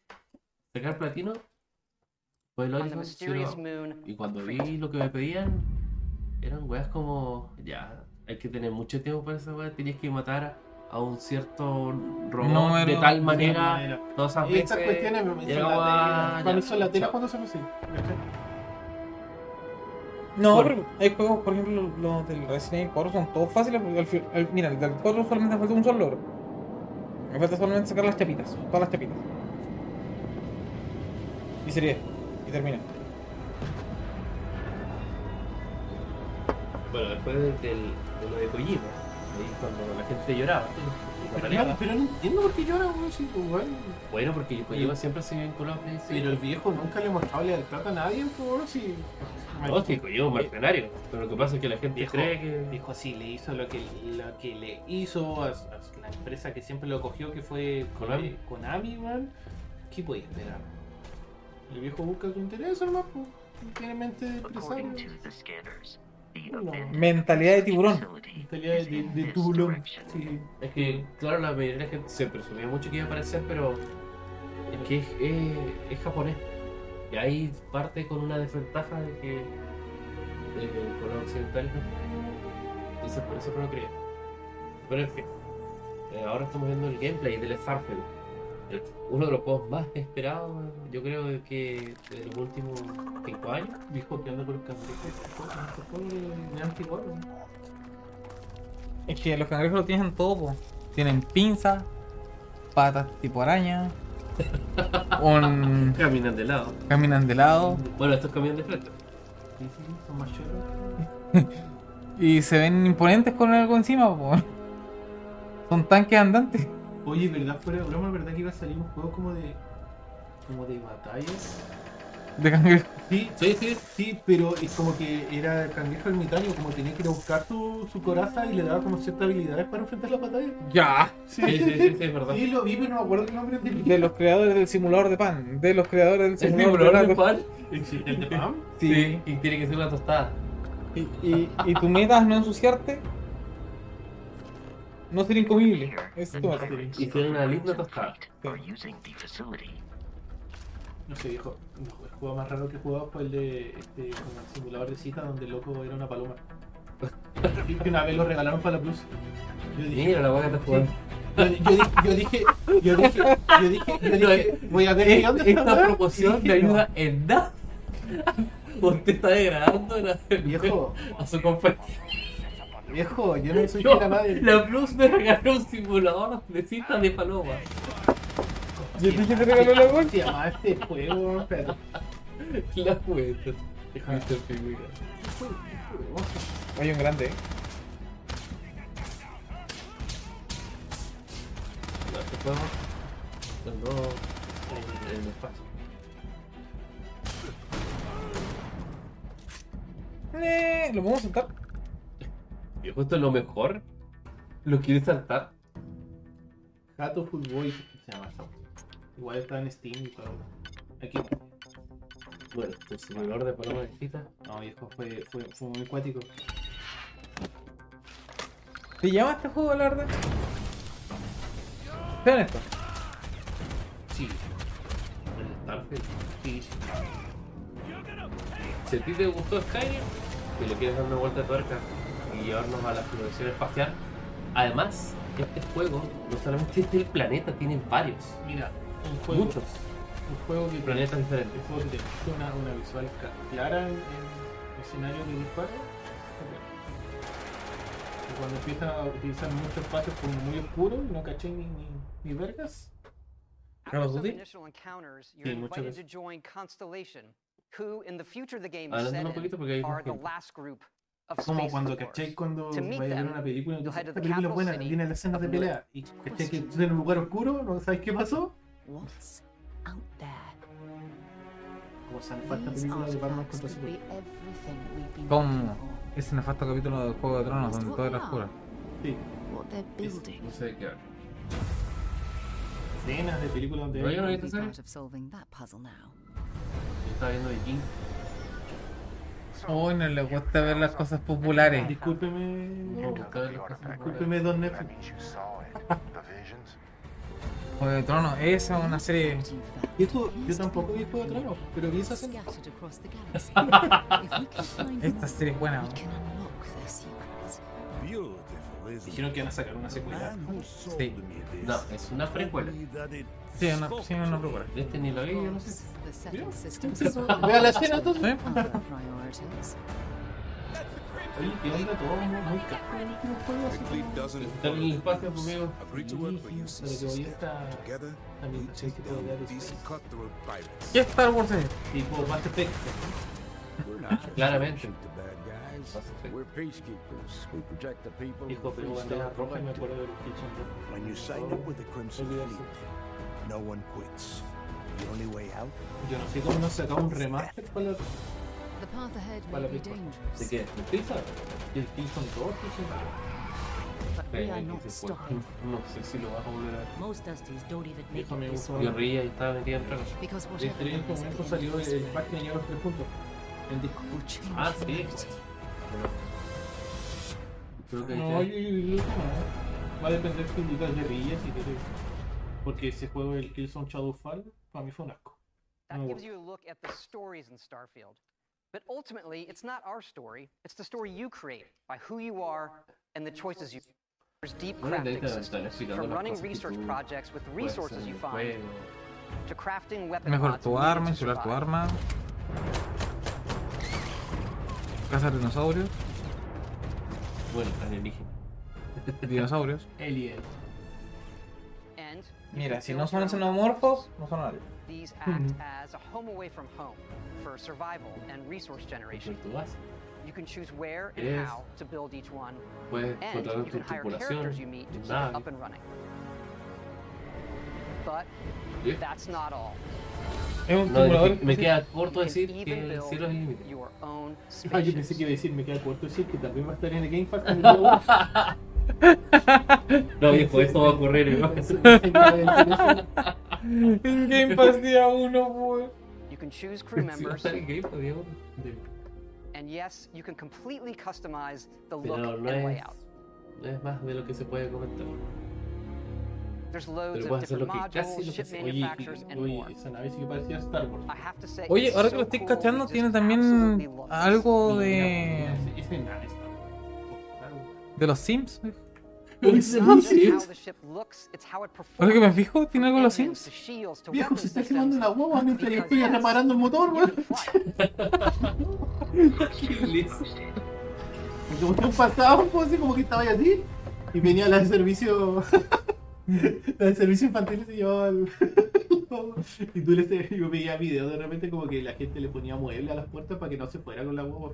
Speaker 2: sacar platino fue el
Speaker 25: On the
Speaker 2: Horizon Zero
Speaker 25: mysterious
Speaker 2: Dawn.
Speaker 25: moon.
Speaker 2: Y cuando vi lo que me pedían, eran weas como, ya, hay que tener mucho tiempo para esa wea, tenías que matar a un cierto robot
Speaker 1: Número,
Speaker 2: de tal
Speaker 1: de
Speaker 2: manera,
Speaker 3: tal manera.
Speaker 2: todas esas
Speaker 3: Y estas
Speaker 2: veces,
Speaker 3: cuestiones me
Speaker 2: y era
Speaker 3: son
Speaker 2: como,
Speaker 3: la
Speaker 2: "Ah,
Speaker 3: tela. Para
Speaker 2: ya,
Speaker 3: mí son la tela
Speaker 2: chao".
Speaker 3: cuando se me siguen.
Speaker 1: No, pero hay juegos, por ejemplo, los- los del Resident Evil 4 son todos fáciles. Porque al fi- al- mira, el del 4 solamente falta un solo logro. Me falta solamente sacar las chapitas, todas las chapitas. Y sería, y termina.
Speaker 2: Bueno, después del, de lo de Kojima, ahí cuando la gente lloraba. la
Speaker 3: Pero,
Speaker 2: pelea.
Speaker 3: no, pero no entiendo por qué llora, weón. Si, pues, weón.
Speaker 2: Bueno, porque Kojima siempre se vinculó a PlayStation.
Speaker 3: Pero el viejo nunca le mostraba lealtad a nadie, pues, weón. Si.
Speaker 2: No, sí, Kojima es un mercenario. Pero lo que pasa es que la gente
Speaker 3: Viejo,
Speaker 2: cree que.
Speaker 3: viejo así le hizo lo que, lo que le hizo a, a la empresa que siempre lo cogió, que fue
Speaker 2: Konami.
Speaker 3: eh, Konami, man. ¿Qué podía esperar? El viejo busca su interés, hermano. pues. Tiene mente de empresario. No.
Speaker 1: Mentalidad de tiburón.
Speaker 3: Mentalidad de, de, de tiburón. Sí.
Speaker 2: Es que, claro, la mayoría de la gente se presumía mucho que iba a aparecer, pero es que es, es- es japonés. Y ahí parte con una desventaja de que de que con los occidentales no. Entonces por eso no lo creía. Pero en fin, eh, ahora estamos viendo el gameplay del Starfield. El- Uno de los juegos más esperados, yo creo de que de los últimos 5 años.
Speaker 3: Viejo que anda con los cangrejos. Estos juegos de- de anticuados, weón.
Speaker 1: Es que los cangrejos lo tienen todo, po. Tienen pinzas, patas tipo araña, un...
Speaker 2: Caminan de lado.
Speaker 1: caminan de lado
Speaker 2: Bueno, estos caminan de frente.
Speaker 3: Sí, sí, son más choros.
Speaker 1: y se ven imponentes con algo encima, po. Son tanques andantes.
Speaker 3: Oye, ¿verdad? Fuera de broma, ¿verdad que iba a salir un juego como de. como de batallas?
Speaker 1: De cangrejo.
Speaker 3: Sí, sí, sí. Sí, pero es como que era el cangrejo ermitaño, como tenía que ir a buscar su, su coraza y le daba como ciertas habilidades para enfrentar las batallas.
Speaker 1: Ya.
Speaker 3: Sí,
Speaker 2: Sí, sí,
Speaker 3: *laughs*
Speaker 2: sí, sí, es verdad.
Speaker 3: Sí, lo vi, pero no me acuerdo el nombre del
Speaker 1: De los creadores del simulador de pan. De los creadores del
Speaker 2: ¿El
Speaker 1: simulador,
Speaker 2: tiburón
Speaker 1: de
Speaker 2: de
Speaker 1: pan.
Speaker 2: pan?
Speaker 3: ¿El de Pam?
Speaker 1: Sí.
Speaker 2: Y tiene que ser una tostada.
Speaker 1: Y, y, y tu meta es no ensuciarte. No ser incomible. Eso es tu meta.
Speaker 2: Y tiene una linda tostada.
Speaker 3: No sé, viejo. no, el juego más raro que he jugado fue el de. este. como el simulador de cita donde el loco era
Speaker 2: *laughs*
Speaker 3: una paloma. Y que una vez lo regalaron para la plus.
Speaker 2: *laughs*
Speaker 3: Yo dije.
Speaker 2: Mira la vaca está jugando.
Speaker 3: Yo, yo di- yo dije, yo dije, yo dije, yo
Speaker 2: No,
Speaker 3: dije,
Speaker 2: eh,
Speaker 3: voy a ver
Speaker 2: eh,
Speaker 3: qué onda
Speaker 2: esta
Speaker 3: weá.
Speaker 2: promoción
Speaker 3: Y
Speaker 2: le
Speaker 3: dije,
Speaker 2: ayuda en nada. Usted está degradando la-
Speaker 3: Viejo.
Speaker 2: a su compañero.
Speaker 3: no, Viejo, yo no
Speaker 2: *laughs*
Speaker 3: soy
Speaker 2: Yo-
Speaker 3: fiel a nadie.
Speaker 2: La Plus me regaló un simulador de citas de paloma.
Speaker 1: ¿Y el bicho te regaló la
Speaker 3: Se
Speaker 1: bolsa?
Speaker 3: llamaba este juego, weón, espérate.
Speaker 2: La cuenta. Mr. Figura.
Speaker 1: Hay un grande, eh.
Speaker 2: No, este juego. Los dos. En el espacio.
Speaker 1: Eh, ¿Lo podemos saltar?
Speaker 2: Viejo, esto es lo mejor. ¿Lo quieres saltar?
Speaker 3: Gato Football, se llama esa weá. Igual está en Steam y todo. Aquí.
Speaker 2: Bueno, el simulador de paloma de citas.
Speaker 3: No, viejo, fue, fue, fue muy acuático.
Speaker 1: ¿Te llama este juego, la verdad? Vean esto.
Speaker 3: Sí.
Speaker 2: El Starfield.
Speaker 3: Sí, sí.
Speaker 2: Si a ti te gustó Skyrim y le quieres dar una vuelta de tuerca y llevarnos a la exploración espacial, además, este juego no solamente es del planeta, tienen varios,
Speaker 3: Mira, un juego.
Speaker 2: muchos
Speaker 3: Un juego que.
Speaker 2: planetas diferentes.
Speaker 3: Un juego que te deja una, una visual ca- clara en, en escenario de disparo. Y cuando empiezan a utilizar muchos espacios como muy oscuros, no caché ni, ni, ni vergas.
Speaker 1: Call
Speaker 6: After
Speaker 1: of
Speaker 6: some
Speaker 1: Duty.
Speaker 6: initial encounters, you're
Speaker 3: Sí, muchas
Speaker 6: invited to
Speaker 3: veces.
Speaker 6: join Constellation, who in the future the game is
Speaker 2: Adelántame
Speaker 6: set
Speaker 2: un poquito porque hay
Speaker 6: in
Speaker 2: más
Speaker 6: are the
Speaker 2: gente.
Speaker 6: last group of
Speaker 3: Es como
Speaker 6: space
Speaker 3: cuando
Speaker 6: explorers.
Speaker 3: caché cuando
Speaker 6: To
Speaker 3: vayas
Speaker 6: meet
Speaker 3: a ver
Speaker 6: them,
Speaker 3: una película,
Speaker 6: you'll
Speaker 3: entonces,
Speaker 6: head to
Speaker 3: esta
Speaker 6: the
Speaker 3: película es
Speaker 6: capital
Speaker 3: buena,
Speaker 6: city
Speaker 3: viene la escena de
Speaker 6: of
Speaker 3: pelea. Y caché que estás en un lugar oscuro, no sabes qué pasó.
Speaker 20: What's out there?
Speaker 3: Como San Juan, esta
Speaker 20: These
Speaker 3: película de Batman
Speaker 20: artifacts
Speaker 3: contra
Speaker 20: could
Speaker 3: Superman.
Speaker 20: be everything we've been
Speaker 1: Como
Speaker 20: looking
Speaker 1: ese nefasto capítulo del Juego de Tronos donde todo era oscuro.
Speaker 3: Sí,
Speaker 20: for. What they're building.
Speaker 2: No sé de qué hablo.
Speaker 3: escenas de películas donde.
Speaker 2: Pero yo no he
Speaker 20: We'll
Speaker 2: visto
Speaker 20: be
Speaker 2: esa serie.
Speaker 20: part of solving that puzzle now.
Speaker 2: Yo estaba viendo Viking.
Speaker 6: Oh,
Speaker 1: Uy, no le gusta ver las cosas populares.
Speaker 3: Discúlpeme.
Speaker 2: No, buscaba las cosas
Speaker 3: Discúlpeme, don Netflix.
Speaker 1: Juego de Tronos, esa es una serie.
Speaker 3: Y esto, yo tampoco vi Juego de Tronos, pero vi esa escena.
Speaker 20: Scattered across the
Speaker 3: *laughs*
Speaker 20: galaxy. If we can find
Speaker 1: Esta
Speaker 20: them,
Speaker 1: serie es buena.
Speaker 20: we can unlock their secrets.
Speaker 23: Beautiful, isn't
Speaker 3: Dijeron que iban a sacar una
Speaker 23: it? The
Speaker 3: secuela.
Speaker 6: Ah,
Speaker 23: man who sold me this
Speaker 2: No, es una precuela.
Speaker 23: told me that it
Speaker 1: Sí, es una, sí, es una
Speaker 23: spoke
Speaker 1: locura.
Speaker 23: to
Speaker 2: De este ni lo vi, yo no sé.
Speaker 20: The settled systems
Speaker 3: Vea la escena,
Speaker 20: with
Speaker 3: entonces.
Speaker 20: other priorities.
Speaker 3: Oye, ¿qué onda? Todo muy, muy caro en el último juego, así como... Está en el espacio primero. Pero que hoy está... También está ese tipo de Dead Space.
Speaker 1: ¿Qué Star Wars es?
Speaker 3: Tipo Mass Effect.
Speaker 2: Claramente.
Speaker 6: We're peacekeepers. We protect the people.
Speaker 3: Hijo,
Speaker 6: and
Speaker 3: pero
Speaker 6: free
Speaker 3: bandera
Speaker 6: stuff.
Speaker 3: roja y me acuerdo del Kitchen
Speaker 6: When you sign up with the Crimson
Speaker 3: Olvídalo.
Speaker 6: Fleet, no one quits. The only way out.
Speaker 3: Yo no sé cómo no sacaba un remaster para la,
Speaker 43: The path ahead
Speaker 3: para la
Speaker 43: may be
Speaker 3: película.
Speaker 43: dangerous.
Speaker 3: ¿De qué? ¿De Pizza? ¿Y el Kitchen 2? ¿Kitchen 3?
Speaker 2: No sé si lo vas a volver a ver.
Speaker 8: Most Dusties don't even make
Speaker 3: Hijo, me
Speaker 8: it this
Speaker 3: gustó.
Speaker 8: far.
Speaker 2: Guerrilla y estaba metida en tragos.
Speaker 8: Because
Speaker 3: De este
Speaker 8: whatever happens at
Speaker 3: momento
Speaker 8: the end
Speaker 3: salió
Speaker 8: of this
Speaker 3: el
Speaker 8: fight,
Speaker 3: pack que lleva los tres puntos. El disco.
Speaker 8: will change
Speaker 2: Ah,
Speaker 8: the
Speaker 2: sí.
Speaker 8: world.
Speaker 2: Creo que
Speaker 3: No,
Speaker 2: ahí
Speaker 3: yo yo creo que no. Va a depender si digas guerrillas y todo eso. Porque ese juego, el Killzone Shadowfall, para mí fue un asco. No
Speaker 16: That
Speaker 3: me
Speaker 16: gives
Speaker 3: gustó.
Speaker 16: you a look at the stories in Starfield. But ultimately, it's not our story, it's the story you create by who you are and the choices you There's deep
Speaker 2: Bueno, de ahí te-
Speaker 16: crafting
Speaker 2: te van
Speaker 16: systems,
Speaker 2: explicando
Speaker 16: from
Speaker 2: las
Speaker 16: running
Speaker 2: cosas que
Speaker 16: research
Speaker 2: tú
Speaker 16: projects with
Speaker 2: puedes hacer
Speaker 16: resources
Speaker 2: en
Speaker 16: you
Speaker 2: el
Speaker 3: eh,
Speaker 16: find
Speaker 2: juego.
Speaker 16: to crafting weapon
Speaker 1: Mejor
Speaker 16: mods
Speaker 1: tu
Speaker 16: needed
Speaker 1: arma,
Speaker 16: to
Speaker 1: insular tu
Speaker 16: survive.
Speaker 1: arma. Cazar dinosaurios.
Speaker 2: Bueno, alienígena.
Speaker 1: Dinosaurios.
Speaker 3: Alien.
Speaker 16: And you
Speaker 1: Mira,
Speaker 16: can
Speaker 1: si
Speaker 16: build
Speaker 1: no
Speaker 16: your
Speaker 1: son
Speaker 16: own
Speaker 1: xenomorfos, no son aliens. *laughs*
Speaker 16: These act as a home away from home for survival and resource generation.
Speaker 2: Tú vas,
Speaker 16: You can choose where and
Speaker 2: Es-
Speaker 16: how to build each one,
Speaker 2: puedes
Speaker 16: and
Speaker 2: controlar
Speaker 16: you
Speaker 2: tu
Speaker 16: can hire characters you
Speaker 2: tripulación,
Speaker 16: meet
Speaker 2: tu
Speaker 16: to keep it
Speaker 2: nave.
Speaker 16: up and running. But
Speaker 2: Yeah.
Speaker 16: that's not all.
Speaker 1: Es un
Speaker 2: No,
Speaker 1: simulador.
Speaker 2: dije- me
Speaker 1: sí.
Speaker 2: queda corto
Speaker 16: You
Speaker 2: decir
Speaker 16: can
Speaker 2: que el
Speaker 16: even build
Speaker 2: cielo es el
Speaker 3: *laughs*
Speaker 2: límite.
Speaker 16: your own
Speaker 3: Ah, yo pensé
Speaker 16: spaceships.
Speaker 3: que iba a decir, me queda corto decir que también va a estar en el Game Pass. cuando lo haga.
Speaker 2: *laughs* No, viejo, esto va a ocurrir. ¿no?
Speaker 1: En Game Pass día pues. 1, weón.
Speaker 16: You can choose *laughs* crew
Speaker 2: Sí, va a
Speaker 16: members,
Speaker 2: estar en Game Pass, digamos.
Speaker 16: and yes, you can completely customize the look
Speaker 2: Pero no
Speaker 16: and
Speaker 2: es,
Speaker 16: layout.
Speaker 2: no es más de lo que se puede comentar.
Speaker 16: There's loads
Speaker 2: Pero
Speaker 16: of
Speaker 2: puedes hacer
Speaker 16: different
Speaker 2: lo que casi lo
Speaker 16: modules,
Speaker 2: que
Speaker 16: ship
Speaker 2: se... Oye,
Speaker 16: manufacturers, and
Speaker 3: Oye,
Speaker 16: more.
Speaker 3: esa nave sí que parecía Star Wars.
Speaker 16: I have to say,
Speaker 1: Oye,
Speaker 16: it's
Speaker 1: ahora que
Speaker 16: so
Speaker 1: lo estoy
Speaker 16: cool,
Speaker 1: cachando,
Speaker 16: it's
Speaker 1: tiene
Speaker 16: just absolutely
Speaker 1: también
Speaker 16: love this.
Speaker 1: algo de.
Speaker 3: Mira, ese- Ese nave Star Wars.
Speaker 1: de los Sims. ¿eh? viejo.
Speaker 16: It's not just how the ship looks, it's how it
Speaker 1: Ahora que me
Speaker 16: performs.
Speaker 1: fijo, tiene algo de los Sims.
Speaker 3: Viejo, se está quemando la guagua mientras yo estoy reparando el motor, *laughs* weón. Porque ustedes pasaban, pues, así como que estaba ahí así. Y venía la de servicio. *laughs* la de servicio infantil y se llevaba el. *laughs* y tú le yo veía videos de repente como que la gente le ponía mueble a las puertas para que no se fuera con la guagua.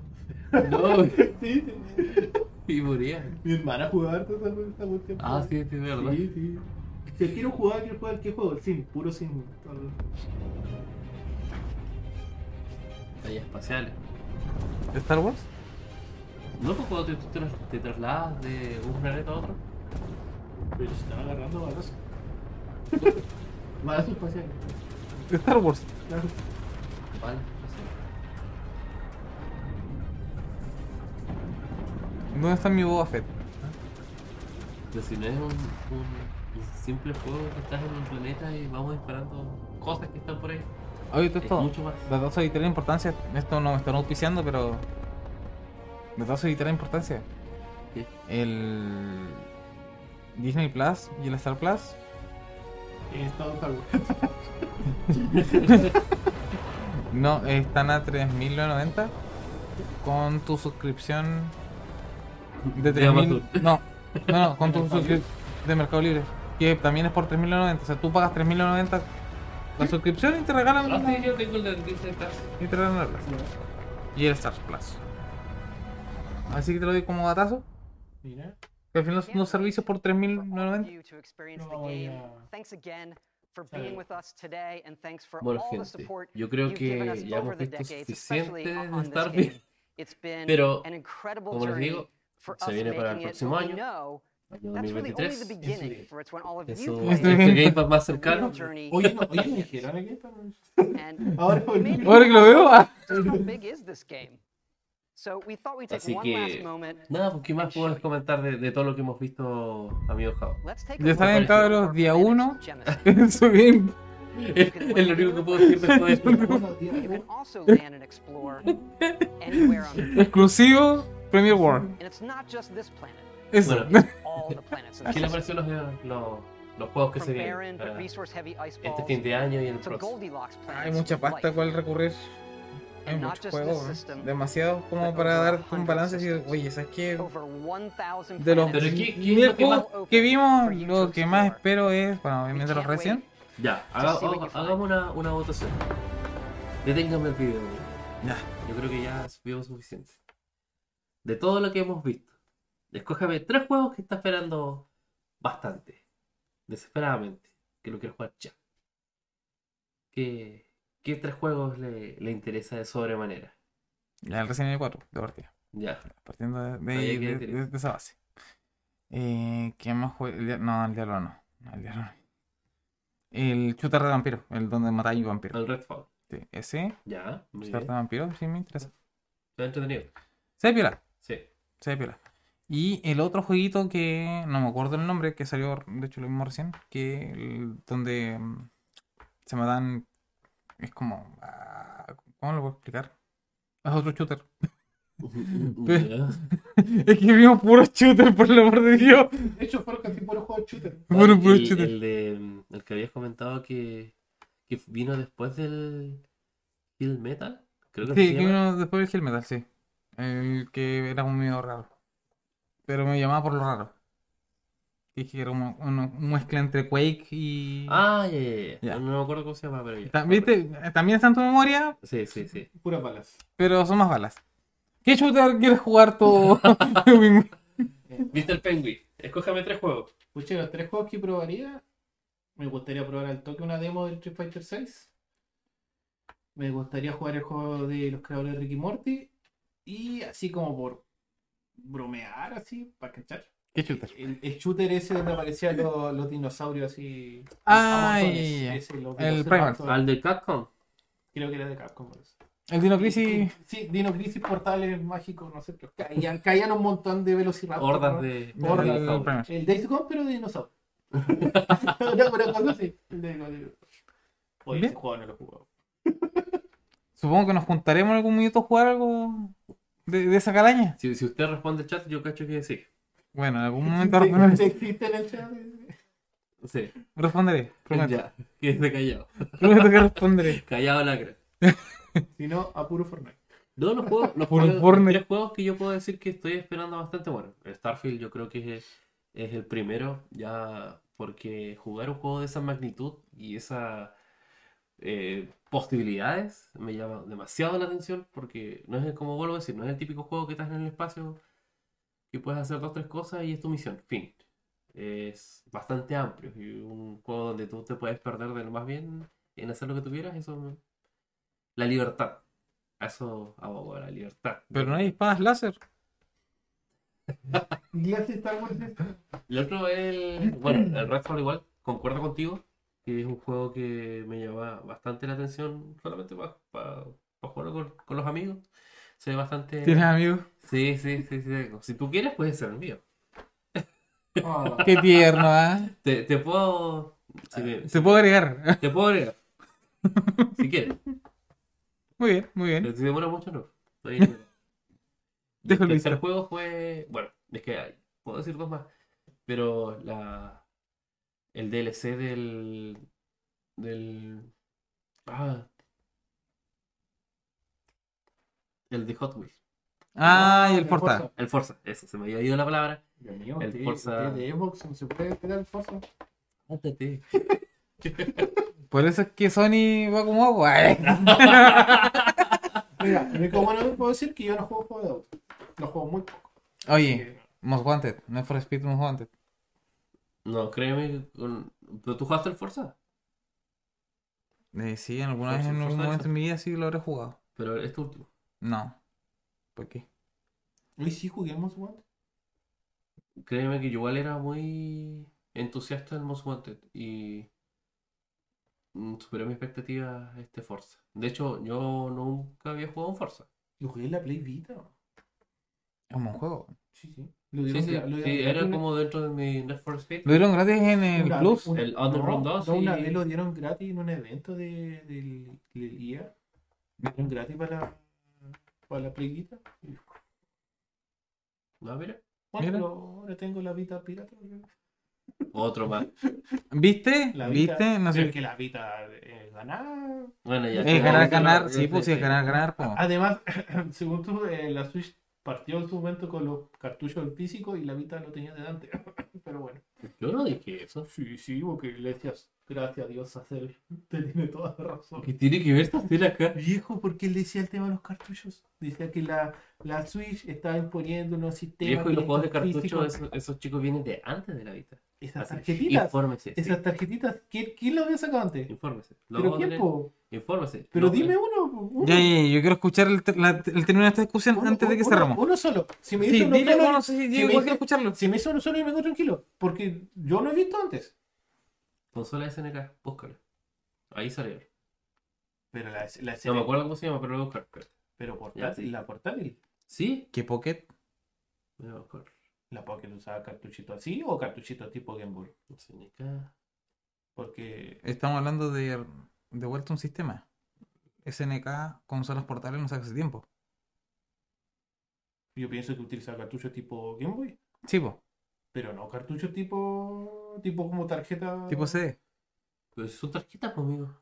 Speaker 2: No,
Speaker 3: *laughs* sí, sí.
Speaker 2: y moría.
Speaker 3: Mi hermana jugaba harto esa esa cuestión.
Speaker 2: Ah, sí, sí, es verdad.
Speaker 3: Sí, sí. Si quiero jugar, quiero jugar, ¿qué juego? El sim, puro sim.
Speaker 2: Tallas espaciales.
Speaker 1: ¿De Star Wars?
Speaker 2: ¿No pues cuando te, te tras- te trasladas de un planeta a otro?
Speaker 3: Pero se están agarrando *laughs* balazos. balazos espaciales.
Speaker 1: De Star Wars.
Speaker 3: Claro.
Speaker 2: Vale, espaciales.
Speaker 1: ¿Dónde está mi Boba Fett?
Speaker 2: Pero si no es un, un- un simple juego que estás en un planeta y vamos disparando cosas que están por ahí.
Speaker 1: Oye, esto es
Speaker 2: Es
Speaker 1: todo.
Speaker 2: mucho más.
Speaker 1: Datazo de vital importancia. Esto no me están auspiciando, pero. Datazo de vital importancia.
Speaker 2: ¿Qué?
Speaker 1: El. Disney Plus y el Star Plus
Speaker 3: En estado Star Wars.
Speaker 1: no están a 3.990 con tu suscripción de
Speaker 2: De
Speaker 1: 3.000.
Speaker 2: Amazon.
Speaker 1: No, no, no,
Speaker 2: *laughs*
Speaker 1: con tu
Speaker 3: Mercado Libre.
Speaker 1: suscripción de Mercado Libre que también es por 3.090. O sea, tú pagas 3.090 la suscripción y te regalan
Speaker 2: Ah,
Speaker 1: una-
Speaker 2: sí, yo tengo el de Disney Plus.
Speaker 1: Y te regalan la plaza. Y el Stars Plus. Así que te lo doy como datazo.
Speaker 3: Mira.
Speaker 1: Que al final son dos servicios por
Speaker 16: for all of
Speaker 1: 3.090.
Speaker 16: you to experience
Speaker 3: No,
Speaker 16: the game.
Speaker 3: ya.
Speaker 16: Thanks again for
Speaker 3: Está
Speaker 16: being
Speaker 3: bien.
Speaker 16: with us today, and thanks for
Speaker 2: Bueno,
Speaker 16: all the
Speaker 2: gente,
Speaker 16: support
Speaker 2: yo creo
Speaker 16: you've given
Speaker 2: que
Speaker 16: us
Speaker 2: ya
Speaker 16: over
Speaker 2: hemos
Speaker 16: the
Speaker 2: visto
Speaker 16: decades, especially
Speaker 2: suficiente de
Speaker 16: on this
Speaker 2: Starfield.
Speaker 16: game. It's been
Speaker 2: Pero,
Speaker 16: an incredible
Speaker 2: como les
Speaker 16: journey
Speaker 2: digo,
Speaker 16: for
Speaker 2: se
Speaker 16: us
Speaker 2: viene para el
Speaker 16: making it,
Speaker 2: próximo
Speaker 16: but we
Speaker 2: año,
Speaker 16: know
Speaker 2: año
Speaker 16: that's really only the
Speaker 2: 2023.
Speaker 16: beginning, for it's when all of you
Speaker 2: Eso
Speaker 16: play
Speaker 2: es
Speaker 1: Estoy
Speaker 16: it,
Speaker 1: bien.
Speaker 2: el Game Pass este más
Speaker 16: the real
Speaker 2: cercano.
Speaker 16: este *laughs* journey
Speaker 3: Oye, no, oye, me
Speaker 16: begins.
Speaker 3: dijeron aquí. pero-
Speaker 16: And
Speaker 3: Ahora
Speaker 16: maybe-
Speaker 1: Ahora que lo veo, ah. *laughs*
Speaker 16: just how big is this game? So we thought we'd take
Speaker 2: Así
Speaker 16: one last
Speaker 2: que,
Speaker 16: moment.
Speaker 2: nada, pues, ¿qué más
Speaker 16: and show
Speaker 2: puedes
Speaker 16: you.
Speaker 2: comentar de, de todo lo que hemos visto, amigo Jao? *laughs*
Speaker 16: Let's take a
Speaker 1: Ya
Speaker 16: look
Speaker 1: saben,
Speaker 16: at the
Speaker 1: cabros, día
Speaker 16: planet's *laughs*
Speaker 1: 1
Speaker 16: genesis.
Speaker 1: en su game.
Speaker 2: Es lo único que puedo decir
Speaker 16: *laughs*
Speaker 2: después de esto.
Speaker 16: You can also land and explore anywhere on Earth.
Speaker 1: Exclusivo Premier World.
Speaker 16: And it's not just this planet,
Speaker 1: Eso.
Speaker 2: Bueno.
Speaker 16: all the
Speaker 2: *laughs*
Speaker 16: planets in the
Speaker 2: ¿Qué le
Speaker 16: system.
Speaker 2: pareció los, los, los juegos que se
Speaker 16: From
Speaker 2: vienen
Speaker 16: barren but
Speaker 2: para
Speaker 16: resource heavy ice
Speaker 2: este
Speaker 16: balls
Speaker 2: fin de año y el
Speaker 16: to
Speaker 2: próximo?
Speaker 16: Goldilocks planets.
Speaker 1: Hay mucha
Speaker 16: with
Speaker 1: pasta
Speaker 16: life.
Speaker 1: cual recurrir. Hay muchos juegos, ¿eh? demasiado como para darte un balance y decir, oye, ¿sabes qué? De los
Speaker 2: Pero ¿qué- Oh, qué
Speaker 1: mil
Speaker 2: es lo que más-
Speaker 1: juegos que vimos, lo que más espero es, bueno, obviamente los recién.
Speaker 2: Ya, haga- haga- hagamos una, una votación. Deténgame el video. güey. Yo creo que ya vimos suficiente. De todo lo que hemos visto, escójame tres juegos que está esperando bastante. Desesperadamente. Que lo quiero jugar ya. ¿Qué, qué tres juegos le, le interesa de sobremanera?
Speaker 1: Ya, el Resident Evil 4, de partida.
Speaker 2: Ya.
Speaker 1: Partiendo de, de-
Speaker 2: Ahí hay que
Speaker 1: de-
Speaker 2: detener.
Speaker 1: de- de esa base. Eh, ¿Qué más jue- el dia- No, el diablo no. no, El diablo no. El shooter de vampiro, el donde matáis vampiro.
Speaker 2: El Redfall.
Speaker 1: Sí, ese.
Speaker 2: Ya, Ah. muy
Speaker 1: Shooter de
Speaker 2: bien.
Speaker 1: vampiro, sí me interesa.
Speaker 2: Está entretenido.
Speaker 1: Se ve piola,
Speaker 2: Sí.
Speaker 1: se ve piola. Y el otro jueguito que no me acuerdo el nombre, que salió, de hecho, lo mismo recién, que el- donde mm, se matan. Es como. ah, ¿Cómo lo puedo explicar? Es otro shooter. *laughs*
Speaker 2: Ya.
Speaker 1: es que vimos puro shooter, por el amor de Dios.
Speaker 3: De hecho, fueron casi puros juegos shooter.
Speaker 1: Puro, puro
Speaker 2: el,
Speaker 1: shooter.
Speaker 2: el de, mm, el que habías comentado que, que vino después del Hill Metal, creo que
Speaker 1: Sí,
Speaker 2: se
Speaker 1: que
Speaker 2: llama.
Speaker 1: vino después del Hellmetal, sí. El que era un medio raro. Pero me llamaba por lo raro. Y que era una, una mezcla entre Quake y.
Speaker 2: Ah, ya, ya, ya.
Speaker 1: Ya.
Speaker 2: No, no me acuerdo cómo se llama, pero ya.
Speaker 1: Ta- ¿Viste? También está en tu memoria,
Speaker 2: Sí, sí, sí.
Speaker 3: Puras balas.
Speaker 1: pero son más balas. ¿Qué shooter quieres jugar
Speaker 2: *laughs*
Speaker 1: tú? *laughs* Wingman?
Speaker 2: ¿Viste el Penguin? Escójame tres juegos.
Speaker 3: Escuché los tres juegos que probaría. Me gustaría probar al toque una demo del Street Fighter 6. Me gustaría jugar el juego de los creadores de Ricky Morty. Y así como por bromear, así, para cachar.
Speaker 1: ¿Qué shooter?
Speaker 3: El, el shooter ese donde aparecían los, los dinosaurios así.
Speaker 1: Ah,
Speaker 3: a
Speaker 1: ya,
Speaker 3: montones.
Speaker 1: ya, ya.
Speaker 3: Ese, los
Speaker 1: El
Speaker 3: velociraptors.
Speaker 1: Primal.
Speaker 2: Ah. Al de Capcom.
Speaker 3: Creo que era de Capcom. por eso.
Speaker 1: El Dino Crisis.
Speaker 3: Sí, Dino Crisis, portales mágicos, no sé. pero Caían, caían un montón de velociraptors.
Speaker 2: Hordas
Speaker 3: ¿no?
Speaker 2: de.
Speaker 3: Hordas.
Speaker 2: de
Speaker 1: El Primal.
Speaker 2: dinosaurios.
Speaker 3: El Days Gone, pero de dinosaurio. *laughs* no, pero cuando sí. El Days Gone, digo. Oye,
Speaker 1: Bien.
Speaker 3: ese juego no lo he jugado.
Speaker 1: Supongo que nos juntaremos en algún minuto a jugar algo de, de esa calaña.
Speaker 2: Si, si usted responde el chat, yo cacho que sí.
Speaker 1: Bueno, en algún
Speaker 3: ¿Te,
Speaker 2: *laughs*
Speaker 1: momento responderé.
Speaker 3: existe en el chat? eh,
Speaker 2: Sí.
Speaker 1: Responderé, prometo.
Speaker 2: Ya. *laughs* Quédese callado.
Speaker 1: Prometo que responderé.
Speaker 2: Callado lacra.
Speaker 3: Si no, a puro Fortnite.
Speaker 2: No, los juegos, los
Speaker 1: Por el
Speaker 2: juegos-
Speaker 1: Fortnite.
Speaker 2: tres juegos que yo puedo decir que estoy esperando bastante. Bueno, el Starfield yo creo que es, es el primero, ya porque jugar un juego de esa magnitud y esas posibilidades me llama demasiado la atención porque no es el- como vuelvo a decir, no es el típico juego que estás en el espacio que puedes hacer dos, tres cosas y es tu misión, fin. Es bastante amplio y un juego donde tú te puedes perder de lo más bien en hacer lo que tú quieras, eso... me- La libertad. A Eso abogo, la libertad.
Speaker 1: Pero no hay espadas láser.
Speaker 3: Glass Star Wars es-
Speaker 1: *laughs*
Speaker 2: El otro es el. Bueno, el Redfall igual, concuerdo contigo. Que es un juego que me llama bastante la atención, solamente para jugarlo con, con los amigos. Se ve bastante.
Speaker 1: ¿Tienes amigos?
Speaker 2: Sí, sí, sí, sí. tengo. Si tú quieres, puedes ser el mío.
Speaker 3: Oh,
Speaker 1: Qué tierno, ¿ah?
Speaker 2: Te, te puedo. si me-
Speaker 1: Se puede agregar. *laughs*
Speaker 2: te puedo agregar. Si quieres.
Speaker 1: Muy bien, muy bien.
Speaker 2: Pero si demora mucho, no. No hay ningún- Y
Speaker 1: Déjalo
Speaker 2: El tercer
Speaker 1: listo.
Speaker 2: juego fue. Bueno, es que hay- puedo decir dos más. Pero la. El DLC del. Del. Ah. El de Hot Wheels.
Speaker 1: Ah, y el
Speaker 3: el
Speaker 1: portal.
Speaker 3: Forza.
Speaker 2: El Forza, eso, se me había ido la palabra.
Speaker 3: Dios mío,
Speaker 2: El
Speaker 3: usted-
Speaker 2: Forza.
Speaker 3: usted de Xbox no se puede esperar el Forza.
Speaker 2: Ándate.
Speaker 1: Por eso es que Sony va como agua. *laughs*
Speaker 3: Mira, lo único bueno que puedo decir que yo no juego juegos de auto. Los juego muy poco.
Speaker 1: Oye, Most Wanted, no for Speed Most Wanted.
Speaker 2: No, créeme. con- ¿Pero tú jugaste el Forza?
Speaker 1: Eh, sí, en alguna vez
Speaker 2: Forza-
Speaker 1: en algún
Speaker 2: Forza
Speaker 1: momento
Speaker 2: eso.
Speaker 1: en mi vida sí lo habré jugado.
Speaker 2: Pero este último.
Speaker 1: No. ¿Por qué?
Speaker 3: Hoy sí juguemos, weón.
Speaker 2: Créeme que yo igual era muy entusiasta del Most Wanted y mm, superó mis expectativas este Forza. De hecho, yo nunca había jugado un Forza.
Speaker 3: Lo jugué en la Play Vita. weón.
Speaker 1: Como un juego.
Speaker 3: Sí, sí. Lo
Speaker 2: Sí,
Speaker 3: dieron
Speaker 2: sí,
Speaker 3: gra- lo
Speaker 2: sí,
Speaker 3: dieron
Speaker 2: era
Speaker 3: gratis.
Speaker 2: como dentro de mi Need for Speed.
Speaker 1: Lo dieron gratis en el
Speaker 3: Una-
Speaker 1: Plus.
Speaker 3: una-
Speaker 2: El Underground 2
Speaker 3: no, una
Speaker 2: y-
Speaker 3: vez lo dieron gratis en un evento de, del, del IA. Lo dieron gratis para la, para la Play Vita.
Speaker 2: Ah, mira.
Speaker 3: Bueno,
Speaker 1: Mira.
Speaker 2: Ah,
Speaker 3: pero ahora tengo la Vita pirata. weón.
Speaker 2: Otro más.
Speaker 1: ¿Viste?
Speaker 3: La Vita-
Speaker 1: ¿Viste? No
Speaker 3: creo
Speaker 1: sé.
Speaker 3: que la Vita eh, ganaba.
Speaker 2: Bueno, ya.
Speaker 1: Es ganar, ganar. Sí, pues
Speaker 2: este,
Speaker 1: sí, es ganar, ganar. po.
Speaker 3: Además, *laughs* según tú, eh, la Switch partió en su momento con los cartuchos en físico y la Vita lo tenía delante. *laughs* Pero bueno.
Speaker 2: Yo no dije eso.
Speaker 3: Sí, sí, porque le decías, gracias a Dios, hacer. *laughs* Te tiene toda la razón.
Speaker 2: ¿Qué tiene que ver esta tela acá?
Speaker 3: Viejo, porque él decía el tema de los cartuchos. Decía que la, la Switch estaba imponiendo unos sistemas.
Speaker 2: Viejo, y los juegos de cartucho,
Speaker 3: físicos.
Speaker 2: esos, esos chicos vienen de antes de la Vita.
Speaker 3: Esas
Speaker 2: Así,
Speaker 3: tarjetitas.
Speaker 2: Infórmese. sí,
Speaker 3: Esas tarjetitas, ¿quién, quién lo había sacado antes?
Speaker 2: Infórmese. Lo
Speaker 3: ¿Pero
Speaker 2: vamos a
Speaker 3: quién,
Speaker 2: tener.
Speaker 3: po?
Speaker 2: Infórmese.
Speaker 3: Pero
Speaker 2: No,
Speaker 3: dime
Speaker 2: eh,
Speaker 3: uno, po, uno.
Speaker 1: Ya, ya, ya, yo quiero escuchar el, te- la- el término de esta discusión antes de que
Speaker 3: uno-
Speaker 1: cerramos.
Speaker 3: Uno solo. Si me
Speaker 1: Sí,
Speaker 3: dice uno
Speaker 1: dile
Speaker 3: solo,
Speaker 1: uno, sí, sí, yo
Speaker 3: si me
Speaker 1: igual
Speaker 3: dice-
Speaker 1: quiero escucharlo.
Speaker 3: Si me dice uno solo, yo me quedo tranquilo. Porque yo no he visto antes.
Speaker 2: Consola SNK, búscalo. Ahí salió.
Speaker 3: Pero la, la
Speaker 2: No me acuerdo cómo se llama, pero lo voy a buscar.
Speaker 3: Pero
Speaker 2: Ya,
Speaker 3: portátil,
Speaker 2: sí.
Speaker 3: la portátil.
Speaker 2: ¿Sí?
Speaker 1: ¿Qué Pocket?
Speaker 2: Voy a buscar.
Speaker 3: La Pocket usaba cartuchito así o cartuchito tipo Game Boy.
Speaker 2: SNK.
Speaker 3: Porque
Speaker 1: Estamos hablando de, de vuelta a un sistema. SNK, consolas portables, no saca hace tiempo.
Speaker 3: yo pienso que utilizaba cartuchos tipo Game Boy.
Speaker 1: Sí, po,
Speaker 3: Pero no cartuchos tipo. tipo como tarjeta.
Speaker 1: tipo CD.
Speaker 2: Pero si son tarjetas, pues, amigo.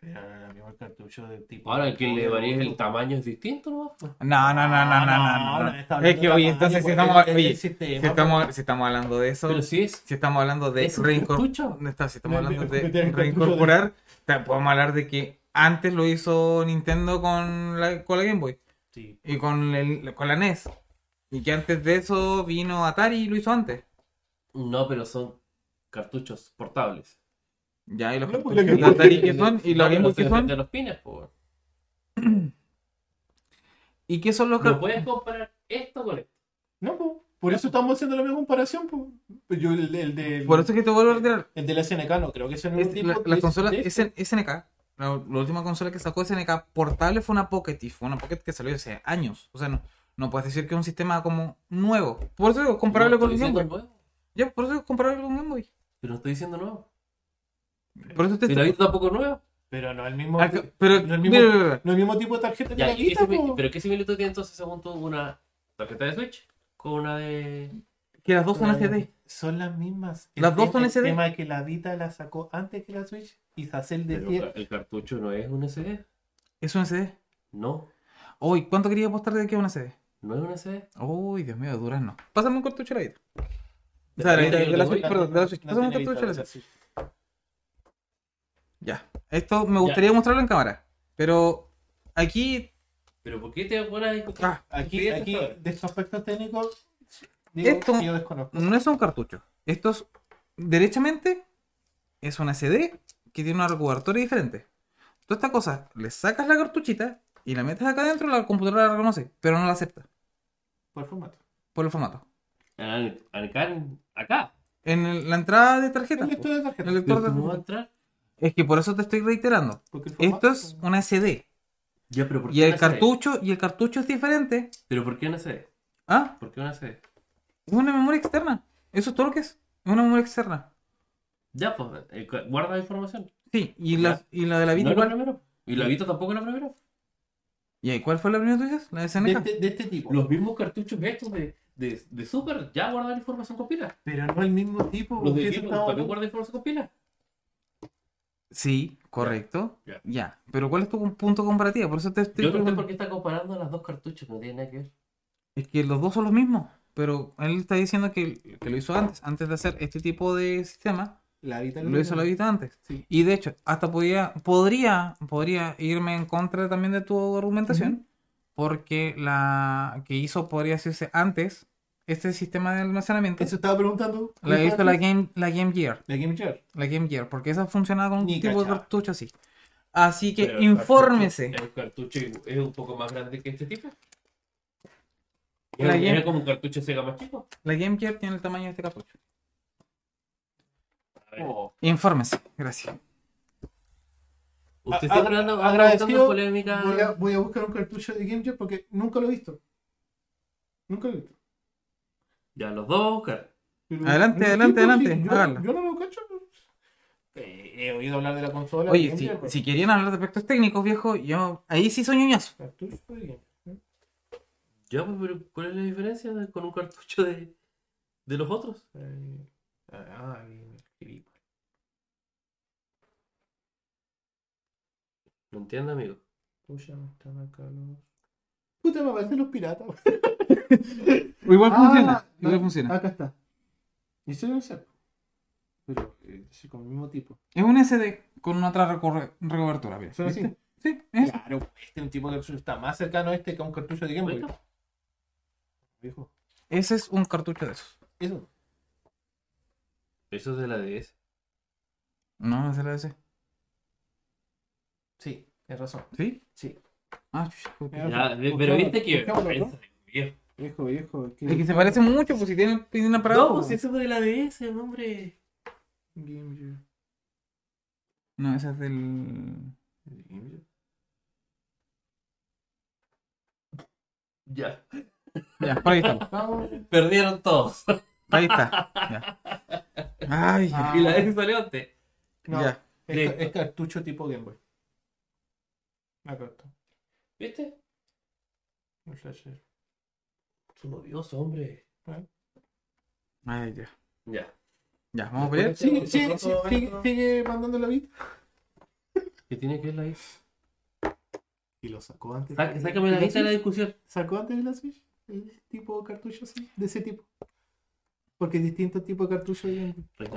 Speaker 3: Pero no era el mismo cartucho de tipo.
Speaker 2: Ahora, quien le varía
Speaker 3: varíes
Speaker 2: el tamaño es distinto, ¿no? Pues.
Speaker 1: No, no, no, no, no,
Speaker 3: no,
Speaker 1: no. no,
Speaker 3: no, está
Speaker 1: Es
Speaker 3: hablando
Speaker 1: que oye,
Speaker 3: de tamaño,
Speaker 1: entonces si
Speaker 3: pues,
Speaker 1: estamos,
Speaker 3: el- el
Speaker 1: oye, si
Speaker 3: sistema,
Speaker 1: estamos, si estamos hablando de eso,
Speaker 2: Pero
Speaker 1: si
Speaker 2: sí es.
Speaker 1: estamos hablando de
Speaker 2: ¿Es un
Speaker 1: reincor-
Speaker 2: cartucho?
Speaker 1: no está, si estamos
Speaker 3: Me-
Speaker 1: hablando
Speaker 3: me- me tienen
Speaker 1: de
Speaker 3: el cartucho
Speaker 1: reincorporar, ta- podemos hablar de que antes lo hizo Nintendo con la, con la Game Boy
Speaker 3: Sí.
Speaker 1: y con, el- con la NES. Y que antes de eso vino Atari y lo hizo antes.
Speaker 2: No, pero son cartuchos portables.
Speaker 1: Ya, y los
Speaker 3: No, pues,
Speaker 1: cartuchos
Speaker 3: la Game
Speaker 1: de Atari
Speaker 2: Eh,
Speaker 1: que
Speaker 2: no,
Speaker 1: son y
Speaker 2: no,
Speaker 1: la Game
Speaker 2: pero
Speaker 1: Boy
Speaker 2: se
Speaker 1: que
Speaker 2: les
Speaker 1: son.
Speaker 2: vende los pines, pues, po.
Speaker 1: ¿Y qué son los
Speaker 2: No
Speaker 1: cartuchos?
Speaker 2: puedes comparar esto con esto.
Speaker 3: pues. No, po. Por eso estamos haciendo la misma comparación, po. Yo el, el del.
Speaker 1: Por eso es que te vuelvo a retirar.
Speaker 3: El de la SNK no creo que sea el mismo
Speaker 1: Es-
Speaker 3: tipo.
Speaker 1: la-
Speaker 3: de- este,
Speaker 1: las consolas
Speaker 3: de-
Speaker 1: SN SNK, la, la última consola que sacó SNK portable fue una Pocket y fue una Pocket que salió hace años. O sea, no, no puedes decir que es un sistema como nuevo. Por eso digo, comparable
Speaker 2: No
Speaker 1: con el
Speaker 2: estoy
Speaker 1: Game Boy.
Speaker 2: diciendo nuevo,
Speaker 1: Ya, por eso digo, comparable con Game Boy.
Speaker 2: Pero no estoy diciendo nuevo.
Speaker 1: Por eso te
Speaker 2: Si la Vita tampoco es nueva.
Speaker 3: Pero no el mismo.
Speaker 1: Ah, que- pero-
Speaker 3: no el mismo,
Speaker 1: mira, mira, mira.
Speaker 3: no el mismo tipo de tarjeta que
Speaker 2: Ya,
Speaker 3: la
Speaker 2: ¿y qué
Speaker 3: Vita, pues.
Speaker 2: simil-
Speaker 3: po.
Speaker 2: pero ¿qué similitud tiene entonces según tú una tarjeta de Switch con una de...
Speaker 1: Que las dos son SD.
Speaker 3: Son las mismas.
Speaker 1: Las dos son
Speaker 3: el
Speaker 1: SD.
Speaker 3: tema es que la Vita la sacó antes que la Switch y Zacel
Speaker 2: Pero
Speaker 3: decía.
Speaker 2: el cartucho no es un SD.
Speaker 1: Es un SD.
Speaker 2: No,
Speaker 1: Uy, ¿cuánto quería apostar de que es un SD?
Speaker 2: no es un SD.
Speaker 1: Uy, Dios mío, duras no. Pásame un cartucho de la Vita. O sea, la
Speaker 2: la Vita
Speaker 1: Vita-
Speaker 2: yo
Speaker 1: de la
Speaker 2: te
Speaker 1: Switch,
Speaker 2: doy.
Speaker 1: perdón, de la Switch.
Speaker 3: no
Speaker 1: Pásame un
Speaker 3: tiene
Speaker 1: cartucho de la
Speaker 3: Vita,
Speaker 1: Switch. Ya. Esto me gustaría
Speaker 2: Ya.
Speaker 1: mostrarlo en cámara. Pero aquí.
Speaker 2: Pero ¿por qué te pones a discutir?
Speaker 1: Ah,
Speaker 3: Aquí, aquí, de estos aspectos técnicos, digo,
Speaker 1: Esto-
Speaker 3: que yo desconozco.
Speaker 1: no es un cartucho. Esto es, derechamente, es una CD que tiene una recubiertura diferente. Tú esta cosa, le sacas la cartuchita y la metes acá adentro, la computadora la reconoce, pero no la acepta
Speaker 3: Por formato.
Speaker 1: por el formato.
Speaker 2: Al- al- al- Acá.
Speaker 1: En el- la entrada de tarjeta.
Speaker 3: El lector de
Speaker 1: en
Speaker 3: tarjeta.
Speaker 1: el lector
Speaker 2: Pero
Speaker 1: de
Speaker 2: tú no vas a
Speaker 1: tarjeta.
Speaker 2: entrar.
Speaker 1: Es que por eso te estoy reiterando.
Speaker 3: Porque el
Speaker 1: Esto
Speaker 3: formato-
Speaker 1: es una CD.
Speaker 2: Ya, pero ¿por
Speaker 1: Y
Speaker 2: qué
Speaker 1: el
Speaker 2: una CD?
Speaker 1: cartucho, y el cartucho es diferente.
Speaker 2: Pero ¿por qué una CD?
Speaker 1: ¿Ah?
Speaker 2: ¿Por qué una CD?
Speaker 1: Es una memoria externa. Eso es todo lo que es. Es una memoria externa.
Speaker 2: Ya, pues, eh, cu- guarda la información.
Speaker 1: Sí, y la,
Speaker 2: Ya.
Speaker 1: y la de la Vita.
Speaker 2: No es la
Speaker 1: igual.
Speaker 2: primera. Y la Vita tampoco es la primera.
Speaker 1: ¿Y ahí cuál fue la primera que tú dices? La de
Speaker 3: de,
Speaker 1: SNK.
Speaker 3: este, de este tipo.
Speaker 2: Los mismos cartuchos estos de, de, de Super, ya guarda la información con pila.
Speaker 3: Pero no el mismo tipo.
Speaker 2: Los de
Speaker 3: porque eso
Speaker 2: Game Boy
Speaker 3: estaba-
Speaker 2: también guarda información con pila.
Speaker 1: Sí, correcto.
Speaker 2: Ya.
Speaker 1: Ya. Pero ¿cuál es tu punto comparativo? Por eso te estoy
Speaker 2: Yo no sé
Speaker 1: preguntando.
Speaker 2: por qué está comparando las dos cartuchos, no tiene nada que ver.
Speaker 1: Es que los dos son los mismos. Pero él está diciendo que, que lo hizo antes. Antes de hacer este tipo de sistema,
Speaker 3: La Vita
Speaker 1: lo hizo la Vita antes.
Speaker 3: Sí.
Speaker 1: Y de hecho, hasta podía, podría, podría irme en contra también de tu argumentación. Porque la que hizo, podría decirse antes, este sistema de almacenamiento,
Speaker 3: Eso estaba preguntando.
Speaker 1: la hizo la Game, la Game Gear.
Speaker 3: La Game Gear.
Speaker 1: La Game Gear. Porque esa funcionaba con un
Speaker 3: Ni
Speaker 1: tipo de
Speaker 3: cachaba.
Speaker 1: cartucho así. Así que
Speaker 2: Pero el
Speaker 1: infórmese.
Speaker 2: cartucho- El cartucho es un poco más grande que este tipo.
Speaker 1: La
Speaker 2: Era,
Speaker 1: Game-
Speaker 2: era como un cartucho Sega más chico.
Speaker 1: La Game Gear tiene el tamaño de este cartucho.
Speaker 2: A ver,
Speaker 3: Oh.
Speaker 1: Infórmese, gracias.
Speaker 2: Usted
Speaker 3: A-
Speaker 2: siempre
Speaker 3: a-
Speaker 2: anda buscando
Speaker 3: Ah, agradecido,
Speaker 2: polémica.
Speaker 3: Voy a, voy a buscar un cartucho de Game Gear porque nunca lo he visto. Nunca lo he visto.
Speaker 2: Ya, los dos, Oscar.
Speaker 3: Pero-
Speaker 1: Adelante,
Speaker 3: no,
Speaker 1: adelante,
Speaker 3: tipo,
Speaker 1: adelante,
Speaker 3: sí, Yo,
Speaker 1: hágalo.
Speaker 3: yo no lo cacho. Eh, he oído hablar de la consola.
Speaker 1: Oye,
Speaker 3: Game
Speaker 1: si,
Speaker 3: Gear, pues. pero-
Speaker 1: si querían hablar de aspectos técnicos, viejo, yo ahí sí soy ñoñazo.
Speaker 3: Cartucho de Game Gear.
Speaker 2: Ya, pues, pero ¿cuál es la diferencia de- con un cartucho de, de los otros?
Speaker 3: Eh, Ah, ahí me escribí.
Speaker 2: No entiendo, amigo.
Speaker 3: Pucha, pues, no están acá los. Puta, me aparecen los piratas.
Speaker 1: Igual
Speaker 3: Ah,
Speaker 1: funciona.
Speaker 3: no,
Speaker 1: Igual funciona.
Speaker 3: Acá está. Y eso no sé. Pero eh, sí, con el mismo tipo.
Speaker 1: Es un SD con una otra recorre- recobertura. Mira.
Speaker 3: ¿Son así?
Speaker 1: ¿Viste? ¿Eh?
Speaker 3: Sí, es. Claro, pues, este es un tipo de cartucho está más cercano a este que a un cartucho de Game Boy. Viejo.
Speaker 1: Ese es un cartucho de esos.
Speaker 3: Eso.
Speaker 2: Eso es de la DS.
Speaker 1: No, es el ADC.
Speaker 3: Sí, tienes razón.
Speaker 1: ¿Sí?
Speaker 3: Sí.
Speaker 1: Ah, chucha, ok.
Speaker 2: Ya, ve- pero viste que.
Speaker 3: Buscámoslo, ¿no?
Speaker 2: vergüenza, viejo.
Speaker 3: Viejo, viejo.
Speaker 1: Es que se parece mucho, pues si tiene, tiene una parada.
Speaker 2: No, pues eso es de la DS, hombre.
Speaker 3: Game Boy.
Speaker 1: No, esa es del.
Speaker 2: Ya.
Speaker 1: Ya, por ahí estamos.
Speaker 2: Perdieron todos.
Speaker 1: Ahí está. Ya. Ay, ya.
Speaker 2: *laughs* Y la DS salió antes.
Speaker 3: No,
Speaker 1: Ya.
Speaker 3: es,
Speaker 2: Listo.
Speaker 3: ca- es cartucho tipo Game Boy. Acá está.
Speaker 2: ¿Viste?
Speaker 3: El flasher.
Speaker 2: Son odiosos, hombre.
Speaker 1: Ay, ya.
Speaker 2: Ya.
Speaker 1: Ya, vamos a pelear.
Speaker 2: Este
Speaker 3: Sigue, sigue,
Speaker 2: Con todo
Speaker 3: sigue, sigue,
Speaker 2: esto-
Speaker 3: sigue mandando la vida.
Speaker 2: ¿Qué tiene que ver la DS?
Speaker 3: Y lo sacó antes.
Speaker 2: Sa- Sácame la DS de la discusión.
Speaker 3: ¿Sacó antes de la Switch? El tipo de cartucho así, de ese tipo. Porque es distinto tipo de cartucho de Game Boy.
Speaker 2: Reinaldo,